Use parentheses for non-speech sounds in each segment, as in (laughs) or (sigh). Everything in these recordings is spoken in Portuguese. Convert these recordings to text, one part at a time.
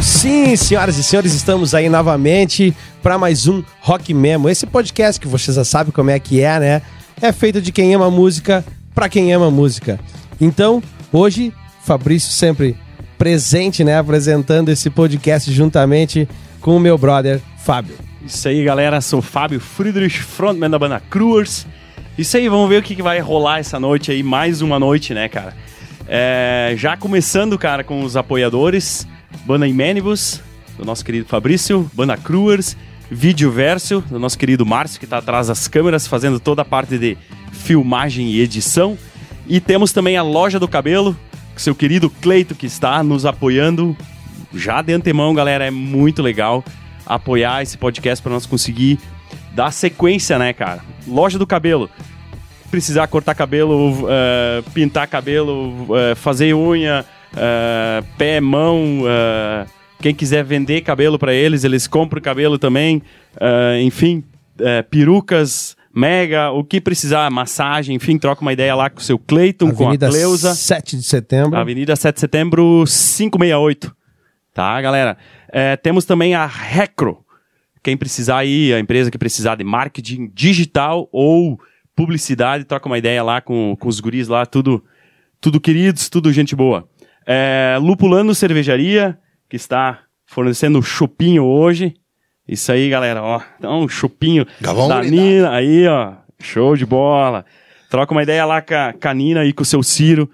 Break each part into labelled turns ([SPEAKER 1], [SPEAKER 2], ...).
[SPEAKER 1] Sim, senhoras e senhores, estamos aí novamente para mais um Rock Memo. Esse podcast que vocês já sabem como é que é, né? É feito de quem ama música para quem ama música. Então, hoje, Fabrício sempre presente, né? Apresentando esse podcast juntamente com o meu brother, Fábio.
[SPEAKER 2] Isso aí, galera. Sou o Fábio Friedrich, frontman da banda Cruers. Isso aí, vamos ver o que que vai rolar essa noite aí, mais uma noite, né, cara? É, já começando, cara, com os apoiadores, Banda Imenibus, do nosso querido Fabrício, Banda Cruers, Videoverso, do nosso querido Márcio, que tá atrás das câmeras, fazendo toda a parte de filmagem e edição. E temos também a Loja do Cabelo, com seu querido Cleito, que está nos apoiando já de antemão, galera. É muito legal apoiar esse podcast para nós conseguir dar sequência, né, cara? Loja do Cabelo. Precisar cortar cabelo, eh, pintar cabelo, eh, fazer unha, eh, pé, mão. eh, quem quiser vender cabelo para eles, eles compram cabelo também. eh, enfim, eh, perucas, mega, o que precisar, massagem, enfim, troca uma ideia lá com o seu Cleiton, com a
[SPEAKER 1] Avenida
[SPEAKER 2] Cleusa.
[SPEAKER 1] 7 de setembro.
[SPEAKER 2] Avenida 7 de Setembro, 568. Tá, galera? É, temos também a Recro. Quem precisar aí, a empresa que precisar de marketing digital ou publicidade, troca uma ideia lá com, com os guris lá, tudo, tudo queridos, tudo gente boa. É, Lupulano Cervejaria, que está fornecendo chupinho hoje. Isso aí, galera, ó. Então, chupinho
[SPEAKER 3] Gavão
[SPEAKER 2] da
[SPEAKER 3] Unidade.
[SPEAKER 2] Nina, aí, ó. Show de bola. Troca uma ideia lá com a, com a Nina e com o seu Ciro.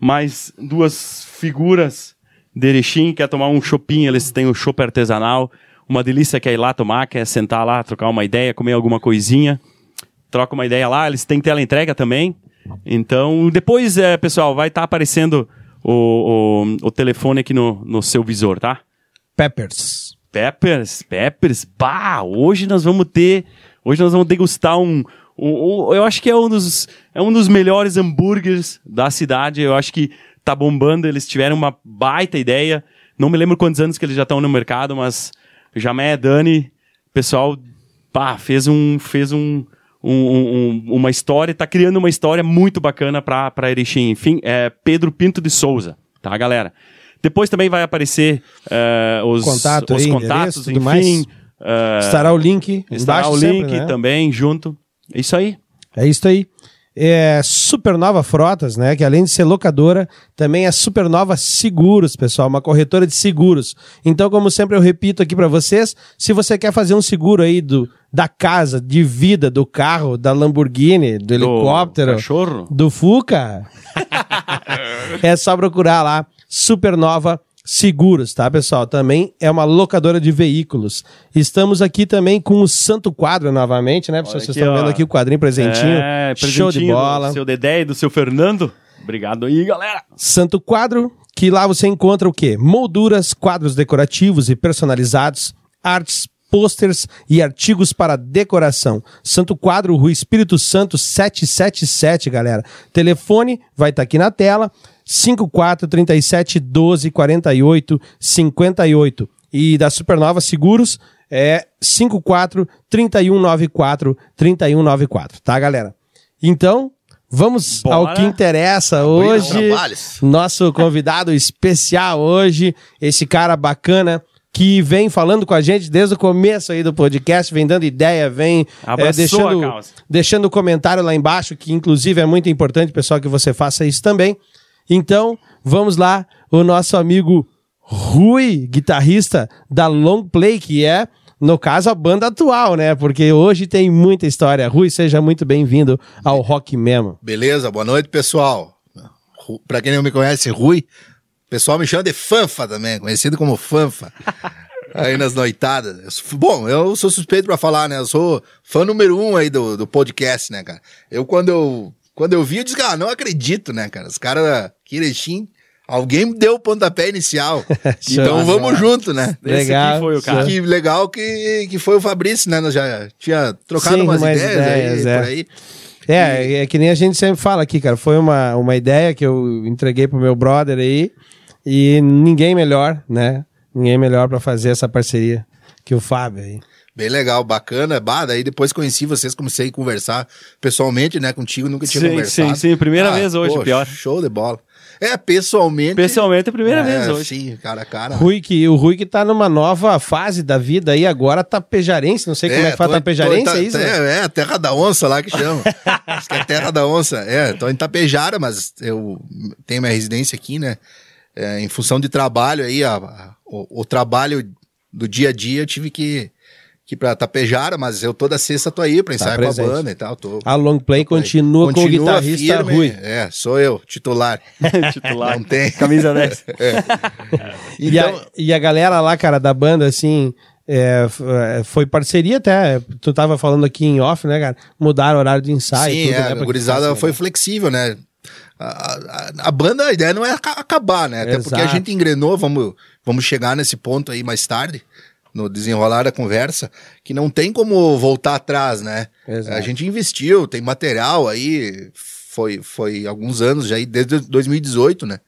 [SPEAKER 2] Mais duas figuras de Erechim, quer tomar um chopinho, eles têm um chopp artesanal. Uma delícia quer ir lá tomar, quer sentar lá, trocar uma ideia, comer alguma coisinha. Troca uma ideia lá, eles têm tela entrega também. Então, depois, é, pessoal, vai estar aparecendo o, o, o telefone aqui no, no seu visor, tá?
[SPEAKER 1] Peppers.
[SPEAKER 2] Peppers, Peppers, bah, hoje nós vamos ter, hoje nós vamos degustar um, um- um- eu acho que é um dos, é um dos melhores hambúrgueres da cidade, eu acho que tá bombando, eles tiveram uma baita ideia, não me lembro quantos anos que eles já estão no mercado, mas Jamé, Dani, pessoal, bah, fez um, fez um, um- um- um- uma história, tá criando uma história muito bacana pra, pra Erechim, enfim, é Pedro Pinto de Souza, tá galera? Depois também vai aparecer eh, os,
[SPEAKER 1] Contato
[SPEAKER 2] os
[SPEAKER 1] aí, endereço,
[SPEAKER 2] contatos,
[SPEAKER 1] tudo
[SPEAKER 2] enfim.
[SPEAKER 1] mais.
[SPEAKER 2] eh,
[SPEAKER 1] Estará o link
[SPEAKER 2] estará
[SPEAKER 1] embaixo
[SPEAKER 2] o
[SPEAKER 1] sempre,
[SPEAKER 2] link
[SPEAKER 1] né?
[SPEAKER 2] também junto. É Isso aí.
[SPEAKER 1] É isso aí. É Supernova Frotas, né? Que além de ser locadora, também é Supernova Seguros, pessoal, uma corretora de seguros. Então, como sempre eu repito aqui para vocês, se você quer fazer um seguro aí do, da casa, de vida, do carro, da Lamborghini, do
[SPEAKER 2] Do
[SPEAKER 1] helicóptero,
[SPEAKER 2] Cachorro.
[SPEAKER 1] do Fuca, (laughs) é só procurar lá Supernova Seguros, tá, pessoal? Também é uma locadora de veículos. Estamos aqui também com o Santo Quadro novamente, né? pessoal?
[SPEAKER 2] Olha
[SPEAKER 1] Vocês
[SPEAKER 2] aqui,
[SPEAKER 1] estão
[SPEAKER 2] ó.
[SPEAKER 1] vendo aqui o quadrinho presentinho.
[SPEAKER 2] É,
[SPEAKER 1] Show de
[SPEAKER 2] presentinho
[SPEAKER 1] bola.
[SPEAKER 2] Do seu Dedé e do seu Fernando. Obrigado aí, galera.
[SPEAKER 1] Santo Quadro, que lá você encontra o quê? Molduras, quadros decorativos e personalizados, artes, pôsteres e artigos para decoração. Santo Quadro, Rua Espírito Santo 777, galera. Telefone vai estar aqui na tela, 54 37 12 48 58. E da Supernova Seguros é 54 3194 3194, tá, galera? Então, vamos ao
[SPEAKER 2] Bora.
[SPEAKER 1] que interessa
[SPEAKER 3] Abrindo
[SPEAKER 1] hoje.
[SPEAKER 3] trabalhos.
[SPEAKER 1] Nosso convidado especial hoje, esse cara bacana que vem falando com a gente desde o começo aí do podcast, vem dando ideia, vem
[SPEAKER 2] Abraçou
[SPEAKER 1] eh, deixando,
[SPEAKER 2] a causa.
[SPEAKER 1] deixando o comentário lá embaixo, que inclusive é muito importante, pessoal, que você faça isso também. Então, vamos lá, o nosso amigo Rui, guitarrista da Long Play, que é, no caso, a banda atual, né? Porque hoje tem muita história. Rui, seja muito bem-vindo ao Rock Memo.
[SPEAKER 3] Beleza, boa noite, pessoal. Ru- Pra quem não me conhece, Rui. O pessoal me chama de Fanfa também, conhecido como Fanfa.
[SPEAKER 1] (laughs)
[SPEAKER 3] aí nas noitadas. Eu sou- Bom, eu sou suspeito pra falar, né? Eu sou fã número um aí do, do podcast, né, cara? Eu quando eu quando eu vi, eu disse, ah, não acredito, né, cara? Os caras, Kirechim, alguém deu o pontapé
[SPEAKER 1] (laughs)
[SPEAKER 3] inicial. então vamos junto, né?
[SPEAKER 1] Legal.
[SPEAKER 2] Esse aqui foi o cara.
[SPEAKER 3] Que legal que, que foi o Fabrício, né? Nós já tinha trocado
[SPEAKER 1] Sim,
[SPEAKER 3] umas,
[SPEAKER 1] umas
[SPEAKER 3] ideias,
[SPEAKER 1] ideias,
[SPEAKER 3] aí,
[SPEAKER 1] é.
[SPEAKER 3] por aí.
[SPEAKER 1] É, é que nem a gente sempre fala aqui, cara. Foi uma, uma ideia que eu entreguei pro meu brother aí e ninguém melhor, né? Ninguém melhor pra fazer essa parceria que o Fábio aí.
[SPEAKER 3] Bem legal, bacana. Bah, daí depois conheci vocês, comecei a conversar pessoalmente, né? Contigo, nunca tinha
[SPEAKER 2] Sim,
[SPEAKER 3] conversado. Ah,
[SPEAKER 2] sim, sim, primeira vez hoje, pior.
[SPEAKER 3] Show de bola. É, pessoalmente.
[SPEAKER 2] Pessoalmente, é a primeira
[SPEAKER 3] é,
[SPEAKER 2] vez hoje.
[SPEAKER 3] Sim, cara a cara.
[SPEAKER 1] Rui que, o Rui que tá numa nova fase da vida aí agora, tapejarense, não sei como é que fala,
[SPEAKER 3] tô em-
[SPEAKER 1] tapejarense,
[SPEAKER 3] tô em Ta-
[SPEAKER 1] é isso? né?
[SPEAKER 3] É, é, Terra da Onça lá que
[SPEAKER 1] (laughs)
[SPEAKER 3] chama. Acho que é Terra da Onça. É, tô em Tapejara, mas eu tenho minha residência aqui, né? É, em função de trabalho aí, a- a- o, o trabalho do dia a dia, eu tive que, que ir pra Tapejara, mas eu toda sexta tô aí pra ensaiar com a
[SPEAKER 1] Tá presente.
[SPEAKER 3] banda e tal. Tô,
[SPEAKER 1] A long play continua, com o
[SPEAKER 3] Continua
[SPEAKER 1] guitarrista
[SPEAKER 3] firme,
[SPEAKER 1] Rui.
[SPEAKER 3] É, sou eu, titular.
[SPEAKER 2] né?
[SPEAKER 3] (laughs)
[SPEAKER 2] Titular.
[SPEAKER 3] Não tem. É.
[SPEAKER 2] Camisa
[SPEAKER 3] (laughs)
[SPEAKER 2] 10.
[SPEAKER 1] E, a- e a, galera lá, cara, da banda, assim, é, f- é, foi parceria até. Tu tava falando aqui em off, né, cara? Mudaram o horário de ensaio.
[SPEAKER 3] Sim,
[SPEAKER 1] e tudo,
[SPEAKER 3] é,
[SPEAKER 1] né, pra
[SPEAKER 3] a
[SPEAKER 1] que
[SPEAKER 3] gurizada
[SPEAKER 1] fosse-
[SPEAKER 3] foi flexível, né? A, a- a banda, a ideia não é aca- acabar, né? Até porque a
[SPEAKER 1] Exato.
[SPEAKER 3] gente engrenou, vamos, vamos chegar nesse ponto aí mais tarde, no desenrolar da conversa, que não tem como voltar atrás, né?
[SPEAKER 1] Exato.
[SPEAKER 3] A gente investiu, tem material aí, foi, foi alguns anos já, aí, desde 2018, né?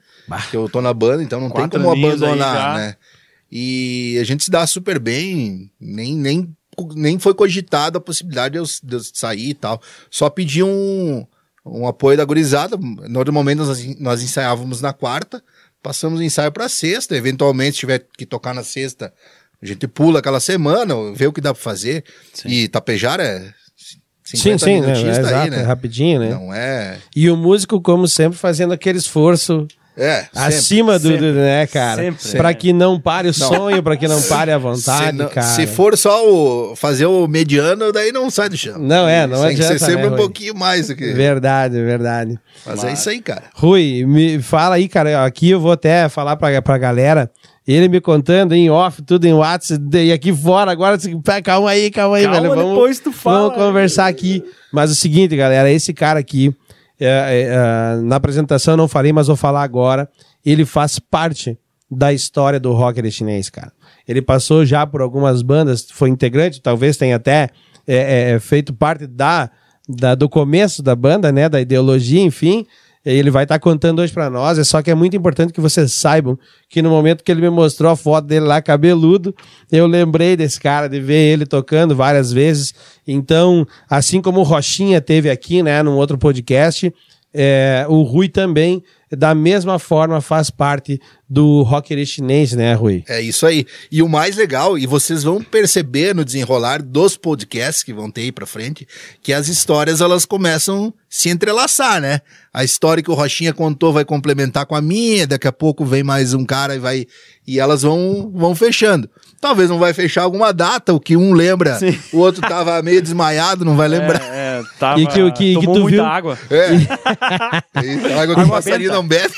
[SPEAKER 3] Que eu tô na banda, então não tem
[SPEAKER 2] Quatro
[SPEAKER 3] como
[SPEAKER 2] aninhos aí
[SPEAKER 3] abandonar,
[SPEAKER 2] já.
[SPEAKER 3] né? E a gente se dá super bem, nem, nem, nem foi cogitada a possibilidade de eu, de eu sair e tal. Só pedi um, um apoio da gurizada. Normalmente nós, nós ensaiávamos na quarta, passamos o ensaio para sexta. Eventualmente, se tiver que tocar na sexta, a gente pula aquela semana, vê o que dá para fazer.
[SPEAKER 2] Sim.
[SPEAKER 3] E Tapejara é c-
[SPEAKER 1] Sim,
[SPEAKER 3] 50
[SPEAKER 1] sim, né?
[SPEAKER 3] minutinhos
[SPEAKER 1] é,
[SPEAKER 3] tá
[SPEAKER 1] exato,
[SPEAKER 3] aí,
[SPEAKER 1] é
[SPEAKER 3] né?
[SPEAKER 1] rapidinho, né?
[SPEAKER 3] Não é.
[SPEAKER 1] E o músico, como sempre, fazendo aquele esforço
[SPEAKER 3] É, sempre.
[SPEAKER 1] acima do,
[SPEAKER 2] sempre.
[SPEAKER 1] do- né, cara?
[SPEAKER 2] Sempre.
[SPEAKER 1] Pra
[SPEAKER 2] Sempre.
[SPEAKER 1] que não pare o sonho, pra que não pare a
[SPEAKER 3] se,
[SPEAKER 1] vontade,
[SPEAKER 3] não-
[SPEAKER 1] cara.
[SPEAKER 3] se for só o, fazer o mediano, daí não sai do chão.
[SPEAKER 1] Não é, não
[SPEAKER 3] Tem que
[SPEAKER 1] adianta,
[SPEAKER 3] ser sempre
[SPEAKER 1] né,
[SPEAKER 3] um
[SPEAKER 1] Rui?
[SPEAKER 3] pouquinho mais do que.
[SPEAKER 1] Verdade, verdade.
[SPEAKER 3] Mas é isso aí, cara.
[SPEAKER 1] Rui, me fala aí, cara. Aqui eu vou até falar pra, pra galera. Ele me contando em off, tudo em WhatsApp, e aqui fora agora. assim, pá, Calma aí, calma aí,
[SPEAKER 2] Calma,
[SPEAKER 1] velho. Vamos,
[SPEAKER 2] depois tu fala.
[SPEAKER 1] vamos conversar aqui. Mas o seguinte, galera, esse cara aqui, é, é, é, na apresentação eu não falei, mas vou falar agora. Ele faz parte da história do rocker chinês, cara. Ele passou já por algumas bandas, foi integrante, talvez tenha até é, é, é, feito parte da, da- do começo da banda, né, da ideologia, enfim. Ele vai estar contando hoje pra nós, é só que é muito importante que vocês saibam que no momento que ele me mostrou a foto dele lá cabeludo, eu lembrei desse cara, de ver ele tocando várias vezes. Então, assim como o Rochinha teve aqui, né, num outro podcast, é, o Rui também, da mesma forma, faz parte do rocker chinês, né,
[SPEAKER 3] (laughs)
[SPEAKER 1] Rui?
[SPEAKER 3] É isso aí. E o mais legal, e vocês vão perceber no desenrolar dos podcasts que vão ter aí pra frente, que as histórias elas começam a se entrelaçar, né? A história que o Rochinha contou vai complementar com a minha, daqui a pouco vem mais um cara e vai. E elas vão, vão fechando. Talvez não vai fechar alguma data, o que um lembra,
[SPEAKER 2] Sim.
[SPEAKER 3] o outro tava meio desmaiado, não vai lembrar.
[SPEAKER 2] É, é, tava,
[SPEAKER 1] E que- que- que
[SPEAKER 2] tomou
[SPEAKER 1] tu
[SPEAKER 2] muita
[SPEAKER 1] viu?
[SPEAKER 2] água.
[SPEAKER 3] É. E água que o
[SPEAKER 2] Água
[SPEAKER 3] passarinho
[SPEAKER 2] benta.
[SPEAKER 1] (laughs)
[SPEAKER 3] não bebe.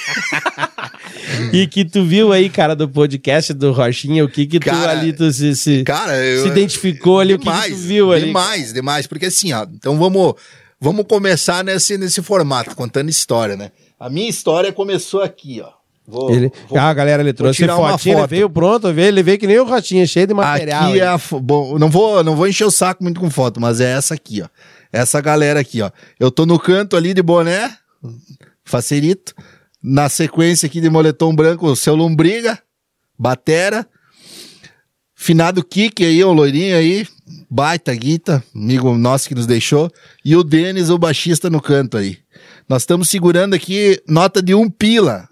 [SPEAKER 1] E que tu viu aí, cara, do podcast do Rochinha, o que que tu
[SPEAKER 3] Cara,
[SPEAKER 1] ali tu se, se-
[SPEAKER 3] Cara, eu, é,
[SPEAKER 1] se identificou ali, o que que tu viu ali?
[SPEAKER 3] Demais, demais. Porque assim, ó, então vamos, vamos começar nesse, nesse formato, contando história, né? A minha história começou aqui, ó. Vou,
[SPEAKER 1] Ele,
[SPEAKER 3] vou-
[SPEAKER 1] ah, galera, ele trouxe
[SPEAKER 3] tirar uma
[SPEAKER 1] fotinho, ele
[SPEAKER 3] foto.
[SPEAKER 1] veio pronto, veio- ele veio que nem o Rochinha, cheio de material.
[SPEAKER 3] aqui é
[SPEAKER 1] aí.
[SPEAKER 3] a fo- bom, não vou, não vou encher o saco muito com foto, mas é essa aqui, ó. Essa galera aqui, ó. Eu tô no canto ali de boné, facerito. Na sequência aqui de moletom branco, o seu Lombriga, Batera. Finado Kiki aí, o loirinho aí, baita guita, amigo nosso que nos deixou. E o Denis, o baixista no canto aí. Nós estamos segurando aqui nota de
[SPEAKER 2] (laughs)
[SPEAKER 3] um pila.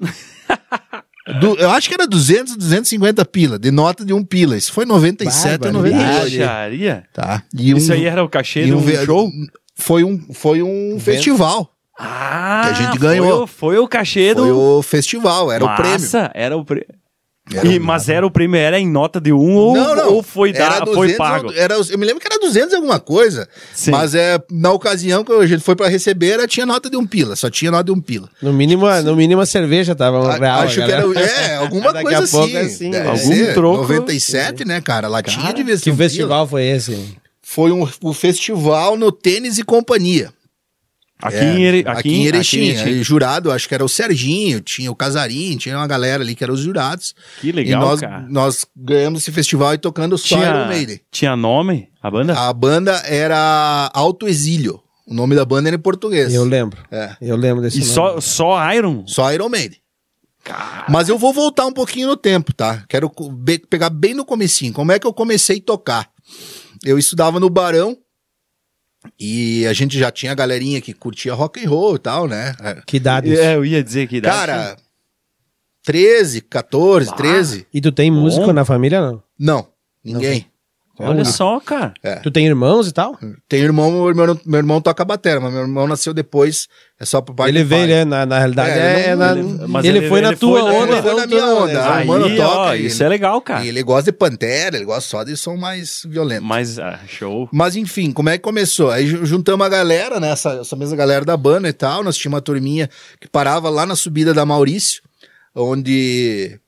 [SPEAKER 3] Du- eu acho que era 200, 250 pila, de nota de um pila. Isso foi 97 ou
[SPEAKER 1] Barbaridade.
[SPEAKER 3] 98.
[SPEAKER 2] Baixaria?
[SPEAKER 3] Tá. E
[SPEAKER 2] Isso aí era o cachê
[SPEAKER 3] e
[SPEAKER 2] de um
[SPEAKER 3] ve-
[SPEAKER 2] show?
[SPEAKER 3] Foi um, foi um festival.
[SPEAKER 2] Ah,
[SPEAKER 3] que a gente ganhou.
[SPEAKER 2] Foi, o- foi o cachê
[SPEAKER 3] Foi
[SPEAKER 2] do...
[SPEAKER 3] o festival, era o prêmio.
[SPEAKER 2] Massa, era o prêmio.
[SPEAKER 3] Era
[SPEAKER 2] E-
[SPEAKER 3] um-
[SPEAKER 2] mas era o prêmio, era em nota de um ou, ou foi,
[SPEAKER 3] Era
[SPEAKER 2] da, foi
[SPEAKER 3] 200
[SPEAKER 2] pago?
[SPEAKER 3] ou- Era, eu me lembro que era 200 e alguma coisa.
[SPEAKER 2] Sim.
[SPEAKER 3] Mas é, na ocasião que a gente foi pra receber, era, tinha nota de um pila. Só tinha nota de um pila.
[SPEAKER 1] No mínimo, no mínimo a cerveja tava um
[SPEAKER 3] A-
[SPEAKER 1] real,
[SPEAKER 3] acho
[SPEAKER 1] galera.
[SPEAKER 3] que era. É, alguma
[SPEAKER 1] (laughs) Daqui a
[SPEAKER 3] coisa assim.
[SPEAKER 1] pouco é assim,
[SPEAKER 3] Deve
[SPEAKER 1] algum
[SPEAKER 3] ser.
[SPEAKER 2] troco.
[SPEAKER 3] 97, né, cara? Latinha de vez em
[SPEAKER 1] Que
[SPEAKER 3] um pila.
[SPEAKER 1] festival foi esse?
[SPEAKER 3] Foi um, um festival no Tênis e Companhia.
[SPEAKER 2] Aqui,
[SPEAKER 3] É,
[SPEAKER 2] em, Ere- aqui,
[SPEAKER 3] aqui em Erechim.
[SPEAKER 2] aqui em Erechim.
[SPEAKER 3] E jurado, acho que era o Serginho, tinha o Casarim, tinha uma galera ali que eram os jurados.
[SPEAKER 2] Que legal,
[SPEAKER 3] e nós,
[SPEAKER 2] cara.
[SPEAKER 3] nós ganhamos esse festival e tocando só Iron Maiden. Ah,
[SPEAKER 2] Tinha, tinha nome a banda?
[SPEAKER 3] A banda era Alto Exílio. O nome da banda era em português.
[SPEAKER 1] Eu lembro.
[SPEAKER 3] É.
[SPEAKER 1] Eu lembro desse
[SPEAKER 2] e só,
[SPEAKER 1] nome.
[SPEAKER 2] só Iron?
[SPEAKER 3] Só Iron Maiden. Mas eu vou voltar um pouquinho no tempo, tá? Quero co- be- pegar bem no comecinho. Como é que eu comecei a tocar? Eu estudava no Barão e a gente já tinha a galerinha que curtia rock and roll e tal, né?
[SPEAKER 1] Que idade?
[SPEAKER 2] É, eu É, ia dizer que idade.
[SPEAKER 3] Cara, 13, 14, 13.
[SPEAKER 1] E tu tem músico na família, não?
[SPEAKER 3] Não, ninguém.
[SPEAKER 2] Olha só, cara.
[SPEAKER 3] É.
[SPEAKER 1] Tu tem irmãos e tal?
[SPEAKER 3] Tem irmão, meu irmão, meu irmão toca batera, mas meu irmão nasceu depois, é só pro pai
[SPEAKER 1] ele
[SPEAKER 3] do pai.
[SPEAKER 1] veio, né? Na, na realidade,
[SPEAKER 3] É,
[SPEAKER 1] é,
[SPEAKER 3] ele
[SPEAKER 1] na-
[SPEAKER 2] não-
[SPEAKER 1] ele,
[SPEAKER 2] mas ele-
[SPEAKER 1] foi na
[SPEAKER 2] ele
[SPEAKER 1] tua
[SPEAKER 2] foi na-
[SPEAKER 1] onda.
[SPEAKER 3] ele foi
[SPEAKER 1] então
[SPEAKER 3] na
[SPEAKER 1] tu
[SPEAKER 3] minha
[SPEAKER 1] não-
[SPEAKER 3] onda. Ah,
[SPEAKER 2] Aí,
[SPEAKER 3] o mano toca,
[SPEAKER 2] ó,
[SPEAKER 3] ele-
[SPEAKER 2] isso é legal, cara.
[SPEAKER 3] E é. ele gosta de Pantera, ele gosta só de som mais violento.
[SPEAKER 2] Mas,
[SPEAKER 3] Mas,
[SPEAKER 2] ah, show.
[SPEAKER 3] enfim, como é que começou? Aí ju- juntamos a galera, né? Essa, essa mesma galera da banda e tal. Nós tínhamos uma turminha que parava lá na subida da Maurício, onde.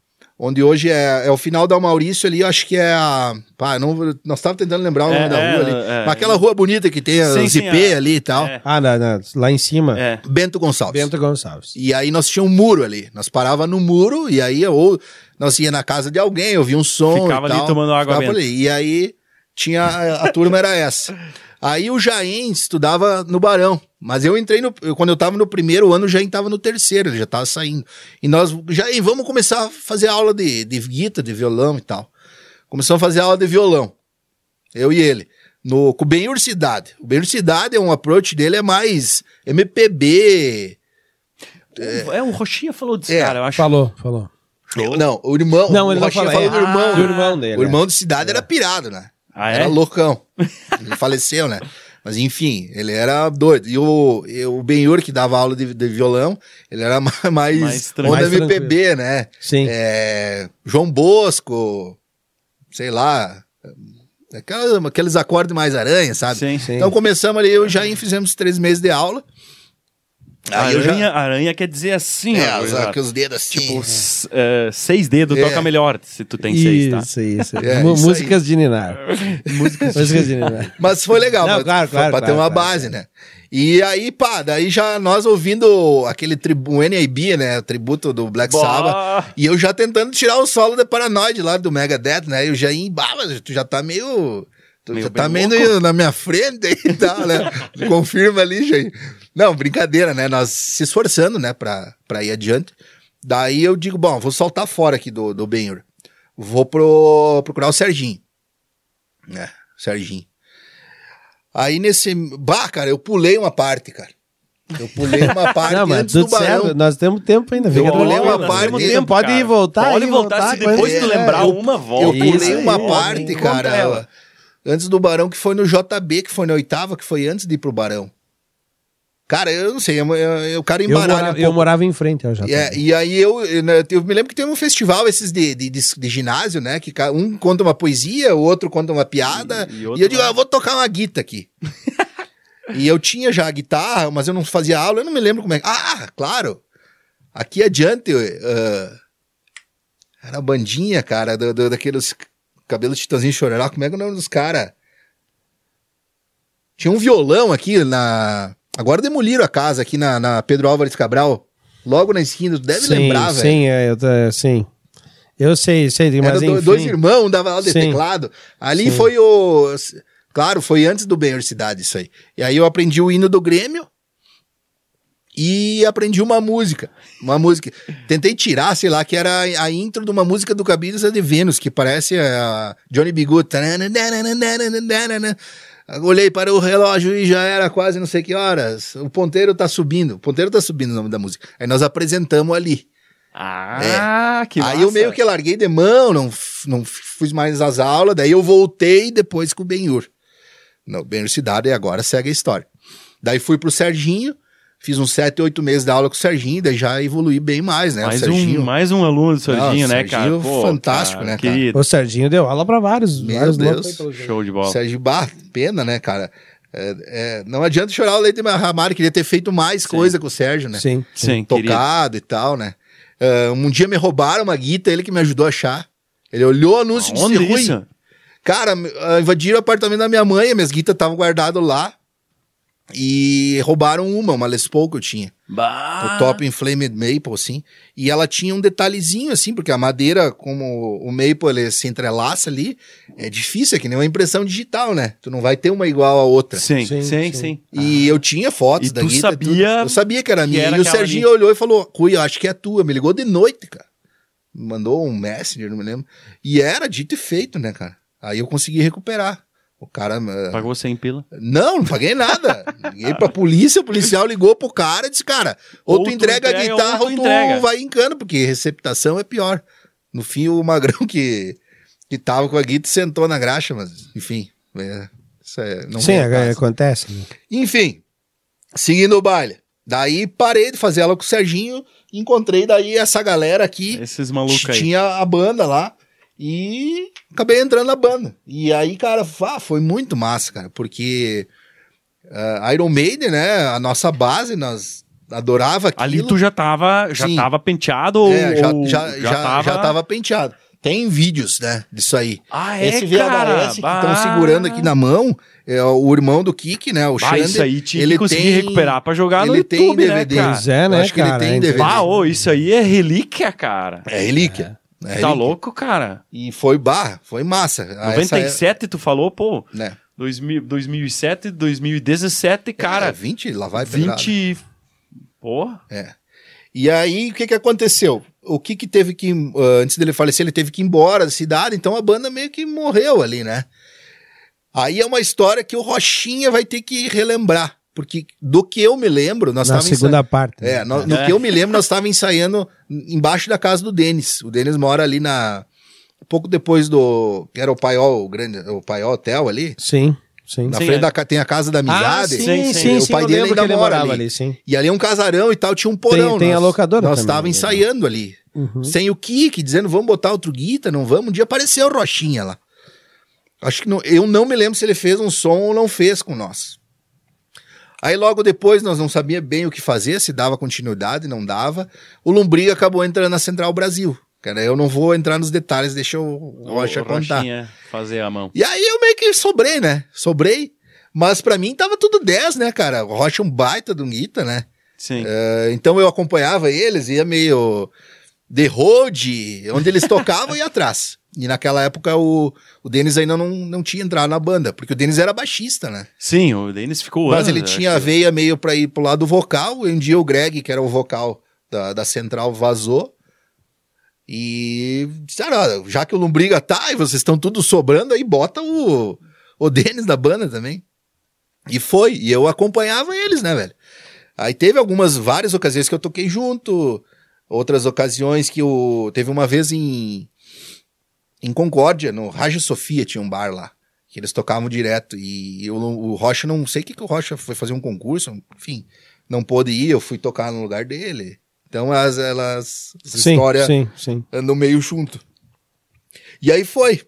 [SPEAKER 3] Onde hoje é, é o final da Maurício ali, eu acho que é a. Pá, eu não, vou- nós estávamos tentando lembrar o nome
[SPEAKER 2] É,
[SPEAKER 3] da
[SPEAKER 2] é,
[SPEAKER 3] rua ali.
[SPEAKER 2] é.
[SPEAKER 3] Mas aquela rua bonita que tem,
[SPEAKER 2] Sim,
[SPEAKER 3] os
[SPEAKER 2] sim,
[SPEAKER 3] IP
[SPEAKER 2] a-
[SPEAKER 3] ali e tal.
[SPEAKER 2] é.
[SPEAKER 1] Ah, na- na- lá em cima.
[SPEAKER 2] É.
[SPEAKER 3] Bento Gonçalves.
[SPEAKER 1] Bento Gonçalves.
[SPEAKER 3] E aí nós tinha um muro ali. Nós parava no muro e aí ou nós ia na casa de alguém, ouvia um som
[SPEAKER 2] Ficava
[SPEAKER 3] e
[SPEAKER 2] ali
[SPEAKER 3] tal,
[SPEAKER 2] tomando água
[SPEAKER 3] ficava
[SPEAKER 2] benta.
[SPEAKER 3] ali. E aí tinha a, a turma era essa. Aí o Jaim estudava no Barão, mas eu entrei no eu- quando eu tava no primeiro ano, o Jaim tava no terceiro, ele já tava saindo. E nós, Jaim, vamos começar a fazer aula de de guitarra, de violão e tal. Começamos a fazer aula de violão. Eu e ele. No, com o Benhur Cidade. O Benhur Cidade é um approach dele, é mais MPB,
[SPEAKER 2] O- É, o Roxinha falou disso,
[SPEAKER 3] É,
[SPEAKER 2] cara, eu acho.
[SPEAKER 1] Falou, falou.
[SPEAKER 3] Eu- Não, o irmão.
[SPEAKER 1] Não,
[SPEAKER 3] o
[SPEAKER 1] ele não
[SPEAKER 3] Rochinha
[SPEAKER 1] fala.
[SPEAKER 3] falou
[SPEAKER 1] é,
[SPEAKER 3] do irmão. é.
[SPEAKER 1] do irmão dele.
[SPEAKER 3] o irmão de cidade era pirado, né?
[SPEAKER 2] é. Ah, é?
[SPEAKER 3] Era loucão. Ele faleceu, né? Mas enfim, ele era doido. E o, e o Benhur, que dava aula de, de violão, ele era (laughs) ma- mais,
[SPEAKER 2] Mais tranquilo.
[SPEAKER 3] onda
[SPEAKER 1] Mais
[SPEAKER 3] MPB, né?
[SPEAKER 1] é. Sim.
[SPEAKER 3] É, João Bosco, sei lá. aquela- aqueles acordes mais aranha, sabe?
[SPEAKER 2] Sim, sim.
[SPEAKER 3] Então começamos ali, eu e o Jair fizemos três meses de aula. Aí eu já-
[SPEAKER 2] Aranha, aranha quer dizer assim,
[SPEAKER 3] É,
[SPEAKER 2] ó,
[SPEAKER 3] os-
[SPEAKER 2] gurizada.
[SPEAKER 3] que os dedos assim.
[SPEAKER 2] Tipo, s- é, seis dedos
[SPEAKER 3] É.
[SPEAKER 2] toca melhor se tu tem seis, tá?
[SPEAKER 1] Isso, isso.
[SPEAKER 3] É,
[SPEAKER 1] Mu-
[SPEAKER 3] isso
[SPEAKER 1] músicas de Ninar. (laughs) músicas de Ninar.
[SPEAKER 3] Mas foi legal,
[SPEAKER 1] Não,
[SPEAKER 3] pra,
[SPEAKER 1] claro,
[SPEAKER 3] pra-
[SPEAKER 1] claro,
[SPEAKER 3] pra ter
[SPEAKER 1] claro,
[SPEAKER 3] uma
[SPEAKER 1] claro,
[SPEAKER 3] base, né? E aí, pá, daí já nós ouvindo aquele tribu, o NAB, né? Tributo do Black
[SPEAKER 2] Bah!
[SPEAKER 3] Sabbath. E eu já tentando tirar o solo da Paranoid lá do Megadeth, né? E o Jair, bah, mas tu já tá meio. Tu
[SPEAKER 2] Meio
[SPEAKER 3] já tá
[SPEAKER 2] bem
[SPEAKER 3] meio na minha frente aí e tal,
[SPEAKER 2] (laughs)
[SPEAKER 3] né? Confirma ali, Jair. Não, brincadeira, né? Nós se esforçando, né, pra, pra ir adiante. Daí eu digo, bom, vou soltar fora aqui do, do Benhur. Vou pro, procurar o Serginho. Né? Serginho. Aí nesse. Bah, cara, eu pulei uma parte, cara. Eu pulei
[SPEAKER 1] (laughs)
[SPEAKER 3] uma parte
[SPEAKER 1] Não, mas
[SPEAKER 3] antes do
[SPEAKER 1] tudo
[SPEAKER 3] barão.
[SPEAKER 1] certo. né? Nós temos tempo ainda. Fica
[SPEAKER 3] Eu
[SPEAKER 1] tranquilo.
[SPEAKER 3] olhei uma
[SPEAKER 1] Nós
[SPEAKER 3] parte
[SPEAKER 1] temos
[SPEAKER 3] dele,
[SPEAKER 1] tempo. Pode
[SPEAKER 2] cara.
[SPEAKER 1] ir voltar.
[SPEAKER 2] Pode
[SPEAKER 1] ir
[SPEAKER 2] voltar, se depois
[SPEAKER 1] quando-
[SPEAKER 2] tu lembrar
[SPEAKER 1] É, eu-
[SPEAKER 2] uma
[SPEAKER 3] Eu
[SPEAKER 2] volta.
[SPEAKER 1] Isso
[SPEAKER 3] pulei
[SPEAKER 1] aí,
[SPEAKER 3] uma
[SPEAKER 1] ó,
[SPEAKER 3] parte,
[SPEAKER 1] nem
[SPEAKER 3] cara.
[SPEAKER 2] conta ela.
[SPEAKER 3] Antes do Barão, que foi no JB, que foi na oitava, que foi antes de ir pro Barão. Cara, eu não sei, eu, eu, eu quero
[SPEAKER 1] Eu
[SPEAKER 3] embaralhar um
[SPEAKER 1] morava,
[SPEAKER 3] pouco.
[SPEAKER 1] eu morava em frente ao
[SPEAKER 3] E, é-
[SPEAKER 1] JB.
[SPEAKER 3] e aí eu, eu, né, eu me lembro que teve um festival esses de, de, de- de ginásio, né? Que ca- um conta uma poesia, o outro conta uma piada.
[SPEAKER 2] E-
[SPEAKER 3] E,
[SPEAKER 2] e outro
[SPEAKER 3] eu digo,
[SPEAKER 2] vai-
[SPEAKER 3] ah, eu vou tocar uma
[SPEAKER 2] (laughs)
[SPEAKER 3] guita aqui. e eu tinha já a guitarra, mas eu não fazia aula, eu não me lembro como é. que- Ah, claro! Aqui adiante, ah, era a bandinha, cara, do, do- daqueles cabelos titãzinhos chororó. Como é que é o nome dos caras? Tinha um violão aqui na. Agora demoliram a casa aqui na, na Pedro Álvares Cabral. Logo na esquina, tu deve
[SPEAKER 1] sim,
[SPEAKER 3] lembrar, velho.
[SPEAKER 1] Sim, é, eu, tá- sim. Eu sei, sei. Mas
[SPEAKER 3] Era do-
[SPEAKER 1] enfim.
[SPEAKER 3] dois irmãos, um dava aula de
[SPEAKER 1] Sim.
[SPEAKER 3] teclado. Ali
[SPEAKER 1] Sim.
[SPEAKER 3] foi o. Claro, foi antes do Benhor Cidade isso aí. E aí eu aprendi o hino do Grêmio e aprendi uma música. Uma música. Tentei tirar, sei lá, que era a intro de uma música do Cabelos de Vênus, que parece a Johnny B. Good. Olhei para o relógio e já era quase não sei que horas. O ponteiro tá subindo. O ponteiro tá subindo o nome da música. Aí nós apresentamos ali.
[SPEAKER 2] Ah, que
[SPEAKER 3] É. Aí
[SPEAKER 2] massa.
[SPEAKER 3] eu meio que larguei de mão, não, f- não f- fiz mais as aulas, daí eu voltei depois com o Benhur. No Benhur Cidade, e agora segue a história. Daí fui pro Serginho, fiz uns 7, 8 meses de aula com o Serginho, daí já evoluí bem mais, né?
[SPEAKER 2] Mais
[SPEAKER 3] o Serginho.
[SPEAKER 2] um, mais um aluno do Serginho,
[SPEAKER 3] Não,
[SPEAKER 2] né, cara?
[SPEAKER 3] Serginho
[SPEAKER 2] Pô,
[SPEAKER 3] fantástico,
[SPEAKER 2] cara,
[SPEAKER 3] né, cara?
[SPEAKER 2] Querido,
[SPEAKER 1] O Serginho deu aula pra vários.
[SPEAKER 3] Meu
[SPEAKER 1] vários
[SPEAKER 3] Deus.
[SPEAKER 1] loucos aí pelo jeito.
[SPEAKER 2] show de bola.
[SPEAKER 3] Sérgio Bar, pena, né, cara? É, é, não adianta chorar o leite derramado, queria ter feito mais coisa com o Sérgio, né?
[SPEAKER 1] Sim.
[SPEAKER 2] Sim, querido.
[SPEAKER 3] tocado e tal, né? Ah, um dia me roubaram uma guita, ele que me ajudou a achar. Ele olhou o anúncio de
[SPEAKER 2] Onde
[SPEAKER 3] ruim.
[SPEAKER 2] isso?
[SPEAKER 3] Cara, me- ah, invadiram o apartamento da minha mãe, minhas guitas estavam guardadas lá. E roubaram uma, uma Les Paul que eu tinha.
[SPEAKER 2] Bah.
[SPEAKER 3] O Top Inflamed Maple, assim. E ela tinha um detalhezinho, assim, porque a madeira, como o Maple ele se entrelaça ali, é difícil, é que nem uma impressão digital, né? Tu não vai ter uma igual a outra.
[SPEAKER 2] Sim, sim,
[SPEAKER 1] Sim,
[SPEAKER 2] sim.
[SPEAKER 1] sim.
[SPEAKER 3] E eu tinha fotos
[SPEAKER 2] Ah. E
[SPEAKER 3] da
[SPEAKER 2] tu
[SPEAKER 3] guita. e tudo.
[SPEAKER 2] sabia
[SPEAKER 3] Eu sabia que era
[SPEAKER 2] que
[SPEAKER 3] minha.
[SPEAKER 2] era
[SPEAKER 3] e o
[SPEAKER 2] aquela
[SPEAKER 3] Serginho
[SPEAKER 2] ali.
[SPEAKER 3] olhou e falou: Cui, eu acho que é tua. Me ligou de noite, cara. Me Mandou um messenger, não me lembro. E era dito e feito, né, cara? Aí eu consegui recuperar. O cara. eh,
[SPEAKER 2] Pagou 100 pila.
[SPEAKER 3] Não, não paguei
[SPEAKER 2] (laughs)
[SPEAKER 3] nada. Liguei pra polícia, o policial ligou pro cara e disse, cara, ou,
[SPEAKER 2] Ou
[SPEAKER 3] tu
[SPEAKER 2] tu
[SPEAKER 3] entrega,
[SPEAKER 2] entrega,
[SPEAKER 3] a
[SPEAKER 2] ou
[SPEAKER 3] guitarra
[SPEAKER 2] tu
[SPEAKER 3] ou tu,
[SPEAKER 2] entrega.
[SPEAKER 3] vai encana, porque receptação é pior. No fim, o Magrão que, que tava com a guita sentou na graxa, mas enfim. é, isso é, não
[SPEAKER 1] Sim,
[SPEAKER 3] vem ao
[SPEAKER 1] é,
[SPEAKER 3] caso.
[SPEAKER 1] acontece. né?
[SPEAKER 3] Enfim, seguindo o baile. Daí parei de fazer ela com o Serginho, encontrei daí essa galera aqui.
[SPEAKER 2] Esses malucos aí.
[SPEAKER 3] Tinha a banda lá e acabei entrando na banda. E aí, cara, fa- foi muito massa, cara, porque ah, Iron Maiden, né, a nossa base, nós adorava aquilo.
[SPEAKER 2] Ali tu já tava, já
[SPEAKER 3] Sim.
[SPEAKER 2] tava penteado ou,
[SPEAKER 3] É, já,
[SPEAKER 2] ou
[SPEAKER 3] já, já, já, tava... penteado. Tem vídeos, né, disso aí.
[SPEAKER 2] Ah, é,
[SPEAKER 3] Esse
[SPEAKER 2] cara.
[SPEAKER 3] VHS que estão
[SPEAKER 2] Bah.
[SPEAKER 3] segurando aqui na mão é o irmão do Kik, né, o
[SPEAKER 2] Ah, isso
[SPEAKER 3] Xander.
[SPEAKER 2] aí tinha
[SPEAKER 3] ele
[SPEAKER 2] que conseguir
[SPEAKER 3] tem-
[SPEAKER 2] recuperar pra jogar no
[SPEAKER 3] ele tem
[SPEAKER 2] YouTube,
[SPEAKER 3] DVD.
[SPEAKER 2] né, cara?
[SPEAKER 1] Pois é,
[SPEAKER 3] Eu
[SPEAKER 1] né,
[SPEAKER 3] acho que ele
[SPEAKER 1] cara?
[SPEAKER 3] tem
[SPEAKER 1] É
[SPEAKER 3] DVD.
[SPEAKER 2] Ah, ô, isso aí é relíquia, cara.
[SPEAKER 3] É relíquia. É
[SPEAKER 2] tá
[SPEAKER 3] relíquia.
[SPEAKER 2] louco, cara?
[SPEAKER 3] E foi barra, foi massa. Ah, essa é-
[SPEAKER 2] 97 tu falou, pô.
[SPEAKER 3] né?
[SPEAKER 2] 2000, 2007, 2017,
[SPEAKER 3] É,
[SPEAKER 2] cara.
[SPEAKER 3] 20, lá vai né? pedrada.
[SPEAKER 2] 20. Pô.
[SPEAKER 3] É. E aí, o que que aconteceu? O que que teve que... ah, antes dele falecer, ele teve que ir embora da cidade, então a banda meio que morreu ali, né? Aí é uma história que o Rochinha vai ter que relembrar, porque do que eu me lembro, nós
[SPEAKER 1] Na
[SPEAKER 3] estávamos...
[SPEAKER 1] segunda parte. né?
[SPEAKER 3] É, no, no
[SPEAKER 2] É.
[SPEAKER 3] que eu me lembro, nós estávamos ensaiando embaixo da casa do Denis. O Denis mora ali na... Pouco depois do... Que era o Paiol, o grande... O Paiol Hotel ali.
[SPEAKER 1] Sim, sim.
[SPEAKER 3] Na
[SPEAKER 2] Sim,
[SPEAKER 3] frente
[SPEAKER 2] é.
[SPEAKER 3] da ca- tem a casa da amizade.
[SPEAKER 1] Ah, sim,
[SPEAKER 2] Sim,
[SPEAKER 1] sim,
[SPEAKER 3] O
[SPEAKER 1] sim,
[SPEAKER 3] pai
[SPEAKER 1] eu
[SPEAKER 3] dele
[SPEAKER 1] lembro
[SPEAKER 3] ainda
[SPEAKER 1] que ele
[SPEAKER 3] mora
[SPEAKER 1] morava
[SPEAKER 3] ali.
[SPEAKER 1] ali, sim.
[SPEAKER 3] E ali é um casarão e tal, tinha um porão.
[SPEAKER 1] tem a
[SPEAKER 3] nós,
[SPEAKER 1] locadora
[SPEAKER 3] Nós
[SPEAKER 1] também, né?
[SPEAKER 3] estávamos ensaiando ali.
[SPEAKER 1] Uhum.
[SPEAKER 3] Sem o Kik, dizendo, vamos botar outro guita, não vamos. Um dia apareceu o Rochinha lá. Acho que não, eu não me lembro se ele fez um som ou não fez com nós. Aí logo depois nós não sabia bem o que fazer, se dava continuidade, não dava. O Lombriga acabou entrando na Central Brasil. Cara, eu não vou entrar nos detalhes, deixa o Rocha
[SPEAKER 2] Ô,
[SPEAKER 3] contar.
[SPEAKER 2] Rochinha, fazer a mão.
[SPEAKER 3] E aí eu meio que sobrei, né? Sobrei. Mas pra mim tava tudo 10, né, cara? O Rocha é um baita do Guita, né?
[SPEAKER 2] Sim.
[SPEAKER 3] Eh, Então eu acompanhava eles, ia meio The Road, onde eles tocavam e ia atrás. E naquela época o, o Denis ainda não, não tinha entrado na banda, porque o Denis era baixista, né?
[SPEAKER 2] Sim, o Denis ficou
[SPEAKER 3] Mas
[SPEAKER 2] anos,
[SPEAKER 3] ele
[SPEAKER 2] eu
[SPEAKER 3] tinha a
[SPEAKER 2] acho.
[SPEAKER 3] veia meio pra ir pro lado vocal. E um dia o Greg, que era o vocal da, da central, vazou. E disseram, "Ó, já que o Lombriga tá e vocês estão tudo sobrando, aí bota o, o Denis da banda também. E foi. E eu acompanhava eles, né, velho? Aí teve algumas, várias ocasiões que eu toquei junto. Outras ocasiões que o Teve uma vez em... Em Concórdia, no Raja Sofia, tinha um bar lá que eles tocavam direto. E eu não- o Rocha, não sei o que, que o Rocha foi fazer um concurso, enfim, não pôde ir, eu fui tocar no lugar dele. Então as, elas, essa
[SPEAKER 1] Sim,
[SPEAKER 3] história
[SPEAKER 1] sim, sim.
[SPEAKER 3] andam meio junto. E aí foi.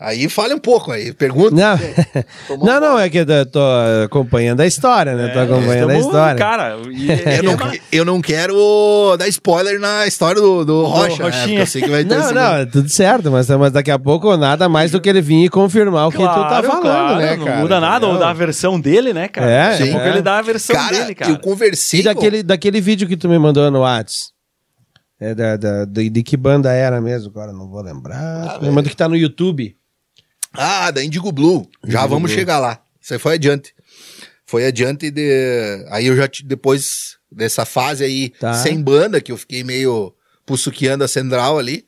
[SPEAKER 3] Aí fale um pouco aí, pergunta.
[SPEAKER 1] Não, (laughs)
[SPEAKER 3] Tomou
[SPEAKER 1] não, não, é que eu tô acompanhando a história, né? Tô
[SPEAKER 2] É,
[SPEAKER 1] acompanhando a
[SPEAKER 2] estamos-
[SPEAKER 1] história.
[SPEAKER 2] Cara,
[SPEAKER 3] (laughs)
[SPEAKER 2] e-
[SPEAKER 1] É,
[SPEAKER 3] Eu É, não, eu não quero dar spoiler na história do, do Rocha, né?
[SPEAKER 2] Rochinha.
[SPEAKER 3] Porque eu sei que vai ter
[SPEAKER 1] Não,
[SPEAKER 3] esse-
[SPEAKER 1] não, é tudo certo, mas, mas daqui a pouco nada mais do que ele vir e confirmar o que tu tá
[SPEAKER 2] Claro,
[SPEAKER 1] falando,
[SPEAKER 2] claro,
[SPEAKER 1] né,
[SPEAKER 2] Não
[SPEAKER 1] cara?
[SPEAKER 2] muda nada, ou
[SPEAKER 1] Entendeu?
[SPEAKER 2] dá a versão dele, né, cara?
[SPEAKER 1] É,
[SPEAKER 2] Daqui
[SPEAKER 1] sim.
[SPEAKER 2] a pouco
[SPEAKER 1] é.
[SPEAKER 2] ele dá a versão
[SPEAKER 3] Cara,
[SPEAKER 2] dele, cara.
[SPEAKER 3] eu conversei
[SPEAKER 1] E daquele, daquele vídeo que tu me mandou no Whats? É da, da- de, de que banda era mesmo? Agora não vou lembrar. me manda que tá no YouTube.
[SPEAKER 3] com... Ah, da Indigo Blue. Já
[SPEAKER 1] Indigo
[SPEAKER 3] vamos
[SPEAKER 1] Blue.
[SPEAKER 3] chegar lá. Isso aí foi adiante. Foi adiante de... Aí eu já, ti- depois dessa fase aí,
[SPEAKER 1] Tá.
[SPEAKER 3] sem banda, que eu fiquei meio pussuqueando a central ali,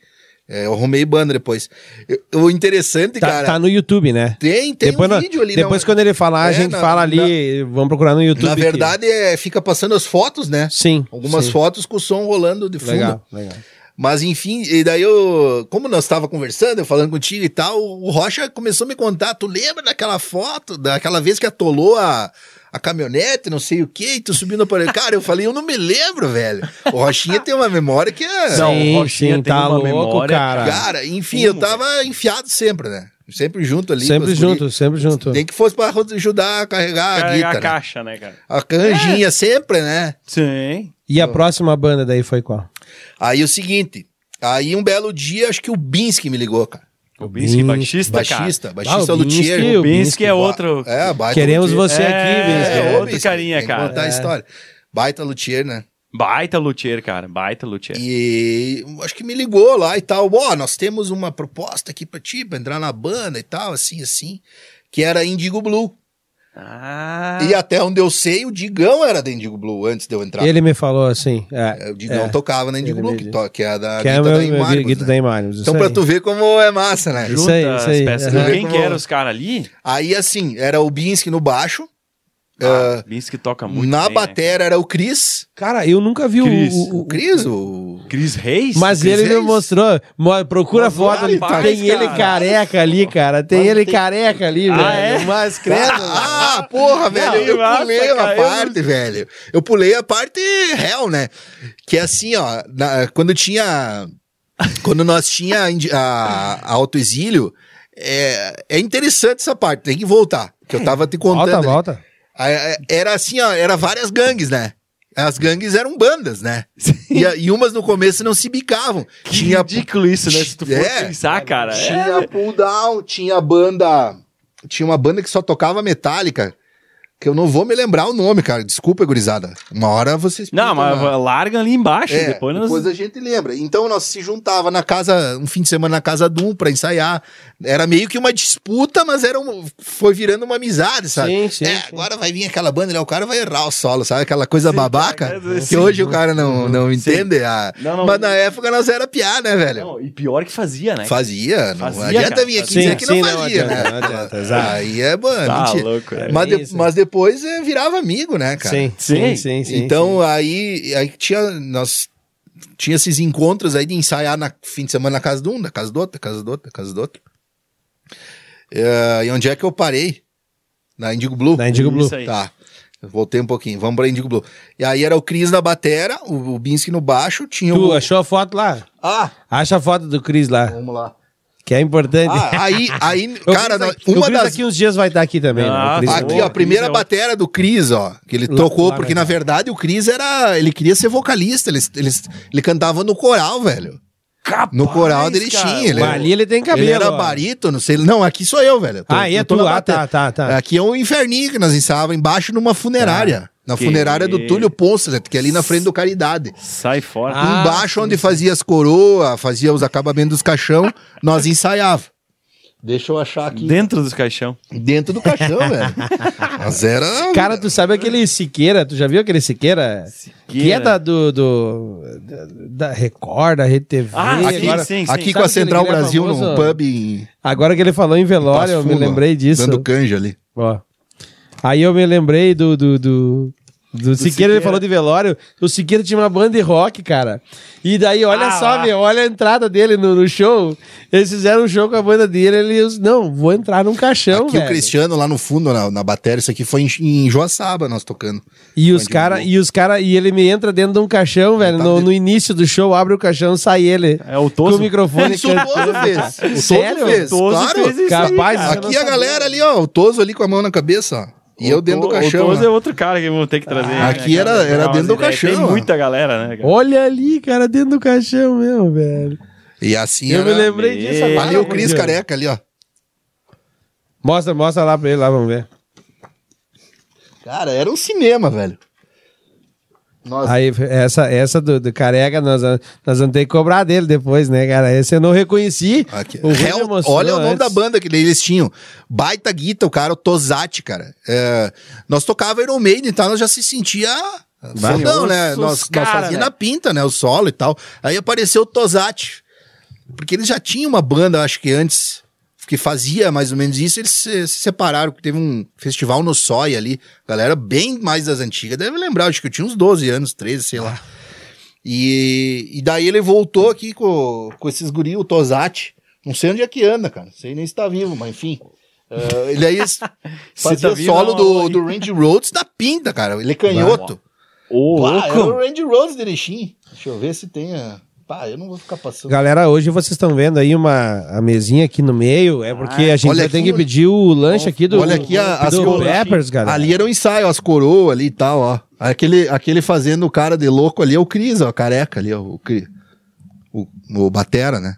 [SPEAKER 3] é, eu arrumei banda depois. Eu- o interessante,
[SPEAKER 1] Tá,
[SPEAKER 3] cara...
[SPEAKER 1] tá no YouTube, né?
[SPEAKER 3] Tem, tem
[SPEAKER 1] depois
[SPEAKER 3] um
[SPEAKER 1] nó-
[SPEAKER 3] vídeo ali.
[SPEAKER 1] depois
[SPEAKER 3] não-
[SPEAKER 1] quando ele falar, a
[SPEAKER 3] É,
[SPEAKER 1] gente
[SPEAKER 3] na-
[SPEAKER 1] fala ali, vamos procurar no YouTube.
[SPEAKER 3] Na
[SPEAKER 1] que-
[SPEAKER 3] verdade, é, fica passando as fotos, né?
[SPEAKER 1] sim.
[SPEAKER 3] Algumas
[SPEAKER 1] sim.
[SPEAKER 3] fotos com o som rolando de fundo.
[SPEAKER 1] Legal, legal.
[SPEAKER 3] Mas enfim, e daí eu, como nós estava conversando, eu falando contigo e tal, o Rocha começou a me contar, tu lembra daquela foto, daquela vez que atolou a, a caminhonete, não sei o que, e tu subiu no
[SPEAKER 1] (laughs)
[SPEAKER 3] aparelho. Cara, eu falei, eu não me lembro, velho. O Rochinha tem uma memória que é...
[SPEAKER 2] Não,
[SPEAKER 1] (laughs)
[SPEAKER 2] o
[SPEAKER 1] sim,
[SPEAKER 2] Rochinha
[SPEAKER 1] sim,
[SPEAKER 2] tem
[SPEAKER 1] tá
[SPEAKER 2] uma
[SPEAKER 1] louco,
[SPEAKER 2] memória,
[SPEAKER 1] cara.
[SPEAKER 3] Cara, enfim, eu
[SPEAKER 2] Como,
[SPEAKER 3] tava enfiado sempre, né? Sempre junto ali. com
[SPEAKER 1] Sempre
[SPEAKER 3] as guri-
[SPEAKER 1] junto, sempre junto.
[SPEAKER 3] Nem que fosse pra ajudar a carregar a
[SPEAKER 2] Carregar a
[SPEAKER 3] guita, né?
[SPEAKER 2] caixa, né, cara?
[SPEAKER 3] A
[SPEAKER 1] É.
[SPEAKER 3] canjinha sempre, né?
[SPEAKER 2] Sim.
[SPEAKER 1] E a próxima banda daí foi qual?
[SPEAKER 3] Aí o seguinte, aí um belo dia, acho que o Binsky me ligou, cara.
[SPEAKER 2] O Binsky,
[SPEAKER 1] Binsky,
[SPEAKER 2] baixista,
[SPEAKER 3] Baixista,
[SPEAKER 1] Ah,
[SPEAKER 3] baixista
[SPEAKER 1] o Binsky,
[SPEAKER 3] luthier.
[SPEAKER 2] cara. O
[SPEAKER 1] o
[SPEAKER 2] Binsky
[SPEAKER 1] Binsky,
[SPEAKER 2] é outro.
[SPEAKER 3] É, baita
[SPEAKER 1] Queremos
[SPEAKER 3] luthier.
[SPEAKER 1] você aqui,
[SPEAKER 2] É,
[SPEAKER 1] Vinícius.
[SPEAKER 2] é
[SPEAKER 3] ô,
[SPEAKER 2] outro
[SPEAKER 3] Binsky,
[SPEAKER 2] carinha,
[SPEAKER 3] tem que
[SPEAKER 2] cara.
[SPEAKER 3] Contar a
[SPEAKER 1] É.
[SPEAKER 3] história. Baita luthier, né?
[SPEAKER 2] Baita luthier, cara. Baita luthier.
[SPEAKER 3] E acho que me ligou lá e tal. Ó, nós temos uma proposta aqui pra ti, pra entrar na banda e tal, assim, assim. Que era Indigo Blue.
[SPEAKER 2] Ah,
[SPEAKER 3] E até onde eu sei, o Digão era da Indigo Blue antes de eu entrar.
[SPEAKER 1] Ele me falou assim. É,
[SPEAKER 3] É, O Digão
[SPEAKER 1] é,
[SPEAKER 3] tocava na Indigo
[SPEAKER 1] ele
[SPEAKER 3] Blue,
[SPEAKER 1] me
[SPEAKER 3] que,
[SPEAKER 1] disse.
[SPEAKER 3] to- que é da
[SPEAKER 1] que é
[SPEAKER 3] Guita
[SPEAKER 1] meu,
[SPEAKER 3] da
[SPEAKER 1] meu
[SPEAKER 3] Imagos,
[SPEAKER 1] Guita
[SPEAKER 3] né?
[SPEAKER 1] da Imagens.
[SPEAKER 3] Então,
[SPEAKER 1] isso
[SPEAKER 3] pra
[SPEAKER 1] aí.
[SPEAKER 3] tu ver como é massa, né?
[SPEAKER 1] Isso aí,
[SPEAKER 2] Junta
[SPEAKER 1] isso
[SPEAKER 2] as
[SPEAKER 1] aí,
[SPEAKER 2] peças.
[SPEAKER 1] aham.
[SPEAKER 2] Quem que era os caras ali?
[SPEAKER 3] Aí, assim, era o Binsky no baixo,
[SPEAKER 2] Ah, Vince que toca muito.
[SPEAKER 3] na
[SPEAKER 2] bem, né?
[SPEAKER 3] batera era o Chris.
[SPEAKER 1] Cara, eu nunca vi o-
[SPEAKER 2] Cris,
[SPEAKER 1] o.
[SPEAKER 3] O Cris, o...
[SPEAKER 2] Chris Reis?
[SPEAKER 1] Mas
[SPEAKER 3] Cris é
[SPEAKER 1] ele me
[SPEAKER 3] Reis?
[SPEAKER 1] mostrou. Mo- Procura a
[SPEAKER 2] Mas
[SPEAKER 1] foto
[SPEAKER 2] olha,
[SPEAKER 1] ali.
[SPEAKER 2] faz,
[SPEAKER 1] Tem ele
[SPEAKER 2] cara.
[SPEAKER 1] careca ali, cara. Tem
[SPEAKER 3] Mano,
[SPEAKER 1] ele
[SPEAKER 3] é. tem-
[SPEAKER 1] careca ali,
[SPEAKER 2] Ah,
[SPEAKER 1] velho.
[SPEAKER 2] é?
[SPEAKER 1] Mas credo.
[SPEAKER 3] (laughs) Ah, porra, velho,
[SPEAKER 2] que
[SPEAKER 3] eu
[SPEAKER 2] massa,
[SPEAKER 3] pulei uma
[SPEAKER 2] cara, eu não-
[SPEAKER 3] parte, velho. Eu pulei a parte real, né? Que é assim, ó, na- quando tinha... Quando nós tinha a, indi- a, a autoexílio, é, é interessante essa parte, tem que voltar. Que eu tava te contando.
[SPEAKER 1] Volta,
[SPEAKER 3] ali.
[SPEAKER 1] volta.
[SPEAKER 3] Ah, é, Era assim, ó, era várias gangues, né? As gangues eram bandas, né? E, a- e umas no começo não se bicavam.
[SPEAKER 2] Que
[SPEAKER 3] tinha
[SPEAKER 2] ridículo isso, né? Se tu for
[SPEAKER 3] É.
[SPEAKER 2] pensar, cara.
[SPEAKER 3] tinha pull down, tinha banda. Tinha uma banda que só tocava metálica. Que eu não vou me lembrar o nome, cara. Desculpa, gurizada. Uma hora vocês.
[SPEAKER 2] Não, mas
[SPEAKER 3] perguntam, né?
[SPEAKER 2] larga ali embaixo,
[SPEAKER 3] É,
[SPEAKER 2] depois nós...
[SPEAKER 3] a gente lembra. Então nós se juntava na casa, um fim de semana na casa do um pra ensaiar. Era meio que uma disputa, mas era um- foi virando uma amizade, sabe?
[SPEAKER 1] Sim, sim.
[SPEAKER 3] é,
[SPEAKER 1] sim.
[SPEAKER 3] agora vai vir aquela banda, né? O cara vai errar o solo, sabe? Aquela coisa babaca
[SPEAKER 2] cara,
[SPEAKER 3] que
[SPEAKER 2] sim.
[SPEAKER 3] hoje o cara não, não entende. ah.
[SPEAKER 2] Não, não.
[SPEAKER 3] Mas na época nós era piá, né, velho?
[SPEAKER 2] Não, e pior que fazia, né?
[SPEAKER 3] Fazia, não
[SPEAKER 2] Fazia,
[SPEAKER 3] adianta
[SPEAKER 2] cara,
[SPEAKER 3] vir aqui
[SPEAKER 1] fazia.
[SPEAKER 3] dizer que
[SPEAKER 1] Sim,
[SPEAKER 3] não
[SPEAKER 1] sim, não
[SPEAKER 3] fazia,
[SPEAKER 1] adianta,
[SPEAKER 3] né?
[SPEAKER 1] não adianta, exato. é
[SPEAKER 3] Aí é, mano,
[SPEAKER 2] Tá
[SPEAKER 3] mentira.
[SPEAKER 2] louco, né?
[SPEAKER 3] mas, de-
[SPEAKER 1] isso.
[SPEAKER 3] mas depois é, virava amigo, né, cara?
[SPEAKER 1] Sim,
[SPEAKER 2] Sim.
[SPEAKER 1] sim, sim, sim.
[SPEAKER 3] então aí aí tinha nós tinha esses encontros aí de ensaiar na fim de semana na casa de um, na casa do outro, na casa do outro, na casa do outro. Eh, e onde é que eu parei? Na Indigo Blue.
[SPEAKER 1] Na Indigo Blue.
[SPEAKER 2] Isso aí.
[SPEAKER 3] Tá. Eu Voltei um pouquinho. Vamos pra Indigo Blue. E aí era o Cris na batera, o, o Binsky no baixo, tinha
[SPEAKER 1] Tu
[SPEAKER 3] o.
[SPEAKER 1] achou a foto lá?
[SPEAKER 3] Ah!
[SPEAKER 1] Acha a foto do Cris lá,
[SPEAKER 3] Vamos lá.
[SPEAKER 1] que é importante.
[SPEAKER 3] Ah, aí, aí,
[SPEAKER 1] O
[SPEAKER 3] cara,
[SPEAKER 1] Cris aqui- o
[SPEAKER 3] uma
[SPEAKER 1] Cris
[SPEAKER 3] das.
[SPEAKER 1] daqui uns dias vai estar aqui também. né?
[SPEAKER 2] Ah,
[SPEAKER 1] O Cris-
[SPEAKER 3] Aqui,
[SPEAKER 2] Boa,
[SPEAKER 3] ó, a primeira
[SPEAKER 2] Cris é o-
[SPEAKER 3] batera do Cris, ó, que ele
[SPEAKER 1] Lá-
[SPEAKER 3] tocou,
[SPEAKER 1] lá,
[SPEAKER 3] porque
[SPEAKER 1] né?
[SPEAKER 3] na verdade o Cris era. Ele queria ser vocalista, ele, ele, ele cantava no coral, velho.
[SPEAKER 2] Capaz,
[SPEAKER 3] No coral dele
[SPEAKER 2] cara.
[SPEAKER 3] tinha, ele
[SPEAKER 1] Mas
[SPEAKER 3] era-
[SPEAKER 1] ali ele tem cabelo.
[SPEAKER 3] ele era
[SPEAKER 1] ó.
[SPEAKER 3] barito, não sei. Não, aqui sou eu, velho. Tô-
[SPEAKER 1] Ah, e é
[SPEAKER 3] eu tô
[SPEAKER 1] tu?
[SPEAKER 3] na
[SPEAKER 1] Ah,
[SPEAKER 3] batera.
[SPEAKER 1] tá, tá, tá.
[SPEAKER 3] Aqui é um inferninho que nós ensaiávamos embaixo numa funerária. Na
[SPEAKER 2] que-
[SPEAKER 3] funerária do Túlio Poncelet, que é ali na frente do Caridade.
[SPEAKER 2] Sai fora.
[SPEAKER 1] Ah,
[SPEAKER 3] embaixo onde fazia as coroas, fazia os acabamentos dos caixão, nós ensaiava. Deixa eu achar aqui.
[SPEAKER 2] Dentro dos caixão.
[SPEAKER 3] Dentro do
[SPEAKER 1] (laughs)
[SPEAKER 3] caixão, velho. Mas era. um
[SPEAKER 1] Cara, tu sabe aquele Siqueira? Tu já viu aquele Siqueira? Que é da, do, do- da Record, da Rede TV.
[SPEAKER 2] Ah, sim,
[SPEAKER 1] agora,
[SPEAKER 2] sim, sim.
[SPEAKER 1] Sabe
[SPEAKER 3] aqui com a
[SPEAKER 1] aquele
[SPEAKER 3] Central
[SPEAKER 1] que ele é
[SPEAKER 3] Brasil, num
[SPEAKER 1] famoso?
[SPEAKER 3] pub em.
[SPEAKER 1] agora que ele falou em velório, eu
[SPEAKER 3] Passo
[SPEAKER 1] me
[SPEAKER 3] Fundo,
[SPEAKER 1] lembrei disso.
[SPEAKER 3] Dando canja ali.
[SPEAKER 1] Ó. Aí eu me lembrei do. do, do... do Siqueira,
[SPEAKER 2] Siqueira.
[SPEAKER 1] ele falou de velório. O Siqueira tinha uma banda de rock, cara. E daí, olha
[SPEAKER 2] Ah,
[SPEAKER 1] só,
[SPEAKER 2] lá.
[SPEAKER 1] meu, olha a entrada dele no, no show. Eles fizeram um show com a banda dele. Eles, não, vou entrar num caixão,
[SPEAKER 3] aqui
[SPEAKER 1] velho.
[SPEAKER 3] o Cristiano lá no fundo, na, na bateria, isso aqui foi em, em Joaçaba nós tocando.
[SPEAKER 1] E os
[SPEAKER 3] Bandido
[SPEAKER 1] cara,
[SPEAKER 3] louco.
[SPEAKER 1] e os cara, e ele me entra dentro de um caixão, velho.
[SPEAKER 3] tá
[SPEAKER 1] no,
[SPEAKER 3] dentro.
[SPEAKER 1] no início do show, abre o caixão, sai ele.
[SPEAKER 2] É
[SPEAKER 1] Com
[SPEAKER 2] o Toso.
[SPEAKER 1] o microfone
[SPEAKER 3] (laughs) Isso o
[SPEAKER 1] cantando.
[SPEAKER 3] Toso fez. O Toso
[SPEAKER 1] Sério?
[SPEAKER 3] fez. claro.
[SPEAKER 1] Capaz,
[SPEAKER 2] cara.
[SPEAKER 1] Ah, Eu não
[SPEAKER 3] Aqui a
[SPEAKER 1] sabia,
[SPEAKER 3] galera ali, ó, o Toso ali com a mão na cabeça, ó. E eu dentro do
[SPEAKER 2] O To-
[SPEAKER 3] caixão.
[SPEAKER 2] O Toso
[SPEAKER 3] né?
[SPEAKER 2] é outro cara que vamos ter que trazer. né,
[SPEAKER 3] Ah, aqui era-
[SPEAKER 2] cara?
[SPEAKER 3] era
[SPEAKER 2] Não,
[SPEAKER 3] dentro do
[SPEAKER 2] mas é,
[SPEAKER 3] caixão,
[SPEAKER 2] Tem
[SPEAKER 3] mano.
[SPEAKER 2] muita galera, né, cara?
[SPEAKER 1] Olha ali, cara, dentro do caixão mesmo, velho.
[SPEAKER 3] E assim
[SPEAKER 1] Eu
[SPEAKER 3] era...
[SPEAKER 1] me lembrei disso
[SPEAKER 2] Meu.
[SPEAKER 1] agora.
[SPEAKER 3] Ali o Cris
[SPEAKER 1] porque-
[SPEAKER 3] careca ali, ó.
[SPEAKER 1] Mostra, mostra lá pra ele, lá, vamos ver.
[SPEAKER 3] Cara, era um cinema, velho. Nossa,
[SPEAKER 1] Aí, essa, essa do, do careca, nós, nós vamos ter que cobrar dele depois, né, cara? Esse eu não reconheci.
[SPEAKER 3] Aqui.
[SPEAKER 1] Rui
[SPEAKER 3] Hell-
[SPEAKER 1] me mostrou
[SPEAKER 3] olha o nome
[SPEAKER 1] antes.
[SPEAKER 3] da banda que eles tinham. Baita Guita, o cara, o Tosati, cara. É, nós tocava Iron Maiden e tal, nós já se sentia fodão,
[SPEAKER 2] Nossa,
[SPEAKER 3] né? Nós, nós
[SPEAKER 2] cara,
[SPEAKER 3] fazia
[SPEAKER 2] né?
[SPEAKER 3] na pinta, né? O solo e tal. Aí apareceu o Tosati. Porque eles já tinham uma banda, acho que antes, que fazia mais ou menos isso. Eles se, se separaram, porque teve um festival no Soia ali. Galera bem mais das antigas. Deve lembrar, acho que eu tinha uns 12 anos, 13, sei lá. E, e daí ele voltou aqui com, com esses guris, o Tosati. Não sei onde é que anda, cara. Não sei nem se tá vivo, mas
[SPEAKER 2] (laughs)
[SPEAKER 3] enfim. Eh, ele aí s- fazia
[SPEAKER 2] tá vivo,
[SPEAKER 3] solo
[SPEAKER 2] é uma
[SPEAKER 3] do,
[SPEAKER 2] boa,
[SPEAKER 3] do Randy Rhodes da pinta, cara. Ele é canhoto.
[SPEAKER 2] Ô,
[SPEAKER 3] Pá, era o
[SPEAKER 2] louco.
[SPEAKER 3] Randy Rhodes direitinho. Deixa eu ver se tem a... Pá, eu não vou ficar passando.
[SPEAKER 1] Galera, hoje vocês estão vendo aí uma a mesinha aqui no meio. É porque a gente
[SPEAKER 3] olha
[SPEAKER 1] vai ter
[SPEAKER 3] aqui
[SPEAKER 1] que
[SPEAKER 3] o-
[SPEAKER 1] pedir o lanche aqui do,
[SPEAKER 3] Olha aqui a- as
[SPEAKER 1] do
[SPEAKER 3] coroas.
[SPEAKER 1] Peppers, cara.
[SPEAKER 3] Ali é era o ensaio, as coroas ali e tal, ó. Aquele, aquele fazendo o cara de louco ali é o Cris, ó, careca ali, ó. O, Cri- o, o Batera, né?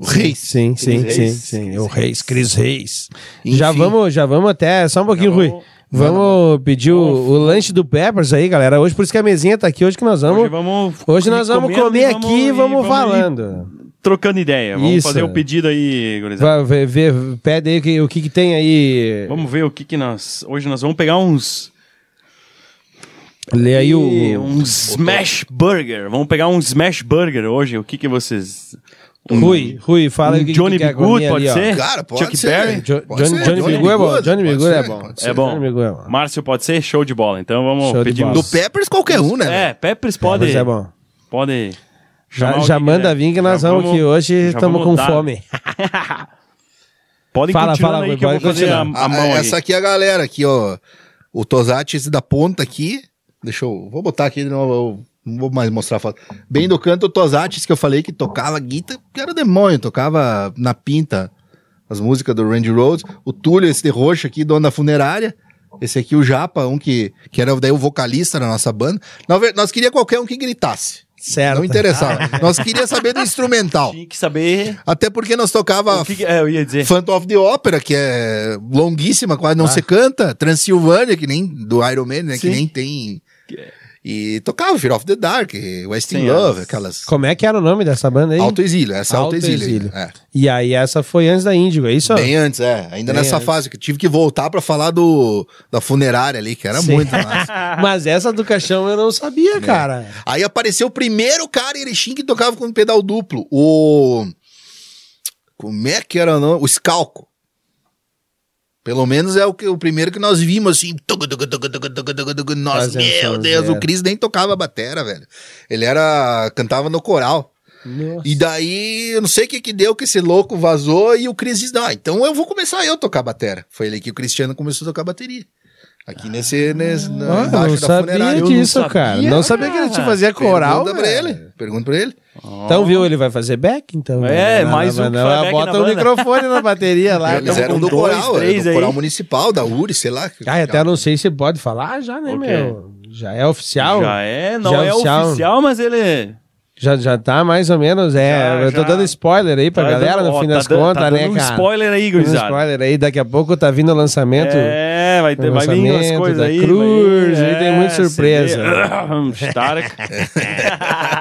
[SPEAKER 3] O Reis.
[SPEAKER 1] Sim, sim,
[SPEAKER 2] Reis.
[SPEAKER 1] sim, sim. É o Reis, Cris Reis.
[SPEAKER 3] Enfim.
[SPEAKER 1] Já vamos, já vamos até, só um pouquinho,
[SPEAKER 2] vamos-
[SPEAKER 1] Rui. Vamos pedir o, o lanche do Peppers aí, galera. Hoje, por isso que a mesinha tá aqui, hoje que nós vamos. Hoje,
[SPEAKER 2] vamos
[SPEAKER 1] nós vamos
[SPEAKER 2] comendo
[SPEAKER 1] comer
[SPEAKER 2] e
[SPEAKER 1] aqui e vamos
[SPEAKER 2] ir
[SPEAKER 1] falando.
[SPEAKER 2] trocando ideia. Vamos
[SPEAKER 1] Isso.
[SPEAKER 2] fazer o pedido aí, gurizada.
[SPEAKER 1] Vai ver, ver- pede aí que- o que, que tem aí.
[SPEAKER 2] Vamos ver o que que nós... Hoje nós vamos pegar uns...
[SPEAKER 1] Lê aí o.
[SPEAKER 2] Um smash burger. Vamos pegar um smash burger hoje. O que que vocês... Hum.
[SPEAKER 1] Rui, Rui, fala aí o que,
[SPEAKER 2] um- Johnny
[SPEAKER 1] que quer
[SPEAKER 2] Bigood,
[SPEAKER 1] comer ali,
[SPEAKER 2] pode
[SPEAKER 1] ó. É,
[SPEAKER 2] ser?
[SPEAKER 3] Cara, pode
[SPEAKER 2] Chuck
[SPEAKER 3] ser.
[SPEAKER 2] Berry?
[SPEAKER 1] Jo-
[SPEAKER 3] Pode
[SPEAKER 1] Johnny,
[SPEAKER 3] ser,
[SPEAKER 1] Johnny
[SPEAKER 3] Johnny
[SPEAKER 1] Bigood é bom.
[SPEAKER 3] Bigood,
[SPEAKER 1] Johnny
[SPEAKER 3] pode
[SPEAKER 1] Bigood é
[SPEAKER 3] ser,
[SPEAKER 1] bom.
[SPEAKER 3] pode
[SPEAKER 2] É bom.
[SPEAKER 1] Johnny Bigood é bom.
[SPEAKER 2] Márcio pode ser? Show de bola. Então vamos
[SPEAKER 1] Show de
[SPEAKER 2] pedir...
[SPEAKER 1] bola.
[SPEAKER 3] Do Peppers, qualquer um, né?
[SPEAKER 2] É, Peppers pode...
[SPEAKER 1] Mas é bom.
[SPEAKER 2] Pode...
[SPEAKER 1] Já,
[SPEAKER 2] chamar o
[SPEAKER 1] já
[SPEAKER 2] que
[SPEAKER 1] manda
[SPEAKER 2] quiser.
[SPEAKER 1] vir que nós
[SPEAKER 2] né? Já
[SPEAKER 1] vamos, que hoje
[SPEAKER 2] já
[SPEAKER 1] estamos
[SPEAKER 2] vamos
[SPEAKER 1] com
[SPEAKER 2] dar.
[SPEAKER 1] fome. (laughs)
[SPEAKER 2] Podem
[SPEAKER 1] Fala,
[SPEAKER 2] continuar
[SPEAKER 1] fala,
[SPEAKER 2] aí que eu
[SPEAKER 1] pode
[SPEAKER 2] vou fazer a, a
[SPEAKER 1] continuar.
[SPEAKER 3] Ah,
[SPEAKER 2] mão
[SPEAKER 3] essa
[SPEAKER 2] aí.
[SPEAKER 3] aqui é a galera aqui, ó. O Tosati, esse da ponta aqui. Deixa eu. Vou botar aqui de novo. eu não vou mais mostrar a foto. Bem do canto, o Tosati, esse que eu falei que tocava guita, que era o demônio, tocava na pinta as músicas do Randy Rhodes. O Túlio, esse de roxo aqui, dono da funerária. Esse aqui, o Japa, um que, que era daí o vocalista na nossa banda. Na ver- nós queria qualquer um que gritasse.
[SPEAKER 1] Certo.
[SPEAKER 3] É, Não interessava.
[SPEAKER 2] (laughs)
[SPEAKER 3] nós queria saber do instrumental.
[SPEAKER 2] Tinha que saber
[SPEAKER 3] Até porque nós tocava
[SPEAKER 2] o que, que- é, eu ia dizer.
[SPEAKER 3] Phantom of the Opera, que é longuíssima, quase não se canta. Transilvânia, que nem do Iron Man, né? Que
[SPEAKER 2] Sim. é.
[SPEAKER 3] nem tem. E tocava Fear of the Dark, West in
[SPEAKER 2] Sim,
[SPEAKER 3] Love,
[SPEAKER 2] as-
[SPEAKER 3] aquelas.
[SPEAKER 1] Como é que era o nome dessa banda aí?
[SPEAKER 3] Alto Exílio, essa é Alto
[SPEAKER 1] Alto
[SPEAKER 3] Exílio.
[SPEAKER 1] Exílio.
[SPEAKER 3] é.
[SPEAKER 1] E aí essa foi antes da Índigo, é
[SPEAKER 2] Então,
[SPEAKER 1] isso?
[SPEAKER 3] Bem antes, é. Ainda
[SPEAKER 1] Bem
[SPEAKER 3] nessa
[SPEAKER 1] antes.
[SPEAKER 3] fase, que eu tive que voltar pra falar do da funerária ali, que era
[SPEAKER 1] Sim.
[SPEAKER 3] muito
[SPEAKER 1] (laughs)
[SPEAKER 3] massa. Né.
[SPEAKER 1] Mas essa do caixão eu não sabia, cara.
[SPEAKER 3] Aí apareceu o primeiro cara em Erechim que tocava com pedal duplo. O. Como é que era o nome? O Scalco. Pelo menos é o, que, o primeiro que nós vimos, assim. tucu, tucu, tucu, tucu, tucu, tucu, tucu. Nossa,
[SPEAKER 1] Fazendo é.
[SPEAKER 3] meu
[SPEAKER 1] som,
[SPEAKER 3] Deus,
[SPEAKER 1] zero.
[SPEAKER 3] o Cris nem tocava batera, velho. Ele era. cantava no coral.
[SPEAKER 1] Nossa.
[SPEAKER 3] E daí, eu não sei o que que deu, que esse louco vazou e o Cris disse: Não, então eu vou começar eu tocar batera. Foi ele que o Cristiano começou a tocar bateria. Aqui nesse. nesse na,
[SPEAKER 1] Ah,
[SPEAKER 3] embaixo
[SPEAKER 1] não
[SPEAKER 3] da
[SPEAKER 1] sabia
[SPEAKER 3] funerária. Eu
[SPEAKER 1] disso,
[SPEAKER 2] sabia,
[SPEAKER 1] cara. Não sabia que ele te
[SPEAKER 2] cara.
[SPEAKER 1] fazia coral.
[SPEAKER 3] Pergunta
[SPEAKER 1] velho.
[SPEAKER 3] pra ele. Pergunta pra ele.
[SPEAKER 1] Então, viu, ele vai fazer back, então. né?
[SPEAKER 2] É, mais um que
[SPEAKER 1] não,
[SPEAKER 2] faz back
[SPEAKER 1] Bota
[SPEAKER 2] na
[SPEAKER 1] o
[SPEAKER 2] banda.
[SPEAKER 1] microfone na bateria lá.
[SPEAKER 3] (laughs)
[SPEAKER 1] então
[SPEAKER 3] Eles
[SPEAKER 2] tamo
[SPEAKER 3] eram
[SPEAKER 2] com
[SPEAKER 3] do
[SPEAKER 2] dois,
[SPEAKER 3] coral, era
[SPEAKER 2] três
[SPEAKER 3] do
[SPEAKER 2] aí. é, tá
[SPEAKER 3] coral municipal, da URI, sei lá.
[SPEAKER 1] Ah, até não sei se pode falar já, né,
[SPEAKER 2] Ok.
[SPEAKER 1] meu? Já é oficial?
[SPEAKER 2] Já é, não
[SPEAKER 1] Já
[SPEAKER 2] é
[SPEAKER 1] oficial.
[SPEAKER 2] oficial. mas ele.
[SPEAKER 1] Já, já tá mais ou menos, é.
[SPEAKER 2] Já,
[SPEAKER 1] eu tô
[SPEAKER 2] já.
[SPEAKER 1] dando spoiler aí pra
[SPEAKER 2] tá
[SPEAKER 1] galera,
[SPEAKER 2] dando-
[SPEAKER 1] no
[SPEAKER 2] ó,
[SPEAKER 1] fim
[SPEAKER 2] tá
[SPEAKER 1] das
[SPEAKER 2] dan-
[SPEAKER 1] contas,
[SPEAKER 2] tá
[SPEAKER 1] né,
[SPEAKER 2] dando um
[SPEAKER 1] cara?
[SPEAKER 2] spoiler aí,
[SPEAKER 1] Dando
[SPEAKER 2] gurizada.
[SPEAKER 1] spoiler aí, daqui a pouco tá vindo o lançamento.
[SPEAKER 2] É, vai, ter, vai vir umas
[SPEAKER 1] Lançamento
[SPEAKER 2] coisas
[SPEAKER 1] da
[SPEAKER 2] aí.
[SPEAKER 1] Cruz,
[SPEAKER 2] vai-
[SPEAKER 1] aí tem muita
[SPEAKER 2] CD.
[SPEAKER 1] surpresa. (laughs)
[SPEAKER 2] (laughs) Stark.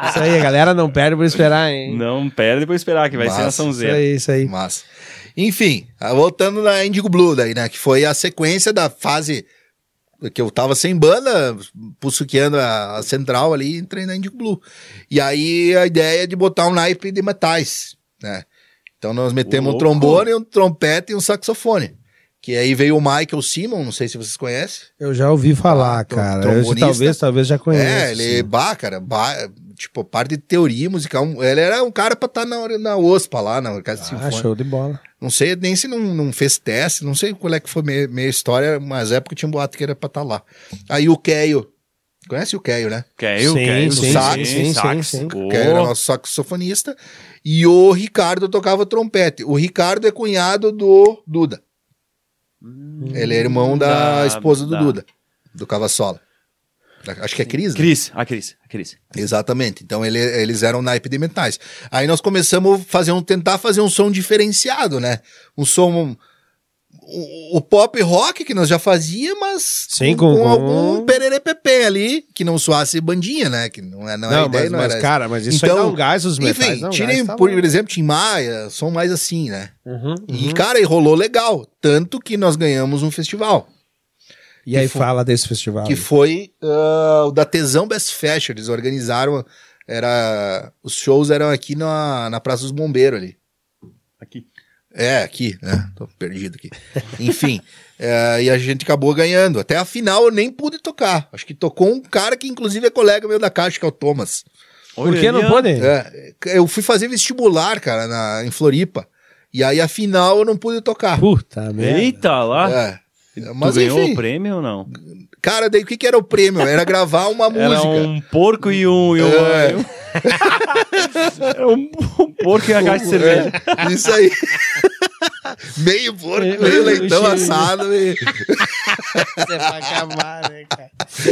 [SPEAKER 1] Isso aí, a galera não perde por esperar, hein?
[SPEAKER 2] Não perde pra esperar, que vai ser
[SPEAKER 3] Massa.
[SPEAKER 2] nação
[SPEAKER 1] Isso
[SPEAKER 2] zero.
[SPEAKER 1] aí, isso aí.
[SPEAKER 3] Mas, enfim, ah, voltando na Indigo Blue daí, né? Que foi a sequência da fase que eu tava sem banda, pussuqueando a, a central ali, entrei na Indigo Blue. E aí a ideia é de botar um naipe de metais, né? Então nós metemos um
[SPEAKER 2] louco.
[SPEAKER 3] trombone, um trompete e um saxofone. Que aí veio o Michael Simon, não sei se vocês conhecem.
[SPEAKER 1] Eu já ouvi falar,
[SPEAKER 3] Ah, tro-
[SPEAKER 1] cara. Eu-
[SPEAKER 3] trombonista.
[SPEAKER 1] talvez, talvez já conheça.
[SPEAKER 3] É,
[SPEAKER 1] assim.
[SPEAKER 3] ele, bah, cara, bah, tipo, parte de teoria musical. um- Ele era um cara pra estar na, na OSPA lá, na Casa
[SPEAKER 1] Ah,
[SPEAKER 3] Sinfônica.
[SPEAKER 1] show de bola.
[SPEAKER 3] Não sei nem se não, não fez teste, não sei qual é que foi minha, minha história, mas época tinha um boato que era pra estar lá. Aí o Keio, conhece o Keio, né?
[SPEAKER 2] Quer
[SPEAKER 1] Sim,
[SPEAKER 2] quer
[SPEAKER 1] sim,
[SPEAKER 3] sim,
[SPEAKER 1] sim, sim.
[SPEAKER 3] O Keio era
[SPEAKER 2] Pô,
[SPEAKER 3] nosso saxofonista. E o Ricardo tocava trompete. O Ricardo é cunhado do Duda. Ele é irmão da,
[SPEAKER 2] Da-
[SPEAKER 3] esposa do
[SPEAKER 2] da-
[SPEAKER 3] Duda, do Cavassola. Da- Acho que é Cris, né?
[SPEAKER 2] Cris, a Cris, a Cris.
[SPEAKER 3] Exatamente. Então ele- eles eram naipe de metais. Aí nós começamos a fazer um, tentar fazer um som diferenciado, né? Um som. um- o, o pop rock que nós já fazia, mas
[SPEAKER 1] Sim,
[SPEAKER 3] com,
[SPEAKER 1] com-
[SPEAKER 3] com
[SPEAKER 1] com-
[SPEAKER 3] algum pererepepe ali, que não soasse bandinha, né? Que não é, não é a
[SPEAKER 1] Não,
[SPEAKER 3] ideia,
[SPEAKER 1] mas,
[SPEAKER 3] não
[SPEAKER 1] mas,
[SPEAKER 3] era
[SPEAKER 1] cara, mas isso aí
[SPEAKER 3] Então,
[SPEAKER 1] dá um gás, os metais
[SPEAKER 3] Enfim,
[SPEAKER 1] dá um
[SPEAKER 3] tirem,
[SPEAKER 1] gás, tá
[SPEAKER 3] por
[SPEAKER 1] louco.
[SPEAKER 3] exemplo, Tim Maia, som mais assim, né?
[SPEAKER 1] Uhum,
[SPEAKER 3] E,
[SPEAKER 1] uhum.
[SPEAKER 3] cara, e rolou legal. Tanto que nós ganhamos um festival.
[SPEAKER 1] E aí
[SPEAKER 3] que fo-
[SPEAKER 1] fala desse festival.
[SPEAKER 3] que foi ah, o da Tesão Best Fashion. Eles organizaram, era, os shows eram aqui na, na Praça dos Bombeiros ali.
[SPEAKER 2] Aqui.
[SPEAKER 3] É, aqui, né? Tô perdido aqui. Enfim, (laughs) é, e a gente acabou ganhando. Até a final eu nem pude tocar. Acho que tocou um cara que inclusive é colega meu da Caixa, que é o Thomas.
[SPEAKER 1] Por que não
[SPEAKER 2] Olha,
[SPEAKER 1] pode?
[SPEAKER 3] É, eu fui fazer vestibular, cara, na, em Floripa. E aí a final eu não pude tocar.
[SPEAKER 1] Puta merda.
[SPEAKER 2] Eita lá.
[SPEAKER 3] É. Mas
[SPEAKER 2] tu ganhou
[SPEAKER 3] enfim,
[SPEAKER 2] o prêmio ou não?
[SPEAKER 3] cara, daí o que, que era o prêmio? Era gravar uma
[SPEAKER 2] Era
[SPEAKER 3] música.
[SPEAKER 2] um porco e um. E um,
[SPEAKER 3] É.
[SPEAKER 2] e um... Era um, um porco e uma caixa de cerveja.
[SPEAKER 3] É, isso aí. (laughs) meio porco,
[SPEAKER 2] (laughs)
[SPEAKER 3] meio leitão
[SPEAKER 1] Cheiro.
[SPEAKER 3] assado. meio-
[SPEAKER 1] É pra acabar, né, cara?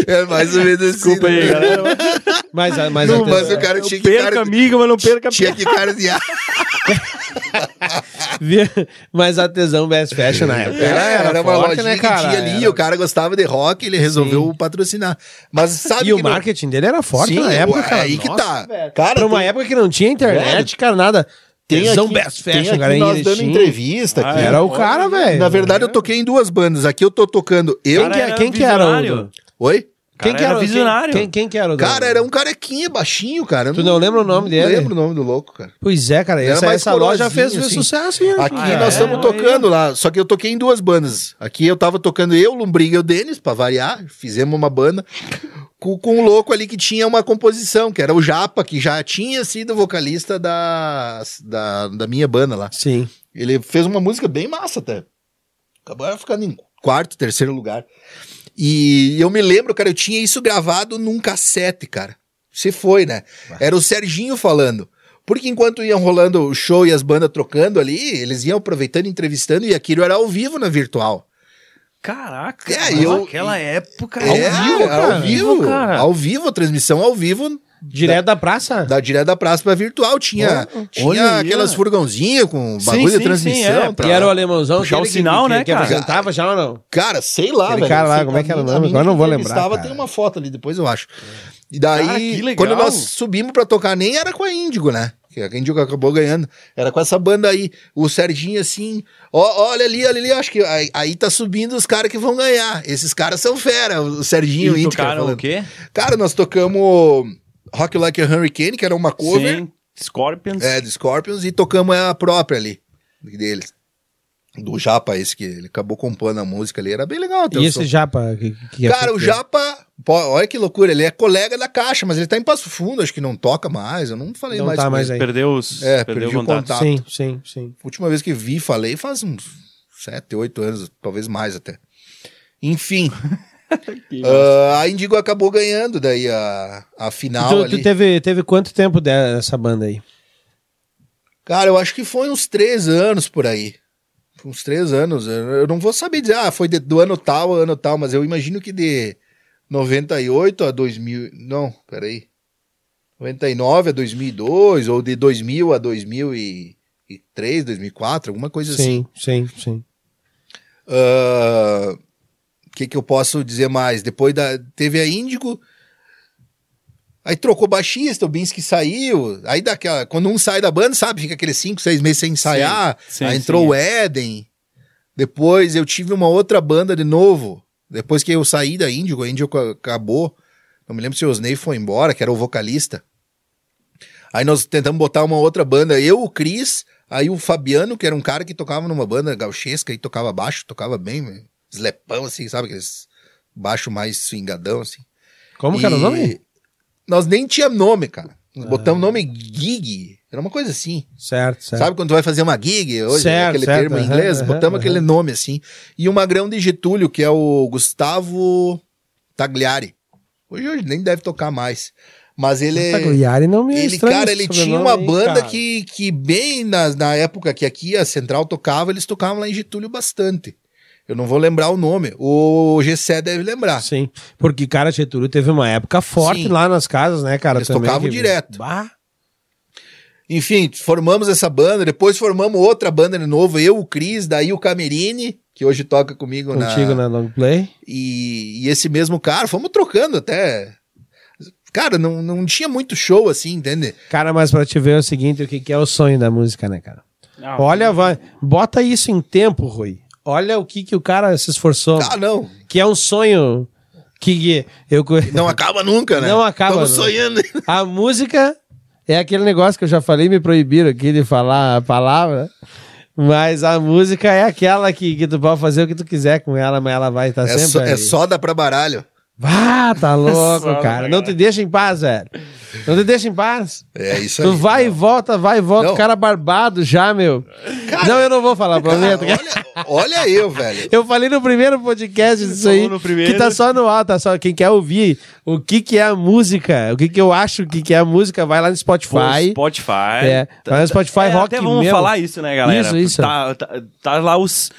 [SPEAKER 3] É mais ou menos assim.
[SPEAKER 2] Desculpa aí,
[SPEAKER 3] né?
[SPEAKER 2] galera.
[SPEAKER 1] Mas, mas,
[SPEAKER 3] Não, mas o cara
[SPEAKER 2] Eu
[SPEAKER 3] tinha que
[SPEAKER 2] perco
[SPEAKER 3] cara,
[SPEAKER 2] amigo, mas não perca
[SPEAKER 3] tinha que cara de ar.
[SPEAKER 1] Via- (laughs) Mas a tesão Best Fashion na época.
[SPEAKER 3] Era, É, era, uma
[SPEAKER 1] É, forte, né,
[SPEAKER 3] lojinha que
[SPEAKER 1] cara?
[SPEAKER 3] tinha ali,
[SPEAKER 1] Era-
[SPEAKER 3] o cara gostava de rock, ele resolveu patrocinar. Mas sabe
[SPEAKER 1] E o
[SPEAKER 3] que não-
[SPEAKER 1] marketing dele era forte
[SPEAKER 3] Sim,
[SPEAKER 1] na época, cara.
[SPEAKER 3] Aí que
[SPEAKER 1] Nossa,
[SPEAKER 3] tá.
[SPEAKER 1] velho.
[SPEAKER 3] Cara,
[SPEAKER 1] Pra uma
[SPEAKER 3] tem-
[SPEAKER 1] época que não tinha internet, cara, nada. Tesão Best Fashion,
[SPEAKER 4] tem aqui
[SPEAKER 1] cara. em
[SPEAKER 4] nós dando
[SPEAKER 1] Erechim. é.
[SPEAKER 4] entrevista aqui.
[SPEAKER 2] Ah,
[SPEAKER 1] Era o cara, velho.
[SPEAKER 3] Na verdade, eu toquei em duas bandas. Aqui eu tô tocando eu.
[SPEAKER 1] Quem que é- quem que era o-
[SPEAKER 2] visionário.
[SPEAKER 3] Oi?
[SPEAKER 1] Quem
[SPEAKER 2] cara
[SPEAKER 1] que era,
[SPEAKER 2] era
[SPEAKER 1] o- quem-
[SPEAKER 2] visionário.
[SPEAKER 1] Quem, quem que era o
[SPEAKER 3] Cara,
[SPEAKER 1] dono?
[SPEAKER 3] era um carequinha baixinho, cara. Eu
[SPEAKER 1] Tu não lembra o nome dele?
[SPEAKER 3] Não lembro o nome do louco, cara.
[SPEAKER 1] Pois é, cara.
[SPEAKER 3] Era
[SPEAKER 1] Essa,
[SPEAKER 3] mais
[SPEAKER 1] essa loja fez,
[SPEAKER 3] coroazinho,
[SPEAKER 1] fez
[SPEAKER 3] assim.
[SPEAKER 1] sucesso. hein?
[SPEAKER 3] Aqui
[SPEAKER 1] Ah,
[SPEAKER 3] nós
[SPEAKER 1] é.
[SPEAKER 3] estamos tocando lá, só que eu toquei em duas bandas. Aqui eu tava tocando eu, Lombriga e o Denis, pra variar, fizemos uma banda com, com um louco ali que tinha uma composição, que era o Japa, que já tinha sido vocalista da, da, da minha banda lá.
[SPEAKER 1] Sim.
[SPEAKER 3] Ele fez uma música bem massa até. Acabou ficando em quarto, terceiro lugar. E eu me lembro, cara, eu tinha isso gravado num cassete, cara. Se foi, né? Era o Serginho falando. Porque enquanto iam rolando o show e as bandas trocando ali, eles iam aproveitando, entrevistando, e aquilo era ao vivo na virtual.
[SPEAKER 2] Caraca,
[SPEAKER 3] É,
[SPEAKER 2] mas
[SPEAKER 3] eu-
[SPEAKER 2] naquela época.
[SPEAKER 3] É,
[SPEAKER 2] ao vivo, cara.
[SPEAKER 3] Ao vivo,
[SPEAKER 2] cara.
[SPEAKER 3] ao vivo, a transmissão ao vivo,
[SPEAKER 1] Direto da praça?
[SPEAKER 3] da, direto da praça pra virtual. Tinha,
[SPEAKER 2] olha
[SPEAKER 3] tinha
[SPEAKER 2] aí,
[SPEAKER 3] aquelas
[SPEAKER 2] ó.
[SPEAKER 3] furgãozinhas com
[SPEAKER 2] Sim,
[SPEAKER 3] bagulho
[SPEAKER 2] sim,
[SPEAKER 3] de
[SPEAKER 2] sim,
[SPEAKER 3] transmissão.
[SPEAKER 2] é,
[SPEAKER 3] pra-
[SPEAKER 1] E era o alemãozão.
[SPEAKER 2] Puxar
[SPEAKER 1] aquele
[SPEAKER 2] o
[SPEAKER 1] que-
[SPEAKER 2] sinal,
[SPEAKER 1] que-
[SPEAKER 2] né,
[SPEAKER 1] que
[SPEAKER 2] cara?
[SPEAKER 1] apresentava já ou não?
[SPEAKER 3] Cara, sei lá,
[SPEAKER 1] Aquele
[SPEAKER 3] velho.
[SPEAKER 1] cara lá,
[SPEAKER 3] Sei,
[SPEAKER 1] como é que era o
[SPEAKER 3] mim- a
[SPEAKER 1] nome?
[SPEAKER 3] mim
[SPEAKER 1] Agora
[SPEAKER 3] que
[SPEAKER 1] não vou lembrar,
[SPEAKER 3] entrevistava,
[SPEAKER 1] cara.
[SPEAKER 3] Tem uma foto ali, depois eu acho. E daí,
[SPEAKER 2] Cara, É. Ah, que legal.
[SPEAKER 3] quando nós subimos pra tocar, nem era com a Índigo, né? Que a Índigo acabou ganhando. Era com essa banda aí. O Serginho assim, ó, olha ali, olha ali, acho que aí, aí tá subindo os caras que vão ganhar. Esses caras são fera, o Serginho e o
[SPEAKER 2] E
[SPEAKER 3] Índigo. cara,
[SPEAKER 2] tocaram o
[SPEAKER 3] falando.
[SPEAKER 2] quê?
[SPEAKER 3] Cara, nós tocamos Rock Like a Hurricane, que era uma cover.
[SPEAKER 2] Sim, Scorpions.
[SPEAKER 3] É, do Scorpions e tocamos a própria ali, deles. Do Japa, esse que ele acabou compondo a música ali, era bem legal. até
[SPEAKER 1] E
[SPEAKER 3] o
[SPEAKER 1] esse
[SPEAKER 3] som.
[SPEAKER 1] japa? Que, que é-
[SPEAKER 3] Cara, o Japa, pô, olha que loucura, ele é colega da Caixa, mas ele tá em Passo Fundo, acho que não toca mais, eu não falei
[SPEAKER 1] Não
[SPEAKER 3] mais.
[SPEAKER 1] tá
[SPEAKER 3] com
[SPEAKER 1] mais
[SPEAKER 3] ele.
[SPEAKER 1] aí.
[SPEAKER 2] Perdeu os.
[SPEAKER 3] É,
[SPEAKER 2] perdeu
[SPEAKER 3] perdi o
[SPEAKER 2] contato.
[SPEAKER 3] contato.
[SPEAKER 1] Sim, sim, sim.
[SPEAKER 3] Última vez que vi, falei faz uns 7, 8 anos, talvez mais até. Enfim, ah, a Indigo acabou ganhando daí a, a final
[SPEAKER 1] Tu,
[SPEAKER 3] ali.
[SPEAKER 1] tu teve, teve quanto tempo dessa banda aí?
[SPEAKER 3] Cara, eu acho que foi uns três anos por aí. Foi Uns três anos. Eu eu não vou saber dizer, ah, foi de- do ano tal, ano tal, mas eu imagino que de 98 a 2000. Não, peraí. 99 a 2002, ou de 2000 a 2003, 2004, alguma coisa assim.
[SPEAKER 1] Sim, sim, sim.
[SPEAKER 3] Ah, O que, que eu posso dizer mais? Depois da, teve a Índigo, aí trocou baixista, o Binsky saiu. Aí daquela, quando um sai da banda, sabe, fica aqueles 5, 6 meses sem ensaiar.
[SPEAKER 2] sim,
[SPEAKER 3] aí entrou
[SPEAKER 2] sim.
[SPEAKER 3] o Éden. Depois eu tive uma outra banda de novo. Depois que eu saí da Índigo, a Índigo ca- acabou. Não me lembro se o Osney foi embora, que era o vocalista. Aí nós tentamos botar uma outra banda, eu, o Cris, aí o Fabiano, que era um cara que tocava numa banda gauchesca e tocava baixo, tocava bem, né? slepão assim, sabe? Aqueles baixo mais swingadão, assim.
[SPEAKER 1] Como
[SPEAKER 3] E
[SPEAKER 1] que era o nome? Ah.
[SPEAKER 3] Nós nem tinha nome, cara. Nós botamos nome gig, era uma coisa assim.
[SPEAKER 1] Certo, certo.
[SPEAKER 3] Sabe quando tu vai fazer uma gig, hoje,
[SPEAKER 1] Tá. Certo,
[SPEAKER 3] aquele
[SPEAKER 1] certo,
[SPEAKER 3] termo em
[SPEAKER 1] aham,
[SPEAKER 3] inglês,
[SPEAKER 1] aham, aham.
[SPEAKER 3] botamos aquele nome assim. E o Magrão de Getúlio, que é o Gustavo Tagliari. Hoje, hoje nem deve tocar mais. Mas ele.
[SPEAKER 1] Tagliari não me é
[SPEAKER 3] Ele,
[SPEAKER 1] estranho
[SPEAKER 3] cara,
[SPEAKER 1] esse
[SPEAKER 3] ele tinha
[SPEAKER 1] sobrenome
[SPEAKER 3] uma
[SPEAKER 1] aí,
[SPEAKER 3] banda
[SPEAKER 1] cara.
[SPEAKER 3] que, que bem na, na época que aqui a Central tocava, eles tocavam lá em Getúlio bastante. Eu não vou lembrar o nome. O Gessé deve lembrar.
[SPEAKER 1] Sim, porque, cara, Getúlio teve uma época forte
[SPEAKER 3] Sim.
[SPEAKER 1] lá nas casas, né, cara?
[SPEAKER 3] Eles
[SPEAKER 1] também,
[SPEAKER 3] tocavam
[SPEAKER 1] que-
[SPEAKER 3] direto.
[SPEAKER 1] Bah,
[SPEAKER 3] Enfim, formamos essa banda, depois formamos outra banda de novo, eu, o Cris, daí o Camerini, que hoje toca comigo
[SPEAKER 1] contigo na long play.
[SPEAKER 3] E, e esse mesmo cara, fomos trocando até. Cara, não, não tinha muito show assim, entende?
[SPEAKER 1] Cara, mas pra te ver é o seguinte, o que, que é o sonho da música, né, cara?
[SPEAKER 2] Ah,
[SPEAKER 1] Olha, vai, bota isso em tempo, Rui. Olha o que, que o cara se esforçou.
[SPEAKER 3] Ah, não.
[SPEAKER 1] Que é um sonho que que eu... co-
[SPEAKER 3] Não
[SPEAKER 1] (laughs)
[SPEAKER 3] acaba nunca, né?
[SPEAKER 1] Não acaba, Tá
[SPEAKER 3] Tamo
[SPEAKER 1] não.
[SPEAKER 3] sonhando.
[SPEAKER 1] A música é aquele negócio que eu já falei, me proibiram aqui de falar a palavra. Mas a música é aquela que, que tu pode fazer o que tu quiser com ela, mas ela vai estar
[SPEAKER 3] É, só,
[SPEAKER 1] sempre.
[SPEAKER 3] é
[SPEAKER 1] aí.
[SPEAKER 3] só dar pra baralho.
[SPEAKER 1] Ah,
[SPEAKER 2] (laughs)
[SPEAKER 1] tá louco,
[SPEAKER 2] Só,
[SPEAKER 1] cara.
[SPEAKER 2] né,
[SPEAKER 1] Não te
[SPEAKER 2] cara?
[SPEAKER 1] deixa em paz, velho. Não te deixa em paz.
[SPEAKER 3] É isso aí.
[SPEAKER 1] Tu vai e volta, vai e volta.
[SPEAKER 3] Não.
[SPEAKER 1] O cara barbado já, meu. não, eu não vou falar,
[SPEAKER 3] Cara,
[SPEAKER 1] prometo. cara.
[SPEAKER 3] olha, olha eu, velho.
[SPEAKER 1] Eu falei no primeiro podcast disso
[SPEAKER 2] Falou
[SPEAKER 1] aí.
[SPEAKER 2] no primeiro.
[SPEAKER 1] Que tá só no ar, tá só. Quem quer ouvir o que, que é a música, o que, que eu acho que, que é a música, vai lá no Spotify.
[SPEAKER 2] Spotify.
[SPEAKER 1] É, vai no Spotify
[SPEAKER 2] É,
[SPEAKER 1] Rock
[SPEAKER 2] Até vamos
[SPEAKER 1] mesmo.
[SPEAKER 2] falar isso, né, galera?
[SPEAKER 1] Isso, isso.
[SPEAKER 2] Tá, tá- tá lá os,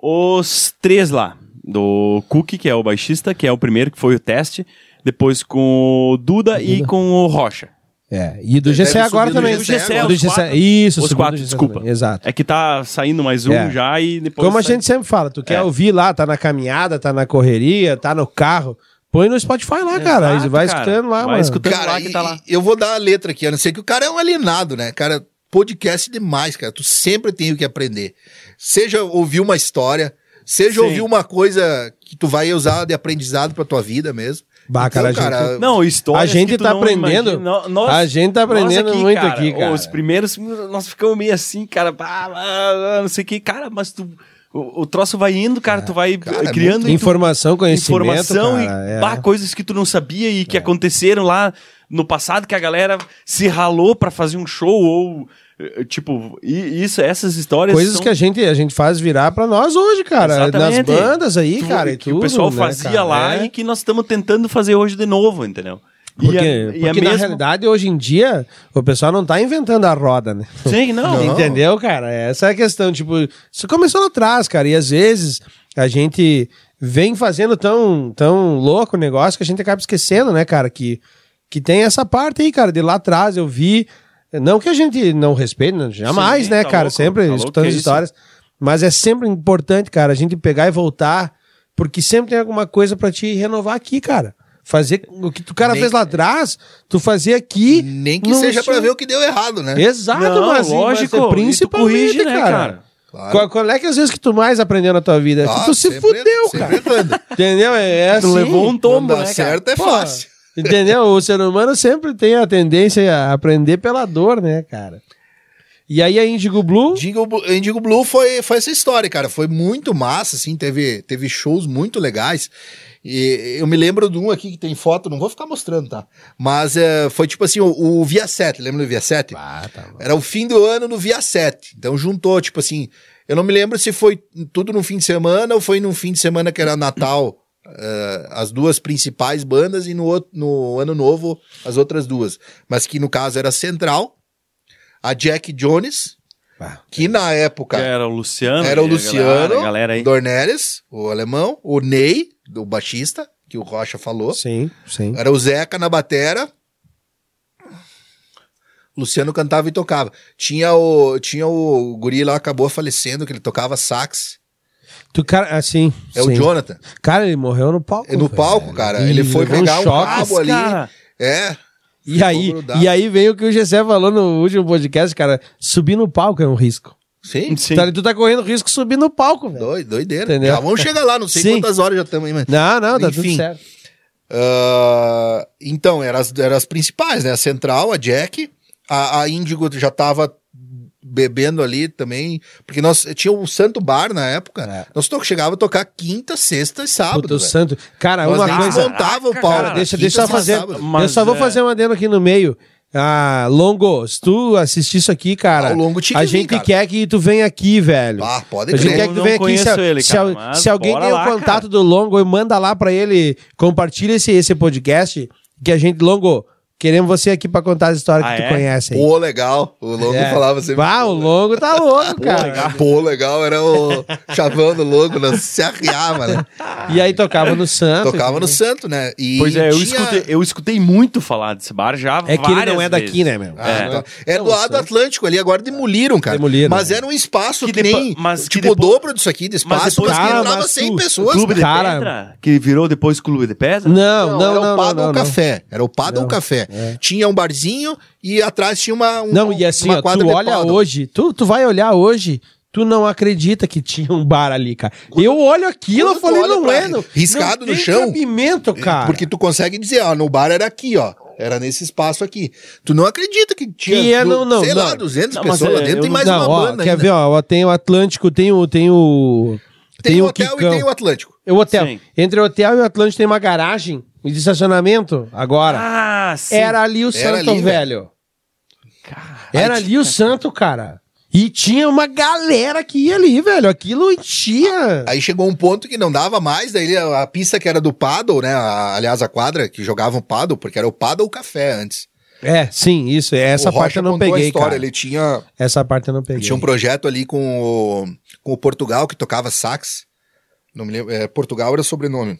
[SPEAKER 2] os três lá. Do Cook, que é o baixista, que é o primeiro, que foi o teste. Depois com o Duda, e com o Rocha.
[SPEAKER 1] É, e do
[SPEAKER 3] Deve
[SPEAKER 1] GCE agora
[SPEAKER 3] subir no
[SPEAKER 1] também.
[SPEAKER 3] GCE
[SPEAKER 1] O
[SPEAKER 2] agora.
[SPEAKER 1] do GCE, isso,
[SPEAKER 2] Os
[SPEAKER 1] subiu do
[SPEAKER 2] quatro,
[SPEAKER 1] GCE
[SPEAKER 2] desculpa.
[SPEAKER 1] também, Exato.
[SPEAKER 2] É que tá saindo mais um
[SPEAKER 1] É.
[SPEAKER 2] já e depois.
[SPEAKER 1] Como a
[SPEAKER 2] sai.
[SPEAKER 1] gente sempre fala, tu quer
[SPEAKER 2] É.
[SPEAKER 1] ouvir lá, tá na caminhada, tá na correria, tá no carro, põe no Spotify lá, cara.
[SPEAKER 2] Exato,
[SPEAKER 1] e vai
[SPEAKER 2] cara.
[SPEAKER 1] escutando lá,
[SPEAKER 2] Vai
[SPEAKER 1] mano.
[SPEAKER 2] escutando. Tanto
[SPEAKER 3] cara,
[SPEAKER 2] lá que
[SPEAKER 3] e-
[SPEAKER 2] tá lá.
[SPEAKER 3] e eu vou dar a letra aqui, a não ser que o cara é um alienado, né? Cara, podcast demais, cara. Tu sempre tem o que aprender. Seja ouvir uma história, seja
[SPEAKER 2] Sim.
[SPEAKER 3] ouvir uma coisa que tu vai usar de aprendizado pra tua vida mesmo.
[SPEAKER 1] Bah, cara,
[SPEAKER 3] Então,
[SPEAKER 1] a gente-
[SPEAKER 2] Não, história.
[SPEAKER 1] A gente tá aprendendo- a gente tá aprendendo muito aqui, cara.
[SPEAKER 2] Os primeiros, nós ficamos meio assim, cara, pá, pá, não sei o que, cara, mas tu. O, o troço vai indo, cara, tu vai
[SPEAKER 3] cara, é
[SPEAKER 2] criando e tu-
[SPEAKER 1] Informação, conhecimento.
[SPEAKER 2] informação
[SPEAKER 1] cara,
[SPEAKER 2] e
[SPEAKER 1] é.
[SPEAKER 2] pá, coisas que tu não sabia e que aconteceram lá no passado que a galera se ralou pra fazer um show ou eh, tipo e- isso essas histórias
[SPEAKER 1] Coisas
[SPEAKER 2] são-
[SPEAKER 1] que a gente, a gente faz virar pra nós hoje, cara.
[SPEAKER 2] Exatamente.
[SPEAKER 1] Nas bandas aí,
[SPEAKER 2] tu-
[SPEAKER 1] cara. E
[SPEAKER 2] que
[SPEAKER 1] tudo,
[SPEAKER 2] o pessoal
[SPEAKER 1] né,
[SPEAKER 2] fazia
[SPEAKER 1] cara?
[SPEAKER 2] lá
[SPEAKER 1] É.
[SPEAKER 2] e que nós estamos tentando fazer hoje de novo entendeu E
[SPEAKER 1] Porque,
[SPEAKER 2] é- e é
[SPEAKER 1] porque na
[SPEAKER 2] mesmo-
[SPEAKER 1] realidade, hoje em dia, o pessoal não tá inventando a roda, né?
[SPEAKER 2] sim não,
[SPEAKER 3] Não.
[SPEAKER 1] Entendeu, cara? Essa é a questão. Tipo, isso começou lá atrás, cara. E às vezes a gente vem fazendo tão, tão louco o negócio que a gente acaba esquecendo, né, cara? Que, que tem essa parte aí, cara. De lá atrás eu vi. Não que a gente não respeite, não, jamais,
[SPEAKER 2] Sim,
[SPEAKER 1] né,
[SPEAKER 2] tá
[SPEAKER 1] cara?
[SPEAKER 2] louco,
[SPEAKER 1] sempre
[SPEAKER 2] tá louco,
[SPEAKER 1] escutando
[SPEAKER 2] que
[SPEAKER 1] as
[SPEAKER 2] isso.
[SPEAKER 1] histórias. Mas é sempre importante, cara, a gente pegar e voltar, porque sempre tem alguma coisa pra te renovar aqui, cara. Fazer o que o cara
[SPEAKER 3] Nem-
[SPEAKER 1] fez lá atrás, tu fazia aqui.
[SPEAKER 3] Nem que
[SPEAKER 1] não
[SPEAKER 3] seja pra
[SPEAKER 1] tinha-
[SPEAKER 3] ver o que deu errado, né?
[SPEAKER 1] Exato,
[SPEAKER 2] Não,
[SPEAKER 1] mas,
[SPEAKER 2] lógico,
[SPEAKER 1] mas
[SPEAKER 2] e
[SPEAKER 1] é
[SPEAKER 2] tu
[SPEAKER 1] principalmente,
[SPEAKER 2] corrige, né,
[SPEAKER 1] cara.
[SPEAKER 2] cara?
[SPEAKER 3] Claro.
[SPEAKER 1] Qual, qual é que às vezes que tu mais aprendeu na tua vida? É
[SPEAKER 3] Ah,
[SPEAKER 1] que tu se
[SPEAKER 3] sempre-
[SPEAKER 1] fudeu,
[SPEAKER 3] sempre (laughs)
[SPEAKER 1] cara. (laughs)
[SPEAKER 3] errando.
[SPEAKER 1] Entendeu? É, é
[SPEAKER 2] Tu
[SPEAKER 1] assim.
[SPEAKER 2] levou um tombo
[SPEAKER 3] Não
[SPEAKER 2] né
[SPEAKER 3] dá
[SPEAKER 2] cara?
[SPEAKER 3] certo é
[SPEAKER 1] Pô,
[SPEAKER 3] fácil.
[SPEAKER 1] Entendeu? O ser humano sempre tem a tendência a aprender pela dor, né, cara? E aí a Indigo Blue,
[SPEAKER 3] Indigo, Blu- Indigo Blue foi, foi essa história, cara. Foi muito massa, assim. Teve, teve shows muito legais. E eu me lembro de um aqui que tem foto, não vou ficar mostrando, tá? Mas eh, foi tipo assim: o, o Via 7, lembra do Via 7? Era o fim do ano no Via 7. Então juntou, tipo assim. Eu não me lembro se foi tudo num fim de semana ou foi num fim de semana que era Natal, eh, as duas principais bandas, e no, outro- no Ano Novo as outras duas. Mas que no caso era Central, a Jack Jones,
[SPEAKER 1] Ah,
[SPEAKER 3] que na época
[SPEAKER 2] Que era o Luciano
[SPEAKER 3] era o
[SPEAKER 2] e a galera,
[SPEAKER 3] Luciano,
[SPEAKER 2] a galera aí
[SPEAKER 3] Dornelles, o alemão, o Ney, do baixista, que o Rocha falou.
[SPEAKER 1] sim, sim.
[SPEAKER 3] Era o Zeca na batera. Luciano cantava e tocava. Tinha o, tinha o guri lá, acabou falecendo, que ele tocava sax.
[SPEAKER 1] Tu, cara, assim.
[SPEAKER 3] É
[SPEAKER 1] sim.
[SPEAKER 3] o Jonathan.
[SPEAKER 1] Cara, ele morreu no palco.
[SPEAKER 3] É no
[SPEAKER 1] velho.
[SPEAKER 3] palco, cara.
[SPEAKER 1] E
[SPEAKER 3] Ele foi
[SPEAKER 1] levou
[SPEAKER 3] pegar um
[SPEAKER 1] choque,
[SPEAKER 3] cabo
[SPEAKER 2] Mas,
[SPEAKER 3] ali.
[SPEAKER 2] cara,
[SPEAKER 3] É.
[SPEAKER 1] E aí,
[SPEAKER 3] Ficou grudado.
[SPEAKER 1] e aí veio o que o Gessé falou no último podcast, cara. Subir no palco é um risco.
[SPEAKER 3] Sim.
[SPEAKER 2] sim.
[SPEAKER 1] Tá- tu tá correndo risco de subir no palco, velho.
[SPEAKER 3] Doi- Doideira.
[SPEAKER 1] Entendeu?
[SPEAKER 3] Já vamos chegar lá, não sei
[SPEAKER 1] (laughs) Sim.
[SPEAKER 3] quantas horas já estamos aí, mas.
[SPEAKER 1] Não, não, tá tudo
[SPEAKER 3] Enfim.
[SPEAKER 1] certo.
[SPEAKER 3] Ah, então, eram as, eram as principais, né? A Central, a Jack, a, a Índigo já tava bebendo ali também, porque nós tinha o Santo Bar na época.
[SPEAKER 1] É.
[SPEAKER 3] Nós to chegava a tocar quinta, sexta e sábado.
[SPEAKER 1] Puta, o
[SPEAKER 3] velho.
[SPEAKER 1] santo. Cara,
[SPEAKER 3] nós
[SPEAKER 1] Ah, uma
[SPEAKER 3] nem
[SPEAKER 1] coisa. Ah,
[SPEAKER 3] desmontava o
[SPEAKER 2] Caraca,
[SPEAKER 3] pau.
[SPEAKER 2] cara.
[SPEAKER 3] né?
[SPEAKER 1] Deixa,
[SPEAKER 3] Quinta,
[SPEAKER 1] deixa eu
[SPEAKER 3] sexta,
[SPEAKER 1] fazer.
[SPEAKER 3] sábado.
[SPEAKER 2] Mas
[SPEAKER 1] eu só vou
[SPEAKER 2] é-
[SPEAKER 1] fazer um adendo aqui no meio. Ah, Longo, se tu assistir isso aqui, cara,
[SPEAKER 3] Ao longo tinha
[SPEAKER 1] a
[SPEAKER 3] que vir,
[SPEAKER 1] gente
[SPEAKER 3] cara.
[SPEAKER 1] quer que tu venha aqui, velho.
[SPEAKER 3] Ah, pode
[SPEAKER 1] a gente
[SPEAKER 2] Eu
[SPEAKER 1] quer
[SPEAKER 3] crer.
[SPEAKER 1] que é tu
[SPEAKER 2] não
[SPEAKER 1] venha aqui. Se,
[SPEAKER 2] conheço ele,
[SPEAKER 1] se
[SPEAKER 2] cara,
[SPEAKER 1] al-
[SPEAKER 2] mas
[SPEAKER 1] se alguém
[SPEAKER 2] bora
[SPEAKER 1] tem o
[SPEAKER 2] lá,
[SPEAKER 1] contato do Longo, manda lá pra ele, compartilha esse, esse podcast, que a gente, Longo, queremos você aqui pra contar as histórias
[SPEAKER 2] Ah,
[SPEAKER 1] que tu
[SPEAKER 2] é?
[SPEAKER 1] conhece. aí.
[SPEAKER 3] Pô, legal. O Longo
[SPEAKER 1] É.
[SPEAKER 3] falava sempre.
[SPEAKER 1] Ah, o Longo tá louco, cara.
[SPEAKER 3] Pô, legal. Era o chavão do Longo, nós se arriava,
[SPEAKER 1] (laughs)
[SPEAKER 3] né?
[SPEAKER 1] E aí tocava no Santos.
[SPEAKER 3] Tocava no Santo, né? E
[SPEAKER 2] Pois é, eu,
[SPEAKER 3] tinha-
[SPEAKER 2] escutei, eu escutei muito falar desse bar já
[SPEAKER 1] É que ele não
[SPEAKER 2] várias
[SPEAKER 1] é daqui,
[SPEAKER 2] vezes.
[SPEAKER 1] né, meu?
[SPEAKER 3] Ah,
[SPEAKER 2] É.
[SPEAKER 3] tá. é. do lado do Atlântico ali, agora demoliram, cara.
[SPEAKER 1] Demoliram,
[SPEAKER 3] Mas
[SPEAKER 1] né?
[SPEAKER 3] era um espaço
[SPEAKER 2] Que
[SPEAKER 3] que,
[SPEAKER 2] depo-
[SPEAKER 3] nem.
[SPEAKER 2] mas que
[SPEAKER 3] tipo,
[SPEAKER 2] depo-
[SPEAKER 3] o dobro disso aqui de espaço,
[SPEAKER 2] depois-
[SPEAKER 3] mas, que
[SPEAKER 1] Cara,
[SPEAKER 3] entrava
[SPEAKER 1] Ah, mas
[SPEAKER 3] 100
[SPEAKER 1] tu-
[SPEAKER 3] pessoas.
[SPEAKER 2] Clube de
[SPEAKER 3] cara.
[SPEAKER 1] Cara.
[SPEAKER 2] Pedra, que virou depois Clube de Pedra?
[SPEAKER 1] Não, não, não.
[SPEAKER 3] era é o
[SPEAKER 1] não,
[SPEAKER 3] Paddle
[SPEAKER 1] não, não. É.
[SPEAKER 3] Café. Era o Paddle Café. Tinha um barzinho e atrás tinha uma. um-
[SPEAKER 1] Não, e assim,
[SPEAKER 3] uma
[SPEAKER 1] ó,
[SPEAKER 3] quadra
[SPEAKER 1] tu
[SPEAKER 3] de
[SPEAKER 1] olha
[SPEAKER 3] paddle.
[SPEAKER 1] hoje, tu, tu vai olhar hoje, tu não acredita que tinha um bar ali, cara. eu olho aquilo, eu
[SPEAKER 3] quando
[SPEAKER 1] falei,
[SPEAKER 3] tu olha
[SPEAKER 1] não
[SPEAKER 3] pra-
[SPEAKER 1] é, não.
[SPEAKER 3] riscado
[SPEAKER 1] não
[SPEAKER 3] no
[SPEAKER 1] tem
[SPEAKER 3] chão, É,
[SPEAKER 1] cabimento, cara.
[SPEAKER 3] Porque tu consegue dizer, ó, no bar era aqui, ó. Era nesse espaço aqui. Tu não acredita que tinha.
[SPEAKER 1] Que é,
[SPEAKER 3] du-
[SPEAKER 1] não, não,
[SPEAKER 3] sei
[SPEAKER 1] não.
[SPEAKER 3] lá, 200
[SPEAKER 2] Não, mas
[SPEAKER 3] pessoas lá
[SPEAKER 2] é,
[SPEAKER 3] dentro
[SPEAKER 2] eu
[SPEAKER 3] tem
[SPEAKER 2] não-
[SPEAKER 3] mais
[SPEAKER 1] não,
[SPEAKER 3] uma
[SPEAKER 1] ó,
[SPEAKER 3] banda.
[SPEAKER 1] quer
[SPEAKER 3] ainda.
[SPEAKER 1] ver, ó, ó, tem o Atlântico, tem o tem o
[SPEAKER 3] Tem,
[SPEAKER 1] tem
[SPEAKER 3] o
[SPEAKER 1] o
[SPEAKER 3] hotel
[SPEAKER 1] Quicão.
[SPEAKER 3] e tem o Atlântico.
[SPEAKER 1] É o hotel.
[SPEAKER 2] Sim.
[SPEAKER 1] Entre o hotel e o Atlântico tem uma garagem de estacionamento agora.
[SPEAKER 2] Ah, sim.
[SPEAKER 1] Era ali o
[SPEAKER 3] Era
[SPEAKER 1] Santo,
[SPEAKER 3] ali,
[SPEAKER 1] velho.
[SPEAKER 2] Cara,
[SPEAKER 1] Era ali o Santo, cara. E tinha uma galera que ia ali, velho. Aquilo enchia.
[SPEAKER 3] Aí chegou um ponto que não dava mais, daí a, a pista que era do paddle, né? a- aliás, a quadra que jogavam paddle, porque era o paddle café antes.
[SPEAKER 1] É, sim, isso. Essa
[SPEAKER 3] o
[SPEAKER 1] parte eu não
[SPEAKER 3] contou
[SPEAKER 1] peguei,
[SPEAKER 3] história,
[SPEAKER 1] cara.
[SPEAKER 3] Ele tinha,
[SPEAKER 1] Essa parte eu não
[SPEAKER 3] ele
[SPEAKER 1] peguei.
[SPEAKER 3] tinha um projeto ali com o, com o Portugal que tocava sax. Não me lembro, é, Portugal era o sobrenome.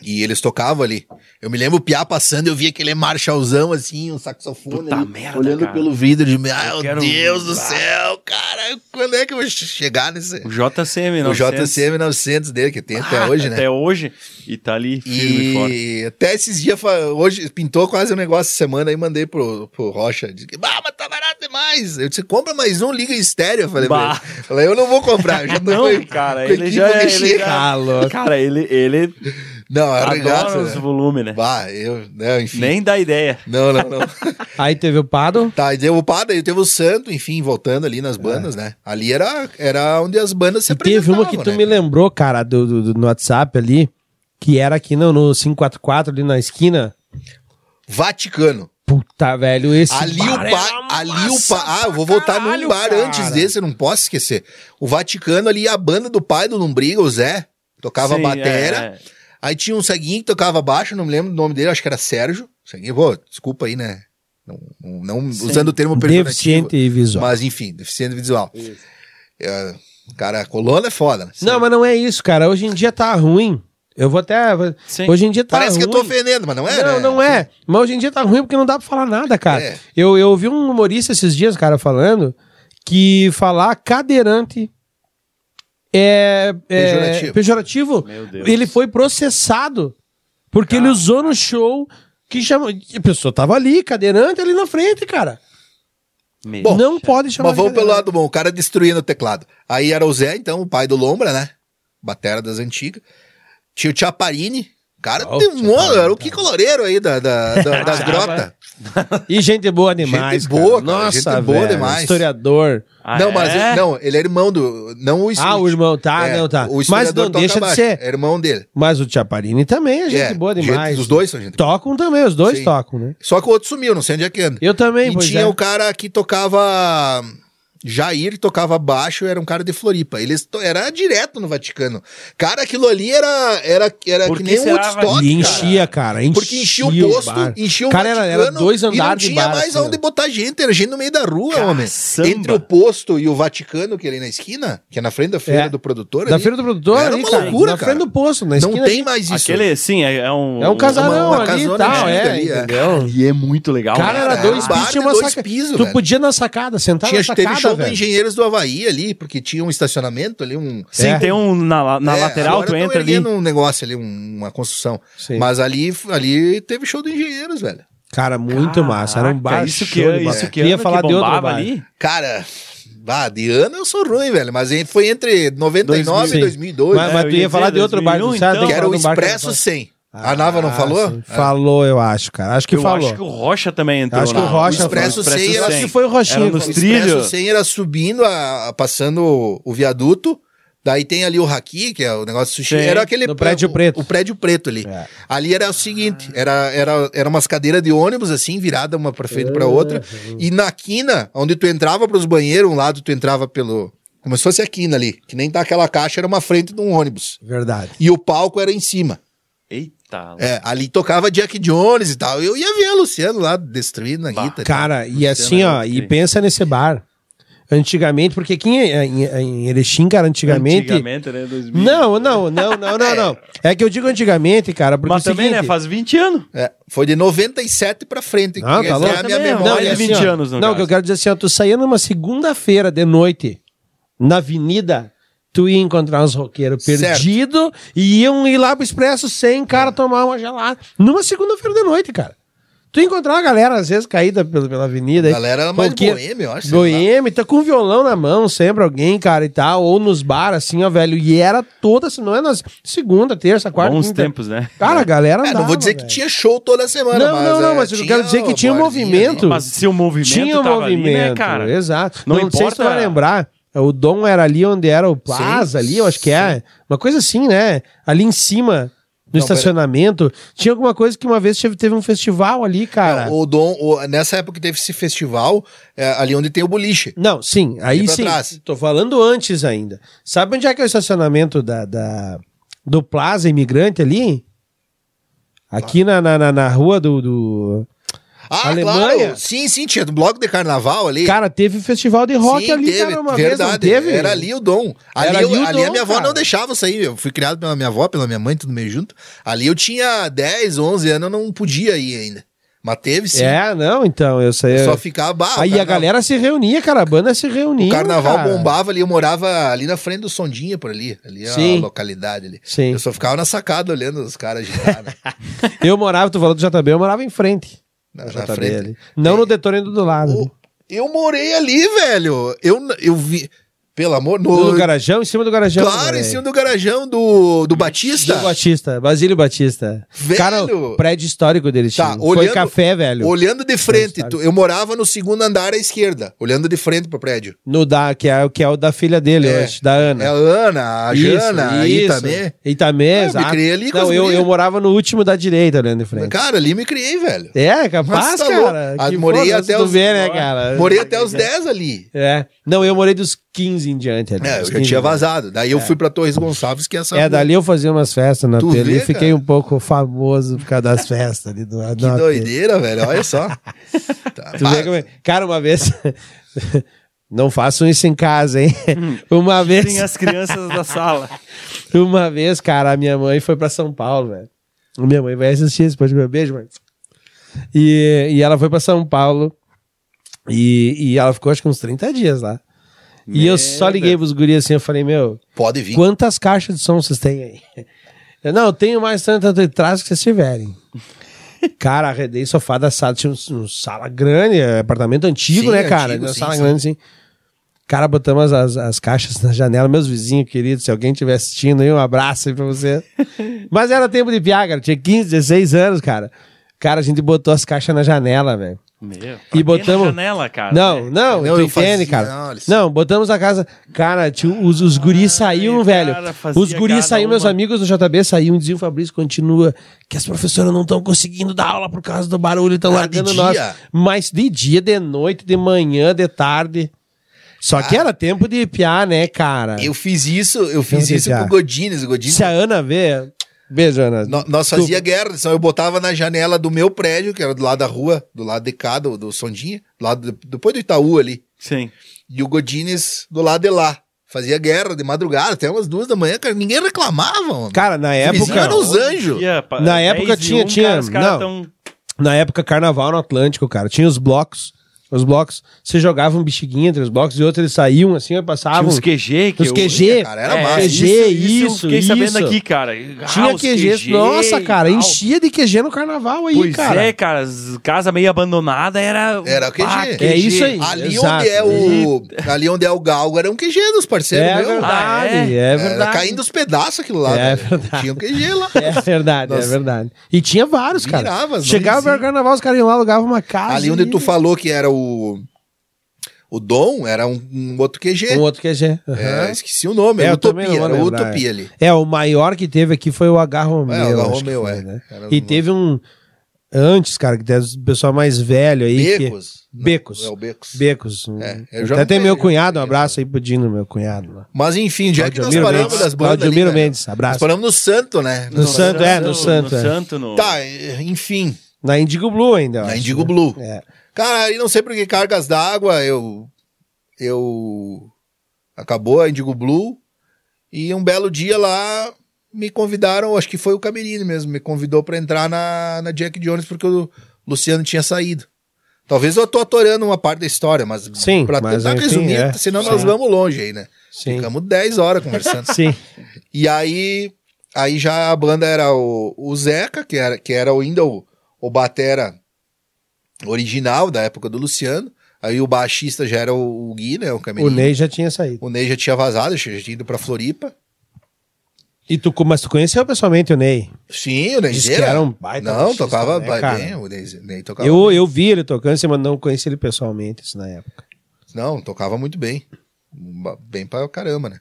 [SPEAKER 3] E eles tocavam ali. Eu me lembro o Piá passando, eu via aquele marchalzão assim, um saxofone.
[SPEAKER 2] Puta
[SPEAKER 3] ali,
[SPEAKER 2] merda,
[SPEAKER 3] olhando
[SPEAKER 2] cara.
[SPEAKER 3] pelo vidro de. Ah,
[SPEAKER 2] Eu
[SPEAKER 3] meu
[SPEAKER 2] quero-
[SPEAKER 3] Deus do
[SPEAKER 2] Ah.
[SPEAKER 3] céu, cara, quando é que eu vou che- chegar nesse.
[SPEAKER 2] O JCM,
[SPEAKER 3] O JCM 900 dele, que tem até
[SPEAKER 2] Ah,
[SPEAKER 3] hoje, né?
[SPEAKER 2] Até hoje. E tá ali, firme e, forte.
[SPEAKER 3] E até esses dias, fa- hoje pintou quase um negócio essa semana, aí mandei pro, pro Rocha. Disse, bah, mas tá barato demais. Eu disse, compra mais um, liga em estéreo. Eu falei, pra
[SPEAKER 2] Bah.
[SPEAKER 3] ele. falei, eu não
[SPEAKER 2] (laughs)
[SPEAKER 3] vou comprar. eu Já tô
[SPEAKER 2] Não,
[SPEAKER 3] com-
[SPEAKER 2] cara,
[SPEAKER 3] com
[SPEAKER 2] ele já, é,
[SPEAKER 3] equipe
[SPEAKER 2] ele
[SPEAKER 3] mexida.
[SPEAKER 2] já... Cara, ele, ele
[SPEAKER 3] Não, é
[SPEAKER 2] adora
[SPEAKER 3] regaça.
[SPEAKER 2] os
[SPEAKER 3] Né?
[SPEAKER 2] volumes, né?
[SPEAKER 3] Bah, eu, não, enfim.
[SPEAKER 2] Nem dá ideia.
[SPEAKER 3] Não, não, (laughs) não.
[SPEAKER 1] Aí teve o Pado.
[SPEAKER 3] tá, e deu o Pada, e teve o Santo, enfim, voltando ali nas bandas,
[SPEAKER 2] É.
[SPEAKER 3] né? Ali era, era onde as bandas se
[SPEAKER 1] E teve uma que tu
[SPEAKER 3] apresentavam,
[SPEAKER 1] me
[SPEAKER 3] né?
[SPEAKER 1] lembrou, cara, do, do- do- no WhatsApp ali, que era aqui no, no 544, ali na esquina.
[SPEAKER 3] Vaticano.
[SPEAKER 1] Puta, velho, esse
[SPEAKER 3] Ali
[SPEAKER 1] bar
[SPEAKER 3] o
[SPEAKER 1] era
[SPEAKER 3] bar, ali o
[SPEAKER 1] massa
[SPEAKER 3] pa... Ah,
[SPEAKER 1] pra
[SPEAKER 3] eu vou voltar
[SPEAKER 1] caralho,
[SPEAKER 3] num bar
[SPEAKER 1] cara.
[SPEAKER 3] antes desse, eu não posso esquecer. O Vaticano ali, a banda do pai do Lombriga, o Zé, tocava
[SPEAKER 2] Sim,
[SPEAKER 3] batera.
[SPEAKER 2] é, é.
[SPEAKER 3] Aí tinha um ceguinho que tocava baixo, não me lembro o nome dele, acho que era Sérgio. Ceguinho, pô, desculpa aí, né? Não, não não-
[SPEAKER 2] Sim.
[SPEAKER 3] usando o termo pejorativo.
[SPEAKER 1] Deficiente visual.
[SPEAKER 3] Mas enfim, deficiente visual. É, cara, colona é foda, né?
[SPEAKER 1] Não, mas não é isso, cara. Hoje em dia tá ruim. Eu vou até.
[SPEAKER 2] Sim.
[SPEAKER 1] Hoje em dia tá
[SPEAKER 3] Parece
[SPEAKER 1] ruim.
[SPEAKER 3] que eu tô ofendendo, mas não é,
[SPEAKER 1] Não,
[SPEAKER 3] né?
[SPEAKER 1] não é. Mas hoje em dia tá ruim porque não dá pra falar nada, cara.
[SPEAKER 3] É.
[SPEAKER 1] Eu, eu ouvi um humorista esses dias, cara, falando que falar cadeirante é, é
[SPEAKER 3] Pejorativo.
[SPEAKER 1] pejorativo.
[SPEAKER 2] Meu Deus.
[SPEAKER 1] Ele foi processado porque
[SPEAKER 3] Ah.
[SPEAKER 1] ele usou no show que chama. A pessoa tava ali, cadeirante, ali na frente, cara.
[SPEAKER 2] Meu
[SPEAKER 3] Bom,
[SPEAKER 1] não pode chamar
[SPEAKER 3] Mas vamos
[SPEAKER 1] de
[SPEAKER 3] pelo
[SPEAKER 1] cadeirante.
[SPEAKER 3] lado bom, o cara destruindo o teclado. Aí era o Zé, então, o pai do Lombra, né? Batera das antigas. Tinha o Chaparini. Cara,
[SPEAKER 1] Oh,
[SPEAKER 3] tem um
[SPEAKER 1] Chiaparini,
[SPEAKER 3] monte, era o
[SPEAKER 1] tá.
[SPEAKER 3] que coloreiro aí
[SPEAKER 1] (laughs)
[SPEAKER 3] da, da- da-
[SPEAKER 1] Ah,
[SPEAKER 3] das grotas.
[SPEAKER 1] E gente boa demais.
[SPEAKER 3] Gente boa, cara.
[SPEAKER 1] Nossa,
[SPEAKER 3] Gente boa
[SPEAKER 1] velho,
[SPEAKER 3] demais.
[SPEAKER 1] Historiador.
[SPEAKER 2] Ah,
[SPEAKER 3] não, mas
[SPEAKER 2] é?
[SPEAKER 3] não, ele era irmão do. Não o
[SPEAKER 1] Ah, o irmão, tá,
[SPEAKER 3] É,
[SPEAKER 1] não, tá.
[SPEAKER 3] o
[SPEAKER 1] Mas
[SPEAKER 3] historiador
[SPEAKER 1] não
[SPEAKER 3] toca
[SPEAKER 1] deixa de
[SPEAKER 3] baixo,
[SPEAKER 1] ser.
[SPEAKER 3] Era irmão dele.
[SPEAKER 1] Mas o Chaparini também é gente boa demais.
[SPEAKER 3] os dois são gente.
[SPEAKER 1] Tocam também, os dois
[SPEAKER 3] Sim.
[SPEAKER 1] tocam, né?
[SPEAKER 3] Só que o outro sumiu, não sei onde é que anda.
[SPEAKER 1] Eu também,
[SPEAKER 3] e
[SPEAKER 1] pois
[SPEAKER 3] tinha
[SPEAKER 1] é.
[SPEAKER 3] o cara que tocava. Jair, que tocava baixo, era um cara de Floripa. Eles to- era direto no Vaticano. Cara, aquilo ali era, era, era
[SPEAKER 2] Por
[SPEAKER 3] que
[SPEAKER 2] que
[SPEAKER 3] nem um
[SPEAKER 2] será,
[SPEAKER 3] Woodstock,
[SPEAKER 1] E
[SPEAKER 3] cara.
[SPEAKER 1] enchia, cara. Enchia
[SPEAKER 3] Porque enchia o
[SPEAKER 1] o
[SPEAKER 3] posto,
[SPEAKER 1] bar.
[SPEAKER 3] enchia o
[SPEAKER 1] Cara, era- era
[SPEAKER 3] Vaticano
[SPEAKER 1] dois
[SPEAKER 3] e não
[SPEAKER 1] andares de
[SPEAKER 3] tinha
[SPEAKER 1] bar,
[SPEAKER 3] mais
[SPEAKER 1] assim,
[SPEAKER 3] onde
[SPEAKER 1] ó.
[SPEAKER 3] botar gente, era gente no meio da rua, homem.
[SPEAKER 2] Caçamba.
[SPEAKER 3] Entre o posto e o Vaticano, que é ali na esquina, que é na frente da feira
[SPEAKER 1] É.
[SPEAKER 3] do produtor,
[SPEAKER 1] Da
[SPEAKER 3] ali,
[SPEAKER 1] feira do produtor
[SPEAKER 3] Era
[SPEAKER 1] ali,
[SPEAKER 3] uma
[SPEAKER 1] cara.
[SPEAKER 3] loucura,
[SPEAKER 1] na
[SPEAKER 3] cara.
[SPEAKER 1] frente do poço, na
[SPEAKER 3] não
[SPEAKER 1] esquina.
[SPEAKER 3] tem mais isso.
[SPEAKER 2] Aquele, sim, é, é um...
[SPEAKER 1] É um casarão
[SPEAKER 3] uma- uma
[SPEAKER 1] ali e
[SPEAKER 3] casona
[SPEAKER 1] tal,
[SPEAKER 3] antiga
[SPEAKER 1] é,
[SPEAKER 3] ali, é.
[SPEAKER 1] entendeu?
[SPEAKER 2] E é muito legal.
[SPEAKER 1] Cara,
[SPEAKER 2] né,
[SPEAKER 1] era
[SPEAKER 3] cara,
[SPEAKER 1] dois
[SPEAKER 3] era um
[SPEAKER 1] pisos
[SPEAKER 3] bar
[SPEAKER 1] tinha
[SPEAKER 3] de
[SPEAKER 1] uma
[SPEAKER 3] dois
[SPEAKER 1] sacada.
[SPEAKER 3] pisos,
[SPEAKER 1] Tu
[SPEAKER 3] velho.
[SPEAKER 1] podia na sacada, sentar
[SPEAKER 3] Tinha,
[SPEAKER 1] tá na
[SPEAKER 3] teve
[SPEAKER 1] sacada,
[SPEAKER 3] show do
[SPEAKER 1] velho.
[SPEAKER 3] Engenheiros do Havaí ali, porque tinha um estacionamento ali, um...
[SPEAKER 2] Sim,
[SPEAKER 1] É.
[SPEAKER 2] tem um na, na
[SPEAKER 3] É,
[SPEAKER 2] lateral,
[SPEAKER 3] agora
[SPEAKER 2] tu
[SPEAKER 3] tão
[SPEAKER 2] entra ali.
[SPEAKER 3] erguendo um negócio ali, um- uma construção.
[SPEAKER 1] Sim.
[SPEAKER 3] Mas ali, ali teve show do Engenheiros, velho.
[SPEAKER 1] Cara, muito massa. Era um bar
[SPEAKER 2] Caraca, isso que,
[SPEAKER 1] show de bola.
[SPEAKER 2] isso que
[SPEAKER 1] Eu ia
[SPEAKER 2] ano
[SPEAKER 1] falar
[SPEAKER 2] que
[SPEAKER 1] de outro
[SPEAKER 2] bombava
[SPEAKER 1] bar.
[SPEAKER 2] ali.
[SPEAKER 3] Cara, bah, de ano eu sou ruim, velho. Mas en- foi entre 99
[SPEAKER 1] Sim.
[SPEAKER 3] e 2002.
[SPEAKER 1] Mas,
[SPEAKER 2] É,
[SPEAKER 1] mas
[SPEAKER 2] eu
[SPEAKER 1] tu
[SPEAKER 2] ia
[SPEAKER 1] ia falar
[SPEAKER 2] dizer
[SPEAKER 1] de outro bar,
[SPEAKER 2] 2001,
[SPEAKER 1] tu sabe?
[SPEAKER 2] então.
[SPEAKER 3] que
[SPEAKER 1] Tem
[SPEAKER 3] era
[SPEAKER 1] falar
[SPEAKER 3] o
[SPEAKER 1] do bar que eu
[SPEAKER 3] Expresso
[SPEAKER 1] não falo.
[SPEAKER 3] 100. a Nava não
[SPEAKER 1] Ah,
[SPEAKER 3] falou?
[SPEAKER 1] sim.
[SPEAKER 3] É.
[SPEAKER 1] Falou, eu acho, cara. Acho que
[SPEAKER 2] eu
[SPEAKER 1] falou.
[SPEAKER 2] acho que o Rocha também entrou.
[SPEAKER 1] Acho que
[SPEAKER 2] na-
[SPEAKER 1] o Rocha
[SPEAKER 2] no
[SPEAKER 3] Expresso Cem, eu acho
[SPEAKER 1] que foi o Rochinha
[SPEAKER 2] Era
[SPEAKER 1] que
[SPEAKER 2] nos
[SPEAKER 1] foi.
[SPEAKER 3] O Expresso
[SPEAKER 2] trilhos.
[SPEAKER 3] 100 era subindo, a, a- passando o, o viaduto. Daí tem ali o Haki, que é o negócio de sushi.
[SPEAKER 2] Sim,
[SPEAKER 3] era aquele
[SPEAKER 1] no prédio
[SPEAKER 3] o,
[SPEAKER 1] preto.
[SPEAKER 3] O prédio preto ali.
[SPEAKER 1] É.
[SPEAKER 3] Ali era o seguinte: era, era, era umas cadeiras de ônibus, assim, virada uma pra frente pra
[SPEAKER 1] É.
[SPEAKER 3] outra. E na quina, onde tu entrava pros banheiros, um lado tu entrava pelo. Como se fosse a quina ali, que nem tá aquela caixa, era uma frente de um ônibus.
[SPEAKER 1] Verdade.
[SPEAKER 3] E o palco era em cima.
[SPEAKER 2] Eita.
[SPEAKER 3] É, ali tocava Jack Jones e tal. Eu ia ver o Luciano lá destruindo a guitarra.
[SPEAKER 1] Cara, e
[SPEAKER 2] Tá Luciano
[SPEAKER 1] assim,
[SPEAKER 2] era
[SPEAKER 1] ó,
[SPEAKER 2] outro
[SPEAKER 1] e
[SPEAKER 2] crime.
[SPEAKER 1] pensa nesse bar. Antigamente, porque aqui em, em, em Erechim, cara, antigamente.
[SPEAKER 2] Antigamente, né? 2000.
[SPEAKER 1] Não, não, não, não, não, não. É que eu digo antigamente, cara, porque
[SPEAKER 2] Mas
[SPEAKER 1] é o
[SPEAKER 2] também,
[SPEAKER 1] seguinte,
[SPEAKER 2] né? Faz 20 anos.
[SPEAKER 3] É, foi de 97 pra frente.
[SPEAKER 1] Não,
[SPEAKER 3] que
[SPEAKER 1] tá
[SPEAKER 3] essa
[SPEAKER 1] louco?
[SPEAKER 3] É a minha
[SPEAKER 2] Também é
[SPEAKER 3] memória.
[SPEAKER 1] Não, e
[SPEAKER 2] de
[SPEAKER 1] assim,
[SPEAKER 2] 20
[SPEAKER 1] ó,
[SPEAKER 2] anos, no
[SPEAKER 1] Não,
[SPEAKER 2] caso.
[SPEAKER 1] o que eu quero dizer assim, ó, tu saía numa segunda-feira de noite, na avenida, tu ia encontrar uns roqueiros
[SPEAKER 3] Certo.
[SPEAKER 1] perdidos e iam ir lá pro Expresso sem
[SPEAKER 2] É.
[SPEAKER 1] cara tomar uma gelada. Numa segunda-feira de noite, cara. Tu ia encontrar uma galera, às vezes, caída pela, pela avenida. aí,
[SPEAKER 3] Galera era mais
[SPEAKER 1] roqueiro-
[SPEAKER 3] boêmia, eu acho, sei
[SPEAKER 1] Boêmio, tá com violão na mão sempre, alguém, cara, e tal. Ou nos bar, assim, ó, velho. E era toda, se não é nas segunda, terça, quarta,
[SPEAKER 2] Bons
[SPEAKER 1] quinta.
[SPEAKER 2] tempos, né?
[SPEAKER 1] Cara, a galera
[SPEAKER 3] É,
[SPEAKER 1] andava,
[SPEAKER 3] não vou dizer que
[SPEAKER 1] velho.
[SPEAKER 3] tinha show toda semana,
[SPEAKER 1] Não,
[SPEAKER 3] mas.
[SPEAKER 1] não, não,
[SPEAKER 3] é,
[SPEAKER 1] mas eu quero dizer que
[SPEAKER 3] uma
[SPEAKER 1] tinha um
[SPEAKER 3] barzinha
[SPEAKER 1] movimento.
[SPEAKER 3] ali.
[SPEAKER 2] Mas se o movimento
[SPEAKER 1] Tinha um
[SPEAKER 2] tava
[SPEAKER 1] movimento,
[SPEAKER 2] ali, né, cara?
[SPEAKER 1] exato.
[SPEAKER 2] Não
[SPEAKER 1] Não, sei se tu
[SPEAKER 2] importa-
[SPEAKER 1] vai lembrar. O Dom era ali onde era o Plaza,
[SPEAKER 3] Sim,
[SPEAKER 1] ali, eu acho que é. Uma coisa assim, né? Ali em cima, no
[SPEAKER 3] Não,
[SPEAKER 1] estacionamento. Tinha alguma coisa que uma vez teve, teve um festival ali,
[SPEAKER 2] É,
[SPEAKER 1] cara.
[SPEAKER 3] O Dom, o- nessa época que teve esse festival, é, ali onde tem o boliche.
[SPEAKER 1] Não, sim,
[SPEAKER 3] Ali
[SPEAKER 1] aí
[SPEAKER 3] pra
[SPEAKER 1] sim.
[SPEAKER 3] trás.
[SPEAKER 1] Tô falando antes ainda. Sabe onde é que é o estacionamento da, da- do Plaza Imigrante ali? Aqui na, na, na- na rua do. do-
[SPEAKER 3] Ah,
[SPEAKER 1] Alemanha.
[SPEAKER 3] claro. Sim, sim, tinha do bloco de carnaval ali.
[SPEAKER 1] Cara, teve festival de rock
[SPEAKER 3] Sim,
[SPEAKER 1] ali,
[SPEAKER 3] teve,
[SPEAKER 1] cara, uma
[SPEAKER 3] verdade,
[SPEAKER 1] vez, não teve?
[SPEAKER 3] Era ali o dom. Ali,
[SPEAKER 1] Era
[SPEAKER 3] eu-
[SPEAKER 1] ali o
[SPEAKER 3] ali a
[SPEAKER 1] dom,
[SPEAKER 3] minha avó
[SPEAKER 1] cara.
[SPEAKER 3] não deixava eu sair. Eu fui criado pela minha avó, pela minha mãe, tudo meio junto. Ali eu tinha 10, 11 anos, eu não podia ir ainda. Mas teve sim.
[SPEAKER 1] É, não, então, eu saí.
[SPEAKER 3] Só ficava barra.
[SPEAKER 1] Aí a galera se reunia, cara, a banda se reunia.
[SPEAKER 3] né? O carnaval
[SPEAKER 1] cara.
[SPEAKER 3] bombava ali, eu morava ali na frente do Sondinha, por ali. Ali é
[SPEAKER 1] Sim.
[SPEAKER 3] a localidade ali.
[SPEAKER 1] Sim.
[SPEAKER 3] Eu só ficava na sacada olhando os caras agitar, né? (laughs)
[SPEAKER 1] Eu morava, tu falou do JB, eu morava em frente.
[SPEAKER 3] Na,
[SPEAKER 1] ao
[SPEAKER 3] na
[SPEAKER 1] JB
[SPEAKER 3] frente.
[SPEAKER 1] ali. Não no detonando do lado.
[SPEAKER 3] O-
[SPEAKER 1] ali.
[SPEAKER 3] Eu morei ali, velho. Eu, n- eu vi. Pelo amor. No,
[SPEAKER 1] No garajão, em cima do garajão.
[SPEAKER 3] claro,
[SPEAKER 1] né?
[SPEAKER 3] em cima do garajão do, do Batista.
[SPEAKER 1] Basílio Batista, Basílio Batista.
[SPEAKER 3] Velho!
[SPEAKER 1] Cara, o prédio histórico dele,
[SPEAKER 3] Tá,
[SPEAKER 1] Chico. Foi
[SPEAKER 3] olhando-
[SPEAKER 1] café, velho.
[SPEAKER 3] Olhando de frente,
[SPEAKER 1] sabe?
[SPEAKER 3] tu- eu morava no segundo andar à esquerda, olhando de frente pro prédio.
[SPEAKER 1] No da, que, é, que é o da filha dele
[SPEAKER 3] É,
[SPEAKER 1] hoje, da Ana.
[SPEAKER 3] É a Ana, a Jana, aí também.
[SPEAKER 1] Itamê,
[SPEAKER 3] Ah, eu me
[SPEAKER 1] exato.
[SPEAKER 3] criei ali com
[SPEAKER 1] Não,
[SPEAKER 3] as
[SPEAKER 1] eu,
[SPEAKER 3] gurias.
[SPEAKER 1] eu morava no último da direita, olhando em frente.
[SPEAKER 3] Cara, ali me criei, velho.
[SPEAKER 1] É, capaz,
[SPEAKER 3] Mas tá
[SPEAKER 1] cara.
[SPEAKER 3] louco. Ah,
[SPEAKER 1] Que
[SPEAKER 3] morei
[SPEAKER 1] foda,
[SPEAKER 3] até
[SPEAKER 1] tu
[SPEAKER 3] os-
[SPEAKER 1] vê, né, cara?
[SPEAKER 3] Morei até os 10 ali.
[SPEAKER 1] É. Não, eu morei dos 15 em diante. ali,
[SPEAKER 3] É, eu
[SPEAKER 1] dos 15
[SPEAKER 3] já tinha
[SPEAKER 1] em diante.
[SPEAKER 3] vazado. Daí eu fui pra Torres Gonçalves, que é essa.
[SPEAKER 1] É, dali eu fazia umas festas na
[SPEAKER 3] Tu
[SPEAKER 1] tela
[SPEAKER 3] vê,
[SPEAKER 1] e fiquei
[SPEAKER 3] cara?
[SPEAKER 1] um pouco famoso por causa das festas ali do
[SPEAKER 3] Que doideira, velho.
[SPEAKER 1] (laughs)
[SPEAKER 3] Olha só. Tá,
[SPEAKER 1] Tu vê como é- Cara, uma vez. (laughs) Não façam isso em casa, hein? Uma
[SPEAKER 2] Tem
[SPEAKER 1] vez,
[SPEAKER 2] as crianças da sala.
[SPEAKER 1] uma vez, cara, a minha mãe foi pra São Paulo, velho. Minha mãe vai assistir esse podcast. meu Beijo, mãe. E, e ela foi pra São Paulo. E, e ela ficou, acho que uns 30 dias lá. E eu só
[SPEAKER 2] Merda.
[SPEAKER 1] liguei pros guris assim, eu falei, meu,
[SPEAKER 3] Pode vir.
[SPEAKER 1] quantas caixas de som vocês têm aí? Eu, não, eu tenho mais tanto, tanto de trás que vocês tiverem. Cara, arredei sofá da sala, tinha um, um sala grande, é, apartamento antigo,
[SPEAKER 3] Sim,
[SPEAKER 1] né, cara?
[SPEAKER 3] antigo,
[SPEAKER 1] Uma
[SPEAKER 3] sim,
[SPEAKER 1] sala
[SPEAKER 3] sim.
[SPEAKER 1] grande, assim. Cara, botamos as, as caixas na janela, meus vizinhos queridos, se alguém estiver assistindo aí, um abraço aí pra você. Mas era tempo de piar, cara, tinha 15, 16 anos, cara. Cara, a gente botou as caixas na janela, velho.
[SPEAKER 2] Meu, pra
[SPEAKER 1] E
[SPEAKER 2] que
[SPEAKER 1] botamos-
[SPEAKER 2] na janela, cara.
[SPEAKER 1] Não, não,
[SPEAKER 3] Não,
[SPEAKER 1] tu
[SPEAKER 3] eu
[SPEAKER 1] entende,
[SPEAKER 3] fazia-
[SPEAKER 1] cara.
[SPEAKER 3] não,
[SPEAKER 1] Não,
[SPEAKER 3] eles-
[SPEAKER 1] botamos a casa. Cara, tio, os, os guris saíam,
[SPEAKER 2] cara,
[SPEAKER 1] velho.
[SPEAKER 2] fazia
[SPEAKER 1] Os guris
[SPEAKER 2] cada
[SPEAKER 1] saíam, meus
[SPEAKER 2] uma.
[SPEAKER 1] amigos do JB saíam e diziam, um Fabrício, continua, que as professoras não estão conseguindo dar aula por causa do barulho, estão
[SPEAKER 3] Ah,
[SPEAKER 1] largando
[SPEAKER 3] de
[SPEAKER 1] nós.
[SPEAKER 3] dia?
[SPEAKER 1] Mas de dia, de noite, de manhã, de tarde. Só que era tempo de piar, né, cara?
[SPEAKER 3] Ah. Eu fiz isso, eu fiz
[SPEAKER 1] Vamos
[SPEAKER 3] isso
[SPEAKER 1] deixar.
[SPEAKER 3] com o Godines. O Godines
[SPEAKER 1] Se a Ana vê. Beijo, Ana.
[SPEAKER 3] No- nós fazia guerra, senão eu botava na janela do meu prédio, que era do lado da rua, do lado de cá, do, do Sondinha, do lado de- depois do Itaú ali,
[SPEAKER 2] Sim.
[SPEAKER 3] e o Godines do lado de lá. Fazia guerra de madrugada, até umas duas da manhã, cara, ninguém reclamava, mano.
[SPEAKER 1] Cara, na época.
[SPEAKER 3] Vizinho era os anjos.
[SPEAKER 2] Ia, pa-
[SPEAKER 1] Na
[SPEAKER 2] 10
[SPEAKER 1] época
[SPEAKER 2] e
[SPEAKER 1] tinha-
[SPEAKER 2] um,
[SPEAKER 1] tinha-
[SPEAKER 2] cara, os caras
[SPEAKER 1] não.
[SPEAKER 2] tão-
[SPEAKER 1] Na época, carnaval no Atlântico, cara. Tinha os blocos. Os blocos. Você jogava um bexiguinha entre os blocos e outros eles saíam assim e
[SPEAKER 2] Tinha
[SPEAKER 1] passavam.
[SPEAKER 2] uns QG. Que
[SPEAKER 1] Os
[SPEAKER 2] eu-
[SPEAKER 1] QG.
[SPEAKER 3] cara, era massa.
[SPEAKER 1] QG,
[SPEAKER 2] isso,
[SPEAKER 1] É, isso,
[SPEAKER 2] eu fiquei sabendo aqui, cara. Ah,
[SPEAKER 1] Tinha
[SPEAKER 2] os
[SPEAKER 1] QG. Nossa,
[SPEAKER 2] e
[SPEAKER 1] cara,
[SPEAKER 2] tal.
[SPEAKER 1] enchia de QG no carnaval aí,
[SPEAKER 2] Pois
[SPEAKER 1] cara.
[SPEAKER 2] é, cara, as casa meio abandonada era.
[SPEAKER 3] Era o QG.
[SPEAKER 2] Ah,
[SPEAKER 3] É
[SPEAKER 1] isso aí.
[SPEAKER 3] Ali
[SPEAKER 1] Exato.
[SPEAKER 3] onde é o. Ali onde é o Galgo era um QG dos parceiros,
[SPEAKER 1] É
[SPEAKER 3] meu.
[SPEAKER 1] verdade,
[SPEAKER 2] Ah, é?
[SPEAKER 1] é?
[SPEAKER 3] Era
[SPEAKER 1] verdade.
[SPEAKER 3] caindo os pedaços aquilo lá.
[SPEAKER 1] É
[SPEAKER 3] velho.
[SPEAKER 1] verdade.
[SPEAKER 3] Tinha um QG lá.
[SPEAKER 1] É verdade, é
[SPEAKER 3] Nossa.
[SPEAKER 1] verdade. E tinha vários, cara.
[SPEAKER 3] Virava as
[SPEAKER 1] Chegava
[SPEAKER 3] noitezinhas.
[SPEAKER 1] para carnaval, os caras iam lá, alugavam uma casa.
[SPEAKER 3] Ali onde
[SPEAKER 1] e-
[SPEAKER 3] tu falou que era o. O Dom era um, um outro QG.
[SPEAKER 1] Um outro QG. aham.
[SPEAKER 3] É, esqueci o nome,
[SPEAKER 1] É,
[SPEAKER 3] é,
[SPEAKER 1] eu também
[SPEAKER 3] Utopia,
[SPEAKER 1] não vou
[SPEAKER 3] era
[SPEAKER 1] lembrar,
[SPEAKER 3] Utopia ali.
[SPEAKER 1] É, o maior que teve aqui foi o H Romeu.
[SPEAKER 3] É, o H.
[SPEAKER 1] acho que
[SPEAKER 3] Romeu,
[SPEAKER 1] foi,
[SPEAKER 3] é.
[SPEAKER 1] né?
[SPEAKER 3] Era
[SPEAKER 1] E
[SPEAKER 3] um-
[SPEAKER 1] teve um. Antes, cara, que teve o pessoal mais velho aí. que-
[SPEAKER 3] Becos. Não,
[SPEAKER 1] Becos.
[SPEAKER 3] É o Becos.
[SPEAKER 1] Becos.
[SPEAKER 3] É, eu já
[SPEAKER 1] Até
[SPEAKER 3] não
[SPEAKER 1] tem
[SPEAKER 3] vejo,
[SPEAKER 1] meu
[SPEAKER 3] né?
[SPEAKER 1] cunhado, um abraço aí pro Dino, meu cunhado. lá.
[SPEAKER 3] Mas enfim, já que nós
[SPEAKER 1] Claudiomiro
[SPEAKER 3] paramos
[SPEAKER 1] Mendes.
[SPEAKER 3] das bandas. ali,
[SPEAKER 1] Claudiomiro
[SPEAKER 3] velho,
[SPEAKER 1] Mendes, abraço.
[SPEAKER 3] Nós paramos no Santo, né?
[SPEAKER 1] No Santo, é, no Santo,
[SPEAKER 2] No
[SPEAKER 1] é.
[SPEAKER 2] Santo, no.
[SPEAKER 3] Tá, eh, enfim,
[SPEAKER 1] Na Indigo Blue ainda. eu
[SPEAKER 3] na
[SPEAKER 1] acho,
[SPEAKER 3] Indigo
[SPEAKER 1] né?
[SPEAKER 3] Blue.
[SPEAKER 1] É.
[SPEAKER 3] Cara, e não sei por que cargas d'água, eu. Eu. Acabou a Indigo Blue. E um belo dia lá me convidaram, acho que foi o Camerino mesmo, me convidou pra entrar na, na Jack Jones porque o Luciano tinha saído. Talvez eu tô atorando uma parte da história, mas
[SPEAKER 1] Sim,
[SPEAKER 3] pra
[SPEAKER 1] mas
[SPEAKER 3] tentar
[SPEAKER 1] enfim,
[SPEAKER 3] resumir,
[SPEAKER 1] é.
[SPEAKER 3] senão
[SPEAKER 1] Sim.
[SPEAKER 3] nós vamos longe aí, né?
[SPEAKER 1] Sim.
[SPEAKER 3] Ficamos 10 horas conversando.
[SPEAKER 1] Sim.
[SPEAKER 3] E aí, aí já a banda era o, o Zeca, que era, que era o ainda o, o batera original da época do Luciano. Aí o baixista já era o, o Gui, né? O
[SPEAKER 1] o
[SPEAKER 3] Camerino.
[SPEAKER 1] Ney já tinha saído.
[SPEAKER 3] O Ney já tinha vazado, já tinha ido pra Floripa.
[SPEAKER 1] E tu, mas tu conheceu pessoalmente o Ney?
[SPEAKER 3] Sim, o Ney
[SPEAKER 1] Diz que era um baita
[SPEAKER 3] Não,
[SPEAKER 1] baixista,
[SPEAKER 3] tocava
[SPEAKER 1] né,
[SPEAKER 3] ba-
[SPEAKER 1] cara?
[SPEAKER 3] bem, o Ney, Ney tocava
[SPEAKER 1] Eu,
[SPEAKER 3] bem.
[SPEAKER 1] eu vi ele tocando, assim, mas não conheci ele pessoalmente isso na época.
[SPEAKER 3] Não, tocava muito bem. Ba- Bem pra caramba, né?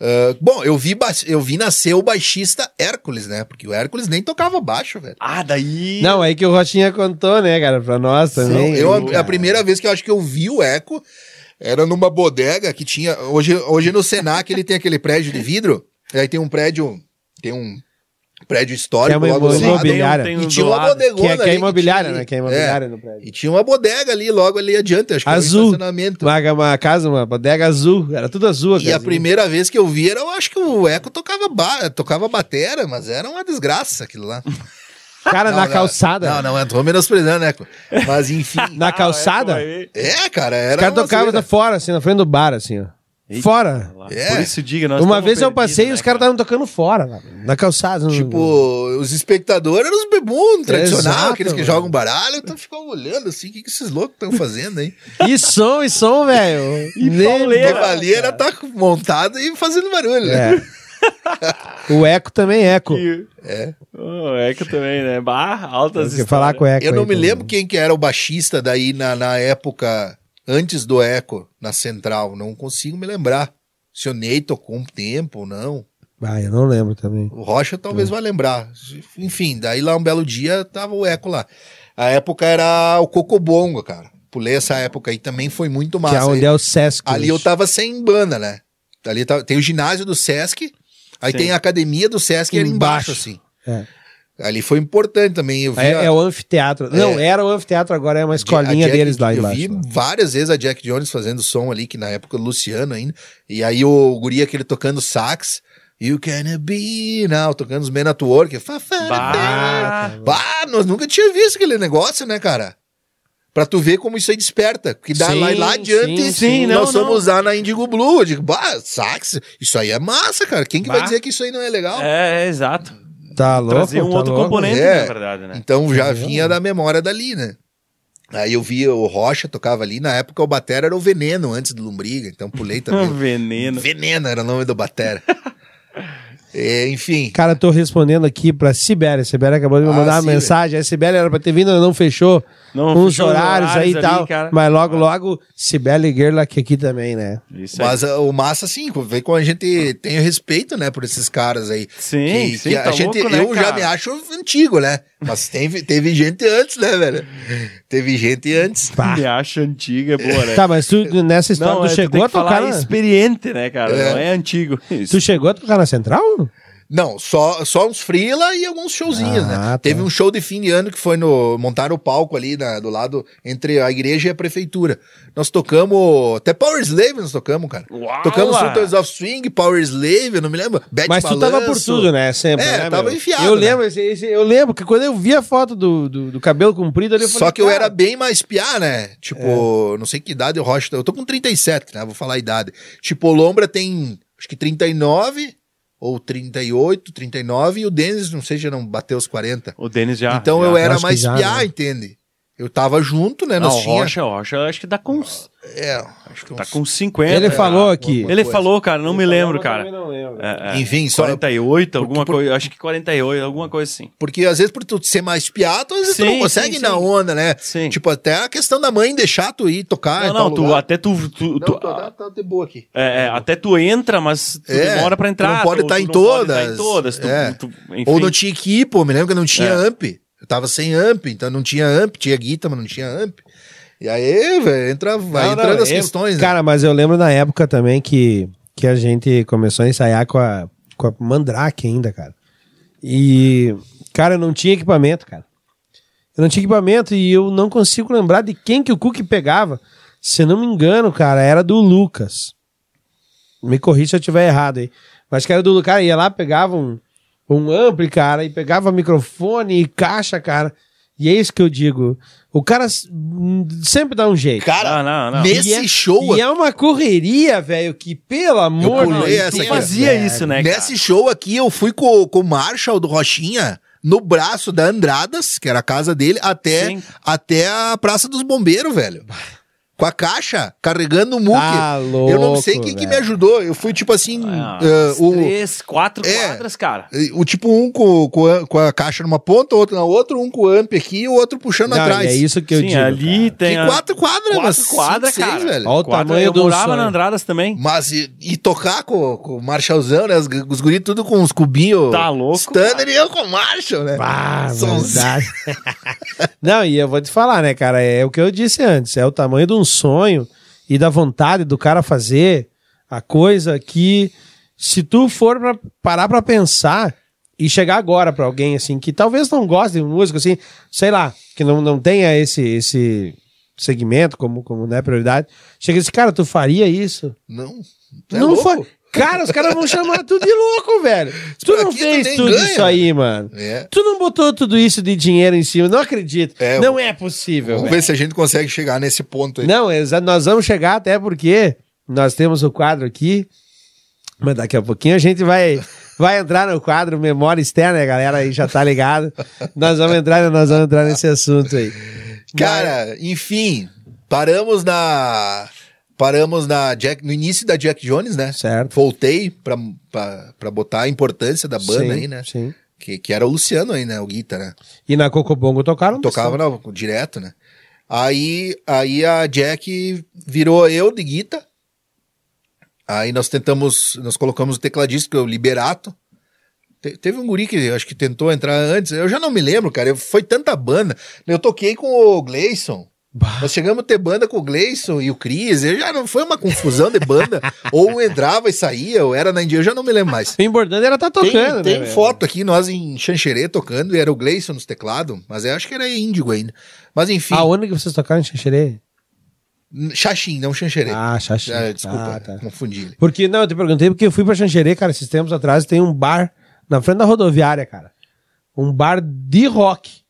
[SPEAKER 3] Ah, bom, eu vi, ba- eu vi nascer o baixista Hércules, né? Porque o Hércules nem tocava baixo, velho.
[SPEAKER 2] Ah, daí.
[SPEAKER 1] Não, aí que o Rotinha contou, né, cara, pra nós também. né?
[SPEAKER 3] Não, eu,
[SPEAKER 1] aí,
[SPEAKER 3] a,
[SPEAKER 1] cara.
[SPEAKER 3] a primeira vez que eu acho que eu vi o Eco era numa bodega que tinha. Hoje, hoje no Senac ele tem aquele prédio de vidro. E aí tem um prédio. Tem um prédio histórico
[SPEAKER 1] Que é uma
[SPEAKER 3] logo do
[SPEAKER 1] imo-
[SPEAKER 3] lado.
[SPEAKER 1] imobiliária.
[SPEAKER 2] Tem um- tem
[SPEAKER 3] E
[SPEAKER 2] um
[SPEAKER 3] tinha
[SPEAKER 2] do
[SPEAKER 3] uma
[SPEAKER 2] lado.
[SPEAKER 3] bodegona
[SPEAKER 1] Que é, que
[SPEAKER 3] ali
[SPEAKER 1] é imobiliária,
[SPEAKER 3] tinha-
[SPEAKER 1] né? Que é
[SPEAKER 3] é.
[SPEAKER 1] imobiliária no prédio.
[SPEAKER 3] E tinha uma bodega ali, logo ali adiante, acho que era um
[SPEAKER 1] Azul.
[SPEAKER 3] estacionamento.
[SPEAKER 1] Uma, uma casa, uma bodega azul. Era tudo azul.
[SPEAKER 3] E a
[SPEAKER 1] casinha.
[SPEAKER 3] primeira vez que eu vi era, eu acho que o Eco tocava, ba tocava batera, mas era uma desgraça aquilo lá.
[SPEAKER 1] Cara,
[SPEAKER 3] Não,
[SPEAKER 1] na
[SPEAKER 3] não,
[SPEAKER 1] calçada.
[SPEAKER 3] Não, não, eu tô menosprezando, Eco. Mas enfim.
[SPEAKER 1] (laughs)
[SPEAKER 2] Ah,
[SPEAKER 1] Na calçada?
[SPEAKER 3] é, cara,
[SPEAKER 1] Os
[SPEAKER 3] era.
[SPEAKER 1] caras
[SPEAKER 3] uma
[SPEAKER 1] tocavam
[SPEAKER 3] zoeira.
[SPEAKER 1] da fora, assim, na frente do bar, assim, ó. Fora.
[SPEAKER 3] É.
[SPEAKER 2] Por isso diga, nós
[SPEAKER 1] Uma
[SPEAKER 2] estamos
[SPEAKER 1] vez eu
[SPEAKER 2] perdidos,
[SPEAKER 1] passei e
[SPEAKER 2] né,
[SPEAKER 1] os caras
[SPEAKER 2] cara?
[SPEAKER 1] estavam tocando fora, lá, na calçada. no-
[SPEAKER 3] Tipo, os espectadores eram os bebum tradicional,
[SPEAKER 1] Uhum. Exato,
[SPEAKER 3] aqueles que
[SPEAKER 1] mano.
[SPEAKER 3] jogam baralho, então ficavam olhando assim, o que, que esses loucos estão fazendo aí?
[SPEAKER 1] E som, e som, velho.
[SPEAKER 2] E
[SPEAKER 1] Nem-
[SPEAKER 2] pauleira.
[SPEAKER 3] Tava ali, era tá montado e fazendo barulho, né?
[SPEAKER 1] É. O eco também é eco.
[SPEAKER 2] E-
[SPEAKER 3] É.
[SPEAKER 2] Oh, Eco também, né? Bah, altas
[SPEAKER 1] Tem que falar com o eco.
[SPEAKER 3] Eu não
[SPEAKER 1] aí
[SPEAKER 3] me
[SPEAKER 1] também.
[SPEAKER 3] lembro quem que era o baixista daí na, na época, antes do Eco, na Central, não consigo me lembrar. Se o Ney tocou um tempo ou não.
[SPEAKER 1] Ah, eu não lembro também.
[SPEAKER 3] O Rocha talvez
[SPEAKER 1] Hum.
[SPEAKER 3] vai lembrar. Enfim, daí lá um belo dia tava o Eco lá. A época era o Cocobongo, cara. Pulei essa época aí também foi muito massa.
[SPEAKER 1] que é onde é o Sesc.
[SPEAKER 3] Ali eu
[SPEAKER 1] hoje.
[SPEAKER 3] tava sem banda, né? Ali tá- tem o ginásio do Sesc, aí
[SPEAKER 2] Sim.
[SPEAKER 3] tem a academia do Sesc ali embaixo,
[SPEAKER 1] Embaixo.
[SPEAKER 3] assim.
[SPEAKER 1] É.
[SPEAKER 3] Ali foi importante também. Eu vi a-
[SPEAKER 1] É, é o anfiteatro. Não, era o anfiteatro, agora é uma escolinha
[SPEAKER 3] a Jack-
[SPEAKER 1] deles lá
[SPEAKER 3] eu
[SPEAKER 1] embaixo. né?
[SPEAKER 3] vi
[SPEAKER 1] lá.
[SPEAKER 3] várias vezes a Jack Jones fazendo som ali, que na época o Luciano ainda. E aí o guri aquele tocando sax. You can be now, tocando os Men at Work. Fa- fa-
[SPEAKER 2] Bah,
[SPEAKER 1] tá.
[SPEAKER 3] Bah, nós nunca tinha visto aquele negócio, né, cara? Pra tu ver como isso aí desperta. Que dá
[SPEAKER 1] Sim,
[SPEAKER 3] lá, lá adiante,
[SPEAKER 1] sim, sim,
[SPEAKER 2] não,
[SPEAKER 3] nós somos lá na Indigo Blue. Eu digo, bah, sax, isso aí é massa, cara. Quem que vai
[SPEAKER 2] Bah.
[SPEAKER 3] dizer que isso aí não é legal?
[SPEAKER 2] É, é, exato.
[SPEAKER 1] Tá louco,
[SPEAKER 2] Trazer um
[SPEAKER 1] tá
[SPEAKER 2] outro
[SPEAKER 1] louco.
[SPEAKER 2] componente,
[SPEAKER 3] É.
[SPEAKER 2] na verdade, né?
[SPEAKER 3] Então já vinha da memória dali, né? Aí eu vi o Rocha tocava ali. Na época o Batera era o Veneno, antes do Lombriga. Então pulei
[SPEAKER 2] Um
[SPEAKER 3] também.
[SPEAKER 2] (laughs) veneno.
[SPEAKER 3] Veneno era o nome
[SPEAKER 2] (laughs)
[SPEAKER 3] do Batera. É, enfim.
[SPEAKER 1] Cara, eu tô respondendo aqui pra Sibéria. Sibéria acabou de me
[SPEAKER 3] Ah,
[SPEAKER 1] mandar uma
[SPEAKER 3] Sibéria.
[SPEAKER 1] mensagem. A Sibéria era pra ter vindo, ela não fechou
[SPEAKER 2] Não
[SPEAKER 1] uns
[SPEAKER 2] fechou os
[SPEAKER 1] horários, aí e
[SPEAKER 2] horários ali,
[SPEAKER 1] tal.
[SPEAKER 2] cara.
[SPEAKER 1] Mas logo, logo, Sibéria e Gerlach aqui também, né?
[SPEAKER 2] Isso aí.
[SPEAKER 3] Mas ah, o massa, sim, vem com a gente tem respeito, né, por esses caras aí.
[SPEAKER 2] Sim,
[SPEAKER 3] que,
[SPEAKER 2] sim,
[SPEAKER 3] que
[SPEAKER 2] tá
[SPEAKER 3] a gente,
[SPEAKER 2] louco, né,
[SPEAKER 3] Eu já
[SPEAKER 2] cara?
[SPEAKER 3] me acho antigo, né? Mas teve, teve gente antes, né, velho? Teve gente antes.
[SPEAKER 1] Pá.
[SPEAKER 2] Me acha antiga, é boa, né?
[SPEAKER 1] Tá, mas tu nessa história
[SPEAKER 2] Não,
[SPEAKER 1] tu
[SPEAKER 2] é, tem
[SPEAKER 1] chegou
[SPEAKER 2] que
[SPEAKER 1] a tocar.
[SPEAKER 2] falar
[SPEAKER 1] na-
[SPEAKER 2] experiente, né, cara?
[SPEAKER 3] É.
[SPEAKER 2] Não é antigo. Isso.
[SPEAKER 1] Tu chegou a tocar na central?
[SPEAKER 3] Não, só, só uns freela e alguns showzinhos,
[SPEAKER 1] Ah,
[SPEAKER 3] né?
[SPEAKER 1] tá.
[SPEAKER 3] Teve um show de fim de ano que foi no. Montaram o palco ali na- do lado entre a igreja e a prefeitura. Nós tocamos. Até Power Slave nós tocamos, cara.
[SPEAKER 2] Uau!
[SPEAKER 3] Tocamos Sultans of Swing, Power Slave, eu não me lembro. Bad
[SPEAKER 1] Mas tu tava por
[SPEAKER 3] Balanço.
[SPEAKER 1] tudo, né? Sempre.
[SPEAKER 3] É,
[SPEAKER 1] né,
[SPEAKER 3] tava
[SPEAKER 1] meu?
[SPEAKER 3] enfiado,
[SPEAKER 1] Eu
[SPEAKER 3] né?
[SPEAKER 1] lembro, esse- esse- eu lembro que quando eu vi a foto do, do, do cabelo comprido ali, eu falei,
[SPEAKER 3] Só que eu
[SPEAKER 1] "Cara,
[SPEAKER 3] era bem mais piá, né?
[SPEAKER 2] É.
[SPEAKER 3] Tipo, não sei que idade o Rocha. tá. Eu tô com 37, né? Vou falar a idade. Tipo, o Lombra tem acho que 39 ou 38, 39, e o Denis, não sei, já não bateu os 40.
[SPEAKER 2] O Denis já.
[SPEAKER 3] então
[SPEAKER 2] Ah, já.
[SPEAKER 3] eu era
[SPEAKER 1] acho que
[SPEAKER 3] mais
[SPEAKER 1] já,
[SPEAKER 3] piá,
[SPEAKER 1] né?
[SPEAKER 3] entende? Eu tava junto, né?
[SPEAKER 2] Não,
[SPEAKER 3] Nós
[SPEAKER 2] o
[SPEAKER 3] tinha.
[SPEAKER 2] Rocha, o Rocha, eu acho que dá com, uns-
[SPEAKER 3] É, acho que uns-
[SPEAKER 2] tá com uns 50.
[SPEAKER 1] Ele
[SPEAKER 2] cara.
[SPEAKER 1] falou aqui.
[SPEAKER 2] Ele
[SPEAKER 3] coisa.
[SPEAKER 2] falou, cara, não me
[SPEAKER 1] Ele falou,
[SPEAKER 2] lembro,
[SPEAKER 1] eu
[SPEAKER 2] cara.
[SPEAKER 1] também não lembro.
[SPEAKER 2] É, é.
[SPEAKER 3] Enfim, só.
[SPEAKER 2] 48, alguma
[SPEAKER 3] por-
[SPEAKER 2] coisa. Acho que 48, alguma coisa assim.
[SPEAKER 3] Porque às vezes por tu ser mais piá, tu, às vezes tu
[SPEAKER 2] Sim,
[SPEAKER 3] não consegue
[SPEAKER 2] sim,
[SPEAKER 3] ir na
[SPEAKER 2] sim.
[SPEAKER 3] onda, né?
[SPEAKER 2] Sim.
[SPEAKER 3] Tipo, até a questão da mãe deixar tu ir tocar. em
[SPEAKER 2] não,
[SPEAKER 3] tal
[SPEAKER 2] não, tu,
[SPEAKER 3] lugar.
[SPEAKER 2] até tu. tu,
[SPEAKER 3] Não,
[SPEAKER 2] tu-
[SPEAKER 3] tô- tá, tá de boa aqui.
[SPEAKER 2] é, é, até tu entra, mas tu
[SPEAKER 3] É,
[SPEAKER 2] demora pra
[SPEAKER 3] tu
[SPEAKER 2] entrar.
[SPEAKER 3] não pode tá em
[SPEAKER 2] não
[SPEAKER 3] todas.
[SPEAKER 2] Pode tá em todas. Tu,
[SPEAKER 3] É.
[SPEAKER 2] tu- enfim.
[SPEAKER 3] Ou não tinha equipe, eu me lembro que eu não tinha
[SPEAKER 2] É.
[SPEAKER 3] amp. Eu tava sem amp, então não tinha amp, tinha guita, mas não tinha amp. E aí, velho, entra, vai
[SPEAKER 1] Não, não,
[SPEAKER 3] entrando as
[SPEAKER 1] eu-
[SPEAKER 3] questões. né?
[SPEAKER 1] Cara, mas eu lembro na época também que, que a gente começou a ensaiar com a, com a Mandrake ainda, cara. E, cara, eu não tinha equipamento, cara. Eu não tinha equipamento e eu não consigo lembrar de quem que o Cook pegava. Se eu não me engano, cara, era do Lucas. Me corri se eu tiver errado aí. Mas que era do Lucas. Cara, ia lá, pegava um, um ampli, cara, e pegava microfone e caixa, cara. E é isso que eu digo. O cara s- hum, sempre dá um jeito.
[SPEAKER 3] Cara,
[SPEAKER 2] Ah, Não, não, não.
[SPEAKER 3] nesse
[SPEAKER 1] E é-
[SPEAKER 3] show,
[SPEAKER 1] E é uma correria, velho, que pelo amor
[SPEAKER 3] pulei
[SPEAKER 1] Deus,
[SPEAKER 3] essa
[SPEAKER 1] tu
[SPEAKER 3] aqui, ó.
[SPEAKER 2] fazia
[SPEAKER 1] É,
[SPEAKER 2] isso, né, cara?
[SPEAKER 3] nesse show aqui, eu fui com, com o Marshall do Rochinha no braço da Andradas, que era a casa dele, até,
[SPEAKER 2] Sim.
[SPEAKER 3] até a Praça dos Bombeiros, velho. Com a caixa, carregando o muque.
[SPEAKER 1] Tá
[SPEAKER 3] eu não sei
[SPEAKER 1] louco,
[SPEAKER 3] quem que me
[SPEAKER 1] velho.
[SPEAKER 3] ajudou. Eu fui tipo assim.
[SPEAKER 2] Ah,
[SPEAKER 3] eh,
[SPEAKER 2] umas
[SPEAKER 3] o,
[SPEAKER 2] três, quatro
[SPEAKER 3] É.
[SPEAKER 2] quadras, cara.
[SPEAKER 3] O tipo um com, com, a, com a caixa numa ponta, outro na outra, um com o amp aqui e o outro puxando
[SPEAKER 1] Não,
[SPEAKER 3] atrás.
[SPEAKER 1] e é isso que eu
[SPEAKER 2] Sim,
[SPEAKER 1] digo.
[SPEAKER 2] ali
[SPEAKER 1] cara.
[SPEAKER 2] tem.
[SPEAKER 3] Que
[SPEAKER 2] a-
[SPEAKER 3] quatro quadras, mas
[SPEAKER 2] Quatro
[SPEAKER 3] cinco,
[SPEAKER 2] quadras,
[SPEAKER 3] seis,
[SPEAKER 2] cara.
[SPEAKER 3] velho.
[SPEAKER 1] Olha o
[SPEAKER 2] Quadra-
[SPEAKER 1] tamanho
[SPEAKER 2] Eu
[SPEAKER 1] do
[SPEAKER 2] morava
[SPEAKER 1] sonho.
[SPEAKER 2] na Andradas também.
[SPEAKER 3] Mas e, e tocar com, com o Marshallzão, né? Os, os guris tudo com os cubinhos.
[SPEAKER 2] Tá louco,
[SPEAKER 3] Stunner
[SPEAKER 2] cara.
[SPEAKER 3] e eu com o Marshall, né?
[SPEAKER 1] Bah,
[SPEAKER 3] (laughs) Sonzinho.
[SPEAKER 1] Ah, verdade. (laughs) Não, e eu vou te falar, né, cara? É o que eu disse antes. É o tamanho de um sonho e da vontade do cara fazer a coisa que, se tu for pra parar pra pensar, e chegar agora pra alguém assim que talvez não goste de música assim, sei lá, que não, não tenha esse esse segmento como como né, prioridade, chega esse cara, tu faria isso?
[SPEAKER 3] Não. tu é
[SPEAKER 1] não
[SPEAKER 3] louco?
[SPEAKER 1] fa- Cara, os caras vão chamar tu de louco,
[SPEAKER 3] (laughs)
[SPEAKER 1] velho. Tu
[SPEAKER 3] Pra
[SPEAKER 1] não
[SPEAKER 3] que tu
[SPEAKER 1] fez
[SPEAKER 3] nem
[SPEAKER 1] tudo
[SPEAKER 3] ganha,
[SPEAKER 1] isso aí, mano.
[SPEAKER 3] É.
[SPEAKER 1] Tu não botou tudo isso de dinheiro em cima, não acredito.
[SPEAKER 3] É,
[SPEAKER 1] não é possível.
[SPEAKER 3] Vamos
[SPEAKER 1] velho.
[SPEAKER 3] ver se a gente consegue chegar nesse ponto aí.
[SPEAKER 1] Não, exa- nós vamos chegar até porque nós temos o quadro aqui, mas daqui a pouquinho a gente vai, vai entrar no quadro Memória Externa, a galera aí já tá ligado. nós, vamos entrar, nós vamos entrar nesse assunto aí.
[SPEAKER 3] Cara, enfim, paramos na. Paramos na Jack, no início da Jack Jones, né?
[SPEAKER 1] Certo.
[SPEAKER 3] Voltei pra, pra, pra botar a importância da banda
[SPEAKER 1] Sim,
[SPEAKER 3] aí, né?
[SPEAKER 1] Sim.
[SPEAKER 3] Que, que era o Luciano aí, né? O Guita, né?
[SPEAKER 1] E na Cocobongo tocaram?
[SPEAKER 3] Tocava na- direto, né? Aí, aí a Jack virou eu de guita. Aí nós tentamos, nós colocamos o tecladista, que é o Liberato. Te- teve um guri que eu acho que tentou entrar antes, eu já não me lembro, cara. eu- foi tanta banda. Eu toquei com o Gleison.
[SPEAKER 1] Bah.
[SPEAKER 3] Nós chegamos a ter banda com o Gleison e o Cris. Eu já não foi uma confusão de banda. ou um entrava e saía, ou era na Índia, eu já não me lembro mais.
[SPEAKER 1] O importante era estar tá tocando,
[SPEAKER 3] Tem,
[SPEAKER 1] né,
[SPEAKER 3] tem
[SPEAKER 1] velho?
[SPEAKER 3] foto aqui, nós em Xanxerê tocando, e era o Gleison nos teclados, mas eu acho que era índigo ainda. Mas enfim,
[SPEAKER 1] Aonde que vocês tocaram em Xanxerê?
[SPEAKER 3] n- Xaxim, não Xanxerê.
[SPEAKER 1] Ah, Xaxim.
[SPEAKER 3] Ah, desculpa,
[SPEAKER 1] Ah, tá.
[SPEAKER 3] confundi.
[SPEAKER 1] Porque, não, eu te perguntei porque eu fui pra Xanxerê, cara, esses tempos atrás, tem um bar na frente da rodoviária, cara. Um bar de rock.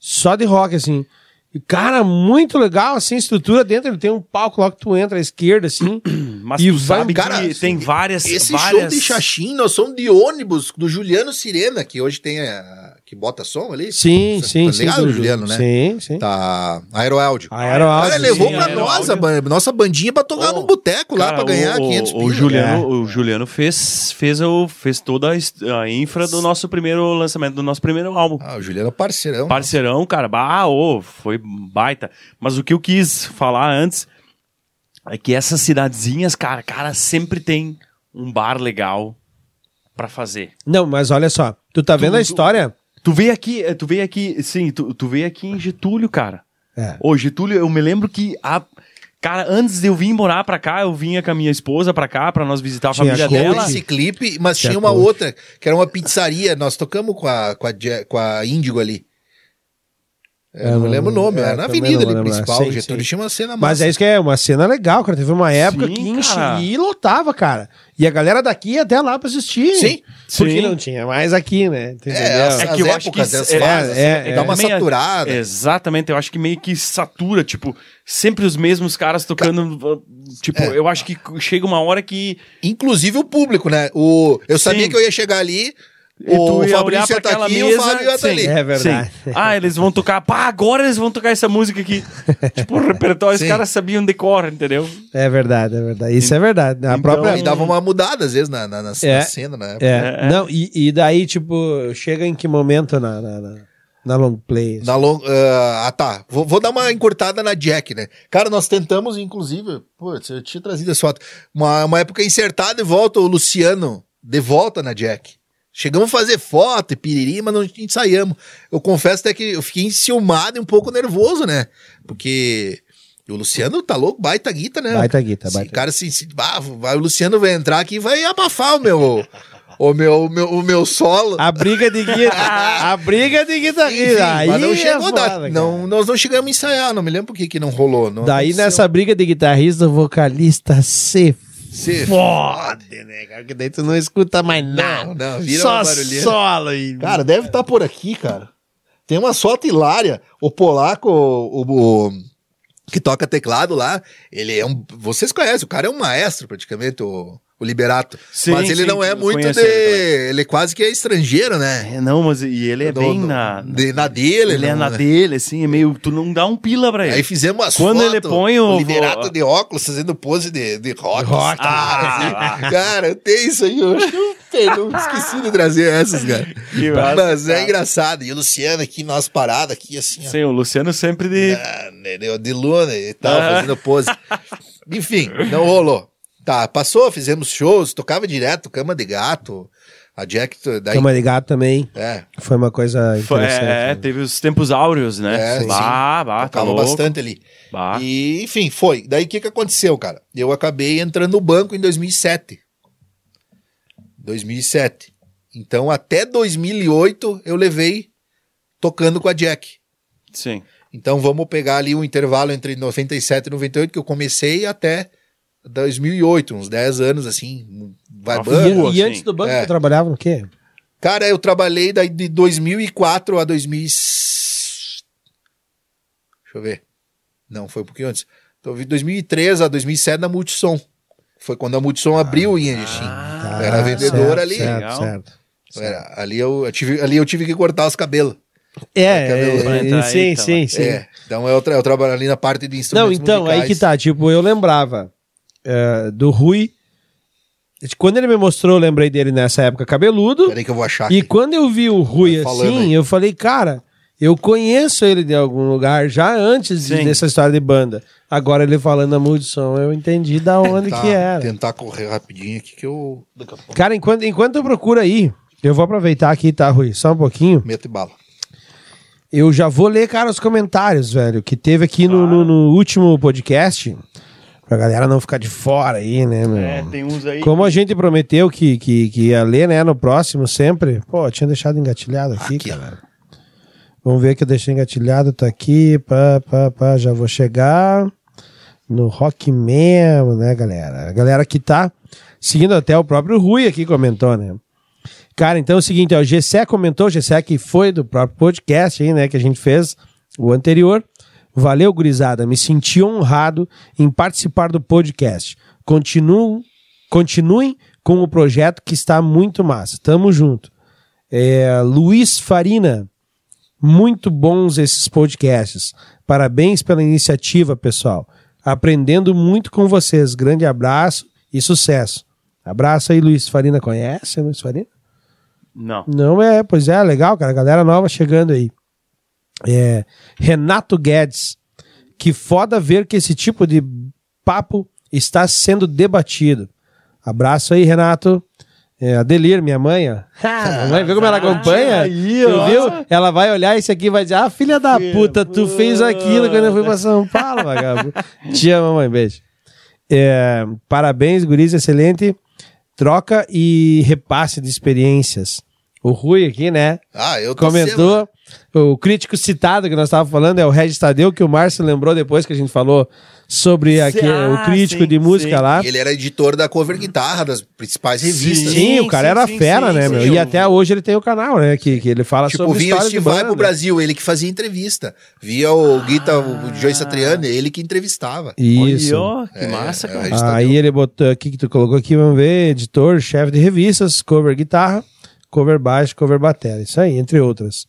[SPEAKER 1] Só de rock, assim. E, cara, muito legal, assim, a estrutura dentro. Ele tem um palco lá que tu entra à esquerda,
[SPEAKER 3] (coughs)
[SPEAKER 1] assim.
[SPEAKER 2] Mas
[SPEAKER 1] E
[SPEAKER 2] tu
[SPEAKER 1] vai-
[SPEAKER 2] sabe
[SPEAKER 3] cara,
[SPEAKER 2] que tem várias...
[SPEAKER 3] Esse show
[SPEAKER 2] várias...
[SPEAKER 3] de Xaxim, nós somos de ônibus do Juliano Sirena, que hoje tem a... que bota som ali.
[SPEAKER 1] sim,
[SPEAKER 3] Tá
[SPEAKER 1] sim, sim.
[SPEAKER 3] ligado,
[SPEAKER 1] do-
[SPEAKER 3] Juliano, né?
[SPEAKER 1] Sim, sim.
[SPEAKER 3] Tá, Aeroáudio. O
[SPEAKER 1] Aeroáudio.
[SPEAKER 3] cara levou
[SPEAKER 1] sim,
[SPEAKER 3] pra
[SPEAKER 1] aeroáudio.
[SPEAKER 3] nós a ban- nossa bandinha pra tocar
[SPEAKER 2] Ô,
[SPEAKER 3] no boteco lá
[SPEAKER 2] Cara,
[SPEAKER 3] pra ganhar 500
[SPEAKER 2] o,
[SPEAKER 3] pila. É.
[SPEAKER 2] Juliano, o Juliano fez, fez, o, fez toda a est- a infra do nosso primeiro lançamento, do nosso primeiro álbum.
[SPEAKER 3] Ah, o Juliano é parceirão.
[SPEAKER 2] Parceirão, cara, bah, ô, foi baita. Mas o que eu quis falar antes é que essas cidadezinhas, cara, cara, sempre tem um bar legal pra fazer.
[SPEAKER 1] Não, mas olha só. Tu tá vendo a
[SPEAKER 2] tu-
[SPEAKER 1] história?
[SPEAKER 2] Tu veio aqui, eh, tu veio aqui, sim, tu, tu veio aqui em Getúlio, cara.
[SPEAKER 1] É.
[SPEAKER 2] Ô, Getúlio, eu me lembro que a. Cara, antes de eu vir morar pra cá, eu vinha com a minha esposa pra cá, pra nós visitar a
[SPEAKER 1] Tinha
[SPEAKER 2] família
[SPEAKER 1] coach.
[SPEAKER 3] Tocou
[SPEAKER 2] dela.
[SPEAKER 3] esse clipe, mas
[SPEAKER 1] Que é
[SPEAKER 3] tinha uma
[SPEAKER 1] coach.
[SPEAKER 3] outra, que era uma pizzaria. Nós tocamos com a, com a, Je- com a Índigo ali. Eu
[SPEAKER 1] Eu
[SPEAKER 3] não
[SPEAKER 1] não-
[SPEAKER 3] lembro o nome,
[SPEAKER 1] é,
[SPEAKER 3] era na
[SPEAKER 1] também
[SPEAKER 3] avenida
[SPEAKER 1] não vou
[SPEAKER 3] ali
[SPEAKER 1] lembrar.
[SPEAKER 3] principal.
[SPEAKER 1] Sim,
[SPEAKER 3] Getúlio
[SPEAKER 1] sim.
[SPEAKER 3] tinha uma cena
[SPEAKER 1] Mas
[SPEAKER 3] Ah, massa.
[SPEAKER 1] é isso que é uma cena legal, cara. Teve uma época
[SPEAKER 2] Sim,
[SPEAKER 1] que enchia
[SPEAKER 2] cara.
[SPEAKER 1] e lotava, cara. E a galera daqui ia até lá pra assistir.
[SPEAKER 3] Sim, assim,
[SPEAKER 1] Porque
[SPEAKER 2] sim.
[SPEAKER 1] não tinha mais aqui, né? Tu Entendeu?
[SPEAKER 3] as,
[SPEAKER 2] É que
[SPEAKER 3] as
[SPEAKER 2] eu acho
[SPEAKER 3] épocas,
[SPEAKER 2] que
[SPEAKER 3] as
[SPEAKER 2] é-
[SPEAKER 3] fases,
[SPEAKER 1] é,
[SPEAKER 3] dá
[SPEAKER 1] é.
[SPEAKER 3] uma
[SPEAKER 2] Meia-
[SPEAKER 3] saturada.
[SPEAKER 2] Exatamente, eu acho que meio que satura, tipo, sempre os mesmos caras tocando. Tipo, eu acho que chega uma hora que.
[SPEAKER 3] Inclusive o público, né? O, eu sabia
[SPEAKER 2] Sim.
[SPEAKER 3] que eu ia chegar ali,
[SPEAKER 2] E
[SPEAKER 3] o
[SPEAKER 2] tu ia olhar
[SPEAKER 3] Fabrício ia
[SPEAKER 2] pra
[SPEAKER 3] estar
[SPEAKER 2] aquela
[SPEAKER 3] aqui e o
[SPEAKER 2] mesa,
[SPEAKER 3] Fábio ia estar
[SPEAKER 2] sim.
[SPEAKER 3] ali.
[SPEAKER 1] É verdade.
[SPEAKER 2] Sim. Ah, eles vão tocar. Pá, agora eles vão tocar essa música aqui. tipo, o repertório, os
[SPEAKER 3] Sim.
[SPEAKER 2] caras sabiam de cor, entendeu?
[SPEAKER 1] É verdade, é verdade. Isso é verdade. A própria.
[SPEAKER 3] E dava uma mudada às vezes na, na, na- na
[SPEAKER 1] então- É.
[SPEAKER 3] cena, né?
[SPEAKER 1] É, não, e, e daí, tipo, chega em que momento na, na, na, na long play?
[SPEAKER 3] Na long... ah, ah, tá. Vou, vou dar uma encurtada na Jack, né? Cara, nós tentamos, inclusive. Putz, eu tinha trazido essa foto. Uma, uma época insertar de volta o Luciano de volta na Jack. Chegamos a fazer foto e piriri, mas não ensaiamos. Eu confesso até que eu fiquei enciumado e um pouco nervoso, né? Porque o Luciano tá louco, baita guita, né?
[SPEAKER 1] Baita guita,
[SPEAKER 3] Se
[SPEAKER 1] baita
[SPEAKER 3] O cara se, se ah, vai, o Luciano vai entrar aqui e vai abafar o meu, o meu, o meu, o meu solo.
[SPEAKER 1] A briga de guita. a briga de
[SPEAKER 3] Enfim,
[SPEAKER 1] guitarrista. Aí
[SPEAKER 3] mas não
[SPEAKER 1] é
[SPEAKER 3] chegou a
[SPEAKER 1] foda,
[SPEAKER 3] dar-
[SPEAKER 1] cara.
[SPEAKER 3] não, nós não chegamos a ensaiar, não me lembro por que, que não rolou. Não
[SPEAKER 1] Daí
[SPEAKER 3] aconteceu.
[SPEAKER 1] nessa briga de guitarrista, o vocalista se
[SPEAKER 3] Se-
[SPEAKER 1] fode, né, cara? Que daí tu não escuta mais nada.
[SPEAKER 3] não, vira
[SPEAKER 1] Só
[SPEAKER 3] uma barulheira.
[SPEAKER 1] solo e.
[SPEAKER 3] Cara, deve estar por aqui, cara. Tem uma foto hilária. O polaco, o, o- o- que toca teclado lá, ele é um. Vocês conhecem, o cara é um maestro praticamente, o, o Liberato.
[SPEAKER 2] Sim,
[SPEAKER 3] Mas ele
[SPEAKER 2] sim,
[SPEAKER 3] não é
[SPEAKER 2] eu
[SPEAKER 3] muito
[SPEAKER 2] conheço
[SPEAKER 3] de.
[SPEAKER 2] ele também.
[SPEAKER 3] Ele quase que é estrangeiro, né?
[SPEAKER 2] É, não, mas e ele é
[SPEAKER 3] Do-
[SPEAKER 2] bem
[SPEAKER 3] do-
[SPEAKER 2] na.
[SPEAKER 3] de- na dele, né?
[SPEAKER 2] ele é
[SPEAKER 3] não-
[SPEAKER 2] na dele, assim, é meio. Tu não dá um pila pra ele.
[SPEAKER 3] Aí fizemos as
[SPEAKER 2] Quando
[SPEAKER 3] fotos,
[SPEAKER 2] ele põe o-
[SPEAKER 3] Liberato de óculos fazendo pose de, de rock.
[SPEAKER 1] Rock.
[SPEAKER 3] Cara,
[SPEAKER 2] Ah.
[SPEAKER 3] assim. Cara, eu tenho isso aí. Eu acho que eu tenho, não esqueci de trazer essas, cara.
[SPEAKER 2] Que massa,
[SPEAKER 3] Mas é
[SPEAKER 2] cara.
[SPEAKER 3] engraçado. E o Luciano aqui, nas paradas aqui,
[SPEAKER 1] É.
[SPEAKER 3] assim, ó.
[SPEAKER 2] Sim, o Luciano sempre de.
[SPEAKER 3] Ah, né, de, de luna e tal,
[SPEAKER 2] Ah.
[SPEAKER 3] fazendo pose. Enfim, não rolou. Tá, passou, fizemos shows, tocava direto, Cama de Gato, a Jack, daí...
[SPEAKER 1] Cama de gato também.
[SPEAKER 3] É,
[SPEAKER 1] Foi uma coisa
[SPEAKER 2] Foi-
[SPEAKER 1] interessante.
[SPEAKER 2] é,
[SPEAKER 1] né?
[SPEAKER 2] teve os tempos áureos, né?
[SPEAKER 3] É, sim.
[SPEAKER 2] bah, bah, tá
[SPEAKER 3] tocava
[SPEAKER 2] louco.
[SPEAKER 3] bastante ali.
[SPEAKER 2] Bah.
[SPEAKER 3] E, enfim, foi. Daí o que, que aconteceu, cara? Eu acabei entrando no banco em 2007. 2007. Então, até 2008, eu levei tocando com a Jack.
[SPEAKER 2] Sim.
[SPEAKER 3] Então, vamos pegar ali um intervalo entre 97 e 98, que eu comecei, até 2008, uns 10 anos, assim, vai
[SPEAKER 2] Uma
[SPEAKER 3] banco.
[SPEAKER 2] Boa,
[SPEAKER 1] e
[SPEAKER 2] sim.
[SPEAKER 1] antes do banco,
[SPEAKER 3] É.
[SPEAKER 1] você trabalhava no quê?
[SPEAKER 3] Cara, eu trabalhei daí de 2004 a 2000. e- Deixa eu ver. Não, foi um pouquinho antes. Então, de 2003 a 2007 na Multissom. Foi quando a Multissom abriu em Erechim.
[SPEAKER 2] Ah,
[SPEAKER 3] Era vendedor
[SPEAKER 1] certo,
[SPEAKER 3] ali.
[SPEAKER 1] Certo,
[SPEAKER 2] Legal.
[SPEAKER 1] certo.
[SPEAKER 3] Era, ali, eu, eu tive, ali eu tive que cortar os cabelos.
[SPEAKER 1] É, é,
[SPEAKER 3] Cabelo-
[SPEAKER 1] é,
[SPEAKER 2] Vai entrar aí,
[SPEAKER 1] sim,
[SPEAKER 2] então.
[SPEAKER 1] sim, sim.
[SPEAKER 3] É, então eu, tra eu trabalho ali na parte de
[SPEAKER 1] Não,
[SPEAKER 3] instrumentos
[SPEAKER 1] então, aí que
[SPEAKER 3] musicais.
[SPEAKER 1] tá. Tipo, eu lembrava eh, do Rui. de Quando ele me mostrou, eu lembrei dele nessa época cabeludo.
[SPEAKER 3] Peraí que eu vou achar
[SPEAKER 1] E
[SPEAKER 3] aqui.
[SPEAKER 1] quando eu vi o Rui
[SPEAKER 3] Tá é falando
[SPEAKER 1] assim,
[SPEAKER 3] aí.
[SPEAKER 1] eu falei, cara, eu conheço ele de algum lugar já antes de-
[SPEAKER 2] Sim.
[SPEAKER 1] dessa história de banda. Agora ele falando a Mudson, eu entendi da onde
[SPEAKER 3] (laughs) Tá,
[SPEAKER 1] que é? era.
[SPEAKER 3] Tentar correr rapidinho aqui que eu... Daqui a pouco
[SPEAKER 1] Cara, enquanto, enquanto eu procuro aí, eu vou aproveitar aqui, tá, Rui? Só um pouquinho.
[SPEAKER 3] meto e bala.
[SPEAKER 1] Eu já vou ler, cara, os comentários, velho, que teve aqui no, no- no último podcast. Pra galera não ficar de fora aí, né, meu?
[SPEAKER 2] É, tem uns aí.
[SPEAKER 1] Como a gente prometeu que, que, que ia ler, né, no próximo sempre. Pô, eu tinha deixado engatilhado aqui,
[SPEAKER 3] Aqui, ó.
[SPEAKER 1] cara. Vamos ver que eu deixei engatilhado, tá aqui, pá, pá, pá, já vou chegar no rock mesmo, né, galera? A galera que tá seguindo até o próprio Rui aqui comentou, né? Cara, então é o seguinte, ó, o Gessé comentou, o Gessé que foi do próprio podcast aí, né, que a gente fez, o anterior. Valeu, gurizada, me senti honrado em participar do podcast. Continuo, continuem com o projeto que está muito massa. Tamo junto. É, Luiz Farina, muito bons esses podcasts. Parabéns pela iniciativa, pessoal. Aprendendo muito com vocês. Grande abraço e sucesso. Abraço aí, Luiz Farina. Conhece, Luiz Farina?
[SPEAKER 2] Não.
[SPEAKER 1] Não é, pois é, legal, cara. Galera nova chegando aí. É, Renato Guedes. Que foda ver que esse tipo de papo está sendo debatido. Abraço aí, Renato. É, a Delir, minha mãe,
[SPEAKER 2] (laughs)
[SPEAKER 1] ó. Ah, mãe, viu como ela acompanha?
[SPEAKER 2] aí,
[SPEAKER 1] Tu
[SPEAKER 2] ó.
[SPEAKER 1] viu? Ela vai olhar isso aqui e vai dizer: Ah, filha da
[SPEAKER 2] Filha
[SPEAKER 1] puta, tu
[SPEAKER 2] puta.
[SPEAKER 1] fez aquilo quando eu fui pra São Paulo,
[SPEAKER 2] (laughs)
[SPEAKER 1] vagabundo. Te amo, mãe, beijo. É, parabéns, guris, excelente. Troca e repasse de experiências. O Rui aqui, né?
[SPEAKER 3] Ah, eu tô
[SPEAKER 1] Comentou. O crítico citado que nós estávamos falando é o Regis Tadeu, que o Márcio lembrou depois que a gente falou sobre aqui,
[SPEAKER 2] Ah,
[SPEAKER 1] o crítico
[SPEAKER 2] sim,
[SPEAKER 1] de música
[SPEAKER 2] sim. é
[SPEAKER 1] lá.
[SPEAKER 3] E ele era editor da cover guitarra das principais revistas.
[SPEAKER 1] Sim, o cara
[SPEAKER 2] sim,
[SPEAKER 1] era
[SPEAKER 2] sim,
[SPEAKER 1] fera,
[SPEAKER 2] sim,
[SPEAKER 1] né,
[SPEAKER 2] sim,
[SPEAKER 1] meu?
[SPEAKER 2] sim.
[SPEAKER 1] E até hoje ele tem o canal, né? Que, que ele fala
[SPEAKER 3] Tipo,
[SPEAKER 1] sobre
[SPEAKER 3] vinha o
[SPEAKER 1] história de
[SPEAKER 3] Steve Vai
[SPEAKER 1] banda.
[SPEAKER 3] pro Brasil, ele que fazia entrevista. Via
[SPEAKER 2] Ah.
[SPEAKER 3] o Guita, o Joe Satriani, ele que entrevistava.
[SPEAKER 1] Isso.
[SPEAKER 2] Olha, ó, que massa,
[SPEAKER 3] é,
[SPEAKER 2] cara.
[SPEAKER 3] é. Registador.
[SPEAKER 1] Aí ele botou aqui que tu colocou aqui, vamos ver, editor, chefe de revistas, cover guitarra, cover baixo, cover batera, isso aí, entre outras.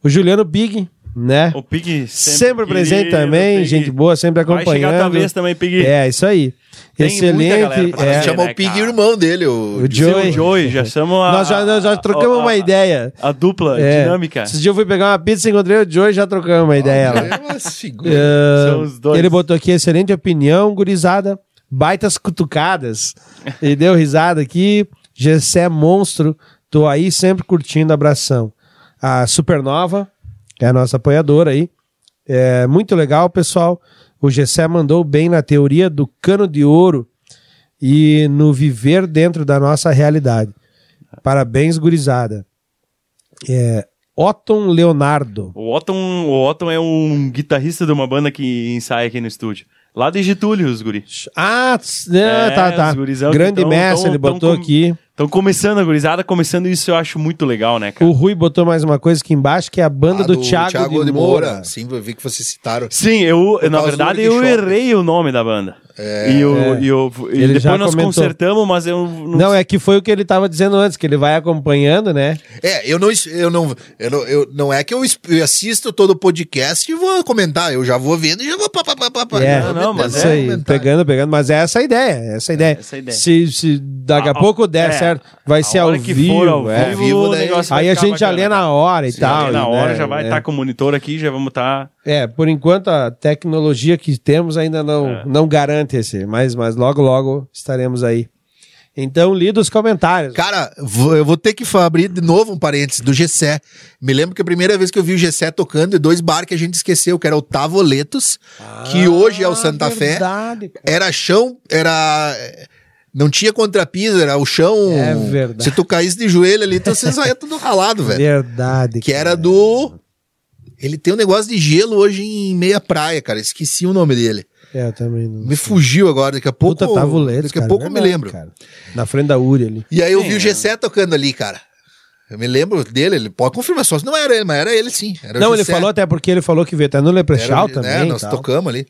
[SPEAKER 1] O Juliano Big, né?
[SPEAKER 2] O Pig sempre,
[SPEAKER 1] Sempre, presente
[SPEAKER 2] querido,
[SPEAKER 1] também,
[SPEAKER 2] Pig.
[SPEAKER 1] gente boa, sempre
[SPEAKER 2] Vai
[SPEAKER 1] acompanhando.
[SPEAKER 2] chegar a tua vez também, Pig.
[SPEAKER 1] É, isso aí.
[SPEAKER 2] Tem muita galera
[SPEAKER 1] Excelente.
[SPEAKER 2] pra
[SPEAKER 1] é.
[SPEAKER 3] Ele
[SPEAKER 2] fazer.
[SPEAKER 3] chamou
[SPEAKER 2] né,
[SPEAKER 3] o Pig
[SPEAKER 2] cara?
[SPEAKER 3] irmão dele,
[SPEAKER 1] O
[SPEAKER 3] o,
[SPEAKER 2] Seu
[SPEAKER 1] Joey.
[SPEAKER 2] Joey, já chamamos a.
[SPEAKER 1] Nós, já, nós já trocamos
[SPEAKER 2] a-
[SPEAKER 1] uma
[SPEAKER 2] a-
[SPEAKER 1] ideia.
[SPEAKER 2] A dupla
[SPEAKER 1] É.
[SPEAKER 2] dinâmica.
[SPEAKER 1] Esses dias eu fui pegar uma pizza, encontrei o Joey e já trocamos uma ideia lá.
[SPEAKER 3] É uma figura.
[SPEAKER 1] É, ah,
[SPEAKER 2] São os dois.
[SPEAKER 1] Ele botou aqui excelente opinião, gurizada. Baitas
[SPEAKER 2] (laughs)
[SPEAKER 1] cutucadas. e deu risada aqui. Gessé monstro. Tô aí sempre curtindo, abração. A Supernova, que é a nossa apoiadora aí. É muito legal, pessoal. O Gessé mandou bem na teoria do cano de ouro e no viver dentro da nossa realidade. Parabéns, gurizada. É, Otton Leonardo.
[SPEAKER 2] O Otton, o Otton é um guitarrista de uma banda que ensaia aqui no estúdio. Lá de Getúlio, os guri.
[SPEAKER 1] Ah, tss, né,
[SPEAKER 2] É,
[SPEAKER 1] tá, tá.
[SPEAKER 2] os gurizão que
[SPEAKER 1] Grande
[SPEAKER 2] tão-
[SPEAKER 1] mestre,
[SPEAKER 2] tão-
[SPEAKER 1] ele
[SPEAKER 2] tão
[SPEAKER 1] botou
[SPEAKER 2] com-
[SPEAKER 1] aqui.
[SPEAKER 2] Estão começando a gurizada, começando isso eu acho muito legal, né, cara?
[SPEAKER 1] O Rui botou mais uma coisa aqui embaixo, que é a banda
[SPEAKER 3] Ah,
[SPEAKER 1] do, Thiago, de Moura.
[SPEAKER 3] Sim, eu vi que vocês citaram.
[SPEAKER 2] Sim, eu, na
[SPEAKER 3] causa do
[SPEAKER 2] verdade,
[SPEAKER 3] Urg
[SPEAKER 2] eu
[SPEAKER 3] Shopping.
[SPEAKER 2] errei o nome da banda. e eu,
[SPEAKER 1] É.
[SPEAKER 2] e eu- e
[SPEAKER 1] Ele já
[SPEAKER 2] depois nós
[SPEAKER 1] comentou.
[SPEAKER 2] consertamos, mas eu
[SPEAKER 1] Não, é que foi o que ele tava dizendo antes, que ele vai acompanhando, né?
[SPEAKER 3] É, eu não, es- eu não, eu não, eu- não é que eu, es- eu assisto todo o podcast e vou comentar. Eu já vou vendo e já vou pá, pá, pá, pá, pá.
[SPEAKER 1] É,
[SPEAKER 3] Já vou
[SPEAKER 2] não, mas
[SPEAKER 3] metendo
[SPEAKER 1] isso
[SPEAKER 2] é
[SPEAKER 1] aí,
[SPEAKER 3] comentário.
[SPEAKER 1] pegando, pegando, mas é essa a ideia, é essa a ideia.
[SPEAKER 2] essa a ideia.
[SPEAKER 1] Se, se daqui a,
[SPEAKER 2] A-
[SPEAKER 1] pouco der
[SPEAKER 2] é,
[SPEAKER 1] certo, vai
[SPEAKER 2] a
[SPEAKER 1] ser ao
[SPEAKER 2] hora que
[SPEAKER 1] vivo,
[SPEAKER 2] for ao
[SPEAKER 1] é.
[SPEAKER 2] vivo,
[SPEAKER 3] Vivo,
[SPEAKER 2] o
[SPEAKER 3] daí-
[SPEAKER 2] negócio vai
[SPEAKER 1] Aí a
[SPEAKER 2] ficar
[SPEAKER 1] gente já
[SPEAKER 2] bacana,
[SPEAKER 1] lê
[SPEAKER 2] cara.
[SPEAKER 1] na hora e
[SPEAKER 2] Já
[SPEAKER 1] tal.
[SPEAKER 2] lê na
[SPEAKER 1] né?
[SPEAKER 2] hora, já vai tá
[SPEAKER 1] É.
[SPEAKER 2] estar com o monitor aqui, já vamos tá. estar...
[SPEAKER 1] É, por enquanto a tecnologia que temos ainda não,
[SPEAKER 2] É.
[SPEAKER 1] não garante esse, mas, mas logo, logo estaremos aí. Então, lido os comentários.
[SPEAKER 3] Cara, vou- eu vou ter que fa- abrir de novo um parênteses do Gessé. Me lembro que a primeira vez que eu vi o Gessé tocando e dois bar que a gente esqueceu, que era o
[SPEAKER 1] Ah,
[SPEAKER 3] Tavoletos, que hoje é o Santa Fé.
[SPEAKER 1] verdade, cara.
[SPEAKER 3] Era chão, era Não tinha contrapiso, era o chão.
[SPEAKER 1] É verdade.
[SPEAKER 3] Se tu caísse de joelho ali, tu se saía tudo ralado, velho.
[SPEAKER 1] Verdade.
[SPEAKER 3] Que
[SPEAKER 1] cara.
[SPEAKER 3] era do. Ele tem um negócio de gelo hoje em meia praia, cara. Esqueci o nome dele.
[SPEAKER 1] É, eu também não.
[SPEAKER 3] Me fugiu agora, daqui a pouco.
[SPEAKER 1] Puta tabuleiro.
[SPEAKER 3] daqui a pouco eu me lembro.
[SPEAKER 1] Na frente da Uri ali.
[SPEAKER 3] E aí eu vi
[SPEAKER 2] É.
[SPEAKER 3] o Gessé tocando ali, cara. Eu me lembro dele, ele pode confirmar só. se Não era ele, mas era ele sim. Era o
[SPEAKER 1] não, ele
[SPEAKER 3] Gessé.
[SPEAKER 1] falou até porque ele falou que veio até no
[SPEAKER 3] Era
[SPEAKER 1] Leprechal
[SPEAKER 3] o-
[SPEAKER 1] também.
[SPEAKER 3] né,
[SPEAKER 1] e
[SPEAKER 3] nós
[SPEAKER 1] tal.
[SPEAKER 3] tocamos ali.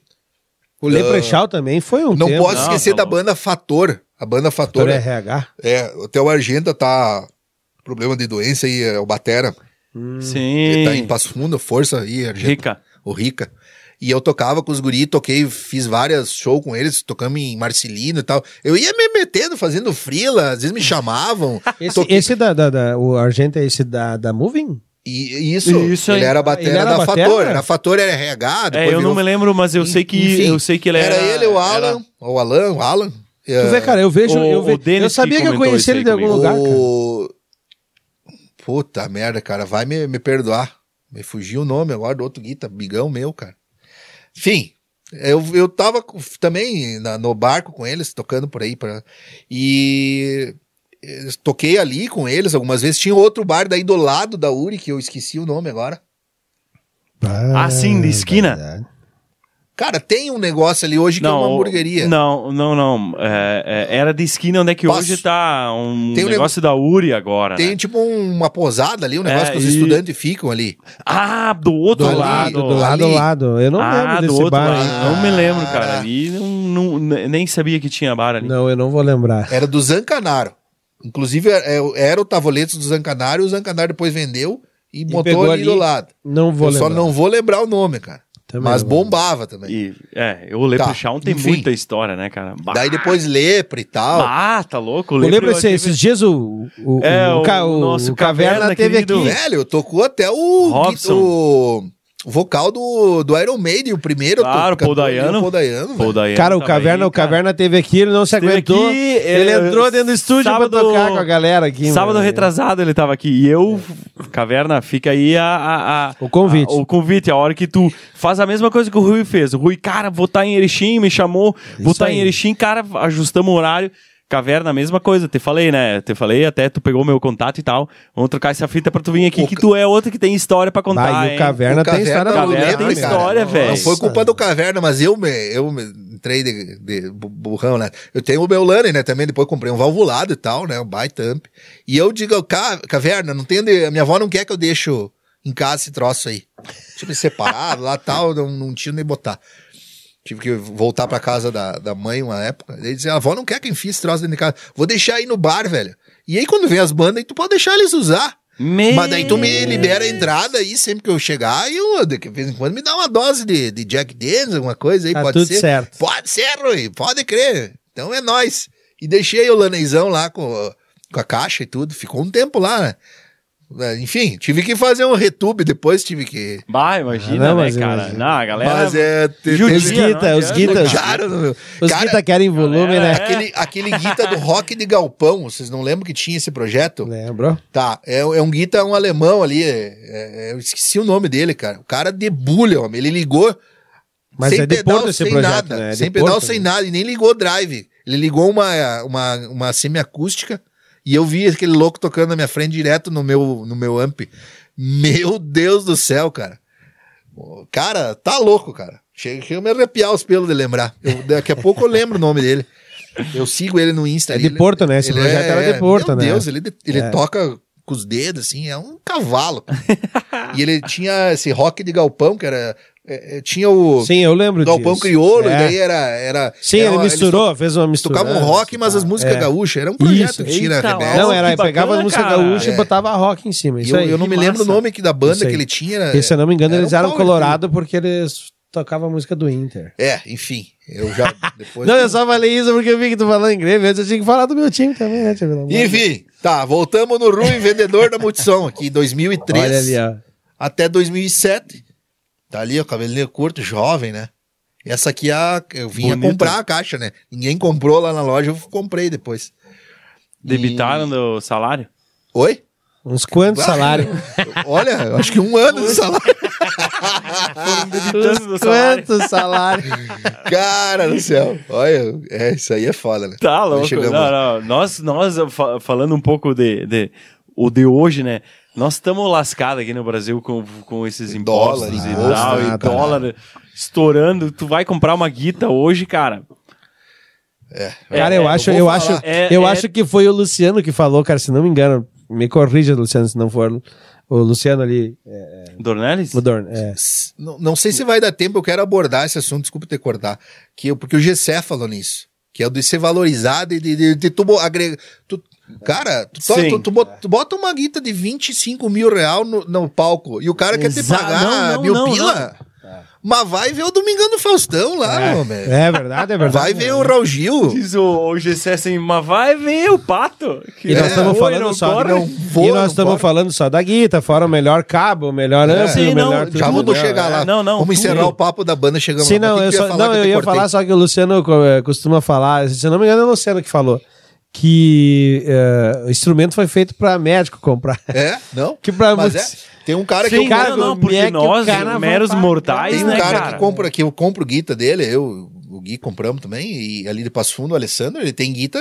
[SPEAKER 1] O Leprechal também foi um
[SPEAKER 3] Não
[SPEAKER 1] tempo.
[SPEAKER 3] posso
[SPEAKER 2] Não,
[SPEAKER 3] esquecer
[SPEAKER 2] tá
[SPEAKER 3] da
[SPEAKER 2] louco.
[SPEAKER 3] banda Fator. A banda
[SPEAKER 1] Doutor
[SPEAKER 3] Fator. É,
[SPEAKER 1] RH.
[SPEAKER 3] é, até o Argenta tá. Problema de doença aí, é o Batera. Ele tá em
[SPEAKER 2] Sim.
[SPEAKER 3] Passo Fundo, força aí, Argenta.
[SPEAKER 2] Rica.
[SPEAKER 3] o Rica. E eu tocava com os guri, toquei, fiz várias shows com eles, tocamos em Marcelino e tal. Eu ia me metendo, fazendo frila, às vezes me chamavam.
[SPEAKER 1] Esse,
[SPEAKER 3] Toquei-
[SPEAKER 1] esse da, da, da- O Argento é esse da, da Moving?
[SPEAKER 3] E e isso,
[SPEAKER 2] Isso aí.
[SPEAKER 3] ele era a
[SPEAKER 1] Ah, ele
[SPEAKER 3] batera
[SPEAKER 1] era
[SPEAKER 3] da
[SPEAKER 1] a batera?
[SPEAKER 3] Fator, era Fator, era RH,
[SPEAKER 2] É,
[SPEAKER 3] Ah, depois
[SPEAKER 2] eu
[SPEAKER 3] virou-
[SPEAKER 2] não me lembro, mas eu sei que
[SPEAKER 3] Enfim,
[SPEAKER 2] eu sei que ele era.
[SPEAKER 3] ele, o Alan,
[SPEAKER 2] era-
[SPEAKER 3] ou o Alan, o Alan.
[SPEAKER 1] Tu vê, cara, eu vejo.
[SPEAKER 2] O-
[SPEAKER 1] eu, ve-
[SPEAKER 2] o Denis
[SPEAKER 1] eu sabia
[SPEAKER 2] que
[SPEAKER 1] que, eu
[SPEAKER 2] comentou
[SPEAKER 1] conhecia
[SPEAKER 2] isso
[SPEAKER 1] ele de
[SPEAKER 2] aí
[SPEAKER 1] algum
[SPEAKER 2] comigo.
[SPEAKER 1] lugar. cara.
[SPEAKER 3] É. o... Puta merda, cara, vai me, me perdoar. Me fugiu o nome agora do outro guita, bigão meu, cara. Enfim, eu, eu tava com- também na- no barco com eles, tocando por aí. Pra, e eh, toquei ali com eles algumas vezes. Tinha outro bar daí do lado da Uri, que eu esqueci o nome agora.
[SPEAKER 2] Ah, sim, de esquina.
[SPEAKER 1] verdade.
[SPEAKER 3] Cara, tem um negócio ali hoje que é uma hamburgueria.
[SPEAKER 2] Não, não, não. É, é, era de esquina onde é que
[SPEAKER 3] Passo.
[SPEAKER 2] hoje tá um
[SPEAKER 3] Tem um
[SPEAKER 2] negócio da URI agora.
[SPEAKER 3] Tem
[SPEAKER 2] né?
[SPEAKER 3] tipo um- uma posada ali, um negócio
[SPEAKER 2] É,
[SPEAKER 3] que os
[SPEAKER 2] e-
[SPEAKER 3] estudantes ficam ali.
[SPEAKER 2] Ah, do outro
[SPEAKER 1] Do
[SPEAKER 3] Ali,
[SPEAKER 1] lado, do
[SPEAKER 2] lado.
[SPEAKER 1] lado, do
[SPEAKER 3] ali.
[SPEAKER 1] lado. Eu não
[SPEAKER 2] ah,
[SPEAKER 1] lembro
[SPEAKER 2] do
[SPEAKER 1] desse
[SPEAKER 2] outro
[SPEAKER 1] bar.
[SPEAKER 2] lado. então.
[SPEAKER 1] aí.
[SPEAKER 2] Não me lembro, cara.
[SPEAKER 3] Cara.
[SPEAKER 2] Ali não, não- nem sabia que tinha bar ali.
[SPEAKER 1] Não, eu não vou lembrar.
[SPEAKER 3] Era do Zancanaro. Inclusive, é- era o Tavoletos do Zancanaro, e o Zancanaro depois vendeu e, botou
[SPEAKER 1] pegou
[SPEAKER 3] ali,
[SPEAKER 1] ali.
[SPEAKER 3] do lado.
[SPEAKER 1] Não vou
[SPEAKER 3] Eu
[SPEAKER 1] lembrar.
[SPEAKER 3] só não vou lembrar o nome, cara.
[SPEAKER 1] Também
[SPEAKER 3] Mas
[SPEAKER 1] não vou
[SPEAKER 3] bombava também.
[SPEAKER 2] E, é, o
[SPEAKER 1] Tá.
[SPEAKER 2] Leprechaun tem
[SPEAKER 3] enfim.
[SPEAKER 2] muita história, né, cara? Bah,
[SPEAKER 3] Daí depois Lepre e tal.
[SPEAKER 2] Ah, tá louco.
[SPEAKER 1] Eu lembro
[SPEAKER 2] eu
[SPEAKER 1] esse,
[SPEAKER 2] tive-
[SPEAKER 1] esses dias o, o,
[SPEAKER 2] É,
[SPEAKER 1] o, ca-
[SPEAKER 2] o
[SPEAKER 1] o
[SPEAKER 2] nosso
[SPEAKER 1] Caverna
[SPEAKER 2] Caverna,
[SPEAKER 1] teve
[SPEAKER 2] querido.
[SPEAKER 1] aqui.
[SPEAKER 3] Velho, tocou até o,
[SPEAKER 2] Robson.
[SPEAKER 3] o, o vocal do, do Iron Maiden, o primeiro.
[SPEAKER 2] Claro,
[SPEAKER 3] tocou-
[SPEAKER 2] Paul
[SPEAKER 3] cantou ali,
[SPEAKER 2] Dayano.
[SPEAKER 3] o Paul Dayano,
[SPEAKER 2] Pô,
[SPEAKER 3] velho.
[SPEAKER 2] Daiane
[SPEAKER 1] Cara, o
[SPEAKER 2] também,
[SPEAKER 1] Caverna, é o
[SPEAKER 2] cara.
[SPEAKER 1] Caverna teve aqui, ele não se
[SPEAKER 2] Esteve
[SPEAKER 1] aguentou.
[SPEAKER 2] aqui,
[SPEAKER 1] ele
[SPEAKER 2] eh,
[SPEAKER 1] entrou dentro do estúdio
[SPEAKER 2] sábado-
[SPEAKER 1] pra tocar com a galera aqui.
[SPEAKER 2] Sábado
[SPEAKER 1] mano.
[SPEAKER 2] retrasado ele tava aqui. E eu, Caverna, fica aí a, a- a-
[SPEAKER 1] O convite.
[SPEAKER 2] a- o convite, a hora que tu faz a mesma coisa que o Rui fez. O Rui, cara, vou estar em Erechim, me chamou, vou
[SPEAKER 1] Isso
[SPEAKER 2] estar
[SPEAKER 1] aí.
[SPEAKER 2] em Erechim, cara, ajustamos o horário. Caverna, mesma coisa, te falei, né? Te falei, até tu pegou meu contato e tal. Vamos trocar essa fita pra tu vir aqui,
[SPEAKER 3] O
[SPEAKER 2] que
[SPEAKER 3] ca-
[SPEAKER 2] tu é outro que tem história pra contar.
[SPEAKER 1] Bah, e o
[SPEAKER 2] hein?
[SPEAKER 1] Caverna,
[SPEAKER 3] O
[SPEAKER 1] tem história
[SPEAKER 3] Caverna, é
[SPEAKER 1] pra
[SPEAKER 2] Caverna
[SPEAKER 1] contar,
[SPEAKER 2] tem
[SPEAKER 1] cara.
[SPEAKER 2] história, velho.
[SPEAKER 3] Não foi
[SPEAKER 1] Nossa.
[SPEAKER 3] culpa do Caverna, mas eu me, eu me entrei de, de bu- burrão, né? Eu tenho o meu Lane, né? Também depois comprei um valvulado e tal, né? Um baita amp. E eu digo, "Ca- Caverna, não tem. de- a minha avó não quer que eu deixe em casa esse troço aí. Tive separado lá (laughs) tal, não, não tinha nem botar. Tive que voltar pra casa da, da mãe uma época. Ele dizia, a avó não quer que enfie esse troço dentro de casa. Vou deixar aí no bar, velho. E aí quando vem as bandas, aí tu pode deixar eles usar.
[SPEAKER 2] Meu-
[SPEAKER 3] Mas daí tu
[SPEAKER 1] É.
[SPEAKER 3] me libera a entrada aí sempre que eu chegar e eu, de vez em quando me dá uma dose de, de Jack Daniels, alguma coisa aí,
[SPEAKER 1] Tá
[SPEAKER 3] pode
[SPEAKER 1] tudo
[SPEAKER 3] ser.
[SPEAKER 1] certo.
[SPEAKER 3] Pode ser, Rui, pode crer. Então é nóis. E deixei o laneizão lá com, com a caixa e tudo, ficou um tempo lá, né? É, Enfim, tive que fazer um retube depois, tive que.
[SPEAKER 2] Bah, imagina,
[SPEAKER 1] Ah, não,
[SPEAKER 2] né,
[SPEAKER 1] mas
[SPEAKER 2] cara?
[SPEAKER 1] imagina.
[SPEAKER 2] Não, a galera.
[SPEAKER 3] Mas é. te-
[SPEAKER 2] judia,
[SPEAKER 1] Os
[SPEAKER 3] teve-
[SPEAKER 2] não
[SPEAKER 1] guita, os
[SPEAKER 2] adianta,
[SPEAKER 1] guitas.
[SPEAKER 2] cara.
[SPEAKER 3] Cara,
[SPEAKER 1] Os
[SPEAKER 3] cara,
[SPEAKER 1] guita querem volume,
[SPEAKER 2] galera,
[SPEAKER 1] né?
[SPEAKER 3] aquele, aquele guita do rock de galpão, vocês não lembram que tinha esse projeto?
[SPEAKER 1] Lembro.
[SPEAKER 3] Tá, é, é um guita, um alemão ali, é- é- eu esqueci o nome dele, cara. O cara debulha, homem. Ele ligou
[SPEAKER 1] Mas
[SPEAKER 3] sem
[SPEAKER 1] é de
[SPEAKER 3] pedal,
[SPEAKER 1] Porto esse
[SPEAKER 3] sem
[SPEAKER 1] projeto,
[SPEAKER 3] nada.
[SPEAKER 1] né? É de
[SPEAKER 3] sem pedal,
[SPEAKER 1] Porto,
[SPEAKER 3] sem
[SPEAKER 1] né?
[SPEAKER 3] nada. E nem ligou o drive. Ele ligou uma, uma, uma semiacústica e eu vi aquele louco tocando na minha frente direto no meu, no meu amp. Meu Deus do céu, cara. O Cara, tá louco, cara. Chega chega a me arrepiar os pelos de lembrar. Eu- daqui a pouco eu lembro o nome dele. Eu sigo ele no Insta.
[SPEAKER 1] É de
[SPEAKER 3] ali, ele-
[SPEAKER 1] Porto, né? Esse
[SPEAKER 3] ele
[SPEAKER 1] projeto
[SPEAKER 3] é-
[SPEAKER 1] era de
[SPEAKER 3] é,
[SPEAKER 1] Porto,
[SPEAKER 3] meu
[SPEAKER 1] né?
[SPEAKER 3] Deus, ele, ele
[SPEAKER 1] É.
[SPEAKER 3] toca com os dedos, assim, é um cavalo. e ele tinha esse rock de galpão, que era... é, é, tinha o...
[SPEAKER 1] Sim, eu lembro disso.
[SPEAKER 3] Galpão Crioulo,
[SPEAKER 1] É.
[SPEAKER 3] e daí era. era
[SPEAKER 1] Sim,
[SPEAKER 3] era
[SPEAKER 1] ele
[SPEAKER 3] uma- eles
[SPEAKER 1] misturou, fez uma
[SPEAKER 3] to-
[SPEAKER 1] mistura. é,
[SPEAKER 3] Tocavam rock, mas as músicas gaúchas. Era um projeto
[SPEAKER 1] Isso.
[SPEAKER 3] que tira
[SPEAKER 2] Eita,
[SPEAKER 3] rebelde.
[SPEAKER 1] Não,
[SPEAKER 2] Nossa,
[SPEAKER 1] era,
[SPEAKER 2] que bacana,
[SPEAKER 1] pegava a música
[SPEAKER 2] cara.
[SPEAKER 1] gaúcha
[SPEAKER 3] É.
[SPEAKER 1] e botava rock em cima. Isso
[SPEAKER 3] eu,
[SPEAKER 1] aí.
[SPEAKER 3] eu não me
[SPEAKER 2] que
[SPEAKER 3] lembro o
[SPEAKER 2] massa.
[SPEAKER 3] nome que, da
[SPEAKER 1] Isso
[SPEAKER 3] banda
[SPEAKER 1] aí.
[SPEAKER 3] que ele tinha.
[SPEAKER 1] E, se eu não me engano,
[SPEAKER 3] era
[SPEAKER 1] eles
[SPEAKER 3] um
[SPEAKER 1] eram
[SPEAKER 3] power
[SPEAKER 1] Colorado porque eles tocavam a música do Inter.
[SPEAKER 3] trio. É, enfim. Eu
[SPEAKER 1] (laughs)
[SPEAKER 3] já. Depois
[SPEAKER 1] Não, eu só falei isso porque eu vi que tu falou em Grêmio. Antes eu tinha que falar do meu time também, né, Tio? Pelo amor de Deus.
[SPEAKER 3] Enfim, tá. Voltamos no Rui, vendedor da Multissom, aqui em 2003.
[SPEAKER 1] Olha ali, ó.
[SPEAKER 3] até 2007. Tá ali, ó, cabelinho curto, jovem, né? E essa aqui é a, eu vinha
[SPEAKER 2] Bonita.
[SPEAKER 3] comprar a caixa, né? Ninguém comprou lá na loja, eu comprei depois.
[SPEAKER 2] Debitaram do salário?
[SPEAKER 3] Oi?
[SPEAKER 1] Uns quantos salários?
[SPEAKER 3] (laughs) Olha, eu acho que um ano de salário.
[SPEAKER 1] Os
[SPEAKER 2] Foram debitando do salário.
[SPEAKER 1] quantos salários?
[SPEAKER 3] Cara do céu. Olha, é, isso aí é foda, né?
[SPEAKER 2] Tá louco.
[SPEAKER 3] Chegamos-
[SPEAKER 2] Não, não. Nós, nós fa- falando um pouco de, de, o de hoje, né? Nós estamos lascados aqui no Brasil com, com esses
[SPEAKER 3] Em
[SPEAKER 2] impostos
[SPEAKER 3] dólar,
[SPEAKER 2] e
[SPEAKER 3] imposto,
[SPEAKER 2] tal, e
[SPEAKER 1] nada,
[SPEAKER 2] dólar estourando. Tu vai comprar uma guita hoje, cara. É,
[SPEAKER 1] Cara, eu
[SPEAKER 2] é,
[SPEAKER 1] acho,
[SPEAKER 3] eu
[SPEAKER 1] eu,
[SPEAKER 3] vou
[SPEAKER 1] acho,
[SPEAKER 3] falar.
[SPEAKER 2] É,
[SPEAKER 1] eu
[SPEAKER 2] é.
[SPEAKER 1] acho que foi o Luciano que falou, cara, se não me engano. Me corrija, Luciano, se não for o Luciano ali, é,
[SPEAKER 2] Dornelis?
[SPEAKER 1] o Dorn, é.
[SPEAKER 3] Não, não sei se vai dar tempo, eu quero abordar esse assunto, desculpa ter cortar. Que, eu- porque o Gessé falou nisso. Que é o de ser valorizado e de, de, de tu bo- agregar. tu- cara, tu, to-
[SPEAKER 2] Sim.
[SPEAKER 3] tu- tu bota, tu bota uma guita de 25 mil real no, no palco e o cara quer te
[SPEAKER 2] Exa-
[SPEAKER 3] pagar
[SPEAKER 2] não, não,
[SPEAKER 3] mil
[SPEAKER 2] não,
[SPEAKER 3] pila. Mas vai ver o Domingão do Faustão lá, homem.
[SPEAKER 1] É verdade, é verdade.
[SPEAKER 3] Vai ver o Raul Gil.
[SPEAKER 2] Diz o, o GC assim, mas vai ver o pato. Que
[SPEAKER 1] E Então, nós
[SPEAKER 2] não
[SPEAKER 1] estamos
[SPEAKER 2] foi,
[SPEAKER 1] falando
[SPEAKER 2] É, não
[SPEAKER 1] só
[SPEAKER 2] corre.
[SPEAKER 1] não,
[SPEAKER 3] voa,
[SPEAKER 1] E nós
[SPEAKER 3] não
[SPEAKER 1] estamos
[SPEAKER 3] corre.
[SPEAKER 1] falando só da guita, fora o melhor cabo, o melhor amplo,
[SPEAKER 2] Sim,
[SPEAKER 1] o
[SPEAKER 2] não,
[SPEAKER 1] melhor tudo,
[SPEAKER 3] Já vou
[SPEAKER 1] né?
[SPEAKER 3] chegar lá.
[SPEAKER 2] Não, não,
[SPEAKER 3] Vamos encerrar
[SPEAKER 2] tudo.
[SPEAKER 3] o papo da banda, chegamos
[SPEAKER 1] Sim,
[SPEAKER 3] lá.
[SPEAKER 1] não,
[SPEAKER 3] Mas o que
[SPEAKER 1] eu,
[SPEAKER 3] que
[SPEAKER 1] só,
[SPEAKER 3] ia falar
[SPEAKER 1] não,
[SPEAKER 3] que
[SPEAKER 1] eu
[SPEAKER 3] te
[SPEAKER 1] ia
[SPEAKER 3] cortei?
[SPEAKER 1] falar, só que o Luciano co- eh, costuma falar, se eu não me engano, é o Luciano que falou, que eh, o instrumento foi feito para médico comprar. (laughs)
[SPEAKER 3] É? Não?
[SPEAKER 1] Que pra
[SPEAKER 3] Mas é,
[SPEAKER 1] você-
[SPEAKER 3] tem um cara que
[SPEAKER 2] Sim,
[SPEAKER 3] eu
[SPEAKER 1] cara,
[SPEAKER 2] não, não,
[SPEAKER 1] como
[SPEAKER 2] porque
[SPEAKER 1] é que o
[SPEAKER 2] nós,
[SPEAKER 1] cara
[SPEAKER 2] meros
[SPEAKER 1] vai pagar?
[SPEAKER 2] mortais,
[SPEAKER 3] Tem um
[SPEAKER 2] né,
[SPEAKER 3] cara,
[SPEAKER 2] cara?
[SPEAKER 3] que compra, que eu compro guita dele, eu, o Gui compramos também, e ali de Passo Fundo, o Alessandro, ele tem guita,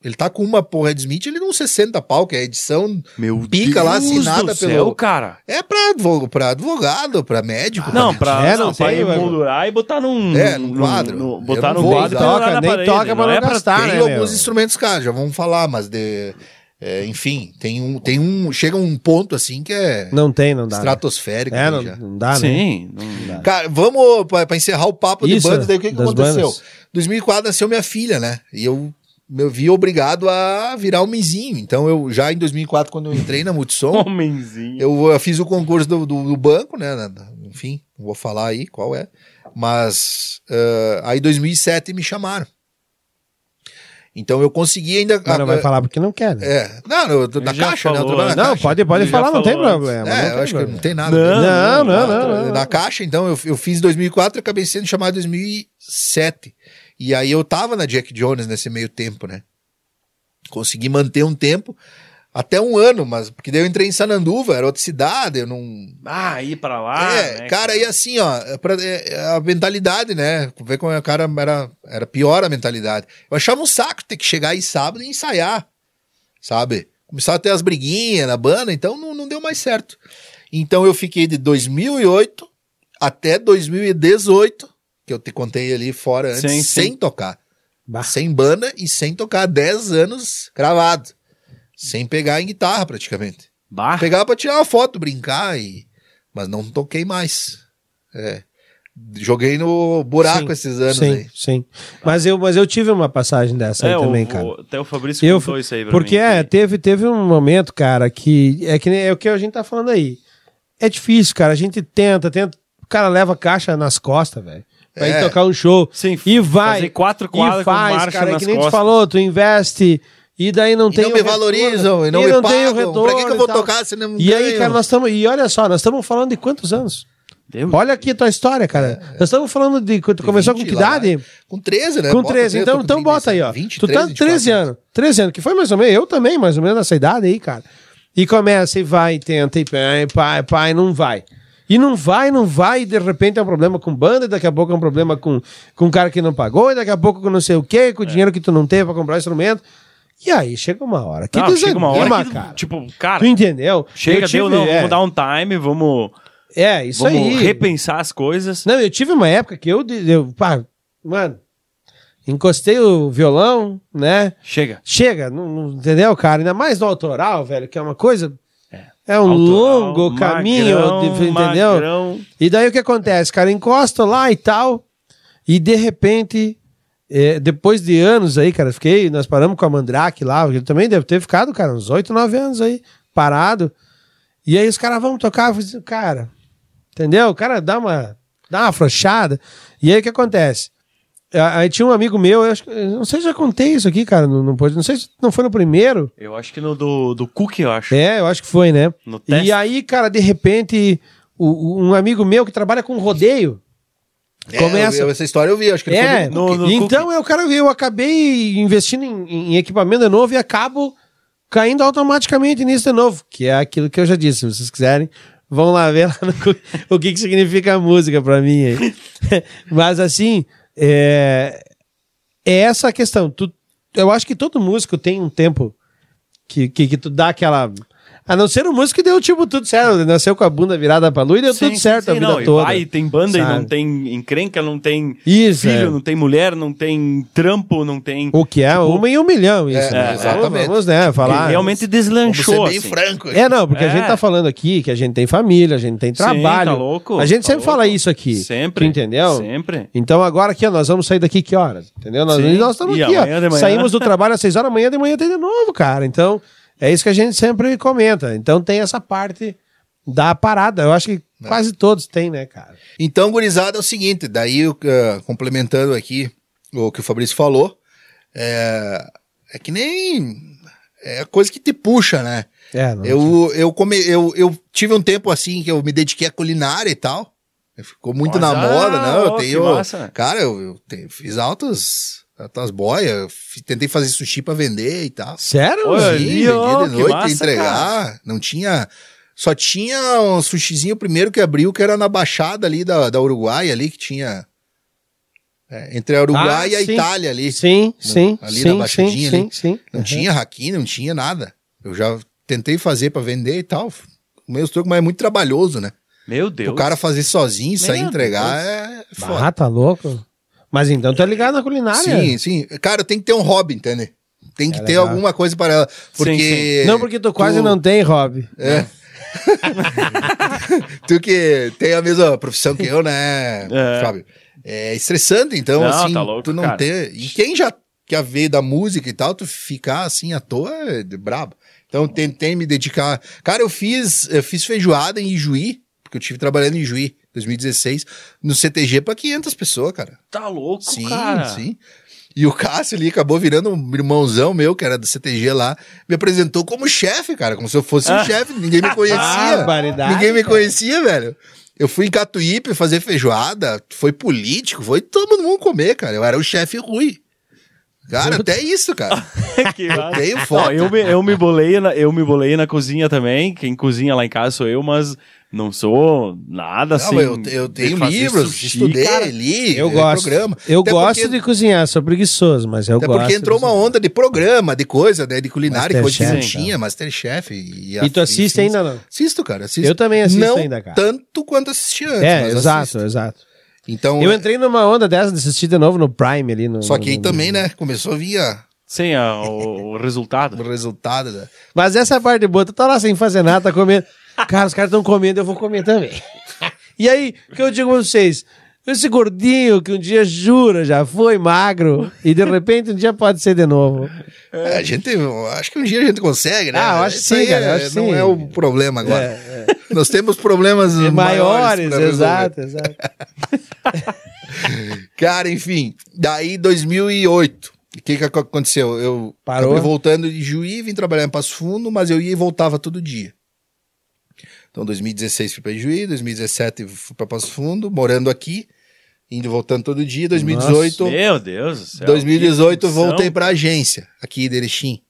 [SPEAKER 3] ele tá com uma porra de Smith, ele não 60 pau, que é a edição,
[SPEAKER 2] Meu
[SPEAKER 3] Pica lá, assinada
[SPEAKER 2] do
[SPEAKER 3] pelo-
[SPEAKER 2] céu, cara.
[SPEAKER 3] é pra advogado, pra, advogado, pra médico.
[SPEAKER 2] Não, pra,
[SPEAKER 1] É,
[SPEAKER 2] não,
[SPEAKER 1] não
[SPEAKER 2] pra
[SPEAKER 1] sei, vai-
[SPEAKER 2] emoldurar e botar num,
[SPEAKER 3] É, num quadro.
[SPEAKER 2] no-
[SPEAKER 3] Eu
[SPEAKER 2] botar
[SPEAKER 3] não
[SPEAKER 2] num
[SPEAKER 3] vou,
[SPEAKER 2] quadro e
[SPEAKER 3] nem
[SPEAKER 2] pendurar
[SPEAKER 1] toca,
[SPEAKER 2] na
[SPEAKER 1] nem
[SPEAKER 2] parede.
[SPEAKER 1] toca pra
[SPEAKER 2] não
[SPEAKER 1] não
[SPEAKER 2] é pra
[SPEAKER 1] gastar.
[SPEAKER 3] tem
[SPEAKER 1] né, meu?
[SPEAKER 3] alguns instrumentos, cara, já vamos falar, mas de... é, enfim, tem um, tem um, chega um ponto assim que é
[SPEAKER 1] Não tem, não dá. né?
[SPEAKER 3] estratosférico.
[SPEAKER 1] É,
[SPEAKER 3] né,
[SPEAKER 1] não,
[SPEAKER 3] já.
[SPEAKER 1] não dá, né?
[SPEAKER 2] Sim, não dá.
[SPEAKER 3] Cara, vamos pra, pra encerrar o papo
[SPEAKER 1] Isso,
[SPEAKER 3] de banda, daí o que, que
[SPEAKER 1] das
[SPEAKER 3] aconteceu?
[SPEAKER 1] bandas.
[SPEAKER 3] 2004 nasceu minha filha, né? E eu me vi obrigado a virar homenzinho. Então eu já em 2004, quando eu entrei
[SPEAKER 1] (laughs)
[SPEAKER 3] na Multissom,
[SPEAKER 2] Um Homenzinho.
[SPEAKER 3] eu, eu fiz o concurso do, do- do banco, né? na- na- Enfim, não vou falar aí qual é. Mas ah, aí em 2007 me chamaram. Então eu consegui ainda.
[SPEAKER 1] Mas não vai
[SPEAKER 3] ah,
[SPEAKER 1] falar porque não quer. né?
[SPEAKER 3] É, não, eu tô
[SPEAKER 2] Ele
[SPEAKER 3] na
[SPEAKER 2] já
[SPEAKER 3] caixa, né? Eu
[SPEAKER 2] falou,
[SPEAKER 3] trabalho na
[SPEAKER 2] né?
[SPEAKER 1] não,
[SPEAKER 3] caixa.
[SPEAKER 1] pode, pode
[SPEAKER 2] Ele já
[SPEAKER 1] falar, não tem
[SPEAKER 2] falou antes.
[SPEAKER 1] problema.
[SPEAKER 3] É,
[SPEAKER 1] não
[SPEAKER 3] eu
[SPEAKER 1] tem
[SPEAKER 3] acho que não
[SPEAKER 1] problema.
[SPEAKER 3] tem nada.
[SPEAKER 2] Não,
[SPEAKER 1] não, não, não,
[SPEAKER 3] Na
[SPEAKER 1] não.
[SPEAKER 3] caixa, então, eu, eu fiz 2004 e acabei sendo chamado em 2007. E aí eu tava na Jack Jones nesse meio tempo, né? Consegui manter um tempo, até um ano, mas porque daí eu entrei em Sananduva, era outra cidade, eu não,
[SPEAKER 2] Ah, ir pra lá.
[SPEAKER 3] é,
[SPEAKER 2] né,
[SPEAKER 3] cara, e assim, ó, é pra- é- é a mentalidade, né? Ver como o cara era, era pior a mentalidade. Eu achava um saco ter que chegar aí sábado e ensaiar, sabe? Começava a ter as briguinhas na banda, então não, não deu mais certo. Então eu fiquei de 2008 até 2018, que eu te contei ali fora antes,
[SPEAKER 2] Sim, sim.
[SPEAKER 3] sem tocar.
[SPEAKER 1] Bah.
[SPEAKER 3] Sem banda e sem tocar 10 anos gravado. Sem pegar em guitarra praticamente. (laughs)
[SPEAKER 2] Bah,
[SPEAKER 3] Pegava pra tirar uma foto, brincar, e... mas não toquei mais. É. Joguei no buraco
[SPEAKER 1] Sim,
[SPEAKER 3] esses anos
[SPEAKER 1] Sim,
[SPEAKER 3] aí.
[SPEAKER 1] sim. Mas eu, mas eu tive uma passagem dessa
[SPEAKER 2] é,
[SPEAKER 1] aí
[SPEAKER 2] o-
[SPEAKER 1] também,
[SPEAKER 2] o-
[SPEAKER 1] cara.
[SPEAKER 2] Até o Fabrício
[SPEAKER 1] Eu-
[SPEAKER 2] contou isso aí pra
[SPEAKER 1] Porque
[SPEAKER 2] mim.
[SPEAKER 1] é, teve, teve um momento, cara, que é que nem- é o que a gente tá falando aí. É difícil, cara. A gente tenta, tenta. O cara leva a caixa nas costas, velho. Pra
[SPEAKER 3] É.
[SPEAKER 1] ir tocar um show.
[SPEAKER 2] Sim,
[SPEAKER 1] E vai.
[SPEAKER 2] Fazer quatro
[SPEAKER 1] E
[SPEAKER 2] quadros com
[SPEAKER 1] faz,
[SPEAKER 2] marcha
[SPEAKER 1] cara. É
[SPEAKER 2] nas
[SPEAKER 1] que nem tu
[SPEAKER 2] costas.
[SPEAKER 1] falou, tu investe e daí não
[SPEAKER 3] E
[SPEAKER 1] tem.
[SPEAKER 3] não
[SPEAKER 1] o
[SPEAKER 3] me
[SPEAKER 1] retorno.
[SPEAKER 3] valorizam, e não me
[SPEAKER 1] tem o
[SPEAKER 3] pagam. Pra que que eu vou
[SPEAKER 1] e tal.
[SPEAKER 3] tocar se não
[SPEAKER 1] E aí,
[SPEAKER 3] ganho?
[SPEAKER 1] cara, nós estamos. E olha só, nós estamos falando de quantos anos?
[SPEAKER 2] Deus.
[SPEAKER 1] Olha aqui a tua história, cara.
[SPEAKER 3] É,
[SPEAKER 1] Nós estamos falando de. Tu começou com
[SPEAKER 3] 20
[SPEAKER 1] que
[SPEAKER 3] lá,
[SPEAKER 1] idade?
[SPEAKER 3] Com 13, né?
[SPEAKER 1] Com
[SPEAKER 3] Bota
[SPEAKER 1] 13,
[SPEAKER 3] eu tô
[SPEAKER 1] então,
[SPEAKER 3] com
[SPEAKER 1] então
[SPEAKER 3] 36,
[SPEAKER 1] bota aí, ó.
[SPEAKER 3] 20,
[SPEAKER 1] tu tá
[SPEAKER 3] 13,
[SPEAKER 1] 13 anos. 13 anos, que foi mais ou menos, eu também, mais ou menos nessa idade aí, cara. E começa e vai, e tenta, e pai, pai, pai, não vai. E não vai, não vai, e de repente é um problema com banda, e daqui a pouco é um problema com, com um cara que não pagou, e daqui a pouco com não sei o quê,
[SPEAKER 2] É.
[SPEAKER 1] com o dinheiro que tu não teve pra comprar instrumento. E aí chega uma hora que
[SPEAKER 2] Não, chega uma hora que,
[SPEAKER 1] cara.
[SPEAKER 2] tipo, cara,
[SPEAKER 1] tu entendeu?
[SPEAKER 2] chega,
[SPEAKER 1] Eu tive-
[SPEAKER 2] deu, não,
[SPEAKER 1] é,
[SPEAKER 2] vamos dar um time, vamos,
[SPEAKER 1] É, isso
[SPEAKER 2] vamos
[SPEAKER 1] aí.
[SPEAKER 2] repensar as coisas.
[SPEAKER 1] Não, eu tive uma época que eu, eu pá, mano, encostei o violão, né?
[SPEAKER 2] Chega.
[SPEAKER 1] chega, não, não- entendeu, cara? Ainda mais no autoral, velho, que é uma coisa. É, um
[SPEAKER 2] Autoral,
[SPEAKER 1] longo caminho,
[SPEAKER 2] magrão,
[SPEAKER 1] de- entendeu?
[SPEAKER 2] magrão.
[SPEAKER 1] E daí o que acontece, cara? Encosta lá e tal, e de repente, é, depois de anos aí, cara, fiquei, nós paramos com a Mandrake lá, ele também deve ter ficado, cara, uns 8, 9 anos aí, parado. E aí os caras vão tocar, eu falei, assim, cara, entendeu? O cara dá uma, dá uma afrouxada. E aí o que acontece? Ah, Aí tinha um amigo meu, eu acho que, eu não sei se eu já contei isso aqui, cara, não, não pode, não sei se não foi no primeiro.
[SPEAKER 2] Eu acho que no do, do Cook, eu acho.
[SPEAKER 1] É, eu acho que foi, né?
[SPEAKER 2] No teste.
[SPEAKER 1] E aí, cara, de repente, o- o- um amigo meu que trabalha com rodeio
[SPEAKER 3] É,
[SPEAKER 1] começa.
[SPEAKER 3] eu- eu- essa história eu vi, acho que ele
[SPEAKER 1] É,
[SPEAKER 3] foi
[SPEAKER 2] no- no
[SPEAKER 1] então eu, cara, eu acabei investindo em, em equipamento de novo e acabo caindo automaticamente nisso de novo, que é aquilo que eu já disse, se vocês quiserem, Vão lá ver lá no cu- (laughs) o que, que significa a música pra mim aí. (laughs) Mas assim, é, é essa a questão. Tu, eu acho que todo músico tem um tempo que, que, que tu dá aquela. A não ser o músico que deu tipo tudo certo, nasceu com a bunda virada pra lua e deu
[SPEAKER 2] Sim,
[SPEAKER 1] tudo certo
[SPEAKER 2] sim,
[SPEAKER 1] a vida
[SPEAKER 2] não, e
[SPEAKER 1] toda.
[SPEAKER 2] Vai, tem banda e não
[SPEAKER 1] sabe?
[SPEAKER 2] tem encrenca, não tem
[SPEAKER 1] Isso,
[SPEAKER 2] filho,
[SPEAKER 1] é.
[SPEAKER 2] não tem mulher, não tem trampo, não tem.
[SPEAKER 1] O que é uma em um milhão, isso.
[SPEAKER 3] É,
[SPEAKER 1] né?
[SPEAKER 3] exatamente.
[SPEAKER 1] Vamos, né, falar.
[SPEAKER 2] realmente
[SPEAKER 3] Vamos
[SPEAKER 2] deslanchou.
[SPEAKER 3] ser bem
[SPEAKER 2] assim.
[SPEAKER 3] um franco.
[SPEAKER 1] É, não, porque
[SPEAKER 2] É.
[SPEAKER 1] a gente tá falando aqui que a gente tem família, a gente tem
[SPEAKER 2] Sim,
[SPEAKER 1] trabalho.
[SPEAKER 2] tá louco,
[SPEAKER 1] a gente
[SPEAKER 2] tá
[SPEAKER 1] sempre
[SPEAKER 2] louco.
[SPEAKER 1] fala isso aqui.
[SPEAKER 2] Sempre.
[SPEAKER 1] Entendeu?
[SPEAKER 2] Sempre.
[SPEAKER 1] Então agora aqui, ó, nós vamos sair daqui que horas? Entendeu? Nós,
[SPEAKER 2] Sim.
[SPEAKER 1] nós estamos
[SPEAKER 2] E
[SPEAKER 1] aqui, ó.
[SPEAKER 2] amanhã de manhã?
[SPEAKER 1] Saímos do trabalho às seis horas, amanhã de manhã tem de novo, cara. Então, é isso que a gente sempre comenta. Então tem essa parte da parada. Eu acho que
[SPEAKER 2] É.
[SPEAKER 1] quase todos têm, né, cara?
[SPEAKER 3] Então, gurizada, é o seguinte, daí, eu, eh, complementando aqui o que o Fabrício falou, é, é que nem... É coisa que te puxa, né?
[SPEAKER 1] É, não.
[SPEAKER 3] Eu, eu, come, eu, eu tive um tempo assim que eu me dediquei à culinária e tal. Ficou
[SPEAKER 2] Mas,
[SPEAKER 3] muito na
[SPEAKER 2] ah,
[SPEAKER 3] moda, né? Eu
[SPEAKER 2] ó, que
[SPEAKER 3] tenho.
[SPEAKER 2] massa.
[SPEAKER 3] Cara, eu, eu te- fiz altas, altas boias, eu fi- tentei fazer sushi pra vender e tal.
[SPEAKER 1] Sério?
[SPEAKER 2] Olha,
[SPEAKER 1] Sim.
[SPEAKER 2] ali, ó,
[SPEAKER 3] de
[SPEAKER 2] que
[SPEAKER 3] noite,
[SPEAKER 2] massa,
[SPEAKER 3] entregar. Não tinha. Só tinha um sushizinho primeiro que abriu, que era na baixada ali da, da Uruguai, ali, que tinha. é, entre a Uruguai
[SPEAKER 1] Ah,
[SPEAKER 3] e a
[SPEAKER 1] sim.
[SPEAKER 3] Itália ali.
[SPEAKER 1] Sim, sim,
[SPEAKER 3] Ali na
[SPEAKER 1] sim, sim,
[SPEAKER 3] baixadinha
[SPEAKER 1] sim,
[SPEAKER 3] ali.
[SPEAKER 1] sim.
[SPEAKER 3] Não
[SPEAKER 2] (laughs)
[SPEAKER 1] Uhum.
[SPEAKER 3] tinha haki, não tinha nada. Eu já tentei fazer pra vender e tal. O meu troco, mas é muito trabalhoso, né?
[SPEAKER 2] Meu Deus.
[SPEAKER 3] O cara fazer sozinho, sair
[SPEAKER 2] Meu
[SPEAKER 3] entregar é foda.
[SPEAKER 1] Ah, tá louco? Mas então tu é ligado na culinária.
[SPEAKER 3] sim, sim. Cara, tem que ter um hobby, entende? Tem que
[SPEAKER 1] É
[SPEAKER 3] ter
[SPEAKER 1] legal.
[SPEAKER 3] alguma coisa para ela. Porque.
[SPEAKER 1] Não porque tu quase não tem, Rob.
[SPEAKER 3] Tu que tem a mesma profissão que eu, né,
[SPEAKER 2] (laughs) É.
[SPEAKER 3] Fábio? É estressante, então,
[SPEAKER 2] Não,
[SPEAKER 3] assim,
[SPEAKER 2] tá louco,
[SPEAKER 3] tu não
[SPEAKER 2] cara.
[SPEAKER 3] ter. E quem já quer ver da música e tal, tu ficar assim à toa é de- brabo. Então, tentei me dedicar. Cara, eu fiz, eu fiz feijoada em Ijuí, porque eu estive trabalhando em Ijuí, 2016, no CTG pra 500 pessoas, cara.
[SPEAKER 2] Tá louco,
[SPEAKER 3] Sim,
[SPEAKER 2] cara.
[SPEAKER 3] sim. E o Cássio ali acabou virando um irmãozão meu, que era do CTG lá, me apresentou como chefe, cara, como se eu fosse
[SPEAKER 2] Ah.
[SPEAKER 3] um chefe,
[SPEAKER 2] (laughs)
[SPEAKER 3] ninguém me conhecia.
[SPEAKER 1] Barbaridade,
[SPEAKER 3] Ninguém me
[SPEAKER 1] cara.
[SPEAKER 3] conhecia, velho. Eu fui em Catuípe fazer feijoada, foi político, foi todo mundo comer, cara. Eu era o chefe ruim. Cara, até isso, cara.
[SPEAKER 2] (laughs)
[SPEAKER 1] (laughs)
[SPEAKER 2] que massa.
[SPEAKER 3] Tenho
[SPEAKER 2] Não,
[SPEAKER 3] foto.
[SPEAKER 2] eu, me, eu, me bolei na, eu me bolei na cozinha também. Quem cozinha lá em casa sou eu, mas não sou nada
[SPEAKER 3] Não,
[SPEAKER 2] assim.
[SPEAKER 3] mas eu, eu
[SPEAKER 2] de
[SPEAKER 3] tenho
[SPEAKER 2] fazer
[SPEAKER 3] livros,
[SPEAKER 2] sushi,
[SPEAKER 3] estudei,
[SPEAKER 2] cara.
[SPEAKER 3] li,
[SPEAKER 1] Eu
[SPEAKER 3] eh,
[SPEAKER 1] gosto.
[SPEAKER 3] programa.
[SPEAKER 1] Eu
[SPEAKER 3] Até
[SPEAKER 1] gosto
[SPEAKER 3] porque-
[SPEAKER 1] de cozinhar, sou preguiçoso, mas eu
[SPEAKER 3] Até
[SPEAKER 1] gosto.
[SPEAKER 3] porque entrou
[SPEAKER 1] de
[SPEAKER 3] uma onda de programa, de coisa, né, de culinária, que coisa que não
[SPEAKER 1] Masterchef,
[SPEAKER 3] tinha, Masterchef. E,
[SPEAKER 1] cozinhar. E tu assiste ainda não?
[SPEAKER 3] Assisto, cara, assisto.
[SPEAKER 1] Eu também assisto
[SPEAKER 3] não
[SPEAKER 1] ainda, cara.
[SPEAKER 3] tanto quanto assisti antes,
[SPEAKER 1] É,
[SPEAKER 3] mas
[SPEAKER 1] exato,
[SPEAKER 3] assisto.
[SPEAKER 1] exato.
[SPEAKER 3] Então,
[SPEAKER 1] Eu entrei numa onda dessa de assistir de novo no Prime ali. No,
[SPEAKER 3] só que aí
[SPEAKER 1] no-
[SPEAKER 3] também, né, começou a vir a-
[SPEAKER 2] Sim, a- o, o
[SPEAKER 3] o
[SPEAKER 2] resultado.
[SPEAKER 3] resultado da...
[SPEAKER 1] Mas essa é a parte boa, tu tá lá sem fazer nada, tá comendo. Cara, os caras estão comendo, eu vou comer também. E aí, o que eu digo pra vocês? Esse gordinho que um dia jura já foi magro e de repente um dia pode ser de novo.
[SPEAKER 3] É, A gente, eu acho que um dia a gente consegue, né?
[SPEAKER 1] Ah, eu acho que
[SPEAKER 3] Isso
[SPEAKER 1] sim,
[SPEAKER 3] aí
[SPEAKER 1] cara, eu
[SPEAKER 3] é-
[SPEAKER 1] acho que
[SPEAKER 3] não
[SPEAKER 1] sim. É,
[SPEAKER 3] é o problema agora. Nós temos problemas maiores,
[SPEAKER 1] Maiores,
[SPEAKER 3] pra né? resolver.
[SPEAKER 1] exato, exato.
[SPEAKER 3] Cara, enfim, daí 2008. O que, que ac- aconteceu? Eu
[SPEAKER 1] Parou?
[SPEAKER 3] acabei voltando de Juí, vim trabalhar em Passo Fundo, mas eu ia e voltava todo dia. Então, 2016 fui pra Juí, 2017 fui pra Passo Fundo, morando aqui, indo e voltando todo dia. 2018
[SPEAKER 2] Meu Deus do céu.
[SPEAKER 3] 2018
[SPEAKER 2] que
[SPEAKER 3] voltei
[SPEAKER 2] função.
[SPEAKER 3] pra agência, aqui de Erechim.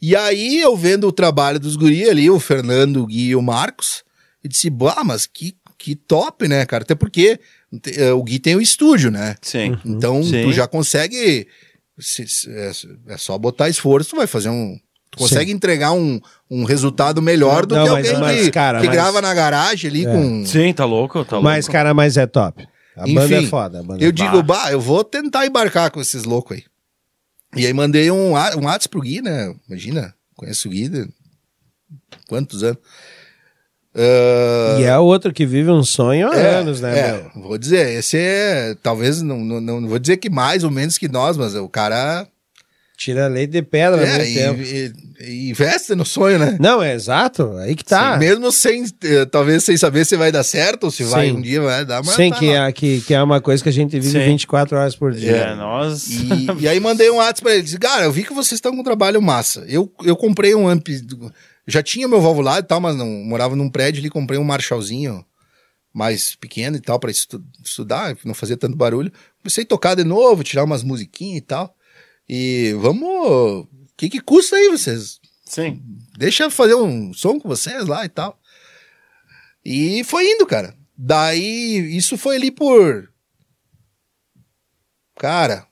[SPEAKER 3] E aí eu vendo o trabalho dos guri ali, o Fernando, o Gui e o Marcos, eu disse, bah, mas que, que top, né, cara? Até porque te- eh, o Gui tem o estúdio, né?
[SPEAKER 2] Sim.
[SPEAKER 3] Então
[SPEAKER 2] Sim.
[SPEAKER 3] tu já consegue, se- se- é, é só botar esforço, tu vai fazer um... Tu consegue entregar um, um resultado melhor do
[SPEAKER 1] Não,
[SPEAKER 3] que
[SPEAKER 1] mas-
[SPEAKER 3] alguém
[SPEAKER 1] mas,
[SPEAKER 3] que,
[SPEAKER 1] cara,
[SPEAKER 3] que
[SPEAKER 1] mas- É.
[SPEAKER 3] grava na garagem ali com...
[SPEAKER 2] Sim, tá louco, tá louco.
[SPEAKER 1] Mas, cara, mas é top. A banda é
[SPEAKER 3] Enfim,
[SPEAKER 1] foda. A banda é
[SPEAKER 3] Eu
[SPEAKER 1] foda.
[SPEAKER 3] digo, bah, eu vou tentar embarcar com esses loucos aí. E aí mandei um, wa- um WhatsApp pro Gui, né? Imagina, conheço o Gui de quantos anos?
[SPEAKER 1] E é outro que vive um sonho há anos, né,
[SPEAKER 3] é,
[SPEAKER 1] meu?
[SPEAKER 3] Vou dizer, esse é, talvez, não, não, não- não vou dizer que mais ou menos que nós, mas o cara
[SPEAKER 1] Tira leite de pedra há
[SPEAKER 3] é,
[SPEAKER 1] Ah, muito tempo.
[SPEAKER 3] e- e- e investe no sonho, né?
[SPEAKER 1] Não, é exato. Aí que tá.
[SPEAKER 3] Sim, mesmo sem, eh, talvez sem saber se vai dar certo ou se vai
[SPEAKER 1] Sim.
[SPEAKER 3] um dia vai dar, mas
[SPEAKER 1] Sem
[SPEAKER 3] tá
[SPEAKER 1] que,
[SPEAKER 3] lá.
[SPEAKER 1] é, que, que é uma coisa que a gente vive
[SPEAKER 2] Sim.
[SPEAKER 1] 24 horas por dia.
[SPEAKER 2] É, nós.
[SPEAKER 3] E, e aí mandei um WhatsApp pra ele. Disse, cara, eu vi que vocês estão com um trabalho massa. Eu, eu comprei um amp. do- Já tinha meu valvulado e tal, mas não morava num prédio ali, comprei um Marshallzinho mais pequeno e tal, pra estu- estudar, não fazer tanto barulho. Comecei a tocar de novo, tirar umas musiquinhas e tal. E vamos. O que, que custa aí vocês?
[SPEAKER 2] Sim.
[SPEAKER 3] Deixa eu fazer um som com vocês lá e tal. E foi indo, cara. Daí, isso foi ali por. Cara,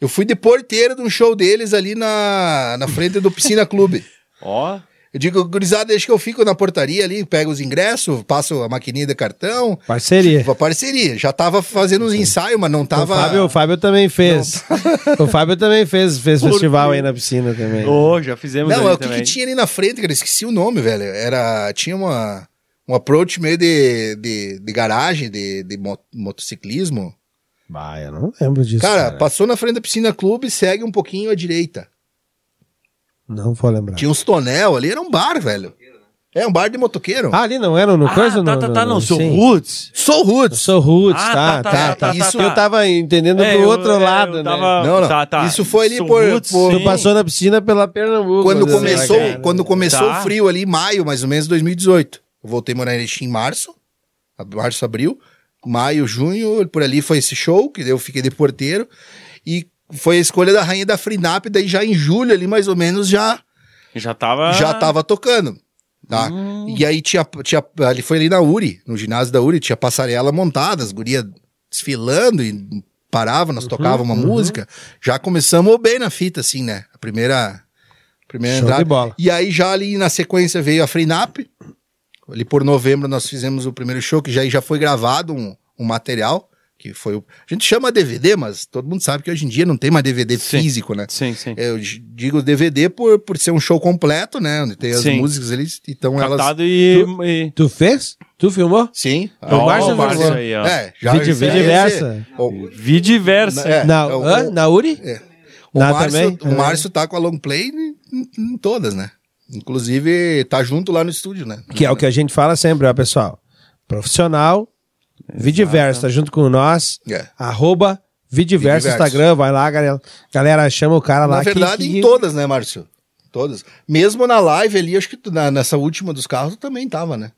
[SPEAKER 3] eu fui de porteiro de um show deles ali na, na frente do Piscina Clube.
[SPEAKER 2] Ó,
[SPEAKER 3] Eu digo, gurizada, deixa que eu fico na portaria ali, pego os ingressos, passo a maquininha de cartão.
[SPEAKER 1] Parceria.
[SPEAKER 3] Uma parceria. Já tava fazendo uns ensaios, mas não tava.
[SPEAKER 1] É. O, Fábio, é o Fábio também fez. o Fábio também fez, fez
[SPEAKER 2] Por
[SPEAKER 1] festival
[SPEAKER 2] quê?
[SPEAKER 1] aí na piscina também.
[SPEAKER 2] Ô, já fizemos
[SPEAKER 3] É. Não,
[SPEAKER 2] ali
[SPEAKER 3] é o que,
[SPEAKER 2] também.
[SPEAKER 3] que tinha ali na frente, cara. Esqueci o nome, velho. Era. Tinha uma. Um approach meio de, de, de garagem, de, de mo- motociclismo.
[SPEAKER 1] Bah, eu não lembro disso.
[SPEAKER 3] cara,
[SPEAKER 1] Cara,
[SPEAKER 3] passou na frente da piscina clube, segue um pouquinho à direita.
[SPEAKER 1] não vou lembrar.
[SPEAKER 3] Tinha uns tonel ali, era um bar, velho. É, um bar de motoqueiro.
[SPEAKER 1] Ah, ali não era no
[SPEAKER 2] Ah,
[SPEAKER 1] coisa?
[SPEAKER 2] tá,
[SPEAKER 1] no,
[SPEAKER 2] tá, tá,
[SPEAKER 1] no-
[SPEAKER 2] não, seu
[SPEAKER 1] sim.
[SPEAKER 2] Roots.
[SPEAKER 3] Sou Roots.
[SPEAKER 1] Eu sou Roots,
[SPEAKER 2] Ah,
[SPEAKER 1] tá,
[SPEAKER 2] tá,
[SPEAKER 1] tá,
[SPEAKER 3] tá, tá,
[SPEAKER 1] Isso
[SPEAKER 3] tá,
[SPEAKER 1] eu
[SPEAKER 2] tá.
[SPEAKER 1] tava entendendo
[SPEAKER 2] É,
[SPEAKER 1] do
[SPEAKER 2] eu-
[SPEAKER 1] outro
[SPEAKER 2] é, eu
[SPEAKER 1] lado, né?
[SPEAKER 2] tava-
[SPEAKER 3] Não, não.
[SPEAKER 2] Tá, tá.
[SPEAKER 3] Isso foi ali
[SPEAKER 2] Sou
[SPEAKER 3] por-
[SPEAKER 2] Roots,
[SPEAKER 3] por-
[SPEAKER 1] Tu
[SPEAKER 2] sim.
[SPEAKER 1] passou na piscina pela Pernambuco.
[SPEAKER 3] quando
[SPEAKER 1] né,
[SPEAKER 3] começou,
[SPEAKER 1] cara?
[SPEAKER 3] quando começou
[SPEAKER 2] Tá.
[SPEAKER 3] o frio ali, maio, mais ou menos, 2018. Eu voltei a morar em Erechim em março, ab- março, abril, maio, junho, por ali foi esse show, que eu fiquei de porteiro, e foi a escolha da rainha da Frinap, daí já em julho ali, mais ou menos, já,
[SPEAKER 2] Já tava...
[SPEAKER 3] já tava tocando. Tá?
[SPEAKER 1] Hum.
[SPEAKER 3] E aí tinha, tinha, ali foi ali na URI, no ginásio da URI, tinha passarela montada, as gurias desfilando e parava,
[SPEAKER 1] Uhum,
[SPEAKER 3] nós tocava uma música. Já começamos bem na fita, assim, né? A primeira, primeira
[SPEAKER 1] Show de
[SPEAKER 3] entrada.
[SPEAKER 1] bola.
[SPEAKER 3] E aí já ali na sequência veio a Freinap. Ali por novembro nós fizemos o primeiro show, que já, já foi gravado um, um material, que foi o... A gente chama DVD, mas todo mundo sabe que hoje em dia não tem mais DVD
[SPEAKER 2] Sim.
[SPEAKER 3] físico, né?
[SPEAKER 2] Sim, sim.
[SPEAKER 3] Eu d- digo DVD por, por ser um show completo, né? Onde tem as
[SPEAKER 2] Sim.
[SPEAKER 3] músicas ali, então elas...
[SPEAKER 2] Captado e... e-
[SPEAKER 1] Tu fez? Tu filmou?
[SPEAKER 3] Sim.
[SPEAKER 1] O
[SPEAKER 3] Ah,
[SPEAKER 1] Márcio
[SPEAKER 3] o Márcio.
[SPEAKER 1] falou.
[SPEAKER 2] aí, ó.
[SPEAKER 3] É, já...
[SPEAKER 1] Vide-
[SPEAKER 3] isso aí
[SPEAKER 1] videoversa.
[SPEAKER 3] é- o-
[SPEAKER 2] Vi diversa.
[SPEAKER 3] É,
[SPEAKER 1] na,
[SPEAKER 3] o-
[SPEAKER 1] hã?
[SPEAKER 3] o-
[SPEAKER 1] na Uri?
[SPEAKER 3] É. O,
[SPEAKER 1] Na
[SPEAKER 3] Márcio,
[SPEAKER 1] também? né?
[SPEAKER 3] o Márcio tá com a long play em, em- em todas, né? Inclusive, tá junto lá no estúdio, né?
[SPEAKER 1] Que é o que a gente fala sempre, ó, pessoal. Profissional, Vidiverso, tá junto com nós.
[SPEAKER 3] É.
[SPEAKER 1] Arroba Vidiverso
[SPEAKER 3] Vidiverso.
[SPEAKER 1] Instagram, vai lá, galera. Galera, chama o cara lá.
[SPEAKER 3] Na
[SPEAKER 1] que-
[SPEAKER 3] verdade,
[SPEAKER 1] que-
[SPEAKER 3] em todas, né, Márcio? Todas. Mesmo na live ali, acho que tu- na- nessa última dos carros também tava, né?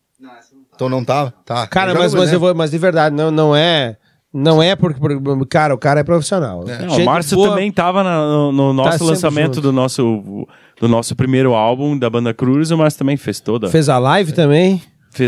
[SPEAKER 3] Então não tava? Tá.
[SPEAKER 1] Cara,
[SPEAKER 3] Já
[SPEAKER 1] mas,
[SPEAKER 3] não,
[SPEAKER 1] mas
[SPEAKER 3] né?
[SPEAKER 1] eu vou, mas de verdade, não, não é. Não é porque, porque- Cara, o cara é profissional.
[SPEAKER 2] Não,
[SPEAKER 1] Gente
[SPEAKER 2] o Márcio
[SPEAKER 1] boa- Tá
[SPEAKER 2] também tava na- no, no nosso
[SPEAKER 1] sempre
[SPEAKER 2] lançamento
[SPEAKER 1] junto.
[SPEAKER 2] do nosso, do nosso primeiro álbum da banda Cruz, o Márcio também fez toda. Fez,
[SPEAKER 1] Fez a live também.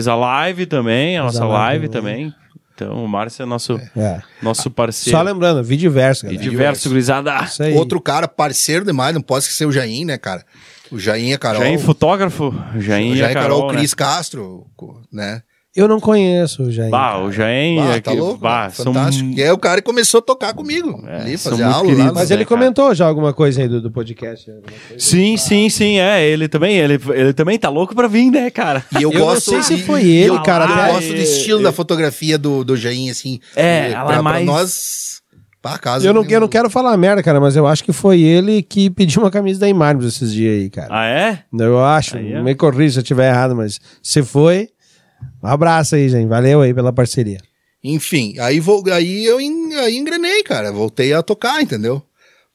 [SPEAKER 2] a live também, a
[SPEAKER 1] Fez
[SPEAKER 2] nossa
[SPEAKER 1] a
[SPEAKER 2] live,
[SPEAKER 1] live
[SPEAKER 2] também. Então o Márcio é nosso,
[SPEAKER 1] É.
[SPEAKER 3] Ah,
[SPEAKER 2] nosso parceiro.
[SPEAKER 1] Só lembrando, Vidiverso,
[SPEAKER 2] e
[SPEAKER 1] galera.
[SPEAKER 2] diverso, gurizada.
[SPEAKER 1] Isso aí.
[SPEAKER 3] Outro cara, parceiro demais, não posso esquecer o Jaim, né, cara? O Jaim é, e a Carol.
[SPEAKER 2] Jair fotógrafo, Jair
[SPEAKER 3] o
[SPEAKER 2] e
[SPEAKER 3] Jaim
[SPEAKER 2] a
[SPEAKER 3] e Carol,
[SPEAKER 2] Carol, né?
[SPEAKER 3] Cris Castro, co- né?
[SPEAKER 1] Eu não conheço o Jair.
[SPEAKER 2] Bah, o Jair...
[SPEAKER 3] Ah,
[SPEAKER 2] é
[SPEAKER 3] tá
[SPEAKER 2] que-
[SPEAKER 3] louco?
[SPEAKER 2] bah, são-
[SPEAKER 3] fantástico. é. E aí o cara começou a tocar comigo.
[SPEAKER 2] É,
[SPEAKER 3] ali,
[SPEAKER 2] são
[SPEAKER 3] fazer
[SPEAKER 2] muito
[SPEAKER 3] aula lá.
[SPEAKER 2] queridos,
[SPEAKER 1] Mas
[SPEAKER 3] Mas
[SPEAKER 2] né?
[SPEAKER 3] ele...
[SPEAKER 1] ele
[SPEAKER 2] cara.
[SPEAKER 1] comentou já alguma coisa aí do, do podcast. alguma coisa.
[SPEAKER 2] Sim, sim, sim, é. Ele também, ele, ele também tá louco pra vir, né, cara?
[SPEAKER 3] E eu,
[SPEAKER 1] Eu não
[SPEAKER 3] gosto.
[SPEAKER 1] sei se
[SPEAKER 3] e-
[SPEAKER 1] foi
[SPEAKER 3] e
[SPEAKER 1] ele,
[SPEAKER 3] eu-
[SPEAKER 1] cara,
[SPEAKER 3] Eu
[SPEAKER 1] até-
[SPEAKER 3] gosto do
[SPEAKER 2] é,
[SPEAKER 3] estilo
[SPEAKER 2] é.
[SPEAKER 3] da fotografia do, do Jaim, assim.
[SPEAKER 2] É,
[SPEAKER 3] eh,
[SPEAKER 2] ela é
[SPEAKER 3] pra, pra
[SPEAKER 2] mais-
[SPEAKER 3] nós. Pra casa.
[SPEAKER 1] Eu não,
[SPEAKER 3] tem
[SPEAKER 1] eu
[SPEAKER 3] um-
[SPEAKER 1] não quero falar merda, cara, mas eu acho que foi ele que pediu uma camisa da Imarmes esses dias aí, cara.
[SPEAKER 2] Ah, é?
[SPEAKER 1] Eu acho,
[SPEAKER 2] Aí é.
[SPEAKER 1] me corrija se eu estiver errado, mas se foi, um abraço aí, gente. Valeu aí pela parceria.
[SPEAKER 3] Enfim, aí, vou, aí eu en- aí engrenei, cara. Voltei a tocar, entendeu?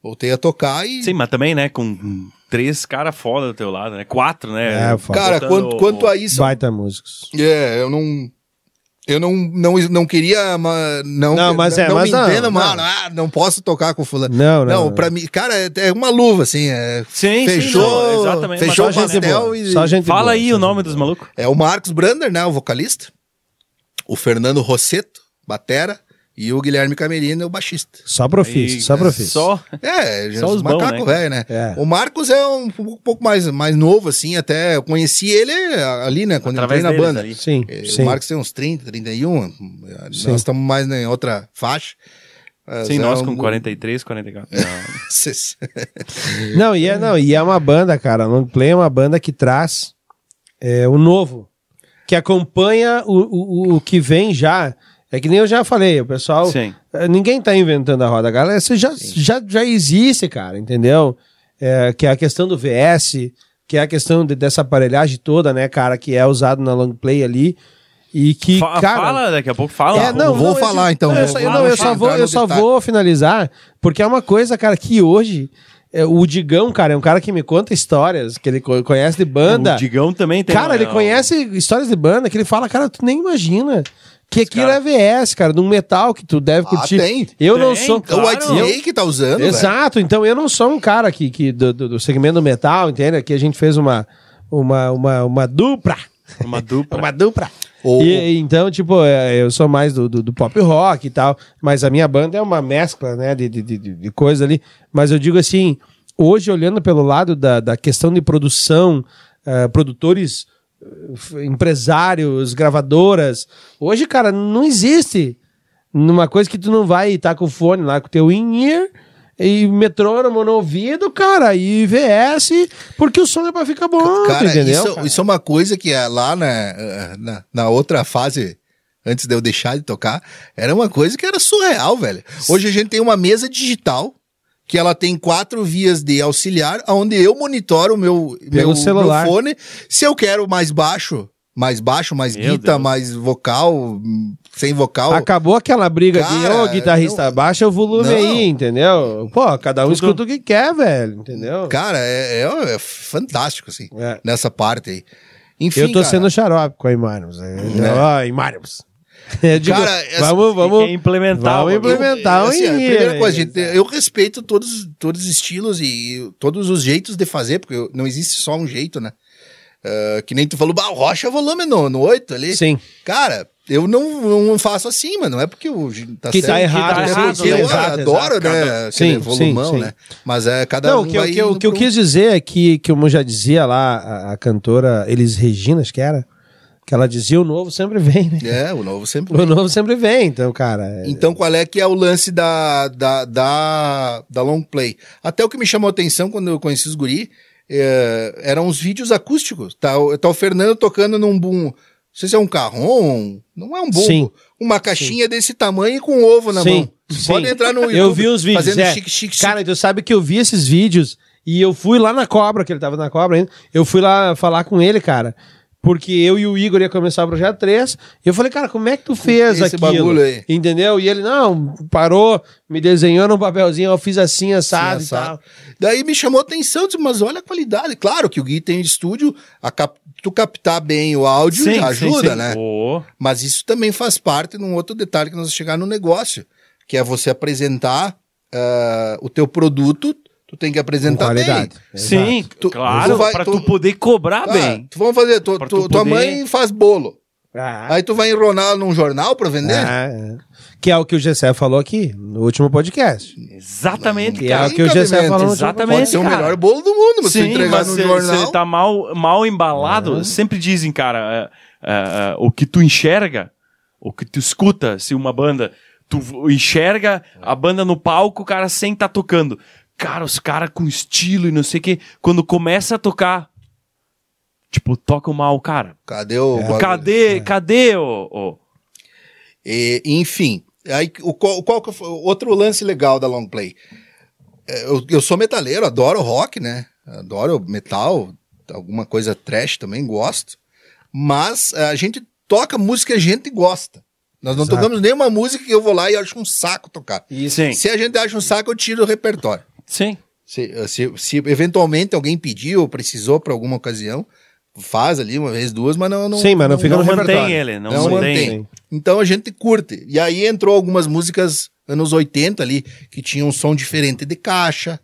[SPEAKER 3] Voltei a tocar e.
[SPEAKER 2] Sim, mas também, né, com três caras foda do teu lado, né? Quatro, né?
[SPEAKER 1] É, foda.
[SPEAKER 3] cara,
[SPEAKER 2] Botando
[SPEAKER 3] quanto, quanto
[SPEAKER 2] o-
[SPEAKER 3] a isso.
[SPEAKER 1] Baita músicos.
[SPEAKER 3] É, eu não. Eu não, não, não queria. ma- Não,
[SPEAKER 1] Não, mas é,
[SPEAKER 3] não
[SPEAKER 1] mas
[SPEAKER 3] me
[SPEAKER 1] não,
[SPEAKER 3] entenda,
[SPEAKER 1] não.
[SPEAKER 3] mano. Ah, não posso tocar com fulano.
[SPEAKER 1] Não, não, não.
[SPEAKER 3] pra mim, cara, é- é uma luva, assim. é-
[SPEAKER 2] Sim,
[SPEAKER 3] fechou.
[SPEAKER 2] sim, não, exatamente.
[SPEAKER 3] Fechou
[SPEAKER 2] Mas
[SPEAKER 3] o
[SPEAKER 2] só gente
[SPEAKER 3] pastel
[SPEAKER 1] boa,
[SPEAKER 3] e.
[SPEAKER 1] só gente
[SPEAKER 2] Fala
[SPEAKER 1] boa,
[SPEAKER 2] aí
[SPEAKER 1] só
[SPEAKER 2] o nome
[SPEAKER 1] gente
[SPEAKER 2] dos
[SPEAKER 1] boa.
[SPEAKER 2] malucos.
[SPEAKER 3] É o Marcos Brander, né? O vocalista. O Fernando Rosseto, batera. E o Guilherme Camerino, o baixista.
[SPEAKER 1] Só profício,
[SPEAKER 2] E-
[SPEAKER 1] só profício.
[SPEAKER 2] Só.
[SPEAKER 3] É, já
[SPEAKER 2] Só os
[SPEAKER 3] os
[SPEAKER 2] bons,
[SPEAKER 3] macaco
[SPEAKER 2] né?
[SPEAKER 3] velho, né?
[SPEAKER 1] É.
[SPEAKER 3] O Marcos é um pou- pouco mais, mais novo, assim, até. Eu conheci ele ali, né? Quando
[SPEAKER 2] Através
[SPEAKER 3] entrei na
[SPEAKER 2] deles
[SPEAKER 3] banda.
[SPEAKER 2] ali.
[SPEAKER 1] Sim,
[SPEAKER 3] É,
[SPEAKER 1] sim.
[SPEAKER 3] O Marcos tem uns 30, 31.
[SPEAKER 1] Sim.
[SPEAKER 3] é, Nós estamos mais né, em outra faixa. Ah,
[SPEAKER 2] Sim,
[SPEAKER 3] já
[SPEAKER 2] nós
[SPEAKER 3] é um-
[SPEAKER 2] com
[SPEAKER 3] É. (laughs)
[SPEAKER 2] 43, 44. Não.
[SPEAKER 1] Não, e é, não, e é uma banda, cara. Long Play é uma banda que traz é, o novo, que acompanha o, o, o que vem já. É que nem eu já falei, o pessoal.
[SPEAKER 2] Sim.
[SPEAKER 1] eh, Ninguém tá inventando a roda, galera. Isso já, já, já existe, cara, entendeu? É, que é a questão do VS, que é a questão de- dessa aparelhagem toda, né, cara, que é usado na long play ali. E que,
[SPEAKER 2] Fa-
[SPEAKER 1] cara.
[SPEAKER 2] fala, daqui a pouco fala.
[SPEAKER 1] É, não,
[SPEAKER 3] vou
[SPEAKER 1] não, eu
[SPEAKER 3] falar,
[SPEAKER 1] digo-
[SPEAKER 3] então,
[SPEAKER 1] não,
[SPEAKER 3] vou
[SPEAKER 1] eu só,
[SPEAKER 2] falar,
[SPEAKER 1] não, eu
[SPEAKER 2] vou
[SPEAKER 1] só,
[SPEAKER 3] entrar
[SPEAKER 1] vou,
[SPEAKER 3] no
[SPEAKER 1] eu só
[SPEAKER 3] detalhe.
[SPEAKER 1] vou finalizar, porque é uma coisa, cara, que hoje. é, o Digão, cara, é um cara que me conta histórias, que ele co- conhece de banda.
[SPEAKER 2] O Digão também tem.
[SPEAKER 1] Cara,
[SPEAKER 2] uma-
[SPEAKER 1] ele conhece histórias de banda que ele fala, cara, tu nem imagina. Que aquilo
[SPEAKER 2] cara-
[SPEAKER 1] é VS, cara, de um metal que tu deve
[SPEAKER 3] Ah,
[SPEAKER 1] curtir.
[SPEAKER 3] tem.
[SPEAKER 1] Eu
[SPEAKER 2] Tem,
[SPEAKER 1] não sou.
[SPEAKER 3] É o White
[SPEAKER 2] Claro.
[SPEAKER 3] Snake que tá usando. velho.
[SPEAKER 1] Exato, então eu não sou um cara que, que do, do- do segmento do metal, entende? Aqui a gente fez uma, uma, uma, uma dupla. (laughs)
[SPEAKER 2] Uma dupla.
[SPEAKER 1] Uma dupla.
[SPEAKER 3] O-
[SPEAKER 1] E, então, tipo, é, eu sou mais do, do- do pop rock e tal, mas a minha banda é uma mescla, né, de, de, de, de coisa ali. Mas eu digo assim, hoje olhando pelo lado da, da questão de produção, eh, produtores, eh, f- empresários, gravadoras, hoje, cara, não existe numa coisa que tu não vai estar com o fone lá, com o teu in-ear, e metrônomo no ouvido, cara, e IVS, porque o som é pra ficar bom,
[SPEAKER 3] Cara,
[SPEAKER 1] entendeu?
[SPEAKER 3] isso,
[SPEAKER 1] cara?
[SPEAKER 3] isso é uma coisa que é lá na, eh, na, na outra fase, antes de eu deixar de tocar, era uma coisa que era surreal, velho. Hoje a gente tem uma mesa digital que ela tem quatro vias de auxiliar, onde eu monitoro o meu, meu,
[SPEAKER 1] celular.
[SPEAKER 3] meu fone. Se eu quero mais baixo, mais baixo, mais
[SPEAKER 2] Meu
[SPEAKER 3] guita,
[SPEAKER 2] Deus.
[SPEAKER 3] mais vocal, hum, sem vocal.
[SPEAKER 1] Acabou aquela briga de,
[SPEAKER 3] Cara,
[SPEAKER 1] ô, guitarrista,
[SPEAKER 3] não-
[SPEAKER 1] baixa o volume
[SPEAKER 3] Não.
[SPEAKER 1] aí, entendeu? Pô, cada um
[SPEAKER 2] Tudo-
[SPEAKER 1] escuta o que quer, velho, entendeu?
[SPEAKER 3] Cara, é, é- é fantástico, assim,
[SPEAKER 1] É.
[SPEAKER 3] nessa parte aí. Enfim,
[SPEAKER 1] eu tô
[SPEAKER 3] cara,
[SPEAKER 1] sendo xarope com a Imarmos.
[SPEAKER 3] É. assim,
[SPEAKER 1] Ó,
[SPEAKER 3] (laughs)
[SPEAKER 1] Imarmos. Eu digo,
[SPEAKER 3] Cara, essa-
[SPEAKER 1] vamos,
[SPEAKER 2] Quer
[SPEAKER 1] (laughs) vamos.
[SPEAKER 2] implementar.
[SPEAKER 1] Vamos
[SPEAKER 2] o-
[SPEAKER 1] implementar. fundamental,
[SPEAKER 3] Eu, assim,
[SPEAKER 1] hein,
[SPEAKER 3] a primeira coisa,
[SPEAKER 1] Ian?
[SPEAKER 3] gente, eu respeito todos, todos os estilos e todos os jeitos de fazer, porque eu- não existe só um jeito, né? Ah, que nem tu falou, bah, o Rocha é volume no, no 8 ali.
[SPEAKER 1] Sim.
[SPEAKER 3] Cara, eu não, não faço assim, mano. Não é porque o gi- tá
[SPEAKER 1] Que
[SPEAKER 3] certo.
[SPEAKER 1] tá errado,
[SPEAKER 3] é
[SPEAKER 2] né?
[SPEAKER 3] porque
[SPEAKER 2] Sim,
[SPEAKER 3] eu
[SPEAKER 1] exato,
[SPEAKER 3] adoro,
[SPEAKER 1] exato.
[SPEAKER 3] né?
[SPEAKER 1] Sim,
[SPEAKER 3] Aquele
[SPEAKER 1] sim,
[SPEAKER 3] volumão,
[SPEAKER 1] sim.
[SPEAKER 3] né? Mas é cada
[SPEAKER 1] Não,
[SPEAKER 3] um
[SPEAKER 1] o que, eu-
[SPEAKER 3] vai
[SPEAKER 1] o que eu- o
[SPEAKER 3] indo
[SPEAKER 1] que eu
[SPEAKER 3] pra um-
[SPEAKER 1] quis dizer é que, que eu já dizia lá, a, a cantora Elis Regina, acho que era, que ela dizia: o novo sempre vem, né? (laughs)
[SPEAKER 3] É, o novo sempre.
[SPEAKER 1] O novo sempre vem, então, cara. é-
[SPEAKER 3] Então, qual é que é o lance da, da, da, da long play? Até o que me chamou a atenção quando eu conheci os guri eh, eram os vídeos acústicos. Tá, o- tá o Fernando tocando num boom. Não sei se é um carrom, não é um bumbo.
[SPEAKER 1] Sim.
[SPEAKER 3] Uma caixinha desse tamanho e com um ovo na
[SPEAKER 1] Sim,
[SPEAKER 3] mão.
[SPEAKER 1] sim.
[SPEAKER 3] Pode entrar no YouTube.
[SPEAKER 1] Eu vi os vídeos,
[SPEAKER 3] Fazendo
[SPEAKER 1] é.
[SPEAKER 3] chique, chique, chique.
[SPEAKER 1] Cara, tu sabe que eu vi esses vídeos e eu fui lá na cobra, que ele tava na cobra ainda. Eu fui lá falar com ele, cara. Porque eu e o Igor ia começar o projeto 3. E eu falei, cara, como é que tu fez
[SPEAKER 3] esse
[SPEAKER 1] aquilo?
[SPEAKER 3] bagulho aí.
[SPEAKER 1] Entendeu? E ele, não, parou, me desenhou num papelzinho, eu fiz assim, assado,
[SPEAKER 3] Sim, assado.
[SPEAKER 1] e tal.
[SPEAKER 3] Daí me chamou a atenção, disse, mas olha a qualidade. Claro que o Gui tem estúdio, a cap- tu captar bem o áudio
[SPEAKER 2] Sim, sim,
[SPEAKER 3] ajuda,
[SPEAKER 2] sim.
[SPEAKER 3] né?
[SPEAKER 2] Pô,
[SPEAKER 3] Mas isso também faz parte de um outro detalhe que nós vamos chegar no negócio, que é você apresentar ah, o teu produto, tu tem que apresentar
[SPEAKER 1] qualidade.
[SPEAKER 3] bem.
[SPEAKER 2] Sim,
[SPEAKER 3] Tu-
[SPEAKER 2] claro,
[SPEAKER 3] tu vai-
[SPEAKER 2] pra
[SPEAKER 3] tu-
[SPEAKER 2] tu poder cobrar
[SPEAKER 3] Tá,
[SPEAKER 2] Tá bem.
[SPEAKER 3] tu- vamos fazer, tu,
[SPEAKER 2] Pra
[SPEAKER 3] tu-
[SPEAKER 2] tu
[SPEAKER 3] tua
[SPEAKER 2] poder-
[SPEAKER 3] mãe faz bolo.
[SPEAKER 1] Ah,
[SPEAKER 3] Aí tu vai enrolar num jornal pra vender?
[SPEAKER 2] Ah.
[SPEAKER 1] é. Que é o que o Gessé falou aqui, no último podcast.
[SPEAKER 2] Exatamente,
[SPEAKER 1] Que é
[SPEAKER 2] cara.
[SPEAKER 1] o que o Gessé
[SPEAKER 3] cabimento,
[SPEAKER 1] falou no último
[SPEAKER 2] exatamente.
[SPEAKER 3] Pode ser o
[SPEAKER 2] cara.
[SPEAKER 3] melhor bolo do mundo, mas se tu
[SPEAKER 2] Sim,
[SPEAKER 3] entregar
[SPEAKER 2] mas
[SPEAKER 3] num
[SPEAKER 2] se
[SPEAKER 3] jornal.
[SPEAKER 2] se tá mal, mal embalado, sempre dizem, cara, é, é, é, o que tu enxerga, o que tu escuta, se uma banda, tu v- enxerga a banda no palco, o cara sem tá tocando. Cara, os caras com estilo e não sei o que, quando começa a tocar, tipo, tocam mal, cara. Tipo,
[SPEAKER 3] Cadê o.
[SPEAKER 2] É.
[SPEAKER 3] bagulho?
[SPEAKER 2] Cadê, cadê o... o-
[SPEAKER 3] E, enfim, aí, o, qual, qual que foi o outro lance legal da long play? É, Eu, eu sou metaleiro, adoro rock, né? Adoro metal, alguma coisa trash também, gosto. Mas é, a gente toca música que a gente gosta. Nós não
[SPEAKER 1] Exato.
[SPEAKER 3] tocamos nenhuma música que eu vou lá e acho um saco tocar.
[SPEAKER 2] Sim,
[SPEAKER 3] Se a gente acha um saco, eu tiro o repertório.
[SPEAKER 2] sim.
[SPEAKER 3] Se, eh, se, se eventualmente alguém pediu ou precisou para alguma ocasião, faz ali uma vez, duas, mas não. não
[SPEAKER 1] Sim, mas não fica
[SPEAKER 2] Não
[SPEAKER 1] no
[SPEAKER 2] mantém
[SPEAKER 1] repertório.
[SPEAKER 2] ele, não,
[SPEAKER 3] Não
[SPEAKER 2] mantém.
[SPEAKER 3] mantém. então a gente curte. E aí entrou algumas músicas anos 80 ali, que tinham um som diferente de caixa,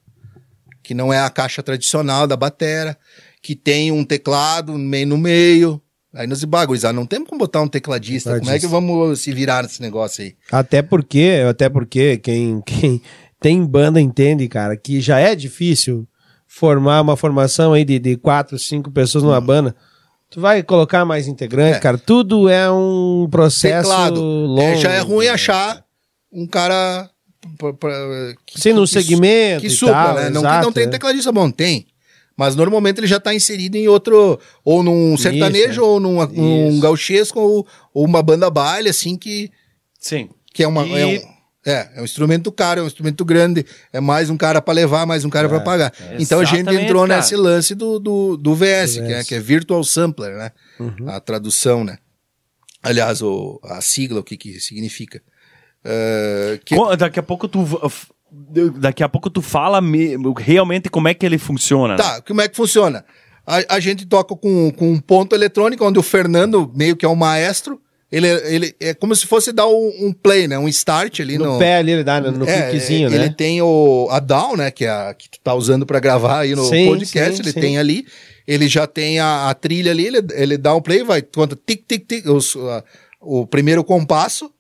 [SPEAKER 3] que não é a caixa tradicional da batera, que tem um teclado meio no meio. Aí nós bagulhos, ah, não temos como botar um tecladista. Como é que
[SPEAKER 1] Tecladista.
[SPEAKER 3] vamos se virar nesse negócio aí?
[SPEAKER 1] Até porque, até porque quem, quem tem banda entende, cara, que já é difícil formar uma formação aí de, de quatro, cinco pessoas numa banda. Tu vai colocar mais integrante,
[SPEAKER 3] É.
[SPEAKER 1] cara. Tudo é um processo
[SPEAKER 3] Teclado.
[SPEAKER 1] longo.
[SPEAKER 3] É, já é
[SPEAKER 1] né?
[SPEAKER 3] ruim achar um cara pra- pra- que,
[SPEAKER 1] Sim, num
[SPEAKER 3] que-
[SPEAKER 1] segmento
[SPEAKER 3] que
[SPEAKER 1] e
[SPEAKER 3] supla,
[SPEAKER 1] tal,
[SPEAKER 3] né? Não que
[SPEAKER 1] exato,
[SPEAKER 3] não tem
[SPEAKER 1] né?
[SPEAKER 3] tecladista bom, tem. Mas normalmente ele já está inserido em outro, ou num sertanejo,
[SPEAKER 1] Isso, é.
[SPEAKER 3] ou num, num
[SPEAKER 1] Isso.
[SPEAKER 3] gauchesco, ou, ou uma banda baile, assim, que,
[SPEAKER 2] Sim.
[SPEAKER 3] que é, uma,
[SPEAKER 2] E-
[SPEAKER 3] é, um, é, é um instrumento caro, é um instrumento grande, é mais um cara para levar, mais um cara
[SPEAKER 1] É,
[SPEAKER 3] para pagar. Então a gente
[SPEAKER 2] Exatamente,
[SPEAKER 3] entrou
[SPEAKER 2] cara.
[SPEAKER 3] nesse lance do, do, do VS,
[SPEAKER 1] Do Uhum.
[SPEAKER 3] que é,
[SPEAKER 1] VS.
[SPEAKER 3] que é Virtual Sampler, né? A tradução, né? Aliás, o, a sigla, o que, que significa. Eh, que-
[SPEAKER 2] Co- Daqui a pouco tu. v- f- Daqui a pouco tu fala me- realmente como é que ele funciona. né?
[SPEAKER 3] Tá, como é que funciona? A, a gente toca com, com um ponto eletrônico, onde o Fernando meio que é o maestro, Ele, ele é como se fosse dar um, um play, né? Um start ali
[SPEAKER 1] No
[SPEAKER 3] no.
[SPEAKER 1] pé ali, ele dá no, no
[SPEAKER 3] É,
[SPEAKER 1] cliquezinho,
[SPEAKER 3] ele
[SPEAKER 1] né?
[SPEAKER 3] tem o, a DAW, né? Que, é a, que tu tá usando pra gravar aí no
[SPEAKER 1] Sim,
[SPEAKER 3] podcast.
[SPEAKER 1] sim,
[SPEAKER 3] ele
[SPEAKER 1] sim.
[SPEAKER 3] tem ali. Ele já tem a, a trilha ali. Ele, ele dá um play, vai, conta tic, tic, tic. os- a- o primeiro compasso.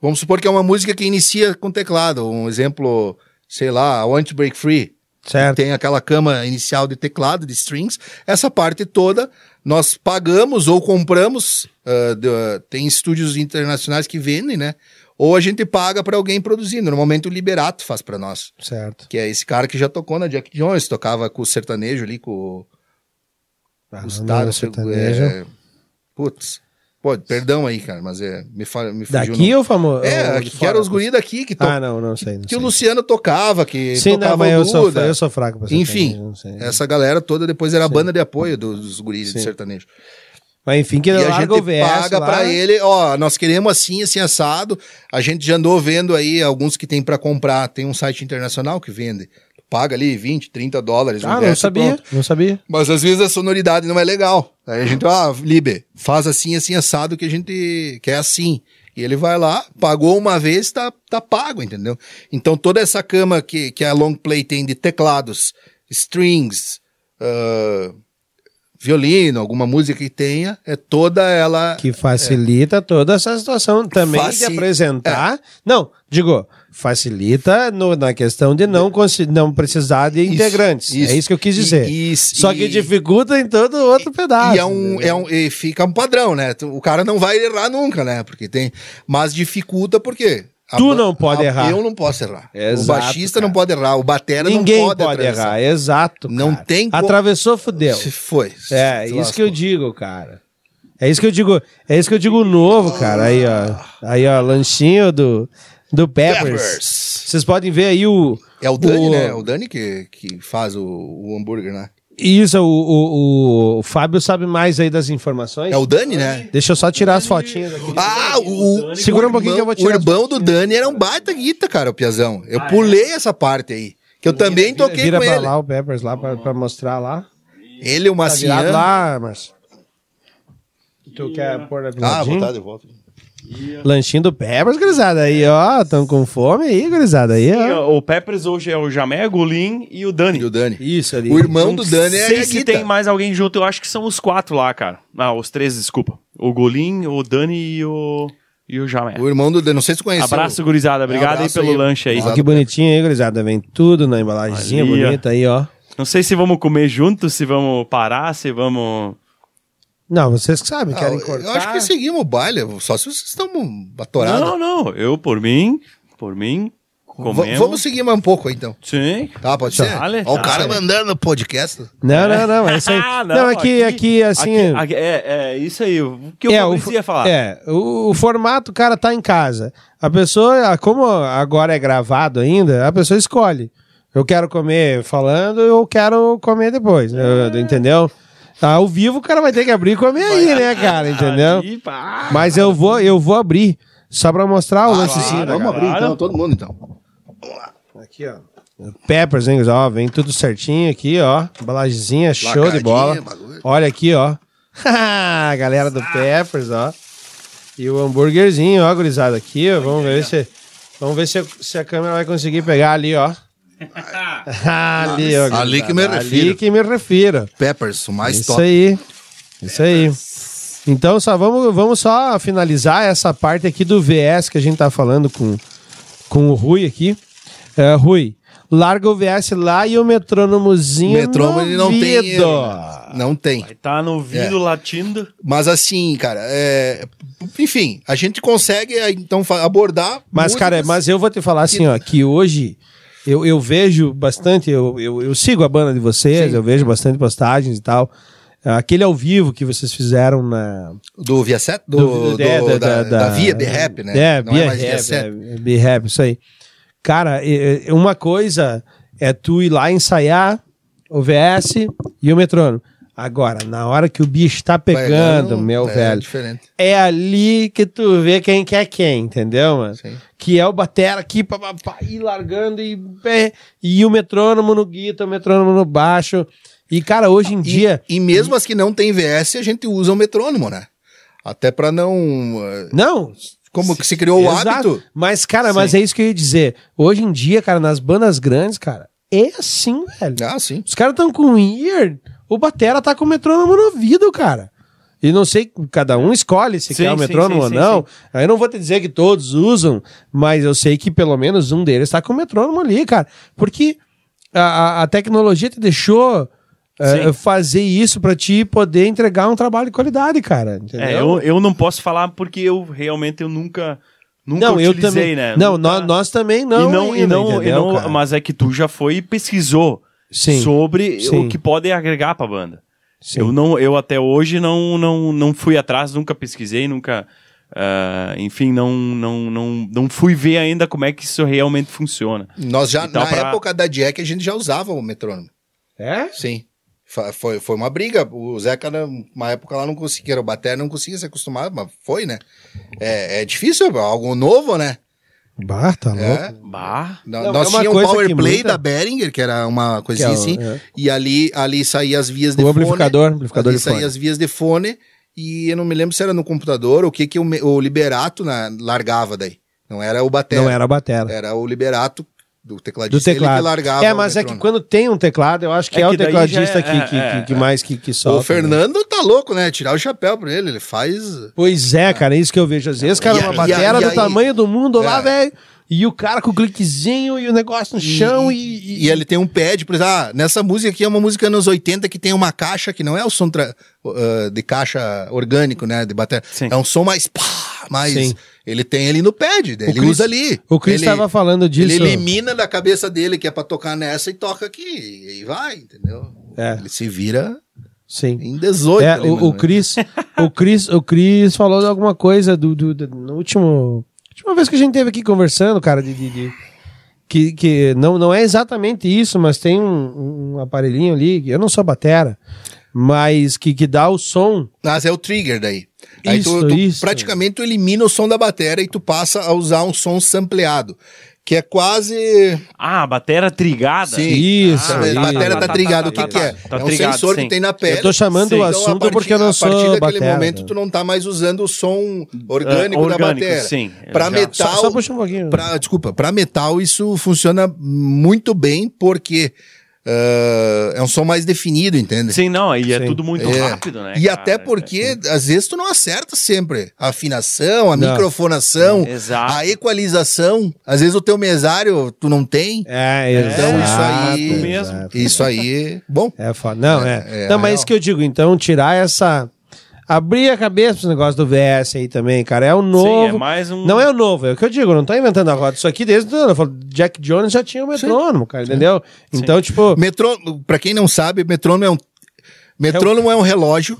[SPEAKER 3] Vamos supor que é uma música que inicia com teclado. Um exemplo, sei lá, Want to Break Free.
[SPEAKER 1] Certo.
[SPEAKER 3] Tem aquela cama inicial de teclado, de strings. Essa parte toda nós pagamos ou compramos. ah, de- ah, tem estúdios internacionais que vendem, né? Ou a gente paga para alguém produzir. Normalmente o Liberato faz para nós.
[SPEAKER 1] Certo.
[SPEAKER 3] Que é esse cara que já tocou na Jack Jones, tocava com o sertanejo ali, com o
[SPEAKER 1] Ah,
[SPEAKER 3] Gustavo.
[SPEAKER 1] não, sertanejo.
[SPEAKER 3] é, Putz. Pô, perdão aí, cara, mas é, me, fa- me fugiu o
[SPEAKER 1] Daqui
[SPEAKER 3] nome.
[SPEAKER 1] ou famoso?
[SPEAKER 3] É, que eram os guris daqui que, to-
[SPEAKER 1] Ah, não, não sei. Não
[SPEAKER 3] que
[SPEAKER 1] sei.
[SPEAKER 3] o Luciano tocava, que
[SPEAKER 1] Sim,
[SPEAKER 3] tocava
[SPEAKER 1] não, mas eu
[SPEAKER 3] o
[SPEAKER 1] sou,
[SPEAKER 3] Duda.
[SPEAKER 1] eu sou fraco pra sertanejo,
[SPEAKER 3] Enfim, é,
[SPEAKER 1] não sei.
[SPEAKER 3] essa galera toda depois era a banda de apoio dos, dos guris de sertanejo.
[SPEAKER 1] Mas enfim, que
[SPEAKER 3] E a
[SPEAKER 1] larga
[SPEAKER 3] gente
[SPEAKER 1] o VS
[SPEAKER 3] paga
[SPEAKER 1] lá.
[SPEAKER 3] pra ele, ó, nós queremos assim, assim assado. A gente já andou vendo aí alguns que tem pra comprar. Tem um site internacional que vende. Paga ali 20, 30 dólares. um
[SPEAKER 1] Ah, não
[SPEAKER 3] verso e
[SPEAKER 1] sabia,
[SPEAKER 3] pronto.
[SPEAKER 1] não sabia.
[SPEAKER 3] Mas às vezes a sonoridade não é legal. Aí a gente, ah, Libe, faz assim, assim assado que a gente quer assim. E ele vai lá, pagou uma vez, tá, tá pago, entendeu? Então toda essa cama que, que a Long Play tem de teclados, strings, ah, violino, alguma música que tenha, é toda ela.
[SPEAKER 1] Que facilita toda essa situação também
[SPEAKER 3] Faci-
[SPEAKER 1] de
[SPEAKER 3] É.
[SPEAKER 1] apresentar. Não, digo, facilita no- na questão de não, consi- não precisar de integrantes. É isso que eu quis dizer.
[SPEAKER 3] E- e-
[SPEAKER 1] Só que
[SPEAKER 3] e-
[SPEAKER 1] dificulta em todo outro pedaço.
[SPEAKER 3] E é um,
[SPEAKER 1] entendeu?
[SPEAKER 3] é um, e fica um padrão, né? Tu- O cara não vai errar nunca, né? Porque tem, mas dificulta porque a
[SPEAKER 1] Tu
[SPEAKER 3] ba-
[SPEAKER 1] não pode
[SPEAKER 3] a-
[SPEAKER 1] errar.
[SPEAKER 3] Eu não posso errar.
[SPEAKER 1] Exato,
[SPEAKER 3] o baixista
[SPEAKER 1] cara.
[SPEAKER 3] não pode errar, o batera
[SPEAKER 1] Ninguém
[SPEAKER 3] não
[SPEAKER 1] pode,
[SPEAKER 3] pode, atravessar.
[SPEAKER 1] errar, exato.
[SPEAKER 3] Não
[SPEAKER 1] cara.
[SPEAKER 3] tem como-
[SPEAKER 1] Atravessou, fudeu.
[SPEAKER 3] Se foi.
[SPEAKER 1] É,
[SPEAKER 3] Se
[SPEAKER 1] isso
[SPEAKER 3] lascou.
[SPEAKER 1] que eu digo, cara. É isso que eu digo, é isso que eu digo novo, cara. Aí, ó. Aí, ó, lanchinho do do Peppers.
[SPEAKER 3] Peppers.
[SPEAKER 1] Vocês podem ver aí o
[SPEAKER 3] É o Dani, né? É
[SPEAKER 1] o-
[SPEAKER 3] o Dani que, que faz o, o hambúrguer, né?
[SPEAKER 1] Isso, o, o, o- o Fábio sabe mais aí das informações.
[SPEAKER 3] É o Dani, né?
[SPEAKER 1] Deixa eu só tirar as fotinhas aqui.
[SPEAKER 3] Ah, o,
[SPEAKER 1] Segura
[SPEAKER 3] o
[SPEAKER 1] um pouquinho que eu vou
[SPEAKER 3] irmão-
[SPEAKER 1] tirar
[SPEAKER 3] O irmão do Dani era um baita guita, cara, o Piazão. Eu pulei essa parte aí. Que eu também
[SPEAKER 1] Ah, é? Vira,
[SPEAKER 3] toquei
[SPEAKER 1] vira
[SPEAKER 3] com
[SPEAKER 1] pra
[SPEAKER 3] ele.
[SPEAKER 1] lá o Peppers lá pra, pra mostrar lá.
[SPEAKER 3] Ele, o
[SPEAKER 1] Tá virado
[SPEAKER 3] Maciano.
[SPEAKER 1] lá, Márcio. Tu quer pôr do
[SPEAKER 3] ah,
[SPEAKER 1] ladinho?
[SPEAKER 3] vontade, eu volto.
[SPEAKER 1] Lanchinho do Peppers, gurizada. Aí, ó, tão com fome aí, gurizada. Aí, ó.
[SPEAKER 2] O Peppers hoje é o Jamé, o Golin e o Dani.
[SPEAKER 3] E o Dani.
[SPEAKER 1] Isso ali.
[SPEAKER 3] O irmão do Dani é
[SPEAKER 2] sei
[SPEAKER 3] a
[SPEAKER 2] se
[SPEAKER 3] Guita.
[SPEAKER 2] tem mais alguém junto, eu acho que são os quatro lá, cara. Ah, os três, desculpa. O Golin, o Dani e o, e o Jamé.
[SPEAKER 3] É. O irmão do Dani, não sei se tu conheceu.
[SPEAKER 2] Abraço, gurizada. Obrigado aí
[SPEAKER 3] É, um abraço
[SPEAKER 2] pelo
[SPEAKER 3] aí.
[SPEAKER 2] lanche aí.
[SPEAKER 1] Ó, que bonitinho aí, gurizada. Vem tudo na embalagenzinha
[SPEAKER 2] Ali, ó.
[SPEAKER 1] bonita aí, ó.
[SPEAKER 2] Não sei se vamos comer juntos, se vamos parar, se vamos...
[SPEAKER 1] Não, vocês que sabem,
[SPEAKER 3] Ah,
[SPEAKER 1] querem
[SPEAKER 3] eu-
[SPEAKER 1] cortar.
[SPEAKER 3] Eu acho que seguimos o baile, só se vocês estão atorados.
[SPEAKER 2] Não, não. Eu, por mim, por mim,
[SPEAKER 3] V-
[SPEAKER 2] comemos.
[SPEAKER 3] Vamos seguir mais um pouco aí, então.
[SPEAKER 2] Sim.
[SPEAKER 3] Tá, pode
[SPEAKER 1] Tá.
[SPEAKER 3] ser?
[SPEAKER 2] Vale,
[SPEAKER 3] Ó,
[SPEAKER 2] tá.
[SPEAKER 3] o cara mandando podcast.
[SPEAKER 1] Não, não, não. É isso
[SPEAKER 2] (laughs)
[SPEAKER 1] aí. não, aqui, aqui, assim.
[SPEAKER 2] Ah, aqui- aqui- é, é isso aí. O que eu
[SPEAKER 1] é,
[SPEAKER 2] é,
[SPEAKER 1] o,
[SPEAKER 2] Fabrício ia
[SPEAKER 1] fo-
[SPEAKER 2] falar.
[SPEAKER 1] é, o, o formato, cara, tá em casa. A pessoa, como agora é gravado ainda, a pessoa escolhe. Eu quero comer falando, eu quero comer depois, né? entendeu? Tá, Ao vivo o cara vai ter que abrir e comer aí, né,
[SPEAKER 2] (laughs)
[SPEAKER 1] cara, entendeu?
[SPEAKER 2] Ih, pá.
[SPEAKER 1] Mas eu vou, eu vou abrir, só pra mostrar o lancezinho.
[SPEAKER 2] claro,
[SPEAKER 1] né,
[SPEAKER 3] vamos
[SPEAKER 1] cara?
[SPEAKER 3] abrir
[SPEAKER 2] cara.
[SPEAKER 3] então, todo mundo então.
[SPEAKER 1] Aqui, ó. Peppers, hein, ó, vem tudo certinho aqui, ó. Embalagenzinha, show de
[SPEAKER 3] Lacradinha,
[SPEAKER 1] bola.
[SPEAKER 3] bagulho.
[SPEAKER 1] Olha aqui, ó. (laughs) a galera do Peppers, ó. E o hambúrguerzinho, ó, gurizada, aqui, ó. Vamos ver se... Vamos ver se, se a câmera vai conseguir pegar ali,
[SPEAKER 3] (laughs)
[SPEAKER 1] ó. (laughs) ali, ó.
[SPEAKER 3] Ali
[SPEAKER 1] gurizada,
[SPEAKER 3] que me
[SPEAKER 1] Ali
[SPEAKER 3] refiro.
[SPEAKER 1] que me refiro.
[SPEAKER 3] Peppers, o mais
[SPEAKER 1] Isso
[SPEAKER 3] top.
[SPEAKER 1] aí. Isso aí. Então, só vamos, vamos só finalizar essa parte aqui do VS que a gente tá falando com, com o Rui aqui. É, Rui, larga o VS lá e o metrônomozinho.
[SPEAKER 3] Metrônome
[SPEAKER 1] no
[SPEAKER 3] não tem.
[SPEAKER 1] ouvido.
[SPEAKER 3] erro, né? Não tem.
[SPEAKER 2] Tá no ouvido
[SPEAKER 3] É.
[SPEAKER 2] latindo.
[SPEAKER 3] Mas assim, cara, é... enfim, a gente consegue é, então fa- abordar.
[SPEAKER 1] Mas, cara, é
[SPEAKER 3] músicas-
[SPEAKER 1] mas eu vou te falar assim, ó, que hoje eu, eu vejo bastante, eu, eu, eu sigo a banda de vocês, eu vejo bastante postagens e tal. Aquele ao vivo que vocês fizeram na.
[SPEAKER 3] Do Via Set? Do, do-
[SPEAKER 1] é,
[SPEAKER 3] da, né? da Via de Rap, né?
[SPEAKER 1] É,
[SPEAKER 3] Não
[SPEAKER 1] Via
[SPEAKER 3] é mais Via
[SPEAKER 1] Rap,
[SPEAKER 3] Set.
[SPEAKER 1] é, Via Rap, isso aí. Cara, é, é, uma coisa é tu ir lá ensaiar o VS e o metrônomo. Agora, na hora que o bicho tá pegando,
[SPEAKER 3] Pegando,
[SPEAKER 1] meu
[SPEAKER 3] é
[SPEAKER 1] velho,
[SPEAKER 3] diferente.
[SPEAKER 1] é ali que tu vê quem que é quem, entendeu, mano?
[SPEAKER 3] Sim.
[SPEAKER 1] Que é o batera aqui, pá, pá, pá, e largando, e, é, e o metrônomo no guitar, o metrônomo no baixo. E, cara, hoje em dia...
[SPEAKER 3] E mesmo as que não tem VS, a gente usa o metrônomo, né? Até pra não. eh,
[SPEAKER 1] Não,
[SPEAKER 3] Como que se criou o
[SPEAKER 1] Exato.
[SPEAKER 3] hábito?
[SPEAKER 1] Mas, cara, mas é isso que eu ia dizer. Hoje em dia, cara, nas bandas grandes, cara, é assim, velho.
[SPEAKER 3] Ah, sim.
[SPEAKER 1] Os caras tão com um ear, o Batera tá com o metrônomo no ouvido, cara. E não sei, cada um escolhe se
[SPEAKER 2] Sim,
[SPEAKER 1] quer o
[SPEAKER 2] sim,
[SPEAKER 1] metrônomo
[SPEAKER 2] sim,
[SPEAKER 1] ou
[SPEAKER 2] sim,
[SPEAKER 1] não. Aí eu não vou te dizer que todos usam, mas eu sei que pelo menos um deles tá com o metrônomo ali, cara. Porque a, a- a tecnologia te deixou eh,
[SPEAKER 2] Sim.
[SPEAKER 1] fazer isso pra te poder entregar um trabalho de qualidade, cara. Entendeu?
[SPEAKER 2] É, eu, eu não posso falar porque eu realmente eu nunca, nunca
[SPEAKER 1] não, eu
[SPEAKER 2] utilizei,
[SPEAKER 1] também.
[SPEAKER 2] né?
[SPEAKER 1] Não,
[SPEAKER 2] Nunca-
[SPEAKER 1] nós, nós também não.
[SPEAKER 2] e não, e
[SPEAKER 1] ainda,
[SPEAKER 2] não, e
[SPEAKER 1] entendeu,
[SPEAKER 2] não-
[SPEAKER 1] cara?
[SPEAKER 2] mas é que tu já foi e pesquisou
[SPEAKER 1] Sim,
[SPEAKER 2] sobre
[SPEAKER 1] sim.
[SPEAKER 2] o que pode agregar pra banda.
[SPEAKER 1] sim.
[SPEAKER 2] Eu não, eu até hoje não, não, não fui atrás, nunca pesquisei, nunca, ah, enfim, não, não, não, não fui ver ainda como é que isso realmente funciona.
[SPEAKER 3] Nós já,
[SPEAKER 2] Então,
[SPEAKER 3] na
[SPEAKER 2] pra-
[SPEAKER 3] época da Jack, a gente já usava o metrônomo.
[SPEAKER 1] É?
[SPEAKER 3] Sim. Fa- Foi, foi uma briga. O Zeca, na- uma época lá, não conseguia. O Bater não conseguia se acostumar, mas foi, né? É, é difícil, é algo novo, né?
[SPEAKER 1] Bah, tá louco.
[SPEAKER 3] É.
[SPEAKER 2] Bah,
[SPEAKER 3] No-
[SPEAKER 1] Não,
[SPEAKER 3] Nós
[SPEAKER 1] é uma
[SPEAKER 3] tínhamos um
[SPEAKER 1] coisa
[SPEAKER 3] power
[SPEAKER 1] que
[SPEAKER 3] play
[SPEAKER 1] muda.
[SPEAKER 3] da Behringer, que era uma coisinha
[SPEAKER 1] Que é o-
[SPEAKER 3] assim,
[SPEAKER 1] é.
[SPEAKER 3] e ali, ali saía as vias de
[SPEAKER 1] O
[SPEAKER 3] fone.
[SPEAKER 1] amplificador, amplificador
[SPEAKER 3] ali
[SPEAKER 1] de
[SPEAKER 3] saía
[SPEAKER 1] fone.
[SPEAKER 3] as vias de fone, e eu não me lembro se era no computador ou o que que o, me- o Liberato na- largava daí. Não era o Batera,
[SPEAKER 1] Não
[SPEAKER 3] era.
[SPEAKER 1] era a batera.
[SPEAKER 3] o Liberato do
[SPEAKER 1] Do
[SPEAKER 3] tecladista, É, ele que
[SPEAKER 1] teclado.
[SPEAKER 3] largava
[SPEAKER 1] É,
[SPEAKER 3] o
[SPEAKER 1] mas é que
[SPEAKER 3] metrônomo.
[SPEAKER 1] quando tem um teclado, eu acho que é,
[SPEAKER 2] É
[SPEAKER 1] o
[SPEAKER 2] que daí
[SPEAKER 1] tecladista
[SPEAKER 2] já é-
[SPEAKER 1] que, que,
[SPEAKER 2] é,
[SPEAKER 1] que- que
[SPEAKER 2] é.
[SPEAKER 1] mais que, que solta. né?
[SPEAKER 3] O Fernando tá louco, né? Tirar o chapéu pra ele, ele faz...
[SPEAKER 1] né? Pois é, cara, é isso que eu vejo. Às vezes, cara,
[SPEAKER 3] E
[SPEAKER 1] uma
[SPEAKER 3] aí-
[SPEAKER 1] batera
[SPEAKER 3] e
[SPEAKER 1] do
[SPEAKER 3] aí-
[SPEAKER 1] tamanho do mundo lá,
[SPEAKER 3] É.
[SPEAKER 1] velho. E o cara com o cliquezinho e o negócio no Um chão e.
[SPEAKER 3] E ele tem um pad, por exemplo, ah, nessa música aqui é uma música anos 80 que tem uma caixa que não é o som tra- ah, de caixa orgânico, né? De bateria.
[SPEAKER 2] Sim.
[SPEAKER 3] É um som mais pá, mais.
[SPEAKER 1] Sim.
[SPEAKER 3] Ele tem ele no pad, daí
[SPEAKER 1] O
[SPEAKER 3] ele
[SPEAKER 1] Chris-
[SPEAKER 3] usa ali.
[SPEAKER 1] O Chris
[SPEAKER 3] ele,
[SPEAKER 1] estava falando
[SPEAKER 3] Ele
[SPEAKER 1] disso.
[SPEAKER 3] elimina da cabeça dele que é pra tocar nessa e toca aqui. E aí vai, entendeu?
[SPEAKER 1] É.
[SPEAKER 3] Ele se vira
[SPEAKER 1] Sim.
[SPEAKER 3] em 18.
[SPEAKER 1] É,
[SPEAKER 3] ali,
[SPEAKER 1] o,
[SPEAKER 3] mano.
[SPEAKER 1] o Chris, o Chris, o Chris falou de alguma coisa do, do, do- no último, última vez que a gente teve aqui conversando, cara, de, de- de- que, que não, não é exatamente isso, mas tem um, um aparelhinho ali, que eu não sou batera, mas que, que dá o som.
[SPEAKER 3] Mas é o trigger daí. Aí
[SPEAKER 1] Isso,
[SPEAKER 3] tu, tu
[SPEAKER 1] isso.
[SPEAKER 3] praticamente tu elimina o som da bateria e tu passa a usar um som sampleado. Que é quase.
[SPEAKER 2] ah, a batera trigada.
[SPEAKER 3] Sim.
[SPEAKER 1] Isso,
[SPEAKER 3] Ah,
[SPEAKER 1] isso.
[SPEAKER 3] a bateria
[SPEAKER 2] tá,
[SPEAKER 3] tá,
[SPEAKER 2] tá,
[SPEAKER 3] trigada, o
[SPEAKER 2] tá,
[SPEAKER 3] que,
[SPEAKER 2] tá,
[SPEAKER 3] que é?
[SPEAKER 2] tá, tá
[SPEAKER 3] é um
[SPEAKER 2] trigado,
[SPEAKER 3] sensor
[SPEAKER 2] sim.
[SPEAKER 3] que tem na pele.
[SPEAKER 1] Eu tô chamando
[SPEAKER 2] Sim,
[SPEAKER 1] o
[SPEAKER 2] então, a
[SPEAKER 1] assunto
[SPEAKER 3] a partir,
[SPEAKER 1] porque eu
[SPEAKER 3] a
[SPEAKER 1] não
[SPEAKER 3] partir
[SPEAKER 1] sou
[SPEAKER 3] daquele
[SPEAKER 1] batera.
[SPEAKER 3] momento tu não tá mais usando o som orgânico,
[SPEAKER 2] Ah, orgânico,
[SPEAKER 3] da bateria.
[SPEAKER 2] sim.
[SPEAKER 3] Pra
[SPEAKER 2] Já.
[SPEAKER 1] só,
[SPEAKER 3] metal,
[SPEAKER 1] só puxa um pouquinho.
[SPEAKER 3] pra- desculpa, para metal isso funciona muito bem porque ah, é um som mais definido, entende?
[SPEAKER 2] Sim, não, aí é
[SPEAKER 1] Sim.
[SPEAKER 2] tudo muito
[SPEAKER 3] É.
[SPEAKER 2] rápido, né?
[SPEAKER 3] E
[SPEAKER 2] cara?
[SPEAKER 3] até porque, às vezes, tu não acerta sempre a afinação, a
[SPEAKER 1] Não.
[SPEAKER 3] microfonação,
[SPEAKER 2] É, Exato.
[SPEAKER 3] a equalização. Às vezes o teu mesário tu não tem.
[SPEAKER 1] É,
[SPEAKER 3] Então, isso
[SPEAKER 1] exato,
[SPEAKER 3] aí-
[SPEAKER 1] exato.
[SPEAKER 3] Isso aí, bom,
[SPEAKER 1] É foda. Não, é.
[SPEAKER 3] É, é
[SPEAKER 1] não, mas
[SPEAKER 3] real.
[SPEAKER 1] isso que eu digo, então, tirar essa. Abrir a cabeça pro negócio do VS aí também, cara. É o novo.
[SPEAKER 2] Sim, é mais um...
[SPEAKER 1] Não é o novo, é o que eu digo, não tá inventando a roda. Isso aqui desde. Eu falo, Jack Jones já tinha o metrônomo, cara, entendeu? Então, tipo.
[SPEAKER 3] Metrônomo, pra quem não sabe, metrônomo é um metrônomo é um relógio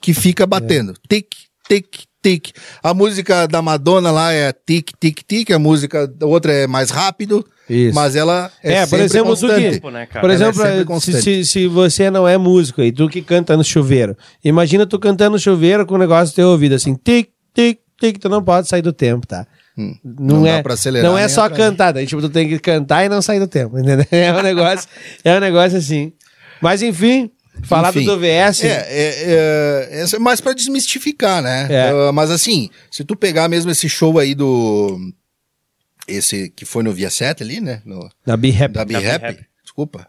[SPEAKER 3] que fica
[SPEAKER 1] É.
[SPEAKER 3] batendo. Tic, tic, tic. A música da Madonna lá é tic, tic, tic, a música da outra é mais rápido,
[SPEAKER 1] Isso.
[SPEAKER 3] mas ela é,
[SPEAKER 1] É, por
[SPEAKER 3] sempre
[SPEAKER 1] exemplo, o
[SPEAKER 3] constante.
[SPEAKER 1] Duque.
[SPEAKER 2] Tempo, né, cara?
[SPEAKER 1] Por
[SPEAKER 3] Ela é
[SPEAKER 1] exemplo,
[SPEAKER 3] sempre
[SPEAKER 1] eh, se,
[SPEAKER 3] constante.
[SPEAKER 1] se, se você não é músico aí, tu que canta no chuveiro. Imagina tu cantando no chuveiro com o negócio do teu ouvido, assim, tic, tic, tic, tu não pode sair do tempo, tá? Não,
[SPEAKER 3] Hum. não
[SPEAKER 1] é,
[SPEAKER 3] dá pra acelerar
[SPEAKER 1] não é
[SPEAKER 3] nem
[SPEAKER 1] só
[SPEAKER 3] atrasar.
[SPEAKER 1] cantar, daí, tipo, tu tem que cantar e não sair do tempo, (laughs) entendeu? É um negócio, é um negócio assim. Mas enfim, falar
[SPEAKER 3] Enfim.
[SPEAKER 1] do VS,
[SPEAKER 3] É, é, é, essa é mais pra desmistificar, né?
[SPEAKER 1] É.
[SPEAKER 3] Ah, mas assim, se tu pegar mesmo esse show aí do. Esse que foi no Via 7 ali, né? No-
[SPEAKER 1] na Be Happy.
[SPEAKER 3] da B-Rap.
[SPEAKER 2] B-Rap.
[SPEAKER 3] Desculpa,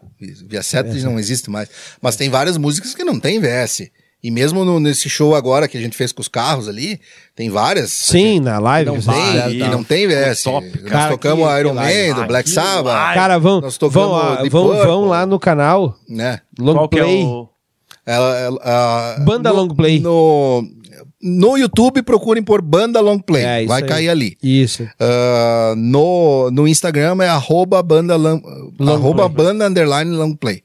[SPEAKER 3] Via 7 não existe mais. Mas tem várias músicas que não tem VS. E mesmo no- nesse show agora que a gente fez com os carros ali, tem várias.
[SPEAKER 1] Sim, na live.
[SPEAKER 3] Não
[SPEAKER 1] eles
[SPEAKER 3] tem,
[SPEAKER 1] fizeram
[SPEAKER 2] e
[SPEAKER 3] que
[SPEAKER 1] tal.
[SPEAKER 3] não tem VS.
[SPEAKER 2] Top,
[SPEAKER 3] Nós
[SPEAKER 1] cara,
[SPEAKER 3] tocamos
[SPEAKER 1] que-
[SPEAKER 3] Iron
[SPEAKER 1] que
[SPEAKER 3] Man,
[SPEAKER 1] live.
[SPEAKER 3] do Black
[SPEAKER 2] Que
[SPEAKER 3] Sabbath,
[SPEAKER 2] live.
[SPEAKER 1] Cara, vão,
[SPEAKER 3] Nós
[SPEAKER 1] vão,
[SPEAKER 3] tocamos
[SPEAKER 1] ah,
[SPEAKER 3] Deep
[SPEAKER 1] vão,
[SPEAKER 3] Purple.
[SPEAKER 1] vão lá no canal
[SPEAKER 3] né?
[SPEAKER 1] Long
[SPEAKER 2] Qual que
[SPEAKER 1] Play.
[SPEAKER 2] é o...
[SPEAKER 3] Ela- ela- a-
[SPEAKER 1] Banda
[SPEAKER 3] no-
[SPEAKER 1] long play.
[SPEAKER 3] No, no YouTube procurem por banda long play.
[SPEAKER 1] É, isso
[SPEAKER 3] vai
[SPEAKER 1] aí.
[SPEAKER 3] cair ali.
[SPEAKER 1] Isso.
[SPEAKER 3] Ah, no, no Instagram é arroba banda, long,
[SPEAKER 1] Long
[SPEAKER 3] arroba
[SPEAKER 1] play.
[SPEAKER 3] banda underline long play.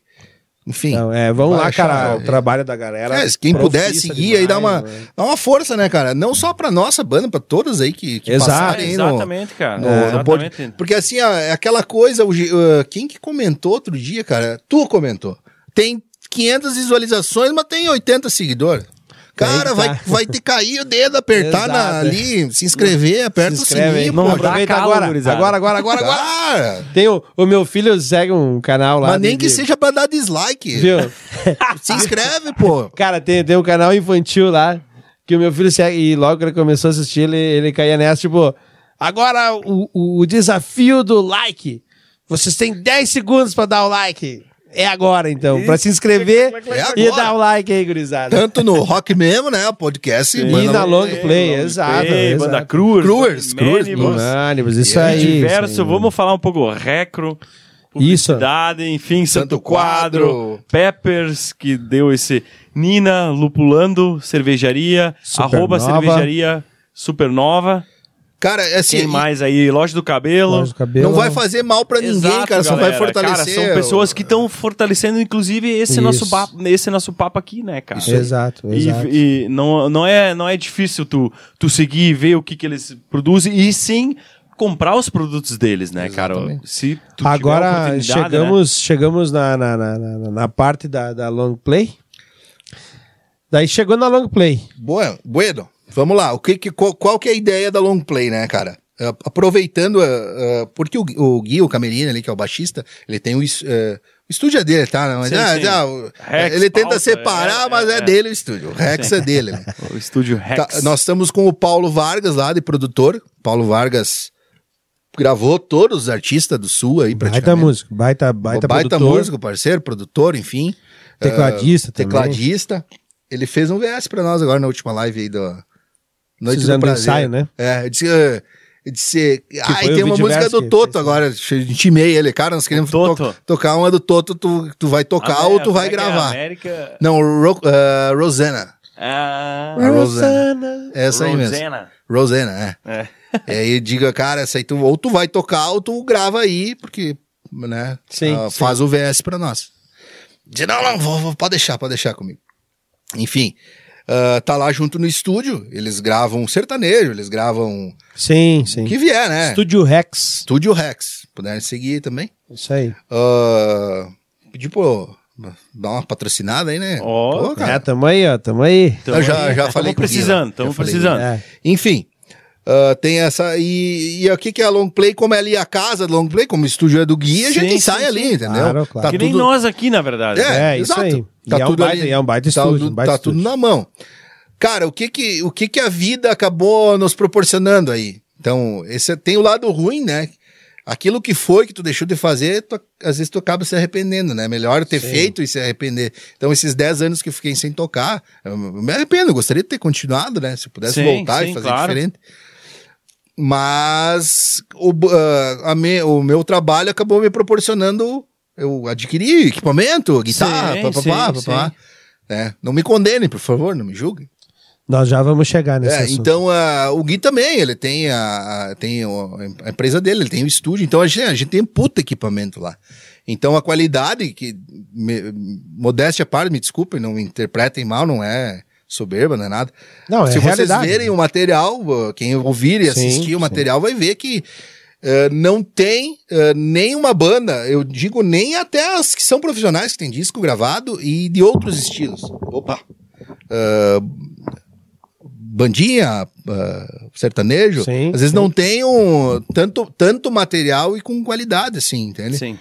[SPEAKER 3] Enfim.
[SPEAKER 1] Então, é, vamos
[SPEAKER 3] Vai
[SPEAKER 1] lá,
[SPEAKER 3] achar,
[SPEAKER 1] cara.
[SPEAKER 3] é.
[SPEAKER 1] O trabalho da galera.
[SPEAKER 3] É, quem puder
[SPEAKER 1] profissa
[SPEAKER 3] seguir aí, dá uma,
[SPEAKER 1] demais, né?
[SPEAKER 3] dá uma força, né, cara? Não só pra nossa banda, pra todas aí que, que
[SPEAKER 1] Exato.
[SPEAKER 3] passaram
[SPEAKER 2] É,
[SPEAKER 3] aí Ah, no,
[SPEAKER 2] exatamente, cara.
[SPEAKER 3] no,
[SPEAKER 2] É,
[SPEAKER 3] no pod-
[SPEAKER 2] exatamente.
[SPEAKER 3] Porque assim, ó, é aquela coisa, o G- uh, quem que comentou outro dia, cara? Tu comentou. Tem 500 visualizações, mas tem 80 seguidores. Cara,
[SPEAKER 1] Eita.
[SPEAKER 3] vai, vai te cair o dedo, apertar
[SPEAKER 1] tá. Exato,
[SPEAKER 3] na-
[SPEAKER 1] é.
[SPEAKER 3] ali, se inscrever, aperta
[SPEAKER 1] Se inscreve
[SPEAKER 3] o
[SPEAKER 1] aí.
[SPEAKER 3] sininho,
[SPEAKER 1] Não,
[SPEAKER 3] pô.
[SPEAKER 2] dá
[SPEAKER 1] aproveita
[SPEAKER 2] calo,
[SPEAKER 1] agora,
[SPEAKER 2] gurizada.
[SPEAKER 1] agora. Agora, agora, agora.
[SPEAKER 3] Cara,
[SPEAKER 1] Tem o, o meu filho segue um canal lá.
[SPEAKER 3] mas
[SPEAKER 1] de-
[SPEAKER 3] nem que
[SPEAKER 1] de-
[SPEAKER 3] seja pra dar dislike.
[SPEAKER 1] Viu?
[SPEAKER 3] Se inscreve, pô.
[SPEAKER 1] Cara, tem, tem um canal infantil lá. que o meu filho, se- e logo que ele começou a assistir, ele, ele caía nessa, tipo, agora o, o, o desafio do like. Vocês têm 10 segundos pra dar o like. É agora, então. Pra se inscrever
[SPEAKER 3] É
[SPEAKER 1] e
[SPEAKER 3] agora.
[SPEAKER 1] dar o like aí, gurizada.
[SPEAKER 3] Tanto no rock mesmo, né? O podcast.
[SPEAKER 1] E
[SPEAKER 3] manda
[SPEAKER 1] na
[SPEAKER 3] lá.
[SPEAKER 1] long play, exato.
[SPEAKER 2] Ei,
[SPEAKER 1] exato.
[SPEAKER 2] Banda Cruz, né?
[SPEAKER 3] Cruz, Cruz, é
[SPEAKER 1] Unânimos, isso
[SPEAKER 3] E
[SPEAKER 1] aí. isso
[SPEAKER 2] Diverso,
[SPEAKER 1] aí.
[SPEAKER 2] vamos falar um pouco recro,
[SPEAKER 1] Isso.
[SPEAKER 2] publicidade, enfim, Santo,
[SPEAKER 3] Santo
[SPEAKER 2] quadro,
[SPEAKER 3] Quadro.
[SPEAKER 2] Peppers, que deu esse Nina, Lupulando, Cervejaria,
[SPEAKER 1] Supernova.
[SPEAKER 2] arroba Cervejaria Supernova.
[SPEAKER 3] Cara, assim.
[SPEAKER 2] Quem mais aí? Loja do Cabelo.
[SPEAKER 1] Loja do cabelo.
[SPEAKER 3] Não vai fazer mal pra ninguém,
[SPEAKER 2] Exato,
[SPEAKER 3] cara. Só
[SPEAKER 2] galera.
[SPEAKER 3] vai fortalecer.
[SPEAKER 2] Cara, são pessoas que estão fortalecendo, inclusive, esse
[SPEAKER 1] Isso.
[SPEAKER 2] nosso, papo, esse nosso papo aqui, né, cara?
[SPEAKER 1] Exato,
[SPEAKER 2] E,
[SPEAKER 1] exato.
[SPEAKER 2] e não, não, é, não é difícil tu, tu seguir e ver o que, que eles produzem e sim comprar os produtos deles, né, cara?
[SPEAKER 3] Exatamente.
[SPEAKER 2] Se tu tiver a
[SPEAKER 1] Agora
[SPEAKER 2] oportunidade, né?
[SPEAKER 1] chegamos, chegamos na, na, na, na- na parte da, da long play. Daí chegou na long play.
[SPEAKER 3] Bueno, bueno, vamos lá. O que, que- qual, qual que é a ideia da long play, né, cara? Eh, Aproveitando, eh, eh, porque o, Gui- o Gui, o Camerino ali, que é o baixista, ele tem o, es- eh, o estúdio é dele, tá? Né? Mas,
[SPEAKER 2] Sim,
[SPEAKER 3] ah,
[SPEAKER 2] sim.
[SPEAKER 3] já, o-
[SPEAKER 2] Rex,
[SPEAKER 3] ele tenta
[SPEAKER 2] pauta,
[SPEAKER 3] separar,
[SPEAKER 2] é,
[SPEAKER 3] mas
[SPEAKER 2] é,
[SPEAKER 3] é,
[SPEAKER 2] é.
[SPEAKER 3] dele o estúdio. O Rex é
[SPEAKER 2] (laughs)
[SPEAKER 3] dele, né?
[SPEAKER 2] O estúdio
[SPEAKER 3] Tá,
[SPEAKER 2] Rex.
[SPEAKER 3] nós estamos com o Paulo Vargas lá, de produtor. Paulo Vargas gravou todos os artistas do Sul aí,
[SPEAKER 1] Baita
[SPEAKER 3] praticamente.
[SPEAKER 1] músico, baita, baita,
[SPEAKER 3] baita
[SPEAKER 1] produtor,
[SPEAKER 3] músico, parceiro, produtor, enfim.
[SPEAKER 1] tecladista também.
[SPEAKER 3] tecladista. Ele fez um VS pra nós agora na última live aí do Noite
[SPEAKER 1] Fizeram um
[SPEAKER 3] do Prazer.
[SPEAKER 1] ensaio, né?
[SPEAKER 3] É, eu disse... eh, eu disse, ah,
[SPEAKER 1] foi
[SPEAKER 3] e
[SPEAKER 1] o
[SPEAKER 3] tem uma
[SPEAKER 1] Videoverso
[SPEAKER 3] música
[SPEAKER 1] que
[SPEAKER 3] do
[SPEAKER 1] fez,
[SPEAKER 3] Toto
[SPEAKER 1] né?
[SPEAKER 3] agora. Intimei ele, cara, nós queremos to-
[SPEAKER 2] Toto.
[SPEAKER 3] tocar uma do Toto, tu, tu vai tocar
[SPEAKER 2] Amé-
[SPEAKER 3] ou tu vai
[SPEAKER 2] como é que é?
[SPEAKER 3] gravar.
[SPEAKER 2] América.
[SPEAKER 3] Não, Ro, eh, Rosanna.
[SPEAKER 2] Ah,
[SPEAKER 3] A Rosanna.
[SPEAKER 1] Rosanna.
[SPEAKER 3] Essa aí mesmo.
[SPEAKER 2] Rosanna.
[SPEAKER 3] Rosanna, é.
[SPEAKER 2] É.
[SPEAKER 3] E aí diga, cara, essa aí tu, ou tu vai tocar ou tu grava aí, porque, né,
[SPEAKER 1] Sim,
[SPEAKER 3] ah,
[SPEAKER 1] sim.
[SPEAKER 3] faz o VS pra nós. Diz, não, não, vou, vou- pode deixar, pode deixar comigo. Enfim, ah, tá lá junto no estúdio, eles gravam sertanejo, eles gravam
[SPEAKER 1] Sim, sim.
[SPEAKER 3] o que vier, né?
[SPEAKER 1] Estúdio Rex.
[SPEAKER 3] Estúdio Rex, puderem seguir também.
[SPEAKER 1] Isso aí.
[SPEAKER 3] Ah, pedir pô, dar uma patrocinada aí, né?
[SPEAKER 2] Ó,
[SPEAKER 3] Pô,
[SPEAKER 1] É, tamo aí, ó, tamo aí.
[SPEAKER 2] Tamo
[SPEAKER 3] Eu já-
[SPEAKER 2] então aí.
[SPEAKER 3] já
[SPEAKER 2] Tamo
[SPEAKER 3] falei com o Gui,
[SPEAKER 2] precisando,
[SPEAKER 3] né?
[SPEAKER 2] estamos
[SPEAKER 3] Já falei.
[SPEAKER 2] precisando.
[SPEAKER 1] É.
[SPEAKER 3] Enfim, ah, tem essa. E, e aqui que é a long play, como é ali a casa do long play, como o estúdio é do Gui, a
[SPEAKER 2] Sim,
[SPEAKER 3] gente
[SPEAKER 2] sim,
[SPEAKER 3] ensaia
[SPEAKER 2] sim.
[SPEAKER 3] ali, entendeu?
[SPEAKER 1] Claro, claro.
[SPEAKER 3] Tá
[SPEAKER 2] que nem
[SPEAKER 3] tudo-
[SPEAKER 2] nós aqui, na verdade. né?
[SPEAKER 3] É,
[SPEAKER 1] É, isso
[SPEAKER 3] exato.
[SPEAKER 1] aí.
[SPEAKER 3] Tá
[SPEAKER 1] E é um
[SPEAKER 3] tudo
[SPEAKER 1] baita-
[SPEAKER 3] ali.
[SPEAKER 1] é um baita
[SPEAKER 3] Tá
[SPEAKER 1] estúdio,
[SPEAKER 3] tudo-
[SPEAKER 1] um baita
[SPEAKER 3] tá tudo
[SPEAKER 1] estúdio.
[SPEAKER 3] na mão. Cara, o que que, o que que a vida acabou nos proporcionando aí? Então, esse é- tem o lado ruim, né? Aquilo que foi que tu deixou de fazer, tu- às vezes tu acaba se arrependendo, né? Melhor ter feito e se arrepender. Então, esses 10 anos que eu fiquei sem tocar, eu me arrependo, eu gostaria de ter continuado, né? Se eu pudesse
[SPEAKER 2] Sim,
[SPEAKER 3] voltar
[SPEAKER 2] sim,
[SPEAKER 3] e fazer
[SPEAKER 2] claro.
[SPEAKER 3] diferente. Mas o, bo- ah, a me- o meu trabalho acabou me proporcionando. Eu adquiri equipamento, guitarra,
[SPEAKER 2] Sim,
[SPEAKER 3] papapá,
[SPEAKER 2] sim,
[SPEAKER 3] papapá. né? Não me condenem, por favor, não me julguem.
[SPEAKER 1] Nós já vamos chegar nesse
[SPEAKER 3] É,
[SPEAKER 1] assunto.
[SPEAKER 3] então, ah, o Gui também, ele tem, a, a- tem o- a empresa dele, ele tem o estúdio, então a gente, a gente tem um puta equipamento lá. Então, a qualidade, que me- modéstia à parte, me desculpem, não me interpretem mal, não é soberba, não é nada.
[SPEAKER 1] Não, é
[SPEAKER 3] Se vocês
[SPEAKER 1] realidade.
[SPEAKER 3] verem o material, ah, quem ouvir e
[SPEAKER 1] Sim,
[SPEAKER 3] assistir
[SPEAKER 1] sim.
[SPEAKER 3] o material vai ver que ah, não tem ah, nenhuma banda, eu digo nem até as que são profissionais, que tem disco gravado e de outros estilos. Opa! Eh, bandinha, ah, sertanejo,
[SPEAKER 1] Sim,
[SPEAKER 3] às vezes
[SPEAKER 1] sim.
[SPEAKER 3] não tem um, tanto, tanto material e com qualidade, assim, entende?
[SPEAKER 2] Sim.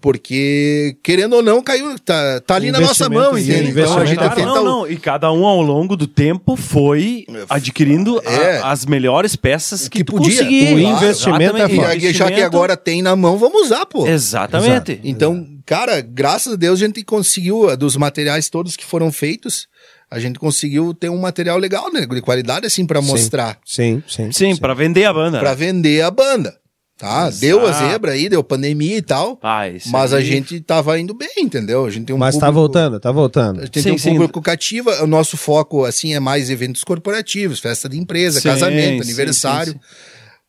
[SPEAKER 3] Porque, querendo ou não, caiu, tá, tá ali na nossa
[SPEAKER 1] Investimento,
[SPEAKER 3] mão,
[SPEAKER 1] sim,
[SPEAKER 3] entende? Então a
[SPEAKER 1] investimento. é
[SPEAKER 3] gente
[SPEAKER 1] Claro,
[SPEAKER 3] tenta
[SPEAKER 2] não, não. E cada um ao longo do tempo foi adquirindo a-
[SPEAKER 3] É.
[SPEAKER 2] as melhores peças que,
[SPEAKER 3] Que
[SPEAKER 2] tu
[SPEAKER 3] podia.
[SPEAKER 2] conseguia.
[SPEAKER 1] O investimento
[SPEAKER 2] Exatamente.
[SPEAKER 1] é
[SPEAKER 3] E
[SPEAKER 1] foda.
[SPEAKER 3] a já que
[SPEAKER 2] Investimento-
[SPEAKER 3] agora tem na mão, vamos usar, pô.
[SPEAKER 2] Exatamente.
[SPEAKER 3] Então, cara, graças a Deus a gente conseguiu, ah, dos materiais todos que foram feitos, a gente conseguiu ter um material legal, né? De qualidade, assim, pra
[SPEAKER 1] Sim.
[SPEAKER 3] mostrar.
[SPEAKER 1] Sim, sim.
[SPEAKER 2] Sim, pra vender a banda. né?
[SPEAKER 3] Pra vender a banda. Tá? Deu a
[SPEAKER 2] Exato.
[SPEAKER 3] zebra aí, deu pandemia e tal.
[SPEAKER 2] Ah, isso
[SPEAKER 3] Mas a
[SPEAKER 2] aí.
[SPEAKER 3] gente tava indo bem, entendeu? A gente tem um
[SPEAKER 1] Mas tá
[SPEAKER 3] público-
[SPEAKER 1] voltando, tá
[SPEAKER 3] A
[SPEAKER 1] voltando.
[SPEAKER 3] gente
[SPEAKER 2] Sim,
[SPEAKER 3] tem um
[SPEAKER 2] sim.
[SPEAKER 3] público cativo. O nosso foco, assim, é mais eventos corporativos, festa de empresa,
[SPEAKER 2] Sim,
[SPEAKER 3] casamento,
[SPEAKER 2] sim,
[SPEAKER 3] aniversário.
[SPEAKER 2] sim,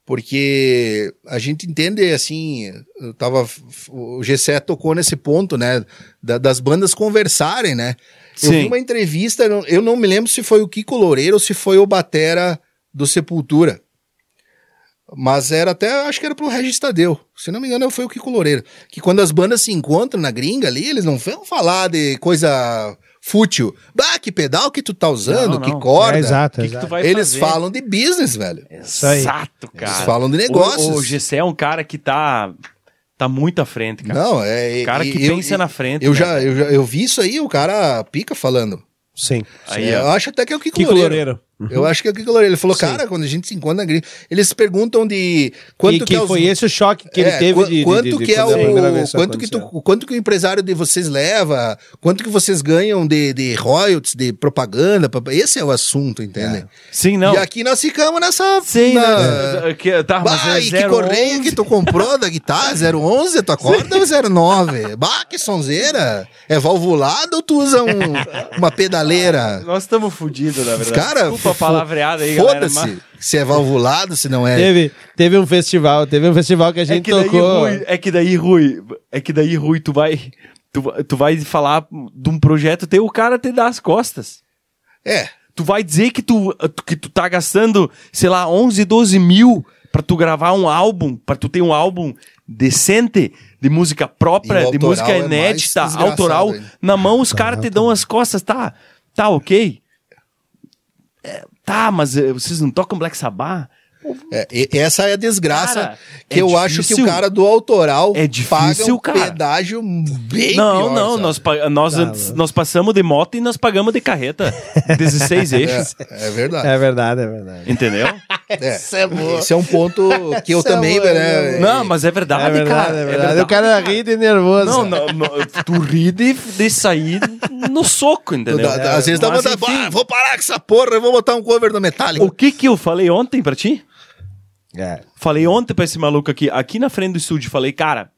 [SPEAKER 3] Porque a gente entende, assim, eu tava, o Gessé tocou nesse ponto, né? da- das bandas conversarem, né? Eu
[SPEAKER 2] Sim.
[SPEAKER 3] vi uma entrevista, eu não- eu não me lembro se foi o Kiko Loureiro ou se foi o Batera do Sepultura. Mas era até, acho que era pro Regis Tadeu. Se não me engano, foi o Kiko Loureiro. Que quando as bandas se encontram na gringa ali, eles não vão falar de coisa fútil. Bah, que pedal que tu tá
[SPEAKER 2] Não,
[SPEAKER 3] usando,
[SPEAKER 2] não.
[SPEAKER 3] que corda.
[SPEAKER 1] É, exato,
[SPEAKER 2] O que, que
[SPEAKER 1] exato.
[SPEAKER 2] tu vai
[SPEAKER 3] Eles
[SPEAKER 2] fazer?
[SPEAKER 3] falam de business, velho.
[SPEAKER 1] Isso aí.
[SPEAKER 2] Exato, cara.
[SPEAKER 3] Eles falam de negócios.
[SPEAKER 2] O, o Gessé é um cara que tá, tá muito à frente, cara.
[SPEAKER 3] Não, é.
[SPEAKER 2] O cara
[SPEAKER 3] e-
[SPEAKER 2] que
[SPEAKER 3] eu-
[SPEAKER 2] pensa na frente.
[SPEAKER 3] Eu
[SPEAKER 2] né?
[SPEAKER 3] já, eu já eu vi isso aí, o cara pica falando.
[SPEAKER 1] Sim.
[SPEAKER 2] Aí,
[SPEAKER 3] eu
[SPEAKER 2] ó.
[SPEAKER 3] acho até que é o Kiko,
[SPEAKER 1] Kiko
[SPEAKER 3] Loureiro.
[SPEAKER 1] Loureiro.
[SPEAKER 3] Eu acho que é o que colorei. Ele falou, cara, quando a gente se encontra na gringa, eles perguntam de quanto
[SPEAKER 1] e
[SPEAKER 3] que
[SPEAKER 1] que
[SPEAKER 3] é os-
[SPEAKER 1] foi esse o choque que ele
[SPEAKER 3] é,
[SPEAKER 1] teve
[SPEAKER 3] qua-
[SPEAKER 1] de- de,
[SPEAKER 3] quanto
[SPEAKER 1] de- de
[SPEAKER 3] que é
[SPEAKER 1] quando a primeira vez
[SPEAKER 3] o
[SPEAKER 1] isso
[SPEAKER 3] quanto que tu,
[SPEAKER 1] aconteceu.
[SPEAKER 3] o quanto que o empresário de vocês leva quanto que vocês ganham de, de royalties de propaganda pra- esse é o assunto entendem
[SPEAKER 2] Sim, não.
[SPEAKER 3] e aqui nós ficamos nessa
[SPEAKER 2] Sim,
[SPEAKER 3] na...
[SPEAKER 2] né? Que- Tá, mas
[SPEAKER 3] Bah,
[SPEAKER 2] é
[SPEAKER 3] e que
[SPEAKER 2] 011.
[SPEAKER 3] correia que tu comprou da guitarra 011 tu acorda ou 09 bah que sonzeira é valvulado ou tu usa um- uma
[SPEAKER 2] (laughs)
[SPEAKER 3] pedaleira
[SPEAKER 2] Nós estamos fodidos, na É verdade.
[SPEAKER 3] cara
[SPEAKER 2] Desculpa a
[SPEAKER 3] fo-
[SPEAKER 2] palavreada aí, galera.
[SPEAKER 3] foda-se
[SPEAKER 2] mas-
[SPEAKER 3] se é valvulado se não é
[SPEAKER 1] Teve, teve um festival, teve um festival que a
[SPEAKER 2] É
[SPEAKER 1] gente
[SPEAKER 2] que, daí,
[SPEAKER 1] tocou.
[SPEAKER 2] Rui, é que daí, Rui, é que daí, Rui, tu vai, tu, vai- tu vai falar de um projeto teu, o cara te dá as costas.
[SPEAKER 3] é
[SPEAKER 2] Tu vai dizer que tu, que tu tá gastando, sei lá, 11, 12 mil pra tu gravar um álbum, pra tu ter um álbum decente, de música
[SPEAKER 3] E
[SPEAKER 2] própria,
[SPEAKER 3] o
[SPEAKER 2] de
[SPEAKER 3] autoral
[SPEAKER 2] música
[SPEAKER 3] é mais
[SPEAKER 2] inédita,
[SPEAKER 3] desgraçado
[SPEAKER 2] autoral.
[SPEAKER 3] ainda.
[SPEAKER 2] Na mão, os caras te dão as costas, tá? Tá, ok. É, tá, mas eh, vocês não tocam Black Sabbath?
[SPEAKER 3] É, e- essa é a desgraça
[SPEAKER 2] Cara,
[SPEAKER 3] que
[SPEAKER 2] é
[SPEAKER 3] eu acho que o
[SPEAKER 2] difícil.
[SPEAKER 3] cara do autoral
[SPEAKER 2] É difícil,
[SPEAKER 3] paga um
[SPEAKER 2] cara.
[SPEAKER 3] pedágio bem
[SPEAKER 2] não,
[SPEAKER 3] pior,
[SPEAKER 2] não,
[SPEAKER 3] sabe?
[SPEAKER 2] nós, pa- nós, antes- nós passamos de moto e nós pagamos de
[SPEAKER 3] (laughs)
[SPEAKER 2] carreta. 16 eixos,
[SPEAKER 3] É, é verdade.
[SPEAKER 1] É verdade, é verdade.
[SPEAKER 3] (laughs)
[SPEAKER 2] entendeu?
[SPEAKER 3] É. Esse é um ponto que eu
[SPEAKER 1] Essa
[SPEAKER 3] também,
[SPEAKER 1] é boa,
[SPEAKER 3] né?
[SPEAKER 1] é
[SPEAKER 2] Não, mas é verdade,
[SPEAKER 1] é verdade,
[SPEAKER 2] cara.
[SPEAKER 1] é verdade. O cara ri de nervoso.
[SPEAKER 2] Não, não, não, tu ri de, de sair no soco,
[SPEAKER 3] eu-
[SPEAKER 2] entendeu?
[SPEAKER 3] da- da- às vezes dá
[SPEAKER 2] Mas,
[SPEAKER 3] vontade,
[SPEAKER 2] enfim,
[SPEAKER 3] "Bah, vou parar com essa porra, eu vou botar um cover do Metallica.
[SPEAKER 2] O que que eu falei ontem pra ti?
[SPEAKER 1] É.
[SPEAKER 2] Falei ontem pra esse maluco aqui, aqui na frente do estúdio, falei, cara,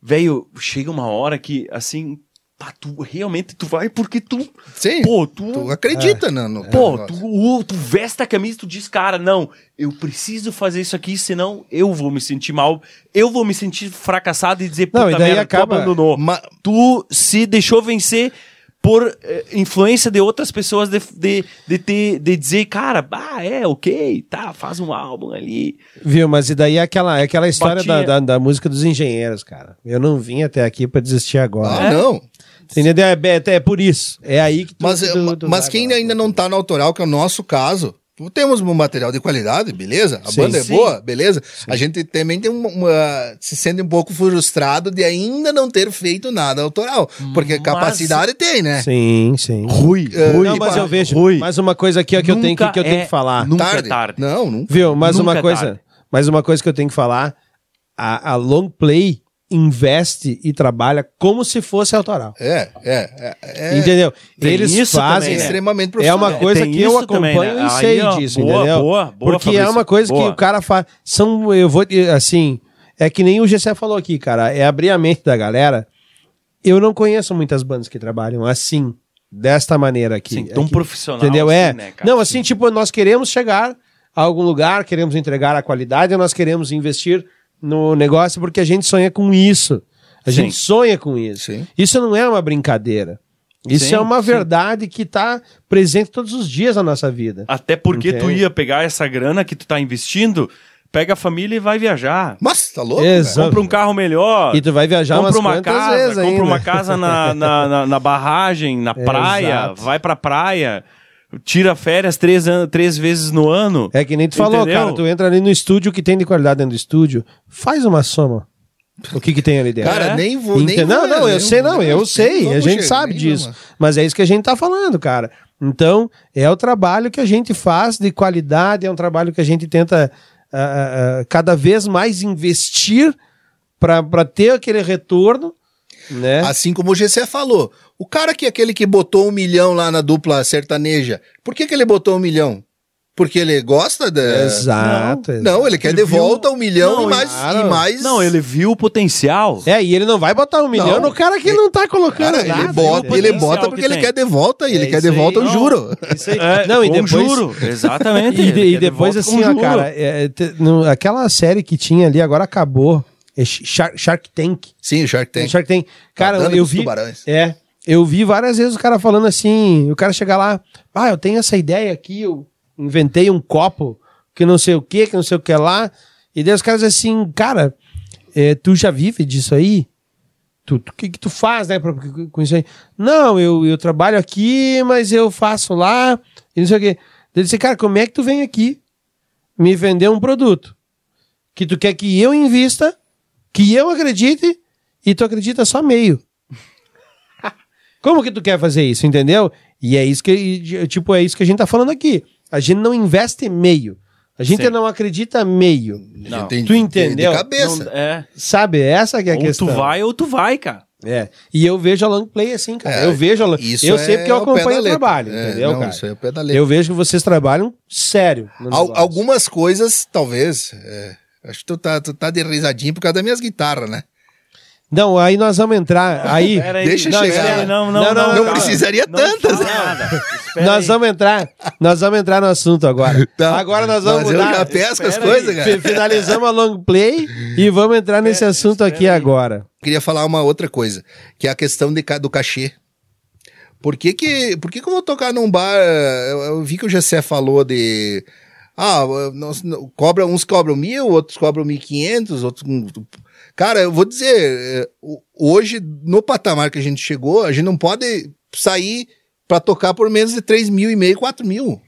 [SPEAKER 2] velho, chega uma hora que, assim, pá, tu realmente, tu vai porque tu,
[SPEAKER 3] Sim,
[SPEAKER 2] pô,
[SPEAKER 3] tu acredita no, no
[SPEAKER 1] É,
[SPEAKER 2] Pô,
[SPEAKER 3] negócio.
[SPEAKER 2] tu, o- tu veste a camisa e tu diz, cara, não, eu preciso fazer isso aqui, senão eu vou me sentir mal, eu vou me sentir fracassado e dizer,
[SPEAKER 1] Não,
[SPEAKER 2] puta
[SPEAKER 1] e daí
[SPEAKER 2] merda,
[SPEAKER 1] acaba-
[SPEAKER 2] tu abandonou.
[SPEAKER 3] Ma-
[SPEAKER 2] Tu se deixou vencer por eh, influência de outras pessoas de, de, de, ter- de dizer, cara, ah, é, ok, tá, faz um álbum ali.
[SPEAKER 1] Viu, mas e daí é aquela, é aquela história da,
[SPEAKER 2] Batinha.
[SPEAKER 1] da, da música dos engenheiros, cara. Eu não vim até aqui pra desistir agora.
[SPEAKER 3] Ah, não.
[SPEAKER 1] Entendeu? É, é- é por isso. É aí que tu,
[SPEAKER 3] Mas, eh,
[SPEAKER 1] que tu- tu
[SPEAKER 3] mas
[SPEAKER 1] vai,
[SPEAKER 3] quem
[SPEAKER 1] cara.
[SPEAKER 3] ainda não tá no autoral, que é o nosso caso, temos um material de qualidade, beleza? A
[SPEAKER 1] Sim.
[SPEAKER 3] banda é
[SPEAKER 2] Sim.
[SPEAKER 3] boa, beleza? A gente também tem uma, uma- se sente um pouco frustrado de ainda não ter feito nada autoral, porque
[SPEAKER 2] Mas-
[SPEAKER 3] capacidade tem, né?
[SPEAKER 1] Sim, sim.
[SPEAKER 2] É. Rui,
[SPEAKER 3] Rui,
[SPEAKER 1] não, mas eu vejo.
[SPEAKER 2] Rui,
[SPEAKER 1] Mais uma coisa aqui ó, que eu tenho que,
[SPEAKER 2] nunca
[SPEAKER 1] que eu tenho
[SPEAKER 2] é
[SPEAKER 1] que falar.
[SPEAKER 2] nunca é tarde.
[SPEAKER 3] Não, não.
[SPEAKER 1] Viu? Mais
[SPEAKER 2] Nunca
[SPEAKER 1] uma
[SPEAKER 2] é
[SPEAKER 1] coisa.
[SPEAKER 2] tarde.
[SPEAKER 1] Mais uma coisa que eu tenho que falar. A, a Long Play investe e trabalha como se fosse autoral.
[SPEAKER 3] É, é, é, é,
[SPEAKER 1] entendeu?
[SPEAKER 2] tem
[SPEAKER 1] Eles
[SPEAKER 2] isso
[SPEAKER 1] fazem.
[SPEAKER 2] também, né?
[SPEAKER 3] extremamente
[SPEAKER 1] É
[SPEAKER 3] profissional.
[SPEAKER 1] uma coisa
[SPEAKER 2] Tem
[SPEAKER 1] que eu
[SPEAKER 2] isso também,
[SPEAKER 1] acompanho
[SPEAKER 2] né?
[SPEAKER 1] e
[SPEAKER 2] Aí,
[SPEAKER 1] sei
[SPEAKER 2] ó,
[SPEAKER 1] disso,
[SPEAKER 2] boa,
[SPEAKER 1] entendeu?
[SPEAKER 2] boa, boa,
[SPEAKER 1] Porque é
[SPEAKER 2] Fabrício,
[SPEAKER 1] uma coisa
[SPEAKER 2] boa.
[SPEAKER 1] que o cara faz. São, eu vou te- assim, é que nem o GC falou aqui, cara. É abrir a mente da galera. Eu não conheço muitas bandas que trabalham assim, desta maneira aqui.
[SPEAKER 2] Sim, tão
[SPEAKER 1] Aqui.
[SPEAKER 2] profissional
[SPEAKER 1] Entendeu?
[SPEAKER 2] assim,
[SPEAKER 1] é.
[SPEAKER 2] né, cara?
[SPEAKER 1] Não, assim, tipo, nós queremos chegar a algum lugar, queremos entregar a qualidade, nós queremos investir no negócio porque a gente sonha com isso. A
[SPEAKER 2] Sim.
[SPEAKER 1] gente sonha com isso.
[SPEAKER 3] Sim.
[SPEAKER 1] Isso não é uma brincadeira. Isso
[SPEAKER 2] Sim,
[SPEAKER 1] é uma
[SPEAKER 2] sim.
[SPEAKER 1] verdade que está presente todos os dias na nossa vida.
[SPEAKER 2] Até porque tu
[SPEAKER 1] Entende?
[SPEAKER 2] ia pegar essa grana que tu tá investindo, pega a família e vai viajar.
[SPEAKER 3] Mas tá louco?
[SPEAKER 1] Exato.
[SPEAKER 2] Compra um carro melhor.
[SPEAKER 1] E tu vai viajar umas
[SPEAKER 2] compra uma
[SPEAKER 1] quantas
[SPEAKER 2] casa,
[SPEAKER 1] vezes
[SPEAKER 2] compra
[SPEAKER 1] ainda.
[SPEAKER 2] uma casa na, na, na, na barragem,
[SPEAKER 1] (laughs)
[SPEAKER 2] na
[SPEAKER 1] É,
[SPEAKER 2] praia,
[SPEAKER 1] exato.
[SPEAKER 2] vai pra praia, tira férias três, an- três vezes no ano.
[SPEAKER 1] (laughs) É que nem tu falou,
[SPEAKER 2] Entendeu?
[SPEAKER 1] cara. Tu entra ali no estúdio, o que tem de qualidade dentro do estúdio, faz uma soma. O que, que tem ali dentro?
[SPEAKER 3] Cara,
[SPEAKER 2] É.
[SPEAKER 3] nem vou. Nem
[SPEAKER 1] Entende- não,
[SPEAKER 3] vou,
[SPEAKER 1] não, eu
[SPEAKER 3] nem
[SPEAKER 1] sei,
[SPEAKER 3] vou,
[SPEAKER 1] não,
[SPEAKER 3] nem
[SPEAKER 1] eu
[SPEAKER 3] vou, nem
[SPEAKER 1] sei, a
[SPEAKER 3] vamos
[SPEAKER 1] gente
[SPEAKER 3] chegar,
[SPEAKER 1] sabe
[SPEAKER 3] nem
[SPEAKER 1] disso.
[SPEAKER 3] vamos.
[SPEAKER 1] Mas é isso que a gente tá falando, cara. Então, é o trabalho que a gente faz de qualidade, é um trabalho que a gente tenta ah, ah, ah, cada vez mais investir para ter aquele retorno, né?
[SPEAKER 3] Assim como o GC falou, o cara que é aquele que botou um milhão lá na dupla sertaneja, por que, que ele botou um milhão? Porque ele gosta da.
[SPEAKER 1] Exato.
[SPEAKER 3] Não, ele quer
[SPEAKER 2] Ele
[SPEAKER 3] de
[SPEAKER 2] viu-
[SPEAKER 3] volta um milhão
[SPEAKER 2] Não,
[SPEAKER 3] e, mais,
[SPEAKER 1] claro.
[SPEAKER 3] e mais.
[SPEAKER 2] Não, ele viu o potencial.
[SPEAKER 1] É, e ele não vai botar um milhão
[SPEAKER 3] Não.
[SPEAKER 1] no cara que não tá colocando
[SPEAKER 3] Cara,
[SPEAKER 1] nada.
[SPEAKER 3] ele bota,
[SPEAKER 2] viu o
[SPEAKER 3] ele
[SPEAKER 2] potencial
[SPEAKER 3] bota
[SPEAKER 2] que
[SPEAKER 3] porque ele
[SPEAKER 2] tem.
[SPEAKER 3] quer de volta, e ele
[SPEAKER 1] É
[SPEAKER 3] quer de
[SPEAKER 1] isso
[SPEAKER 3] volta
[SPEAKER 1] aí,
[SPEAKER 3] o
[SPEAKER 1] não.
[SPEAKER 3] juro.
[SPEAKER 1] Isso aí.
[SPEAKER 2] É,
[SPEAKER 1] não, e
[SPEAKER 2] com
[SPEAKER 1] depois,
[SPEAKER 2] juro,
[SPEAKER 1] (laughs)
[SPEAKER 2] exatamente.
[SPEAKER 1] E, de-
[SPEAKER 2] Ele
[SPEAKER 1] e
[SPEAKER 2] quer de
[SPEAKER 1] depois,
[SPEAKER 2] volta
[SPEAKER 1] assim,
[SPEAKER 2] com
[SPEAKER 1] ó,
[SPEAKER 2] juro.
[SPEAKER 1] cara, é, te- no- aquela série que tinha ali, agora acabou. É Sh- Shark, Shark Tank.
[SPEAKER 3] Sim, o Shark Tank. Tá
[SPEAKER 1] Shark Tank. Cara,
[SPEAKER 3] dando
[SPEAKER 1] eu
[SPEAKER 3] pros
[SPEAKER 1] vi.
[SPEAKER 3] tubarões.
[SPEAKER 1] É. Eu vi várias vezes o cara falando assim. O cara chegar lá, ah, eu tenho essa ideia aqui, eu inventei um copo que não sei o que, que não sei o que lá. E daí os caras dizem assim, cara, é, tu já vive disso aí? Tu, tu- que, que tu faz, né, pra, com- com isso aí? Não, eu, eu trabalho aqui, mas eu faço lá, e não sei o quê. Daí Ele disse, cara, como é que tu vem aqui me vender um produto que tu quer que eu invista, que eu acredite, e tu acredita só
[SPEAKER 2] (laughs)
[SPEAKER 1] meio. Como que tu quer fazer isso, entendeu? E é isso que, tipo, é isso que a gente tá falando aqui. A gente não investe meio. A gente
[SPEAKER 2] Sim.
[SPEAKER 1] não acredita meio.
[SPEAKER 2] Não.
[SPEAKER 3] tem-
[SPEAKER 1] Tu
[SPEAKER 3] tem
[SPEAKER 1] entendeu?
[SPEAKER 3] De cabeça.
[SPEAKER 2] Não- é.
[SPEAKER 1] Sabe? Essa que é a
[SPEAKER 2] Ou
[SPEAKER 1] questão.
[SPEAKER 2] tu vai ou tu vai, cara.
[SPEAKER 1] É. E eu vejo a long play assim, cara.
[SPEAKER 3] É,
[SPEAKER 1] eu vejo a long...
[SPEAKER 3] Isso
[SPEAKER 1] Eu sei porque eu
[SPEAKER 3] é o pé da
[SPEAKER 1] acompanho o
[SPEAKER 3] letra.
[SPEAKER 1] trabalho,
[SPEAKER 3] É,
[SPEAKER 1] entendeu,
[SPEAKER 3] não,
[SPEAKER 1] cara?
[SPEAKER 3] Isso aí é o pé da letra.
[SPEAKER 1] Eu vejo que vocês trabalham sério. no
[SPEAKER 3] Al-
[SPEAKER 1] negócio.
[SPEAKER 3] algumas coisas, talvez. é, acho que tu tá, tu tá de risadinho por causa das minhas guitarras, né?
[SPEAKER 1] Não, aí nós vamos entrar. Aí
[SPEAKER 2] (laughs) Pera aí.
[SPEAKER 3] Deixa eu
[SPEAKER 2] não,
[SPEAKER 3] chegar
[SPEAKER 2] espera
[SPEAKER 3] lá.
[SPEAKER 2] aí, Não, não,
[SPEAKER 1] Não,
[SPEAKER 2] não.
[SPEAKER 1] não,
[SPEAKER 3] não
[SPEAKER 2] cara.
[SPEAKER 3] precisaria
[SPEAKER 2] Não
[SPEAKER 3] tantas,
[SPEAKER 2] fala
[SPEAKER 3] né?
[SPEAKER 1] (laughs)
[SPEAKER 2] nada. Espera
[SPEAKER 1] nós
[SPEAKER 2] aí.
[SPEAKER 1] vamos entrar. Nós vamos entrar no assunto agora.
[SPEAKER 3] Tá.
[SPEAKER 1] Agora nós vamos
[SPEAKER 3] Mas
[SPEAKER 1] mudar.
[SPEAKER 3] eu já pesco as
[SPEAKER 2] Espera
[SPEAKER 3] coisas,
[SPEAKER 2] aí.
[SPEAKER 1] Fi-
[SPEAKER 3] cara. É,
[SPEAKER 1] Finalizamos a long play e vamos entrar nesse assunto aqui
[SPEAKER 2] espera aí.
[SPEAKER 1] agora.
[SPEAKER 3] Queria falar uma outra coisa, que é a questão de, ca- do cachê. Por que que, por que que eu vou tocar num bar? eh, Eu, eu vi que o Gessé falou de. Ah, eh, nós, não- cobra, uns cobram mil, outros cobram mil e quinhentos, outros. com- Cara, eu vou dizer, eh, o- hoje, no patamar que a gente chegou, a gente não pode sair pra tocar por menos de três mil e meio, quatro mil.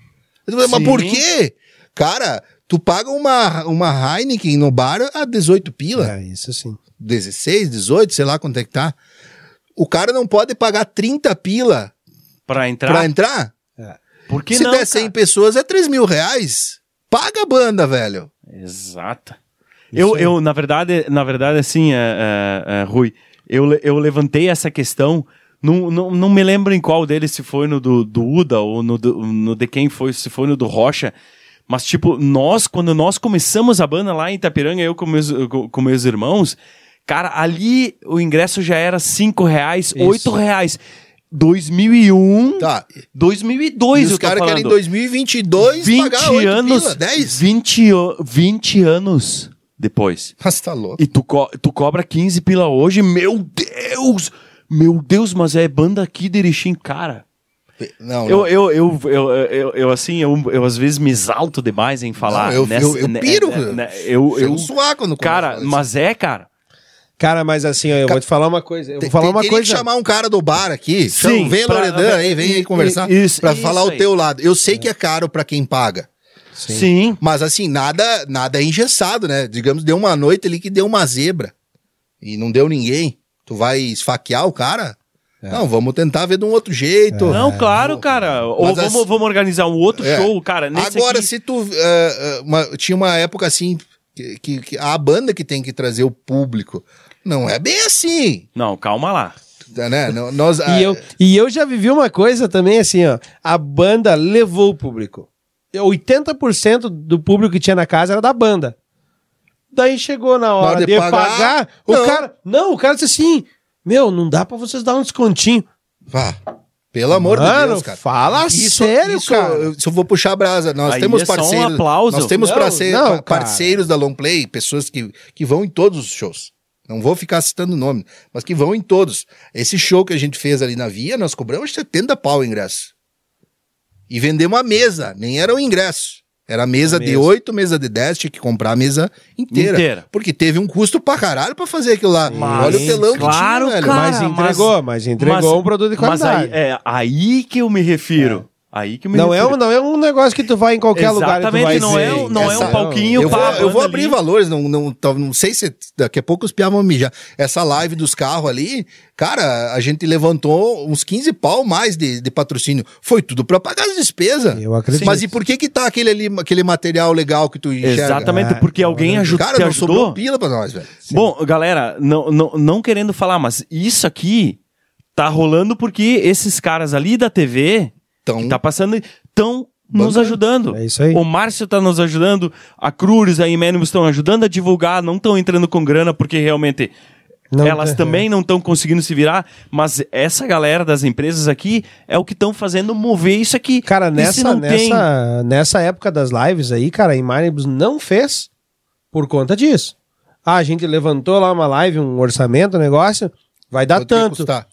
[SPEAKER 3] Mas
[SPEAKER 2] Sim.
[SPEAKER 3] por quê? Cara, tu paga uma, uma Heineken no bar a 18 pila.
[SPEAKER 1] É, isso sim.
[SPEAKER 3] 16, 18, sei lá quanto é que tá. O cara não pode pagar 30 pila
[SPEAKER 2] Pra entrar?
[SPEAKER 3] pra entrar?
[SPEAKER 2] Por que
[SPEAKER 3] Se
[SPEAKER 2] não,
[SPEAKER 3] der 100
[SPEAKER 2] cara?
[SPEAKER 3] pessoas, é 3 mil reais. Paga a banda, velho.
[SPEAKER 2] Exata. Eu, eu, na verdade, na verdade, assim, é, é, é, Rui, eu, le- eu levantei essa questão. Não, não, não me lembro em qual deles, se foi no do, do Uda ou no, do- no de quem foi, se foi no do Rocha. Mas, tipo, nós, quando nós começamos a banda lá em Itapiranga, eu com meus, com, com meus irmãos, cara, ali o ingresso já era 5 reais,
[SPEAKER 1] Isso.
[SPEAKER 2] 8 reais. 2001,
[SPEAKER 3] Tá.
[SPEAKER 2] 2002
[SPEAKER 3] e os
[SPEAKER 2] eu tô
[SPEAKER 3] caras querem em
[SPEAKER 2] falando.
[SPEAKER 3] 2022 pagar 8
[SPEAKER 2] 20
[SPEAKER 3] anos...
[SPEAKER 2] anos,
[SPEAKER 3] pila, (laughs) 10?
[SPEAKER 2] 20, o- 20 anos depois.
[SPEAKER 3] Mas tá louco.
[SPEAKER 2] E tu, co- tu cobra 15 pila hoje, meu Deus! Meu Deus, mas é banda aqui de Erechim, cara.
[SPEAKER 3] Não,
[SPEAKER 2] Eu,
[SPEAKER 3] não.
[SPEAKER 2] eu, eu, eu, eu, eu, assim, eu, eu às vezes me exalto demais em falar.
[SPEAKER 3] Não, eu-
[SPEAKER 2] nessa-
[SPEAKER 3] eu- eu
[SPEAKER 2] né-
[SPEAKER 3] piro,
[SPEAKER 2] né- né- eu,
[SPEAKER 3] Chega
[SPEAKER 2] eu,
[SPEAKER 3] um suar quando
[SPEAKER 2] Cara,
[SPEAKER 3] começa,
[SPEAKER 2] mas é, cara.
[SPEAKER 1] Cara, mas assim, ó, eu vou te falar uma coisa. Eu
[SPEAKER 3] Tem-
[SPEAKER 1] vou falar
[SPEAKER 3] tem-
[SPEAKER 1] uma
[SPEAKER 3] teria
[SPEAKER 1] coisa.
[SPEAKER 3] que chamar um cara do bar aqui.
[SPEAKER 2] Sim,
[SPEAKER 3] Então, vem,
[SPEAKER 2] pra-
[SPEAKER 3] Loredan, aí, vem aí
[SPEAKER 2] i-
[SPEAKER 3] conversar.
[SPEAKER 2] i- isso-
[SPEAKER 3] pra
[SPEAKER 2] isso
[SPEAKER 3] falar o
[SPEAKER 2] aí.
[SPEAKER 3] teu lado. Eu sei que é caro pra quem paga.
[SPEAKER 1] Sim.
[SPEAKER 2] Sim.
[SPEAKER 3] Mas assim, nada nada é engessado, né? Digamos, deu uma noite ali que deu uma zebra e não deu ninguém. Tu vai esfaquear o cara? Não, vamos tentar ver de um outro jeito.
[SPEAKER 2] Não, claro, cara. Ou
[SPEAKER 3] Mas as-
[SPEAKER 2] vamos, vamos organizar um outro
[SPEAKER 3] É.
[SPEAKER 2] show, cara. Nesse
[SPEAKER 3] Agora,
[SPEAKER 2] aqui,
[SPEAKER 3] se tu. eh, eh, uma- tinha uma época assim que, que- que a banda que tem que trazer o público. Não é bem assim,
[SPEAKER 2] Não, calma lá.
[SPEAKER 3] né? Não- Nós, ah,
[SPEAKER 1] E eu, e eu já vivi uma coisa também, assim, ó. A banda levou o público. 80% do público que tinha na casa era da banda. Daí chegou na hora de, pagar, o
[SPEAKER 3] não.
[SPEAKER 1] cara. Não, o cara disse assim: Meu, não dá pra vocês dar um descontinho.
[SPEAKER 3] Vá. Pelo amor de
[SPEAKER 1] Mano,
[SPEAKER 3] Deus, cara.
[SPEAKER 1] fala sério,
[SPEAKER 3] isso,
[SPEAKER 1] cara.
[SPEAKER 3] eu- Isso eu vou puxar a brasa. Nós
[SPEAKER 2] Aí
[SPEAKER 3] temos
[SPEAKER 2] é só um
[SPEAKER 3] parceiros.
[SPEAKER 2] aplauso.
[SPEAKER 3] Nós temos
[SPEAKER 1] Não,
[SPEAKER 3] parce-
[SPEAKER 1] não,
[SPEAKER 3] pa-
[SPEAKER 1] cara.
[SPEAKER 3] parceiros da Long Play, pessoas que, que vão em todos os shows. Não vou ficar citando o nome, mas que vão em todos. Esse show que a gente fez ali na Via, nós cobramos 70 pau o ingresso. E vendemos a mesa, nem era o ingresso. Era a mesa de
[SPEAKER 1] mesa.
[SPEAKER 3] 8, mesa de 10, tinha que comprar a mesa inteira.
[SPEAKER 2] Inteira.
[SPEAKER 3] Porque teve um custo pra caralho pra fazer aquilo lá.
[SPEAKER 2] Mas,
[SPEAKER 3] Olha o telão
[SPEAKER 2] claro,
[SPEAKER 3] que tinha, velho.
[SPEAKER 2] cara.
[SPEAKER 1] mas entregou, mas, entregou um produto de
[SPEAKER 2] Mas
[SPEAKER 1] qualidade.
[SPEAKER 2] aí, é aí que eu me refiro. Aí que eu me
[SPEAKER 1] não, é
[SPEAKER 2] refiro.
[SPEAKER 1] um, não é um negócio que tu vai em qualquer
[SPEAKER 2] Exatamente,
[SPEAKER 1] lugar. e tu vai
[SPEAKER 2] não é
[SPEAKER 1] dizer,
[SPEAKER 2] um- não é um
[SPEAKER 1] "Essa-
[SPEAKER 2] palquinho,
[SPEAKER 3] Eu vou,
[SPEAKER 2] Pá,
[SPEAKER 3] eu vou
[SPEAKER 2] banda
[SPEAKER 3] abrir
[SPEAKER 2] ali.
[SPEAKER 3] valores, não, não, tá- não sei se daqui a pouco os piá vão mijar. Essa live dos carros ali, cara, a gente levantou uns 15 pau mais de, de patrocínio. Foi tudo pra pagar as despesas.
[SPEAKER 1] Eu acredito.
[SPEAKER 3] Mas e por que que tá aquele, ali, aquele material legal que tu enxerga?
[SPEAKER 2] Exatamente,
[SPEAKER 1] Ah,
[SPEAKER 2] porque alguém aju
[SPEAKER 3] Cara,
[SPEAKER 2] te
[SPEAKER 3] não sobrou
[SPEAKER 2] ajudou.
[SPEAKER 3] pila pra nós, velho.
[SPEAKER 2] Bom, galera, não, não, não querendo falar, mas isso aqui tá rolando porque esses caras ali da TV
[SPEAKER 3] Então,
[SPEAKER 2] que tá passando estão nos
[SPEAKER 3] Bancando.
[SPEAKER 2] ajudando.
[SPEAKER 1] É isso aí.
[SPEAKER 2] O Márcio tá nos ajudando, a Cruz, a Imenimus estão ajudando a divulgar, não estão entrando com grana porque realmente
[SPEAKER 1] Não
[SPEAKER 2] elas
[SPEAKER 1] tá-
[SPEAKER 2] também não estão conseguindo se virar, mas essa galera das empresas aqui é o que estão fazendo mover isso aqui.
[SPEAKER 1] Cara,
[SPEAKER 2] E se
[SPEAKER 1] nessa,
[SPEAKER 2] não tem-
[SPEAKER 1] nessa, nessa época das lives aí, cara, a Imaribus não fez por conta disso. Ah, a gente levantou lá uma live, um orçamento, um negócio, vai dar
[SPEAKER 3] quanto que
[SPEAKER 1] tanto.
[SPEAKER 3] custar?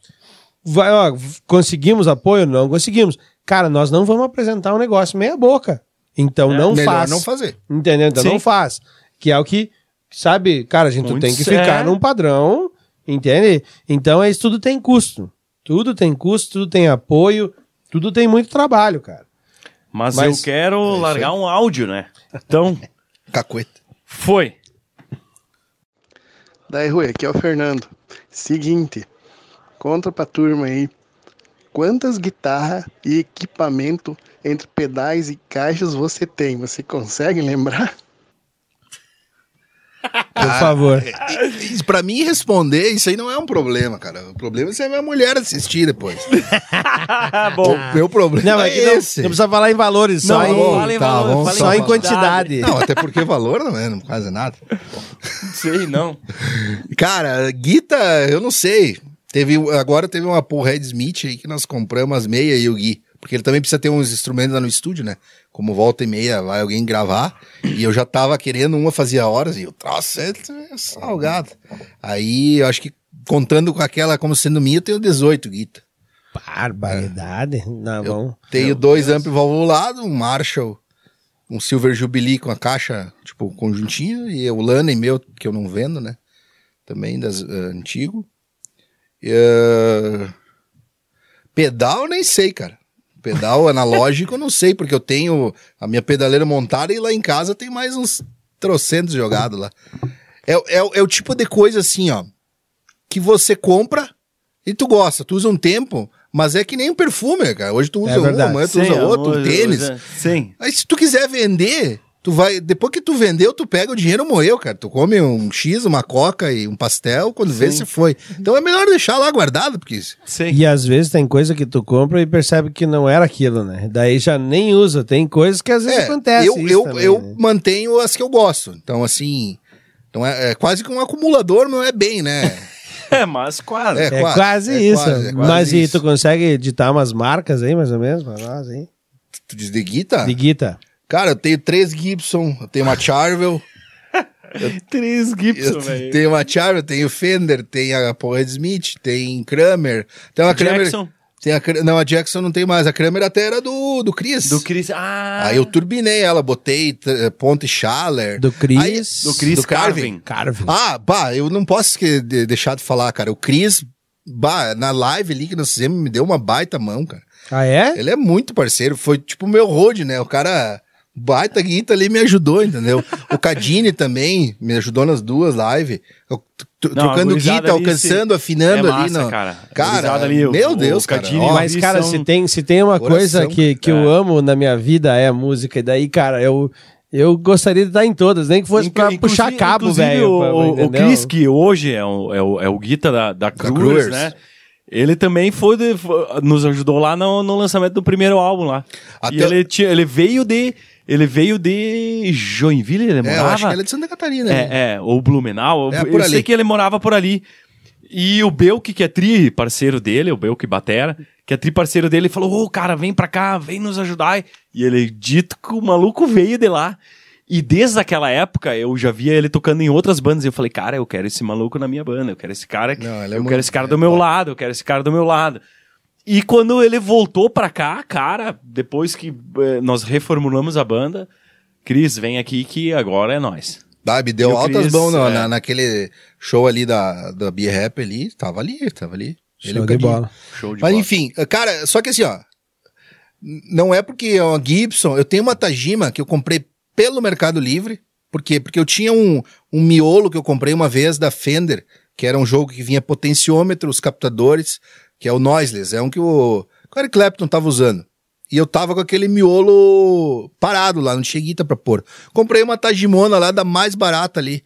[SPEAKER 1] Vai, ó, v- conseguimos apoio? Não conseguimos. Cara, nós não vamos apresentar um negócio meia boca. Então não
[SPEAKER 3] É, Melhor
[SPEAKER 1] faz.
[SPEAKER 3] não fazer.
[SPEAKER 1] Entendeu? Então
[SPEAKER 2] Sim.
[SPEAKER 1] não faz. Que é o que, sabe, cara, a gente tu
[SPEAKER 2] Muito
[SPEAKER 1] tem que
[SPEAKER 2] sério.
[SPEAKER 1] ficar num padrão, entende? Então é isso tudo tem custo. Tudo tem custo, tudo tem apoio, tudo tem muito trabalho, cara.
[SPEAKER 2] Mas,
[SPEAKER 1] Mas- é
[SPEAKER 2] eu quero largar um áudio, né? Então,
[SPEAKER 3] Cacueta.
[SPEAKER 2] foi.
[SPEAKER 4] Daí, Rui, aqui é o Fernando. Seguinte, conta pra turma aí quantas guitarras e equipamento entre pedais e caixas você tem? Você consegue lembrar?
[SPEAKER 2] Ah,
[SPEAKER 1] Por favor.
[SPEAKER 2] é.
[SPEAKER 3] E- e- Pra mim responder, isso aí não é um problema, cara. O problema é se a minha mulher assistir depois.
[SPEAKER 2] (laughs) Ah, bom.
[SPEAKER 3] O meu problema
[SPEAKER 1] Não,
[SPEAKER 3] é,
[SPEAKER 1] é que não,
[SPEAKER 3] esse.
[SPEAKER 1] não precisa falar em valores, só
[SPEAKER 2] Não,
[SPEAKER 1] em, Tá
[SPEAKER 2] não fala em valor,
[SPEAKER 3] vamos
[SPEAKER 2] fala em
[SPEAKER 1] só em
[SPEAKER 2] quantidade.
[SPEAKER 1] quantidade.
[SPEAKER 3] Não, até porque valor não é não quase nada.
[SPEAKER 2] Não sei, não.
[SPEAKER 3] Cara, Guita, eu não sei. Teve, agora teve uma Paul Red Smith aí que nós compramos as meias e o Gui. Porque ele também precisa ter uns instrumentos lá no estúdio, né? Como volta e meia vai alguém gravar. E eu já tava querendo uma fazia horas e o troço é é salgado. Aí eu acho que contando com aquela como sendo minha, eu tenho 18 Guita.
[SPEAKER 1] Barbaridade. tá Não, vamos.
[SPEAKER 3] Tenho dois amp valvulado, um Marshall, um Silver Jubilee com a caixa, tipo, conjuntinho, e o Lane meu, que eu não vendo, né? Também das eh, antigo. E, eh, pedal, nem sei, cara. Pedal (laughs) analógico, eu não sei, porque eu tenho a minha pedaleira montada e lá em casa tem mais uns trocentos jogados lá. É, o- é, o- é o tipo de coisa assim, ó, que você compra e tu gosta, tu usa um tempo, mas é que nem um perfume, cara. Hoje tu usa
[SPEAKER 1] É
[SPEAKER 3] um,
[SPEAKER 1] verdade.
[SPEAKER 3] amanhã tu
[SPEAKER 2] Sim,
[SPEAKER 3] usa outro,
[SPEAKER 2] amor,
[SPEAKER 3] um tênis.
[SPEAKER 1] é
[SPEAKER 2] usa- é. Sim.
[SPEAKER 3] Aí se tu quiser vender, tu vai. Depois que tu vendeu, tu pega o dinheiro morreu, cara. Tu come um X, uma coca e um pastel, quando vê
[SPEAKER 2] Sim.
[SPEAKER 3] se foi. Então é melhor deixar lá guardado, porque.
[SPEAKER 2] Sim.
[SPEAKER 1] E às vezes tem coisa que tu compra e percebe que não era aquilo, né? Daí já nem usa. Tem coisas que às vezes
[SPEAKER 3] É,
[SPEAKER 1] acontece.
[SPEAKER 3] eu,
[SPEAKER 1] isso
[SPEAKER 3] eu,
[SPEAKER 1] também,
[SPEAKER 3] eu
[SPEAKER 1] né?
[SPEAKER 3] mantenho as que eu gosto. Então, assim. Então é, é quase que um acumulador, não é
[SPEAKER 1] (laughs)
[SPEAKER 3] bem, né?
[SPEAKER 2] (laughs) É, mas quase.
[SPEAKER 1] É,
[SPEAKER 3] quase,
[SPEAKER 1] quase,
[SPEAKER 3] é
[SPEAKER 1] isso.
[SPEAKER 3] quase, é quase
[SPEAKER 1] Mas e
[SPEAKER 3] isso.
[SPEAKER 1] tu consegue editar umas marcas aí, mais ou menos, pra nós, hein?
[SPEAKER 3] Tu diz de guita?
[SPEAKER 1] De guita.
[SPEAKER 3] Cara, eu tenho três Gibson,
[SPEAKER 1] (laughs)
[SPEAKER 3] eu tenho uma Charvel,
[SPEAKER 2] Três Gibson,
[SPEAKER 3] eu
[SPEAKER 2] velho.
[SPEAKER 3] tenho uma Charvel, tenho Fender, tem a Paul Red Smith, tem Kramer. Tem uma Kramer.
[SPEAKER 2] Jackson.
[SPEAKER 3] Tem a, Kra- não, a Jackson não tem mais. A Kramer até era do, do Chris.
[SPEAKER 2] Do Chris. Ah!
[SPEAKER 3] Aí eu turbinei ela, botei t- eh, Ponte Schaller.
[SPEAKER 1] Do Chris.
[SPEAKER 3] É. Aí-
[SPEAKER 2] Do Chris
[SPEAKER 3] do
[SPEAKER 2] Carvin.
[SPEAKER 3] Carvin.
[SPEAKER 1] Carvin.
[SPEAKER 3] Ah, bah, eu não posso esque- de- deixar de falar, cara. O Chris, bah, na live ali que nós fizemos, me deu uma baita mão, cara.
[SPEAKER 1] Ah, é?
[SPEAKER 3] Ele é muito parceiro. Foi tipo o meu road, né? O cara baita guita ali me ajudou, entendeu? o Cadini também me ajudou nas duas lives. Eu t- t-
[SPEAKER 2] Não, a
[SPEAKER 3] trocando
[SPEAKER 2] gurizada
[SPEAKER 3] guita,
[SPEAKER 2] ali se-
[SPEAKER 3] alcançando, afinando
[SPEAKER 2] é
[SPEAKER 3] ali.
[SPEAKER 2] massa,
[SPEAKER 3] não.
[SPEAKER 2] cara. A
[SPEAKER 3] Cara,
[SPEAKER 2] gurizada ali, o-
[SPEAKER 3] meu
[SPEAKER 2] o
[SPEAKER 3] Deus, cara.
[SPEAKER 2] Cadini,
[SPEAKER 3] ó.
[SPEAKER 2] Ó,
[SPEAKER 1] Mas,
[SPEAKER 2] eles
[SPEAKER 1] cara,
[SPEAKER 2] são-
[SPEAKER 1] se, tem, se tem uma
[SPEAKER 3] Coração,
[SPEAKER 1] coisa que, que eu
[SPEAKER 2] É.
[SPEAKER 1] amo na minha vida é a música. E daí, cara, eu, eu gostaria de estar em todas, nem que fosse pra
[SPEAKER 2] Inclu-
[SPEAKER 1] puxar
[SPEAKER 2] inclusive-
[SPEAKER 1] cabo,
[SPEAKER 2] inclusive
[SPEAKER 1] velho.
[SPEAKER 2] o-
[SPEAKER 1] pra-
[SPEAKER 2] O, o
[SPEAKER 1] entendeu?
[SPEAKER 2] Chris, que hoje é o, é o, é o guita da, da, Cruz,
[SPEAKER 3] Cruz.
[SPEAKER 2] né? Ele também foi, de- foi- nos ajudou lá no, no lançamento do primeiro álbum lá.
[SPEAKER 3] Até-
[SPEAKER 2] E ele, tinha, ele veio de. Ele veio de Joinville, ele
[SPEAKER 3] É,
[SPEAKER 2] morava?
[SPEAKER 3] eu acho que ela é de Santa Catarina. né?
[SPEAKER 2] É, é, ou Blumenau.
[SPEAKER 3] É,
[SPEAKER 2] eu-
[SPEAKER 3] por
[SPEAKER 2] eu sei
[SPEAKER 3] ali.
[SPEAKER 2] que ele morava por ali. E o Belk, que é tri parceiro dele, o Belk Batera, que é tri parceiro dele, falou: Ô, cara, vem pra cá, vem nos ajudar. E ele, dito que o maluco veio de lá. E desde aquela época eu já via ele tocando em outras bandas. E eu falei, cara, eu quero esse maluco na minha banda, eu quero esse cara.
[SPEAKER 3] Não, ele é
[SPEAKER 2] eu
[SPEAKER 3] muito-
[SPEAKER 2] quero esse cara
[SPEAKER 3] é
[SPEAKER 2] do meu
[SPEAKER 3] top.
[SPEAKER 2] lado, eu quero esse cara do meu lado. E quando ele voltou pra cá, cara, depois que eh, nós reformulamos a banda, Cris, vem aqui que agora é nós.
[SPEAKER 3] Ah, me
[SPEAKER 2] E
[SPEAKER 3] deu
[SPEAKER 2] o
[SPEAKER 3] altas
[SPEAKER 2] Chris,
[SPEAKER 3] mãos na,
[SPEAKER 2] é.
[SPEAKER 3] na- naquele show ali da, da Beer Rap ali. Tava ali, tava ali. Ele e
[SPEAKER 1] Show
[SPEAKER 3] o
[SPEAKER 1] de
[SPEAKER 3] Cadinho.
[SPEAKER 1] bola.
[SPEAKER 2] Show de
[SPEAKER 3] Mas
[SPEAKER 2] bola.
[SPEAKER 3] enfim, cara, só que assim, ó. Não é porque é uma Gibson. Eu tenho uma Tajima que eu comprei pelo Mercado Livre. Por quê? Porque eu tinha um, um miolo que eu comprei uma vez da Fender, que era um jogo que vinha potenciômetro, os captadores, que é o Noiseless. É um que o Eric Clapton tava usando. E eu tava com aquele miolo parado lá, não tinha guita pra pôr. Comprei uma Tajimona lá da mais barata ali.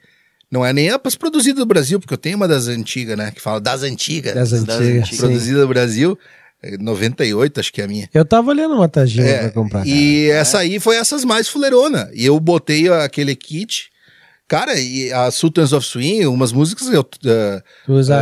[SPEAKER 3] Não é nem a as produzidas do Brasil, porque eu tenho uma das antigas, né? Que fala é, das antigas.
[SPEAKER 1] Das antigas. sim.
[SPEAKER 3] Produzida no Brasil, eh, 98, acho que é a minha.
[SPEAKER 1] Eu tava olhando uma tajinha
[SPEAKER 3] É,
[SPEAKER 1] pra comprar.
[SPEAKER 3] E essa aí foi essas mais fuleirona. E eu botei aquele kit. Cara, e a Sultans of Swing, umas músicas, eu, eh,
[SPEAKER 1] cara. Tu usa.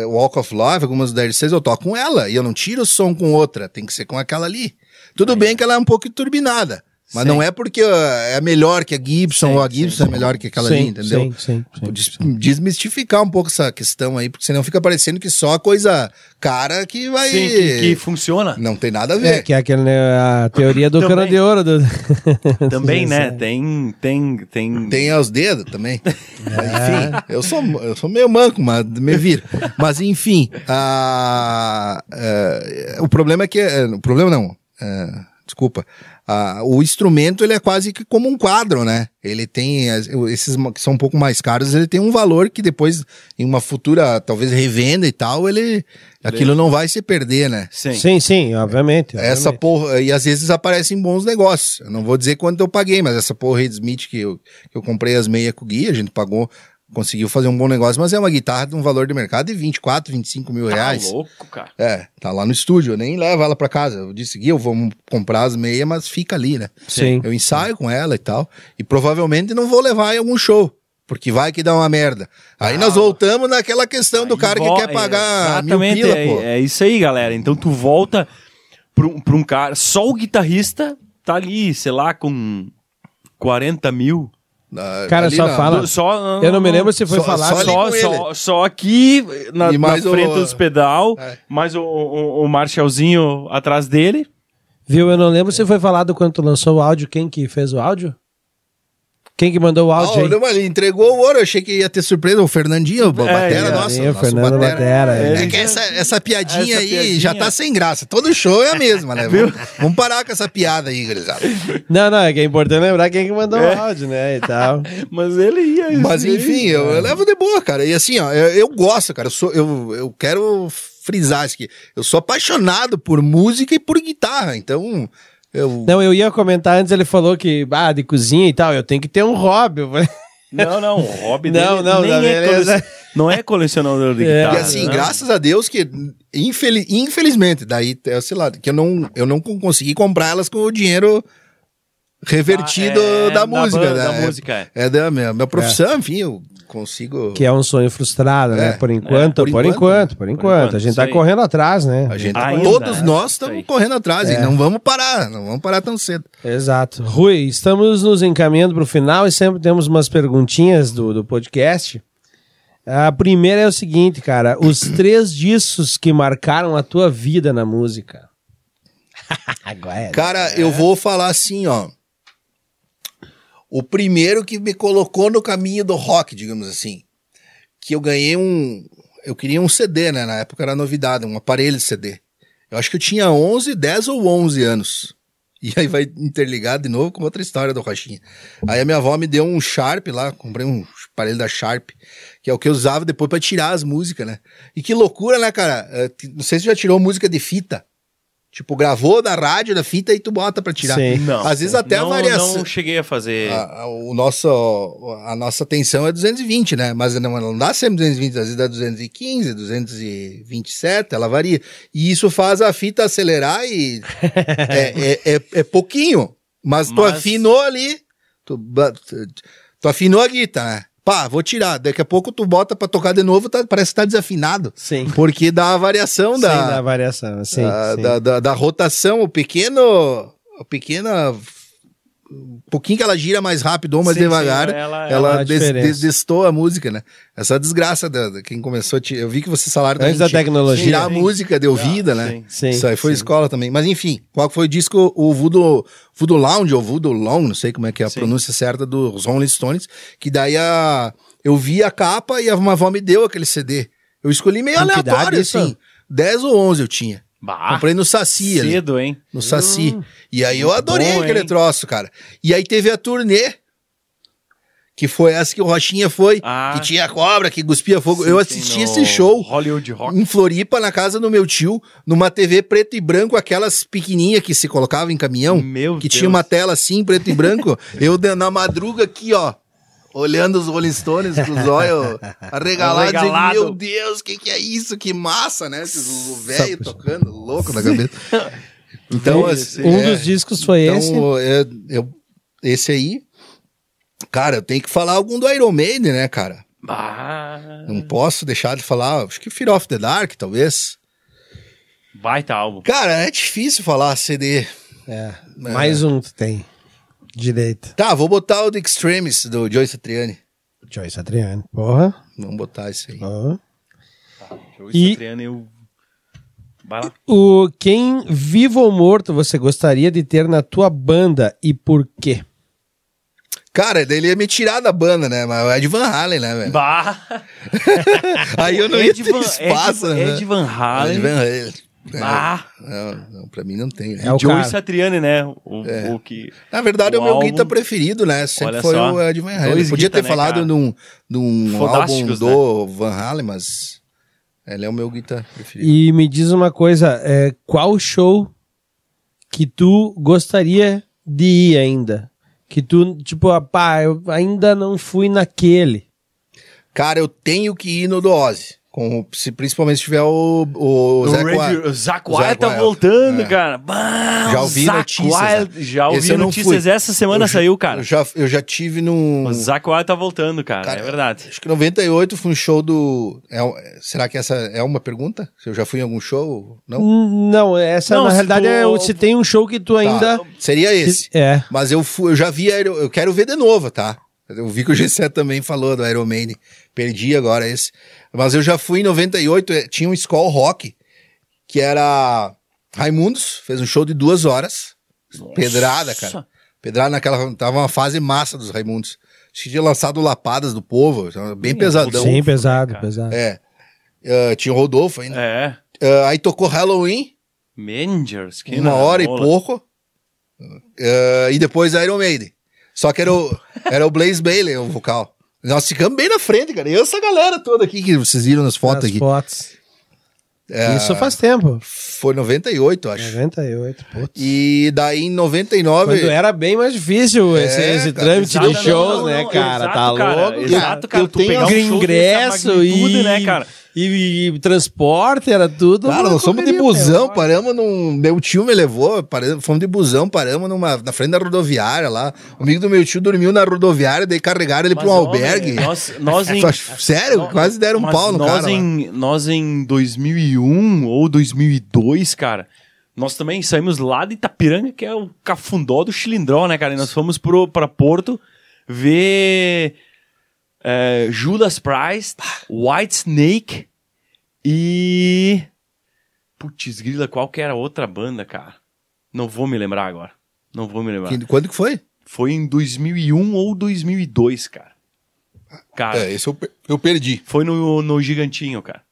[SPEAKER 3] eh, Walk of Love, algumas da R6, eu toco com ela. E eu não tiro o som com outra, tem que ser com aquela ali. Tudo bem que ela é um pouco turbinada. Mas
[SPEAKER 2] Sim.
[SPEAKER 3] não é porque ah, é melhor que a Gibson
[SPEAKER 2] Sim,
[SPEAKER 3] ou a Gibson
[SPEAKER 2] sim.
[SPEAKER 3] é melhor que aquela
[SPEAKER 1] sim,
[SPEAKER 3] ali, entendeu?
[SPEAKER 1] Sim, sim, sim,
[SPEAKER 3] Des-
[SPEAKER 1] sim.
[SPEAKER 3] desmistificar um pouco essa questão aí, porque senão fica parecendo que só coisa cara que vai.
[SPEAKER 2] Sim, que, que funciona
[SPEAKER 3] Não tem nada a ver.
[SPEAKER 1] É, que é aquele, né, a teoria do
[SPEAKER 2] Também.
[SPEAKER 1] cano de ouro. do-
[SPEAKER 2] (laughs)
[SPEAKER 1] (laughs)
[SPEAKER 2] também, né?
[SPEAKER 1] Sim.
[SPEAKER 2] Tem, tem, tem.
[SPEAKER 3] Tem aos dedos
[SPEAKER 1] (laughs)
[SPEAKER 3] também.
[SPEAKER 1] É.
[SPEAKER 3] Mas, enfim, eu sou, eu sou meio manco, mas me vira. Mas enfim, a- é, o problema é que. é, o problema não. é, desculpa. ah, o instrumento ele é quase que como um quadro, né? Ele tem as- esses ma- que são um pouco mais caros, ele tem um valor que depois em uma futura talvez revenda e tal, ele aquilo não vai se perder, né?
[SPEAKER 2] Sim.
[SPEAKER 1] Sim, sim, obviamente.
[SPEAKER 3] Essa
[SPEAKER 1] obviamente.
[SPEAKER 3] porra, e às vezes aparecem bons negócios. Eu não vou dizer quanto eu paguei, mas essa porra Smith que eu, que eu comprei as meias com o Gui, a gente pagou, conseguiu fazer um bom negócio, mas é uma guitarra de um valor de mercado de 24, 25 mil reais.
[SPEAKER 2] Tá louco, cara.
[SPEAKER 3] É, tá lá no estúdio, eu nem levo ela pra casa. Eu disse, Gui, eu vou comprar as meias, mas fica ali, né?
[SPEAKER 1] Sim.
[SPEAKER 3] Eu ensaio com ela e tal. E provavelmente não vou levar em algum show. Porque vai que dá uma merda. Aí
[SPEAKER 2] Ah.
[SPEAKER 3] nós voltamos naquela questão do
[SPEAKER 2] Aí
[SPEAKER 3] cara
[SPEAKER 2] vo-
[SPEAKER 3] que quer pagar mil
[SPEAKER 2] Exatamente,
[SPEAKER 3] pila,
[SPEAKER 2] é,
[SPEAKER 3] pô.
[SPEAKER 2] é isso aí, galera. Então tu volta pra um, pra um cara. Só o guitarrista tá ali, sei lá, com 40 mil.
[SPEAKER 3] Na-
[SPEAKER 1] Cara,
[SPEAKER 3] Ah, ali
[SPEAKER 1] só
[SPEAKER 3] na-
[SPEAKER 1] fala-
[SPEAKER 2] Do- Só,
[SPEAKER 1] Eu não me lembro se foi
[SPEAKER 3] Só-
[SPEAKER 1] falar.
[SPEAKER 3] só ali-
[SPEAKER 2] Só,
[SPEAKER 3] com
[SPEAKER 2] só, só aqui na,
[SPEAKER 3] E
[SPEAKER 2] na
[SPEAKER 3] mais o-
[SPEAKER 2] frente dos pedal,
[SPEAKER 3] É.
[SPEAKER 2] mais um, o, o, o Marshallzinho atrás dele.
[SPEAKER 1] Viu? Eu não lembro se foi falado quando tu lançou o áudio, quem que fez o áudio? Quem que mandou o áudio?
[SPEAKER 3] Ah,
[SPEAKER 1] hein?
[SPEAKER 3] olha, mas ele entregou o ouro, eu achei que ia ter surpresa. O Fernandinho, o Batera,
[SPEAKER 2] é,
[SPEAKER 3] nossa.
[SPEAKER 1] é,
[SPEAKER 3] o nosso
[SPEAKER 1] Fernando Batera,
[SPEAKER 3] É
[SPEAKER 2] é.
[SPEAKER 3] que essa, essa piadinha
[SPEAKER 2] Essa
[SPEAKER 3] aí
[SPEAKER 2] piadinha.
[SPEAKER 3] já tá sem graça. Todo show é a mesma,
[SPEAKER 2] (laughs)
[SPEAKER 3] né? vamos, vamos parar com essa piada aí, gurizada.
[SPEAKER 1] Não, não, é que é importante lembrar quem que mandou
[SPEAKER 3] É.
[SPEAKER 1] o áudio, né? E tal.
[SPEAKER 2] Mas ele ia.
[SPEAKER 3] Mas
[SPEAKER 2] isso aí.
[SPEAKER 3] enfim, eu, eu levo de boa, cara. E assim, ó, eu, eu gosto, cara. Eu, sou, eu, eu quero frisar isso aqui. Eu sou apaixonado por música e por guitarra. Então, eu.
[SPEAKER 1] Não, eu ia comentar antes, ele falou que, ah, de cozinha e tal, eu tenho que ter um hobby. Eu falei,
[SPEAKER 2] Não, não, o hobby
[SPEAKER 3] (laughs)
[SPEAKER 1] Não,
[SPEAKER 2] dele
[SPEAKER 1] não,
[SPEAKER 2] nem
[SPEAKER 1] não,
[SPEAKER 2] é
[SPEAKER 1] beleza.
[SPEAKER 2] colec- não é colecionador de
[SPEAKER 1] É.
[SPEAKER 2] guitarra.
[SPEAKER 3] e assim,
[SPEAKER 2] né?
[SPEAKER 3] graças a Deus que, infeli- infelizmente, daí, é, sei lá, que eu não, eu não con- consegui comprar elas com o dinheiro revertido
[SPEAKER 2] Ah, é,
[SPEAKER 3] da, música,
[SPEAKER 2] ban-
[SPEAKER 3] né?
[SPEAKER 2] Da música, é.
[SPEAKER 3] É da minha, minha profissão, enfim, eu consigo.
[SPEAKER 1] que é um sonho frustrado, né?
[SPEAKER 3] É,
[SPEAKER 1] Por enquanto,
[SPEAKER 3] por
[SPEAKER 1] por,
[SPEAKER 3] enquanto,
[SPEAKER 1] enquanto, por enquanto.
[SPEAKER 2] enquanto,
[SPEAKER 1] A gente
[SPEAKER 2] isso
[SPEAKER 1] tá
[SPEAKER 2] aí.
[SPEAKER 1] correndo atrás, né?
[SPEAKER 3] A gente,
[SPEAKER 2] Ainda,
[SPEAKER 3] todos
[SPEAKER 2] é,
[SPEAKER 3] nós
[SPEAKER 2] isso aí. É.
[SPEAKER 3] estamos correndo atrás e não vamos parar, não vamos parar tão cedo.
[SPEAKER 1] Exato. Rui, estamos nos encaminhando para o final e sempre temos umas perguntinhas do, do podcast. A primeira é o seguinte, cara. (coughs) Os três discos que marcaram a tua vida na música. (laughs) Agora é.
[SPEAKER 3] Cara, eu vou falar assim, ó. O primeiro que me colocou no caminho do rock, digamos assim. Que eu ganhei um. Eu queria um CD, né? Na época era novidade, um aparelho de CD. Eu acho que eu tinha 11, 10 ou 11 anos. E aí vai interligar de novo com outra história do Rochinha. Aí a minha avó me deu um Sharp lá, comprei um aparelho da Sharp, que é o que eu usava depois pra tirar as músicas, né? E que loucura, né, cara? Eh, Não sei se já tirou música de fita. Tipo, gravou da rádio, da fita e tu bota pra tirar.
[SPEAKER 1] Sim.
[SPEAKER 2] Não,
[SPEAKER 3] É. Às vezes até a
[SPEAKER 2] não,
[SPEAKER 3] variação- Ah,
[SPEAKER 2] Não cheguei a fazer.
[SPEAKER 3] A, a- o nosso, a nossa tensão é 220, né? Mas não, não dá sempre 220, às vezes dá 215, 227, ela varia. E isso faz a fita acelerar e é, é, é, é pouquinho. Mas, tu
[SPEAKER 2] Mas-
[SPEAKER 3] afinou ali, tu, ba- tu- tu afinou a guita, né? Pá, vou tirar. Daqui a pouco tu bota pra tocar de novo, tá- parece que tá desafinado.
[SPEAKER 1] Sim.
[SPEAKER 3] Porque dá a variação
[SPEAKER 1] Sim,
[SPEAKER 3] da,
[SPEAKER 1] da variação. Sim,
[SPEAKER 3] da,
[SPEAKER 1] sim.
[SPEAKER 3] da, da- da rotação, o pequeno. A pequena. Um pouquinho que ela gira mais rápido ou mais
[SPEAKER 2] Sim, sim,
[SPEAKER 3] devagar,
[SPEAKER 2] ela-
[SPEAKER 3] ela, é
[SPEAKER 1] ela dá
[SPEAKER 3] des-
[SPEAKER 1] é, diferença.
[SPEAKER 3] des- destou a música, né? Essa desgraça da, da- quem começou. a ti- Eu vi que você salário
[SPEAKER 1] Antes da
[SPEAKER 3] gente
[SPEAKER 1] tecnologia.
[SPEAKER 3] Tirar a
[SPEAKER 2] Sim.
[SPEAKER 3] música de ouvida,
[SPEAKER 2] Ah,
[SPEAKER 3] né?
[SPEAKER 2] sim.
[SPEAKER 1] Sim,
[SPEAKER 3] Isso aí foi
[SPEAKER 1] sim.
[SPEAKER 3] escola também. Mas enfim, qual que foi o disco? O Voodoo, Voodoo Lounge, ou Voodoo Long, não sei como é que é a
[SPEAKER 2] Sim.
[SPEAKER 3] pronúncia certa dos Rolling Stones, que daí a, eu vi a capa e a uma avó me deu aquele CD. Eu escolhi meio
[SPEAKER 1] Com que idade
[SPEAKER 3] aleatório,
[SPEAKER 1] isso?
[SPEAKER 3] assim. 10 ou 11 eu tinha.
[SPEAKER 2] Bah,
[SPEAKER 3] Comprei no Saci ali,
[SPEAKER 2] Ah, cedo, hein?
[SPEAKER 3] no Saci. E aí eu
[SPEAKER 2] Muito
[SPEAKER 3] adorei
[SPEAKER 2] bom,
[SPEAKER 3] aquele
[SPEAKER 2] hein?
[SPEAKER 3] troço, cara. E aí teve a turnê, que foi essa que o Rochinha foi,
[SPEAKER 2] Ah.
[SPEAKER 3] que tinha cobra, que cuspia fogo.
[SPEAKER 2] Sim,
[SPEAKER 3] eu
[SPEAKER 2] sim,
[SPEAKER 3] assisti
[SPEAKER 2] no
[SPEAKER 3] esse show
[SPEAKER 2] Hollywood Rock.
[SPEAKER 3] em Floripa, na casa do meu tio, numa TV preto e branco, aquelas pequenininhas que se colocava em caminhão,
[SPEAKER 2] Meu
[SPEAKER 3] que
[SPEAKER 2] Deus.
[SPEAKER 3] tinha uma tela assim, preto e branco. eu de- na madruga aqui, ó, olhando os Rolling Stones com os olhos arregalados. dizendo,
[SPEAKER 2] Arregalado.
[SPEAKER 3] meu Deus, o que, que é isso? Que massa, né? Esses- O velho tocando, louco na cabeça. Então, assim,
[SPEAKER 1] um
[SPEAKER 3] é,
[SPEAKER 1] dos discos foi
[SPEAKER 3] então,
[SPEAKER 1] esse.
[SPEAKER 3] é, eu- esse aí... Cara, eu tenho que falar algum do Iron Maiden, né, cara?
[SPEAKER 2] Bah,
[SPEAKER 3] Não posso deixar de falar, acho que Fear of the Dark, talvez.
[SPEAKER 2] baita álbum.
[SPEAKER 3] Cara, é difícil falar CD.
[SPEAKER 1] É, Mais um tu tem. Direito.
[SPEAKER 3] Tá, vou botar o The Extremis do Joe Satriani.
[SPEAKER 1] Joyce Adriano. Porra.
[SPEAKER 3] Vamos botar isso aí.
[SPEAKER 1] porra. E-
[SPEAKER 2] E... Eu... Vai lá.
[SPEAKER 1] O quem vivo ou morto você gostaria de ter na tua banda e por quê?
[SPEAKER 3] Cara, daí ele ia me tirar da banda, né? Mas é de Van Halen, né, velho?
[SPEAKER 2] Bah. é
[SPEAKER 3] Aí eu não ia ter
[SPEAKER 2] Van-
[SPEAKER 3] espaço,
[SPEAKER 2] Ed,
[SPEAKER 3] né?
[SPEAKER 2] Ed Van é
[SPEAKER 3] Ed
[SPEAKER 2] Halen.
[SPEAKER 3] Van Halen.
[SPEAKER 2] Ah,
[SPEAKER 3] Não, não, pra mim não tem. né?
[SPEAKER 1] É o
[SPEAKER 2] Joey
[SPEAKER 1] cara.
[SPEAKER 2] Satriani, né? O,
[SPEAKER 3] É.
[SPEAKER 2] o que...
[SPEAKER 3] Na
[SPEAKER 2] O
[SPEAKER 3] verdade, é o meu
[SPEAKER 2] álbum-
[SPEAKER 3] guita preferido, né? Sempre
[SPEAKER 2] Olha
[SPEAKER 3] foi
[SPEAKER 2] só.
[SPEAKER 3] o Ed Van Halen.
[SPEAKER 2] Dois
[SPEAKER 3] Podia
[SPEAKER 2] guita,
[SPEAKER 3] ter
[SPEAKER 2] né,
[SPEAKER 3] falado
[SPEAKER 2] cara?
[SPEAKER 3] num, num álbum
[SPEAKER 2] Fodásticos, né?
[SPEAKER 3] do Van Halen, mas ele é o meu guita preferido.
[SPEAKER 1] E me diz uma coisa, é, qual show que tu gostaria de ir ainda? Que tu, tipo, ah, pá, eu ainda não fui naquele.
[SPEAKER 3] Cara, eu tenho que ir no do Ozzy. Com, o- se, principalmente se tiver o, o Zé
[SPEAKER 2] Randy-
[SPEAKER 3] Coa-
[SPEAKER 2] o Zac
[SPEAKER 3] Zac
[SPEAKER 2] Wild tá
[SPEAKER 3] Wild,
[SPEAKER 2] voltando,
[SPEAKER 3] é.
[SPEAKER 2] cara. Bah,
[SPEAKER 3] Já
[SPEAKER 2] o
[SPEAKER 3] ouvi
[SPEAKER 2] Zac
[SPEAKER 3] notícias,
[SPEAKER 2] Wild-
[SPEAKER 3] né?
[SPEAKER 2] Já
[SPEAKER 3] Esse
[SPEAKER 2] ouvi
[SPEAKER 3] eu não
[SPEAKER 2] notícias.
[SPEAKER 3] fui.
[SPEAKER 2] Essa semana
[SPEAKER 3] Eu já-
[SPEAKER 2] saiu, cara.
[SPEAKER 3] Eu já, eu já tive num.
[SPEAKER 2] O Zac Wild tá voltando, cara.
[SPEAKER 3] Cara,
[SPEAKER 2] É verdade.
[SPEAKER 3] Acho que 98 foi um show do. é um- será que essa é uma pergunta? Se eu já fui em algum show? Não?
[SPEAKER 1] Hum, Não, essa
[SPEAKER 2] Não,
[SPEAKER 1] na
[SPEAKER 2] se
[SPEAKER 1] realidade
[SPEAKER 2] tu-
[SPEAKER 1] é o- se tem um show que tu ainda.
[SPEAKER 3] Tá, Seria esse.
[SPEAKER 1] É.
[SPEAKER 3] Mas eu, fui, eu já vi, Aero- eu quero ver de novo, tá? Eu vi que o Gessé também falou do Iron Maiden. Perdi agora esse. Mas eu já fui em 98, eh, tinha um Skull Rock, que era Raimundos, fez um show de duas horas. Pedrada, cara. Pedrada naquela. Tava uma fase massa dos Raimundos. Acho que tinha lançado Lapadas do Povo, então, bem
[SPEAKER 2] Sim,
[SPEAKER 3] pesadão.
[SPEAKER 1] Sim, pesado,
[SPEAKER 2] cara.
[SPEAKER 1] pesado.
[SPEAKER 3] É. Ah, tinha o Rodolfo ainda.
[SPEAKER 2] É.
[SPEAKER 3] Ah, aí tocou Halloween,
[SPEAKER 2] Mangers. que
[SPEAKER 3] uma
[SPEAKER 2] na
[SPEAKER 3] hora e
[SPEAKER 2] bola.
[SPEAKER 3] pouco. Ah, e depois Iron Maiden. Só que
[SPEAKER 2] (laughs)
[SPEAKER 3] era o, era o Blaze Bailey, o vocal. Nós ficamos bem na frente, cara. E essa galera toda aqui que vocês viram nas fotos
[SPEAKER 1] As
[SPEAKER 3] aqui.
[SPEAKER 1] fotos. Isso faz tempo.
[SPEAKER 3] Foi 98, eu acho.
[SPEAKER 1] 98, putz.
[SPEAKER 3] E daí em
[SPEAKER 1] Quando
[SPEAKER 3] 99.
[SPEAKER 1] era bem mais difícil esse,
[SPEAKER 3] É,
[SPEAKER 1] esse
[SPEAKER 3] cara,
[SPEAKER 1] trâmite
[SPEAKER 2] Exato,
[SPEAKER 1] de shows,
[SPEAKER 2] não, não,
[SPEAKER 1] né,
[SPEAKER 2] não,
[SPEAKER 1] cara? tá
[SPEAKER 2] exato, cara,
[SPEAKER 1] louco,
[SPEAKER 2] Exato, cara.
[SPEAKER 3] Eu
[SPEAKER 2] tu
[SPEAKER 3] tenho
[SPEAKER 2] pegar um
[SPEAKER 1] Gr-
[SPEAKER 2] show dessa
[SPEAKER 1] ingresso
[SPEAKER 2] magnitude,
[SPEAKER 1] e,
[SPEAKER 2] né, cara?
[SPEAKER 1] e- e transporte, era tudo.
[SPEAKER 3] Cara,
[SPEAKER 1] uma
[SPEAKER 3] nós somos de
[SPEAKER 1] correria,
[SPEAKER 3] busão,
[SPEAKER 1] meu.
[SPEAKER 3] paramos num. Meu tio me levou, paramos, fomos de busão, paramos numa, na frente da rodoviária lá. O amigo do meu tio dormiu na rodoviária, daí carregaram ele
[SPEAKER 2] Mas,
[SPEAKER 3] pra um
[SPEAKER 2] homem,
[SPEAKER 3] albergue.
[SPEAKER 2] Nós, nós em-
[SPEAKER 3] (laughs) Só- sério?
[SPEAKER 2] Nó-
[SPEAKER 3] Quase deram um
[SPEAKER 2] mas
[SPEAKER 3] pau no
[SPEAKER 2] nós
[SPEAKER 3] cara lá.
[SPEAKER 2] Em, nós em 2001 ou 2002, cara, nós também saímos lá de Itapiranga, que é o cafundó do Chilindró, né, cara? E nós fomos pro, pra Porto ver é, Judas Priest, White Snake e... Putz, grila, qual que era a outra banda, cara? Não vou me lembrar agora. Não vou me lembrar.
[SPEAKER 3] Que- Quando que foi?
[SPEAKER 2] Foi em 2001 ou 2002, cara. Cara,
[SPEAKER 3] É, esse eu, per- eu perdi.
[SPEAKER 2] foi no, no Gigantinho, cara.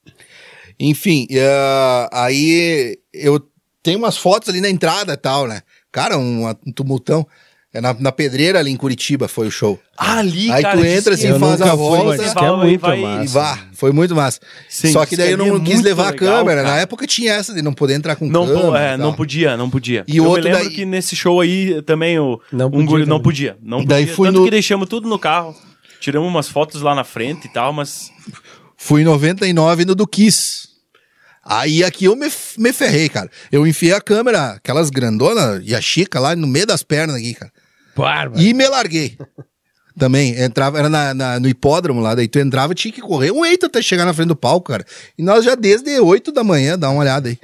[SPEAKER 3] Enfim, eh, aí eu tenho umas fotos ali na entrada e tal, né? Cara, um, um tumultão. É na, na pedreira ali em Curitiba foi o show.
[SPEAKER 2] Ali,
[SPEAKER 3] Aí
[SPEAKER 2] cara.
[SPEAKER 3] tu
[SPEAKER 2] diz
[SPEAKER 3] entra,
[SPEAKER 2] que
[SPEAKER 3] assim,
[SPEAKER 2] é
[SPEAKER 3] faz
[SPEAKER 2] um
[SPEAKER 3] a
[SPEAKER 1] fui,
[SPEAKER 3] volta.
[SPEAKER 1] mas que é
[SPEAKER 2] Vai-
[SPEAKER 1] muito
[SPEAKER 2] vai-
[SPEAKER 1] massa.
[SPEAKER 3] E vá, foi muito massa.
[SPEAKER 2] Sim,
[SPEAKER 3] Só
[SPEAKER 2] diz
[SPEAKER 3] que daí
[SPEAKER 2] que
[SPEAKER 3] eu
[SPEAKER 2] ali
[SPEAKER 3] não
[SPEAKER 2] é
[SPEAKER 3] quis
[SPEAKER 2] muito
[SPEAKER 3] levar
[SPEAKER 2] legal,
[SPEAKER 3] a câmera.
[SPEAKER 2] cara.
[SPEAKER 3] Na época tinha essa de não poder entrar com
[SPEAKER 2] Não,
[SPEAKER 3] câmera.
[SPEAKER 2] po- é,
[SPEAKER 3] e
[SPEAKER 2] não
[SPEAKER 3] tal.
[SPEAKER 2] podia, não podia.
[SPEAKER 3] E
[SPEAKER 2] eu
[SPEAKER 3] outro
[SPEAKER 2] me lembro
[SPEAKER 3] daí-
[SPEAKER 2] que nesse show aí também o
[SPEAKER 1] Não
[SPEAKER 2] um
[SPEAKER 1] podia
[SPEAKER 2] guri- não
[SPEAKER 1] também.
[SPEAKER 2] podia, não podia.
[SPEAKER 3] Daí fui
[SPEAKER 2] Tanto
[SPEAKER 3] no-
[SPEAKER 2] que deixamos tudo no carro. Tiramos umas fotos lá na frente e tal, mas
[SPEAKER 3] Fui em 99 no do Kiss. Aí aqui eu me, f- me ferrei, cara. Eu enfiei a câmera, aquelas grandonas e a chica lá no meio das pernas aqui, cara.
[SPEAKER 1] Bárbaro.
[SPEAKER 3] E me larguei. Também, entrava, era na, na- no hipódromo lá, daí tu entrava, tinha que correr um eito até chegar na frente do palco, cara. E nós já desde 8 da manhã, dá uma olhada aí.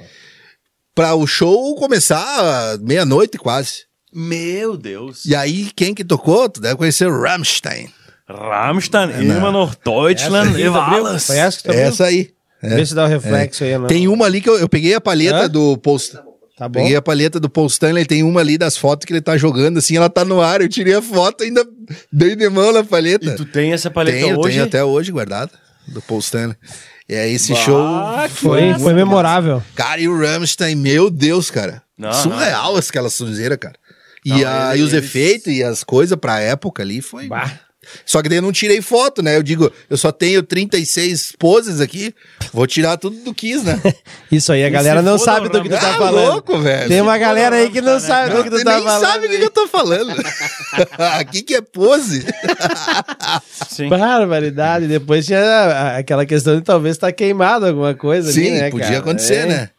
[SPEAKER 3] Pra o show começar ah, meia-noite quase.
[SPEAKER 2] meu Deus.
[SPEAKER 3] E aí, quem que tocou? Tu deve conhecer o Rammstein.
[SPEAKER 2] Rammstein,
[SPEAKER 3] É,
[SPEAKER 2] Ilmanor, Deutschland,
[SPEAKER 1] Essa aqui tu abriu?
[SPEAKER 2] Evalas.
[SPEAKER 1] Foi essa que tu abriu?
[SPEAKER 3] Essa aí.
[SPEAKER 1] Vê se dá o reflexo aí. né? Não.
[SPEAKER 3] Tem uma ali que eu, eu peguei a palheta
[SPEAKER 1] Hã?
[SPEAKER 3] do post.
[SPEAKER 1] Tá bom.
[SPEAKER 3] Peguei a palheta do Paul Stanley, tem uma ali das fotos que ele tá jogando, assim, ela tá no ar, eu tirei a foto, ainda dei de mão na palheta.
[SPEAKER 2] E tu tem essa paleta
[SPEAKER 1] então,
[SPEAKER 3] tenho,
[SPEAKER 2] hoje?
[SPEAKER 3] tenho até hoje guardado, do Paul Stanley. E aí esse
[SPEAKER 2] Bah,
[SPEAKER 3] show
[SPEAKER 2] que
[SPEAKER 1] Foi,
[SPEAKER 2] né,
[SPEAKER 1] foi memorável.
[SPEAKER 3] Cara, e o Rammstein, meu Deus, cara.
[SPEAKER 2] Não,
[SPEAKER 3] Surreal aquela sonzeira, cara. E,
[SPEAKER 2] Não,
[SPEAKER 3] a-
[SPEAKER 2] ele-
[SPEAKER 3] e os
[SPEAKER 2] eles-
[SPEAKER 3] efeitos e as coisas pra época ali foi.
[SPEAKER 1] Bah.
[SPEAKER 3] Só que daí eu não tirei foto, né? Eu digo, eu só tenho 36 poses aqui, vou tirar tudo do
[SPEAKER 1] (laughs)
[SPEAKER 3] Kiss, né?
[SPEAKER 1] Isso aí, a
[SPEAKER 2] E
[SPEAKER 1] galera
[SPEAKER 2] se
[SPEAKER 1] não
[SPEAKER 2] for
[SPEAKER 1] sabe
[SPEAKER 2] do
[SPEAKER 1] do que tu tá
[SPEAKER 3] Ah,
[SPEAKER 1] falando.
[SPEAKER 3] louco, velho.
[SPEAKER 1] Tem uma
[SPEAKER 2] for do
[SPEAKER 1] galera aí que não
[SPEAKER 2] Rammstein, né,
[SPEAKER 1] sabe do que tu
[SPEAKER 3] Você
[SPEAKER 1] tá
[SPEAKER 3] nem
[SPEAKER 1] falando.
[SPEAKER 3] sabe o que que eu tô falando. (laughs) Aqui que é pose.
[SPEAKER 2] Sim.
[SPEAKER 1] Barbaridade. Depois tinha a- aquela questão de talvez estar queimado alguma coisa ali,
[SPEAKER 3] Sim,
[SPEAKER 1] né,
[SPEAKER 3] podia
[SPEAKER 1] cara?
[SPEAKER 3] acontecer,
[SPEAKER 1] É.
[SPEAKER 3] né?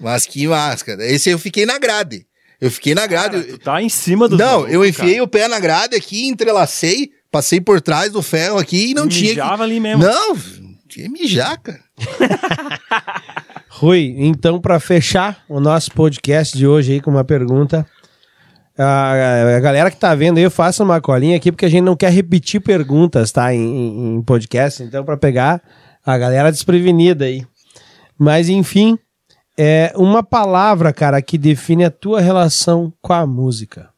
[SPEAKER 3] Mas que máscara. Esse eu fiquei na grade. Eu fiquei na grade.
[SPEAKER 2] Cara, tu tá em cima do
[SPEAKER 3] não, eu enfiei o pé na grade aqui, entrelacei, passei por trás do ferro aqui e não tinha. que-
[SPEAKER 2] Mijava ali mesmo.
[SPEAKER 3] Não, tinha mijar, cara.
[SPEAKER 1] Rui, então para fechar o nosso podcast de hoje aí com uma pergunta, a, a galera que tá vendo aí, faça uma colinha aqui porque a gente não quer repetir perguntas, tá, em, em- em podcast, então para pegar a galera desprevenida aí. Mas enfim, é uma palavra, cara, que define a tua relação com a música.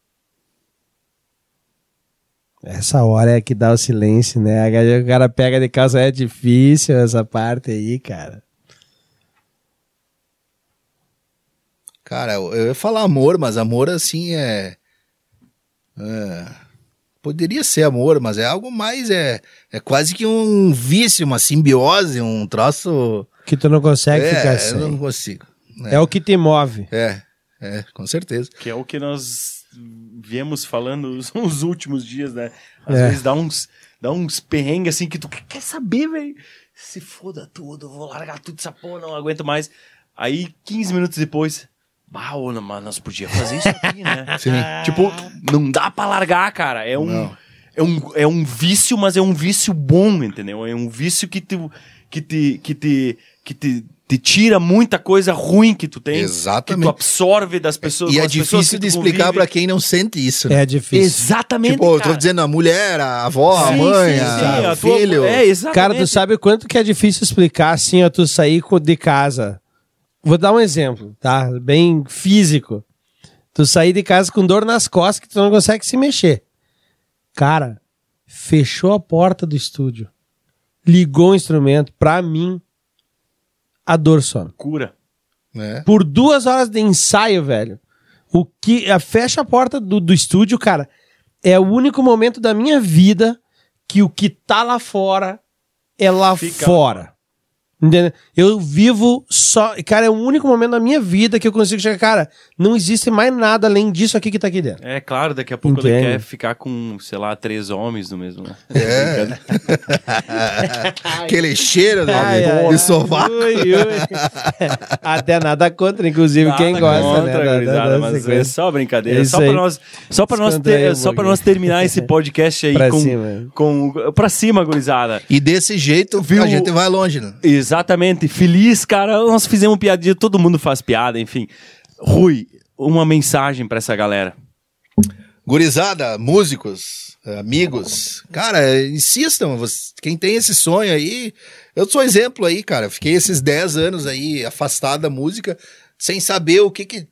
[SPEAKER 1] Essa hora é que dá o silêncio, né? A galera- O cara pega de casa, é difícil essa parte aí, cara.
[SPEAKER 3] Cara, eu, eu ia falar amor, mas amor assim é. é, Poderia ser amor, mas é algo mais. É, é quase que um vício, uma simbiose, um troço.
[SPEAKER 1] Que tu não consegue
[SPEAKER 3] é,
[SPEAKER 1] ficar
[SPEAKER 2] assim.
[SPEAKER 3] eu não
[SPEAKER 1] sem.
[SPEAKER 3] consigo. né?
[SPEAKER 1] É o que te move.
[SPEAKER 3] É, é, com certeza.
[SPEAKER 2] Que é o que nós viemos falando (laughs) os, os últimos dias, né? Às
[SPEAKER 1] É.
[SPEAKER 2] vezes dá uns, dá uns perrengues assim que tu que- quer saber, velho. Se foda tudo, eu vou largar tudo essa porra, não aguento mais. Aí, 15 minutos depois, bah, ô, não, mas nós podíamos fazer isso aqui,
[SPEAKER 3] (laughs)
[SPEAKER 2] né?
[SPEAKER 3] Sim.
[SPEAKER 2] Tipo, não dá pra largar, cara. É um,
[SPEAKER 3] Não.
[SPEAKER 2] é um, é um vício, mas é um vício bom, entendeu? É um vício que te, que te, que te, que te, te tira muita coisa ruim que tu tem. Que tu
[SPEAKER 3] Exatamente.
[SPEAKER 2] absorve das pessoas.
[SPEAKER 3] E
[SPEAKER 2] com as
[SPEAKER 3] é
[SPEAKER 2] pessoas que
[SPEAKER 3] difícil
[SPEAKER 2] tu
[SPEAKER 3] de explicar
[SPEAKER 2] convive.
[SPEAKER 3] pra quem não sente isso. né?
[SPEAKER 1] É difícil.
[SPEAKER 2] Exatamente.
[SPEAKER 3] Tipo, eu
[SPEAKER 2] cara.
[SPEAKER 3] tô dizendo a mulher, a avó, a
[SPEAKER 2] Sim,
[SPEAKER 3] mãe,
[SPEAKER 2] sim, sim,
[SPEAKER 3] a-
[SPEAKER 2] a
[SPEAKER 3] o
[SPEAKER 2] tua-
[SPEAKER 3] filho.
[SPEAKER 2] É, exatamente.
[SPEAKER 1] Cara, tu sabe o quanto que é difícil explicar assim, ó, tu sair co- de casa. Vou dar um exemplo, tá? Bem físico. Tu sair de casa com dor nas costas que tu não consegue se mexer. Cara, fechou a porta do estúdio. Ligou o instrumento, pra mim, a dor some.
[SPEAKER 2] Cura. (laughs)
[SPEAKER 3] né?
[SPEAKER 1] Por duas horas de ensaio, velho. O que a- fecha a porta do, do estúdio, cara. É o único momento da minha vida que o que tá lá fora é lá
[SPEAKER 2] Fica lá
[SPEAKER 1] fora. Entendeu? Eu vivo só. Cara, é o único momento da minha vida que eu consigo chegar. Cara, não existe mais nada além disso aqui que tá aqui dentro.
[SPEAKER 2] É claro, daqui a pouco ele
[SPEAKER 1] Entendo.
[SPEAKER 2] quer ficar com, sei lá, três homens no mesmo. né? (laughs)
[SPEAKER 3] (laughs) É. Aquele cheiro de,
[SPEAKER 1] Ai, ai, ai.
[SPEAKER 3] de sovaco.
[SPEAKER 1] Ui, (laughs) ui. Até nada contra, inclusive,
[SPEAKER 2] Nada
[SPEAKER 1] quem gosta, né? da- da-
[SPEAKER 2] gurizada,
[SPEAKER 1] da
[SPEAKER 2] mas é
[SPEAKER 1] sequência.
[SPEAKER 2] só brincadeira.
[SPEAKER 1] É
[SPEAKER 2] só
[SPEAKER 1] isso
[SPEAKER 2] pra
[SPEAKER 1] aí.
[SPEAKER 2] nós, só pra nós,
[SPEAKER 1] Esconda aí
[SPEAKER 2] ter,
[SPEAKER 1] um
[SPEAKER 2] só pra
[SPEAKER 1] pouquinho.
[SPEAKER 2] nós terminar esse podcast aí
[SPEAKER 1] Pra
[SPEAKER 2] com,
[SPEAKER 1] cima.
[SPEAKER 2] com. Pra cima, gurizada.
[SPEAKER 3] E desse jeito
[SPEAKER 2] Viu?
[SPEAKER 3] a gente vai longe, né?
[SPEAKER 2] Exatamente. Feliz, cara. Nós fizemos piadinha, todo mundo faz piada, enfim. Rui, uma mensagem pra essa galera.
[SPEAKER 3] Gurizada, músicos, amigos, cara, insistam. vocês- Quem tem esse sonho aí, eu sou exemplo aí, cara. Eu Fiquei esses 10 anos aí afastado da música, sem saber o que que.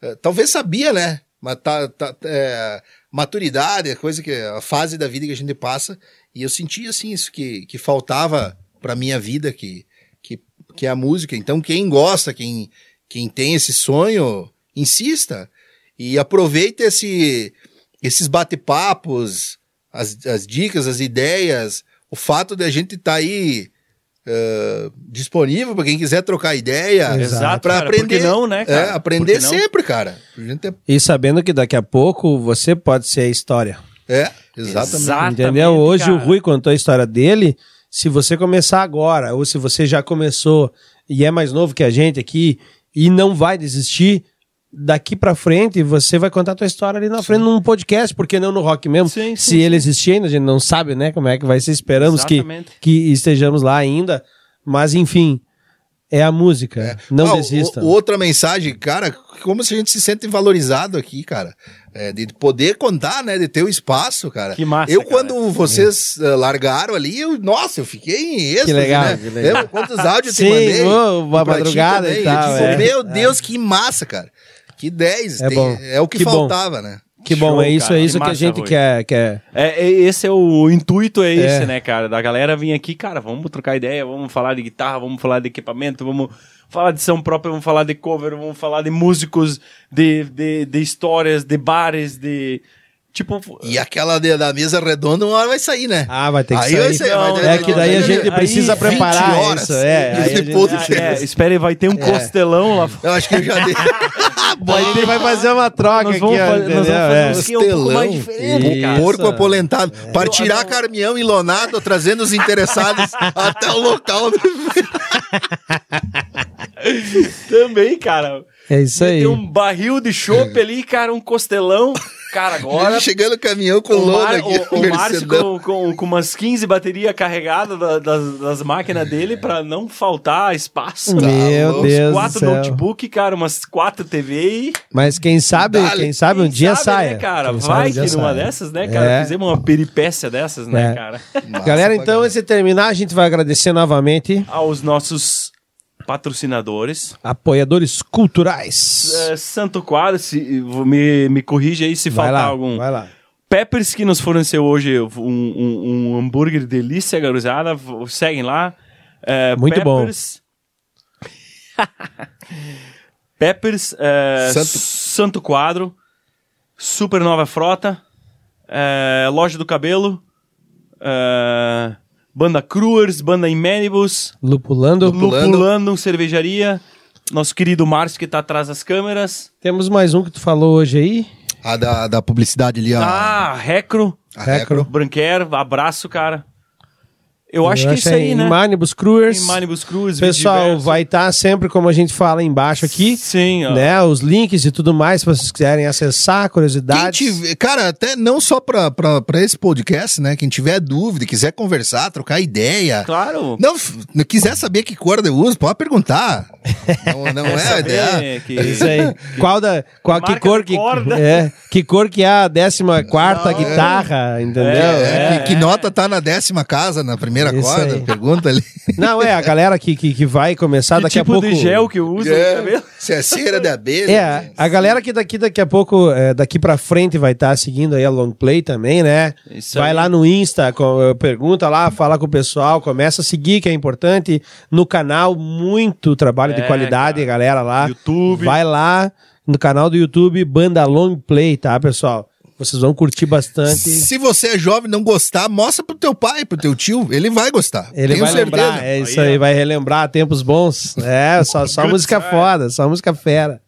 [SPEAKER 3] eh, Talvez sabia, né? Mas tá, tá- é, maturidade, a coisa que a fase da vida que a gente passa. E eu senti assim isso que, que faltava pra minha vida, que, que, que é a música. Então quem gosta, quem, quem tem esse sonho, insista e aproveita esse, esses bate-papos, as, as dicas, as ideias, o fato de a gente estar aí eh, disponível para quem quiser trocar ideia,
[SPEAKER 1] Exato,
[SPEAKER 3] para
[SPEAKER 2] cara, por que
[SPEAKER 3] aprender,
[SPEAKER 2] não, né, cara?
[SPEAKER 3] É, aprender
[SPEAKER 2] Por que não?
[SPEAKER 3] sempre, cara. A gente é,
[SPEAKER 1] E sabendo que daqui a pouco você pode ser a história.
[SPEAKER 3] é, exatamente.
[SPEAKER 2] Exatamente,
[SPEAKER 1] Entendeu? Hoje
[SPEAKER 2] cara.
[SPEAKER 1] o Rui contou a história dele. Se você começar agora, ou se você já começou e é mais novo que a gente aqui e não vai desistir, daqui pra frente você vai contar a tua história ali na frente num podcast, porque não no rock mesmo.
[SPEAKER 2] Sim, sim,
[SPEAKER 1] se ele existir ainda, a gente não sabe, né? Como é que vai ser. Esperamos que,
[SPEAKER 2] Exatamente.
[SPEAKER 1] que estejamos lá ainda. Mas enfim, é a música. Não
[SPEAKER 3] Ah, o-
[SPEAKER 1] desista.
[SPEAKER 3] o- outra mensagem, cara, como se a gente se sente valorizado aqui, cara. É, de poder contar, né? De ter o espaço, cara.
[SPEAKER 2] Que massa,
[SPEAKER 3] Eu,
[SPEAKER 2] cara.
[SPEAKER 3] quando vocês eh, largaram ali, eu, nossa, eu fiquei em êxtase,
[SPEAKER 1] legal,
[SPEAKER 3] né?
[SPEAKER 1] que legal.
[SPEAKER 3] Lembra quantos áudios eu
[SPEAKER 1] Sim,
[SPEAKER 3] te mandei?
[SPEAKER 1] ô, uma
[SPEAKER 3] E pra ti
[SPEAKER 1] madrugada
[SPEAKER 3] também.
[SPEAKER 1] e tal,
[SPEAKER 3] Eu disse,
[SPEAKER 1] é.
[SPEAKER 3] Meu Deus, que massa, cara. Que 10.
[SPEAKER 1] É
[SPEAKER 3] tem-
[SPEAKER 1] bom.
[SPEAKER 3] é o que,
[SPEAKER 1] Que bom.
[SPEAKER 3] faltava, né?
[SPEAKER 1] que bom,
[SPEAKER 2] Show,
[SPEAKER 1] é isso,
[SPEAKER 2] cara,
[SPEAKER 1] é
[SPEAKER 2] que
[SPEAKER 1] isso que,
[SPEAKER 2] massa,
[SPEAKER 1] a gente
[SPEAKER 2] Rui.
[SPEAKER 1] quer, quer.
[SPEAKER 2] É, é- esse é o, o intuito, é, esse,
[SPEAKER 1] É.
[SPEAKER 2] né, cara? Da galera vir aqui, cara, vamos trocar ideia, vamos falar de guitarra, vamos falar de equipamento, vamos falar de som próprio, vamos falar de cover, vamos falar de músicos, de, de, de histórias, de bares, de. Tipo.
[SPEAKER 3] E aquela de- da mesa redonda, uma hora vai sair, né?
[SPEAKER 1] Ah, vai ter que
[SPEAKER 3] Aí
[SPEAKER 1] sair.
[SPEAKER 3] vai sair, vai ter-
[SPEAKER 1] é que daí a
[SPEAKER 2] aí-
[SPEAKER 1] gente
[SPEAKER 2] né? aí
[SPEAKER 1] precisa
[SPEAKER 2] 20
[SPEAKER 3] (laughs)
[SPEAKER 1] preparar
[SPEAKER 3] horas.
[SPEAKER 1] isso. É, aí a gente-
[SPEAKER 3] Depois do
[SPEAKER 2] Ah, é, espera aí, vai ter um costelão lá fora.
[SPEAKER 3] Eu acho que eu já dei.
[SPEAKER 1] (laughs) Aí ele vai fazer uma troca
[SPEAKER 2] Nós
[SPEAKER 1] aqui,
[SPEAKER 2] vamos
[SPEAKER 1] ó,
[SPEAKER 2] fazer- nós vamos
[SPEAKER 1] entendeu?
[SPEAKER 2] fazer
[SPEAKER 1] É.
[SPEAKER 2] uns- Isso que é um pouco mais
[SPEAKER 3] Costelão,
[SPEAKER 2] diferente,
[SPEAKER 3] o
[SPEAKER 1] cara.
[SPEAKER 3] porco
[SPEAKER 1] Isso.
[SPEAKER 3] apolentado.
[SPEAKER 1] É.
[SPEAKER 3] Partirá Carmião e Lonado, trazendo
[SPEAKER 2] (laughs)
[SPEAKER 3] os interessados até o local.
[SPEAKER 2] Também, cara.
[SPEAKER 1] É isso aí.
[SPEAKER 2] Tem um barril de chopp ali, cara, um costelão. Cara, agora.
[SPEAKER 3] Ele chegando o caminhão com
[SPEAKER 2] O,
[SPEAKER 3] lona
[SPEAKER 2] Mar-
[SPEAKER 3] aqui.
[SPEAKER 2] o- o Márcio
[SPEAKER 3] Mercedão.
[SPEAKER 2] com, com, com umas 15 baterias carregadas da- das, das máquinas dele pra não faltar espaço.
[SPEAKER 1] Meu
[SPEAKER 3] louco.
[SPEAKER 1] Deus do
[SPEAKER 2] tá quatro
[SPEAKER 1] céu.
[SPEAKER 2] notebook, cara, umas quatro TV e.
[SPEAKER 1] Mas quem sabe,
[SPEAKER 3] Dale.
[SPEAKER 1] quem sabe um
[SPEAKER 2] quem
[SPEAKER 1] dia
[SPEAKER 2] sabe,
[SPEAKER 1] saia.
[SPEAKER 2] Né, cara,
[SPEAKER 1] Quem sabe
[SPEAKER 2] vai
[SPEAKER 1] um dia
[SPEAKER 2] que numa
[SPEAKER 1] saia.
[SPEAKER 2] dessas, né, cara?
[SPEAKER 1] É.
[SPEAKER 2] Fizemos uma peripécia dessas, né,
[SPEAKER 1] É.
[SPEAKER 2] cara?
[SPEAKER 3] Massa
[SPEAKER 1] Galera,
[SPEAKER 3] pra
[SPEAKER 1] então, antes de terminar, a gente vai agradecer novamente
[SPEAKER 2] Aos nossos patrocinadores.
[SPEAKER 1] apoiadores culturais.
[SPEAKER 2] É, Santo Quadro, se, me, me corrija aí se
[SPEAKER 1] vai
[SPEAKER 2] faltar
[SPEAKER 1] lá,
[SPEAKER 2] algum.
[SPEAKER 1] vai lá.
[SPEAKER 2] Peppers que nos forneceu hoje um, um, um hambúrguer delícia, garuzada. v- Seguem lá. É,
[SPEAKER 1] Muito bom.
[SPEAKER 2] Peppers. (laughs) Peppers, é,
[SPEAKER 3] Santo-
[SPEAKER 2] Santo Quadro, Supernova Frota, é, Loja do Cabelo, é, Banda Cruers, Banda Imanibus,
[SPEAKER 1] Lupulando.
[SPEAKER 3] Lupulando.
[SPEAKER 2] Lupulando Cervejaria, nosso querido Márcio que tá atrás das câmeras,
[SPEAKER 1] Temos mais um que tu falou hoje aí.
[SPEAKER 3] A da, da publicidade ali, a,
[SPEAKER 2] ah, Recro,
[SPEAKER 3] a Recro.
[SPEAKER 2] Branquer, abraço, cara. Eu acho que isso aí, né?
[SPEAKER 1] Manibus Crewers.
[SPEAKER 2] Imanibus Cruers,
[SPEAKER 1] é Pessoal,
[SPEAKER 2] Vidiverso.
[SPEAKER 1] vai estar sempre como a gente fala embaixo aqui,
[SPEAKER 2] Sim, ó.
[SPEAKER 1] né? Os links e tudo mais, se vocês quiserem acessar,
[SPEAKER 3] Quem
[SPEAKER 1] curiosidades.
[SPEAKER 3] tiver, cara, até não só pra, pra, pra esse podcast, né? Quem tiver dúvida, quiser conversar, trocar ideia.
[SPEAKER 2] Claro.
[SPEAKER 3] Não, f- não quiser saber que corda eu uso, pode perguntar.
[SPEAKER 2] (laughs)
[SPEAKER 3] Não, não é a ideia.
[SPEAKER 2] que...
[SPEAKER 1] É Isso aí. Qual da. Qual, que
[SPEAKER 2] Marca
[SPEAKER 1] cor
[SPEAKER 2] de
[SPEAKER 1] que.
[SPEAKER 2] corda.
[SPEAKER 1] É, que cor que é a 14 quarta
[SPEAKER 3] Não, é.
[SPEAKER 1] guitarra, entendeu?
[SPEAKER 3] É,
[SPEAKER 2] É,
[SPEAKER 3] que, que
[SPEAKER 2] é.
[SPEAKER 3] nota tá na décima casa, na primeira
[SPEAKER 1] Isso
[SPEAKER 3] corda?
[SPEAKER 1] aí.
[SPEAKER 3] Pergunta ali.
[SPEAKER 1] Não, é a galera que, que, que vai começar
[SPEAKER 2] Que
[SPEAKER 1] Tá daqui
[SPEAKER 2] tipo
[SPEAKER 1] a pouco.
[SPEAKER 2] de gel que eu uso no cabelo?
[SPEAKER 3] Se é cera de abelha.
[SPEAKER 1] É, a galera que daqui daqui a pouco, é, daqui pra frente vai estar seguindo aí a long play também, né?
[SPEAKER 2] Isso
[SPEAKER 1] vai
[SPEAKER 2] aí.
[SPEAKER 1] lá no Insta, co- é, pergunta lá, fala com o pessoal, começa a seguir que é importante no canal, muito trabalho de
[SPEAKER 2] É,
[SPEAKER 1] qualidade,
[SPEAKER 2] cara.
[SPEAKER 1] galera lá.
[SPEAKER 2] YouTube.
[SPEAKER 1] Vai lá no canal do YouTube Banda Long Play, tá, pessoal? Vocês vão curtir bastante.
[SPEAKER 3] Se você é jovem e não gostar, mostra pro teu pai, pro teu tio. Ele vai gostar.
[SPEAKER 1] Ele
[SPEAKER 3] Tenho
[SPEAKER 1] vai
[SPEAKER 3] certeza.
[SPEAKER 1] lembrar, é isso
[SPEAKER 2] Aí,
[SPEAKER 1] aí,
[SPEAKER 2] ó.
[SPEAKER 1] vai relembrar tempos bons. É, só, só
[SPEAKER 2] Good
[SPEAKER 1] música
[SPEAKER 2] time.
[SPEAKER 1] foda, só música fera.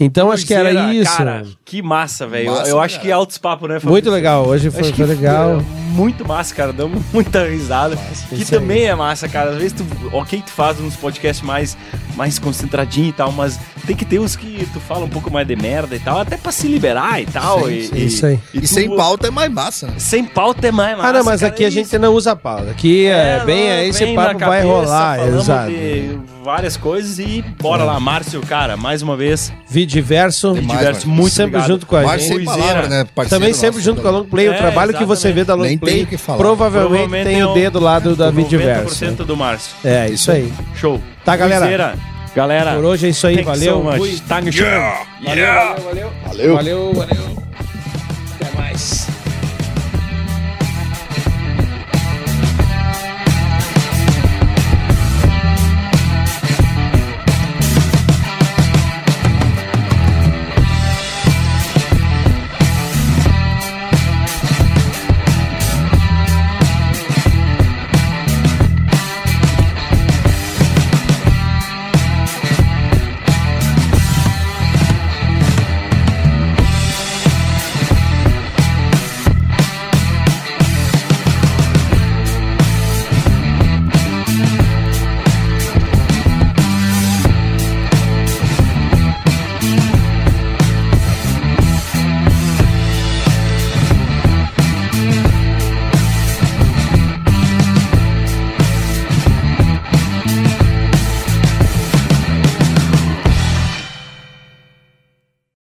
[SPEAKER 1] Então acho que era
[SPEAKER 2] Cruzeira,
[SPEAKER 1] isso.
[SPEAKER 2] Cara, que massa, velho. Eu,
[SPEAKER 3] Massa,
[SPEAKER 2] eu acho
[SPEAKER 3] cara.
[SPEAKER 2] que altos papo, né, Fabrício?
[SPEAKER 1] Muito legal, hoje foi,
[SPEAKER 2] Acho que
[SPEAKER 1] foi legal.
[SPEAKER 2] Muito massa, cara. Damos (laughs) muita risada. que
[SPEAKER 1] isso aí.
[SPEAKER 2] também é massa, cara. Às vezes tu, ok, tu faz uns podcasts mais, mais concentradinho e tal, mas tem que ter uns que tu fala um pouco mais de merda e tal, até pra se liberar e tal.
[SPEAKER 3] Sim,
[SPEAKER 2] e,
[SPEAKER 1] sim.
[SPEAKER 2] e-
[SPEAKER 1] Isso aí.
[SPEAKER 3] E
[SPEAKER 2] tu-
[SPEAKER 3] sem pauta é mais massa, né?
[SPEAKER 2] Sem pauta é mais massa.
[SPEAKER 1] Ah, não, mas
[SPEAKER 2] cara,
[SPEAKER 1] aqui
[SPEAKER 2] é
[SPEAKER 1] a gente não usa pauta. Aqui é, bem,
[SPEAKER 2] não,
[SPEAKER 1] é esse
[SPEAKER 2] vem
[SPEAKER 1] papo
[SPEAKER 2] na
[SPEAKER 1] vai
[SPEAKER 2] cabeça,
[SPEAKER 1] rolar,
[SPEAKER 2] falamos
[SPEAKER 1] exato.
[SPEAKER 2] de várias coisas e bora lá, Márcio, cara, mais uma vez,
[SPEAKER 1] Vidiverso,
[SPEAKER 3] Demais,
[SPEAKER 2] diverso,
[SPEAKER 3] mano.
[SPEAKER 2] muito
[SPEAKER 1] sempre
[SPEAKER 2] obrigado.
[SPEAKER 1] junto com a
[SPEAKER 3] Márcio
[SPEAKER 1] gente.
[SPEAKER 3] sem
[SPEAKER 2] Coiseira.
[SPEAKER 3] palavra, né? parceiro
[SPEAKER 1] Também
[SPEAKER 3] nosso,
[SPEAKER 1] sempre junto
[SPEAKER 3] né?
[SPEAKER 1] com a Long Play, o
[SPEAKER 2] É,
[SPEAKER 1] trabalho que você
[SPEAKER 2] exatamente.
[SPEAKER 1] vê da Long
[SPEAKER 3] Nem
[SPEAKER 1] Play
[SPEAKER 3] tenho o que falar.
[SPEAKER 1] provavelmente, tem
[SPEAKER 2] é
[SPEAKER 1] o dedo lá do, da
[SPEAKER 2] 90%
[SPEAKER 1] Vidiverso.
[SPEAKER 2] do Márcio.
[SPEAKER 1] É, isso aí.
[SPEAKER 2] Show.
[SPEAKER 1] Tá, galera?
[SPEAKER 2] Coiseira. Galera,
[SPEAKER 1] Por hoje é isso aí,
[SPEAKER 2] thank you
[SPEAKER 1] valeu.
[SPEAKER 2] so much.
[SPEAKER 1] Fui.
[SPEAKER 2] Thank you.
[SPEAKER 1] valeu, valeu, valeu. Valeu, valeu.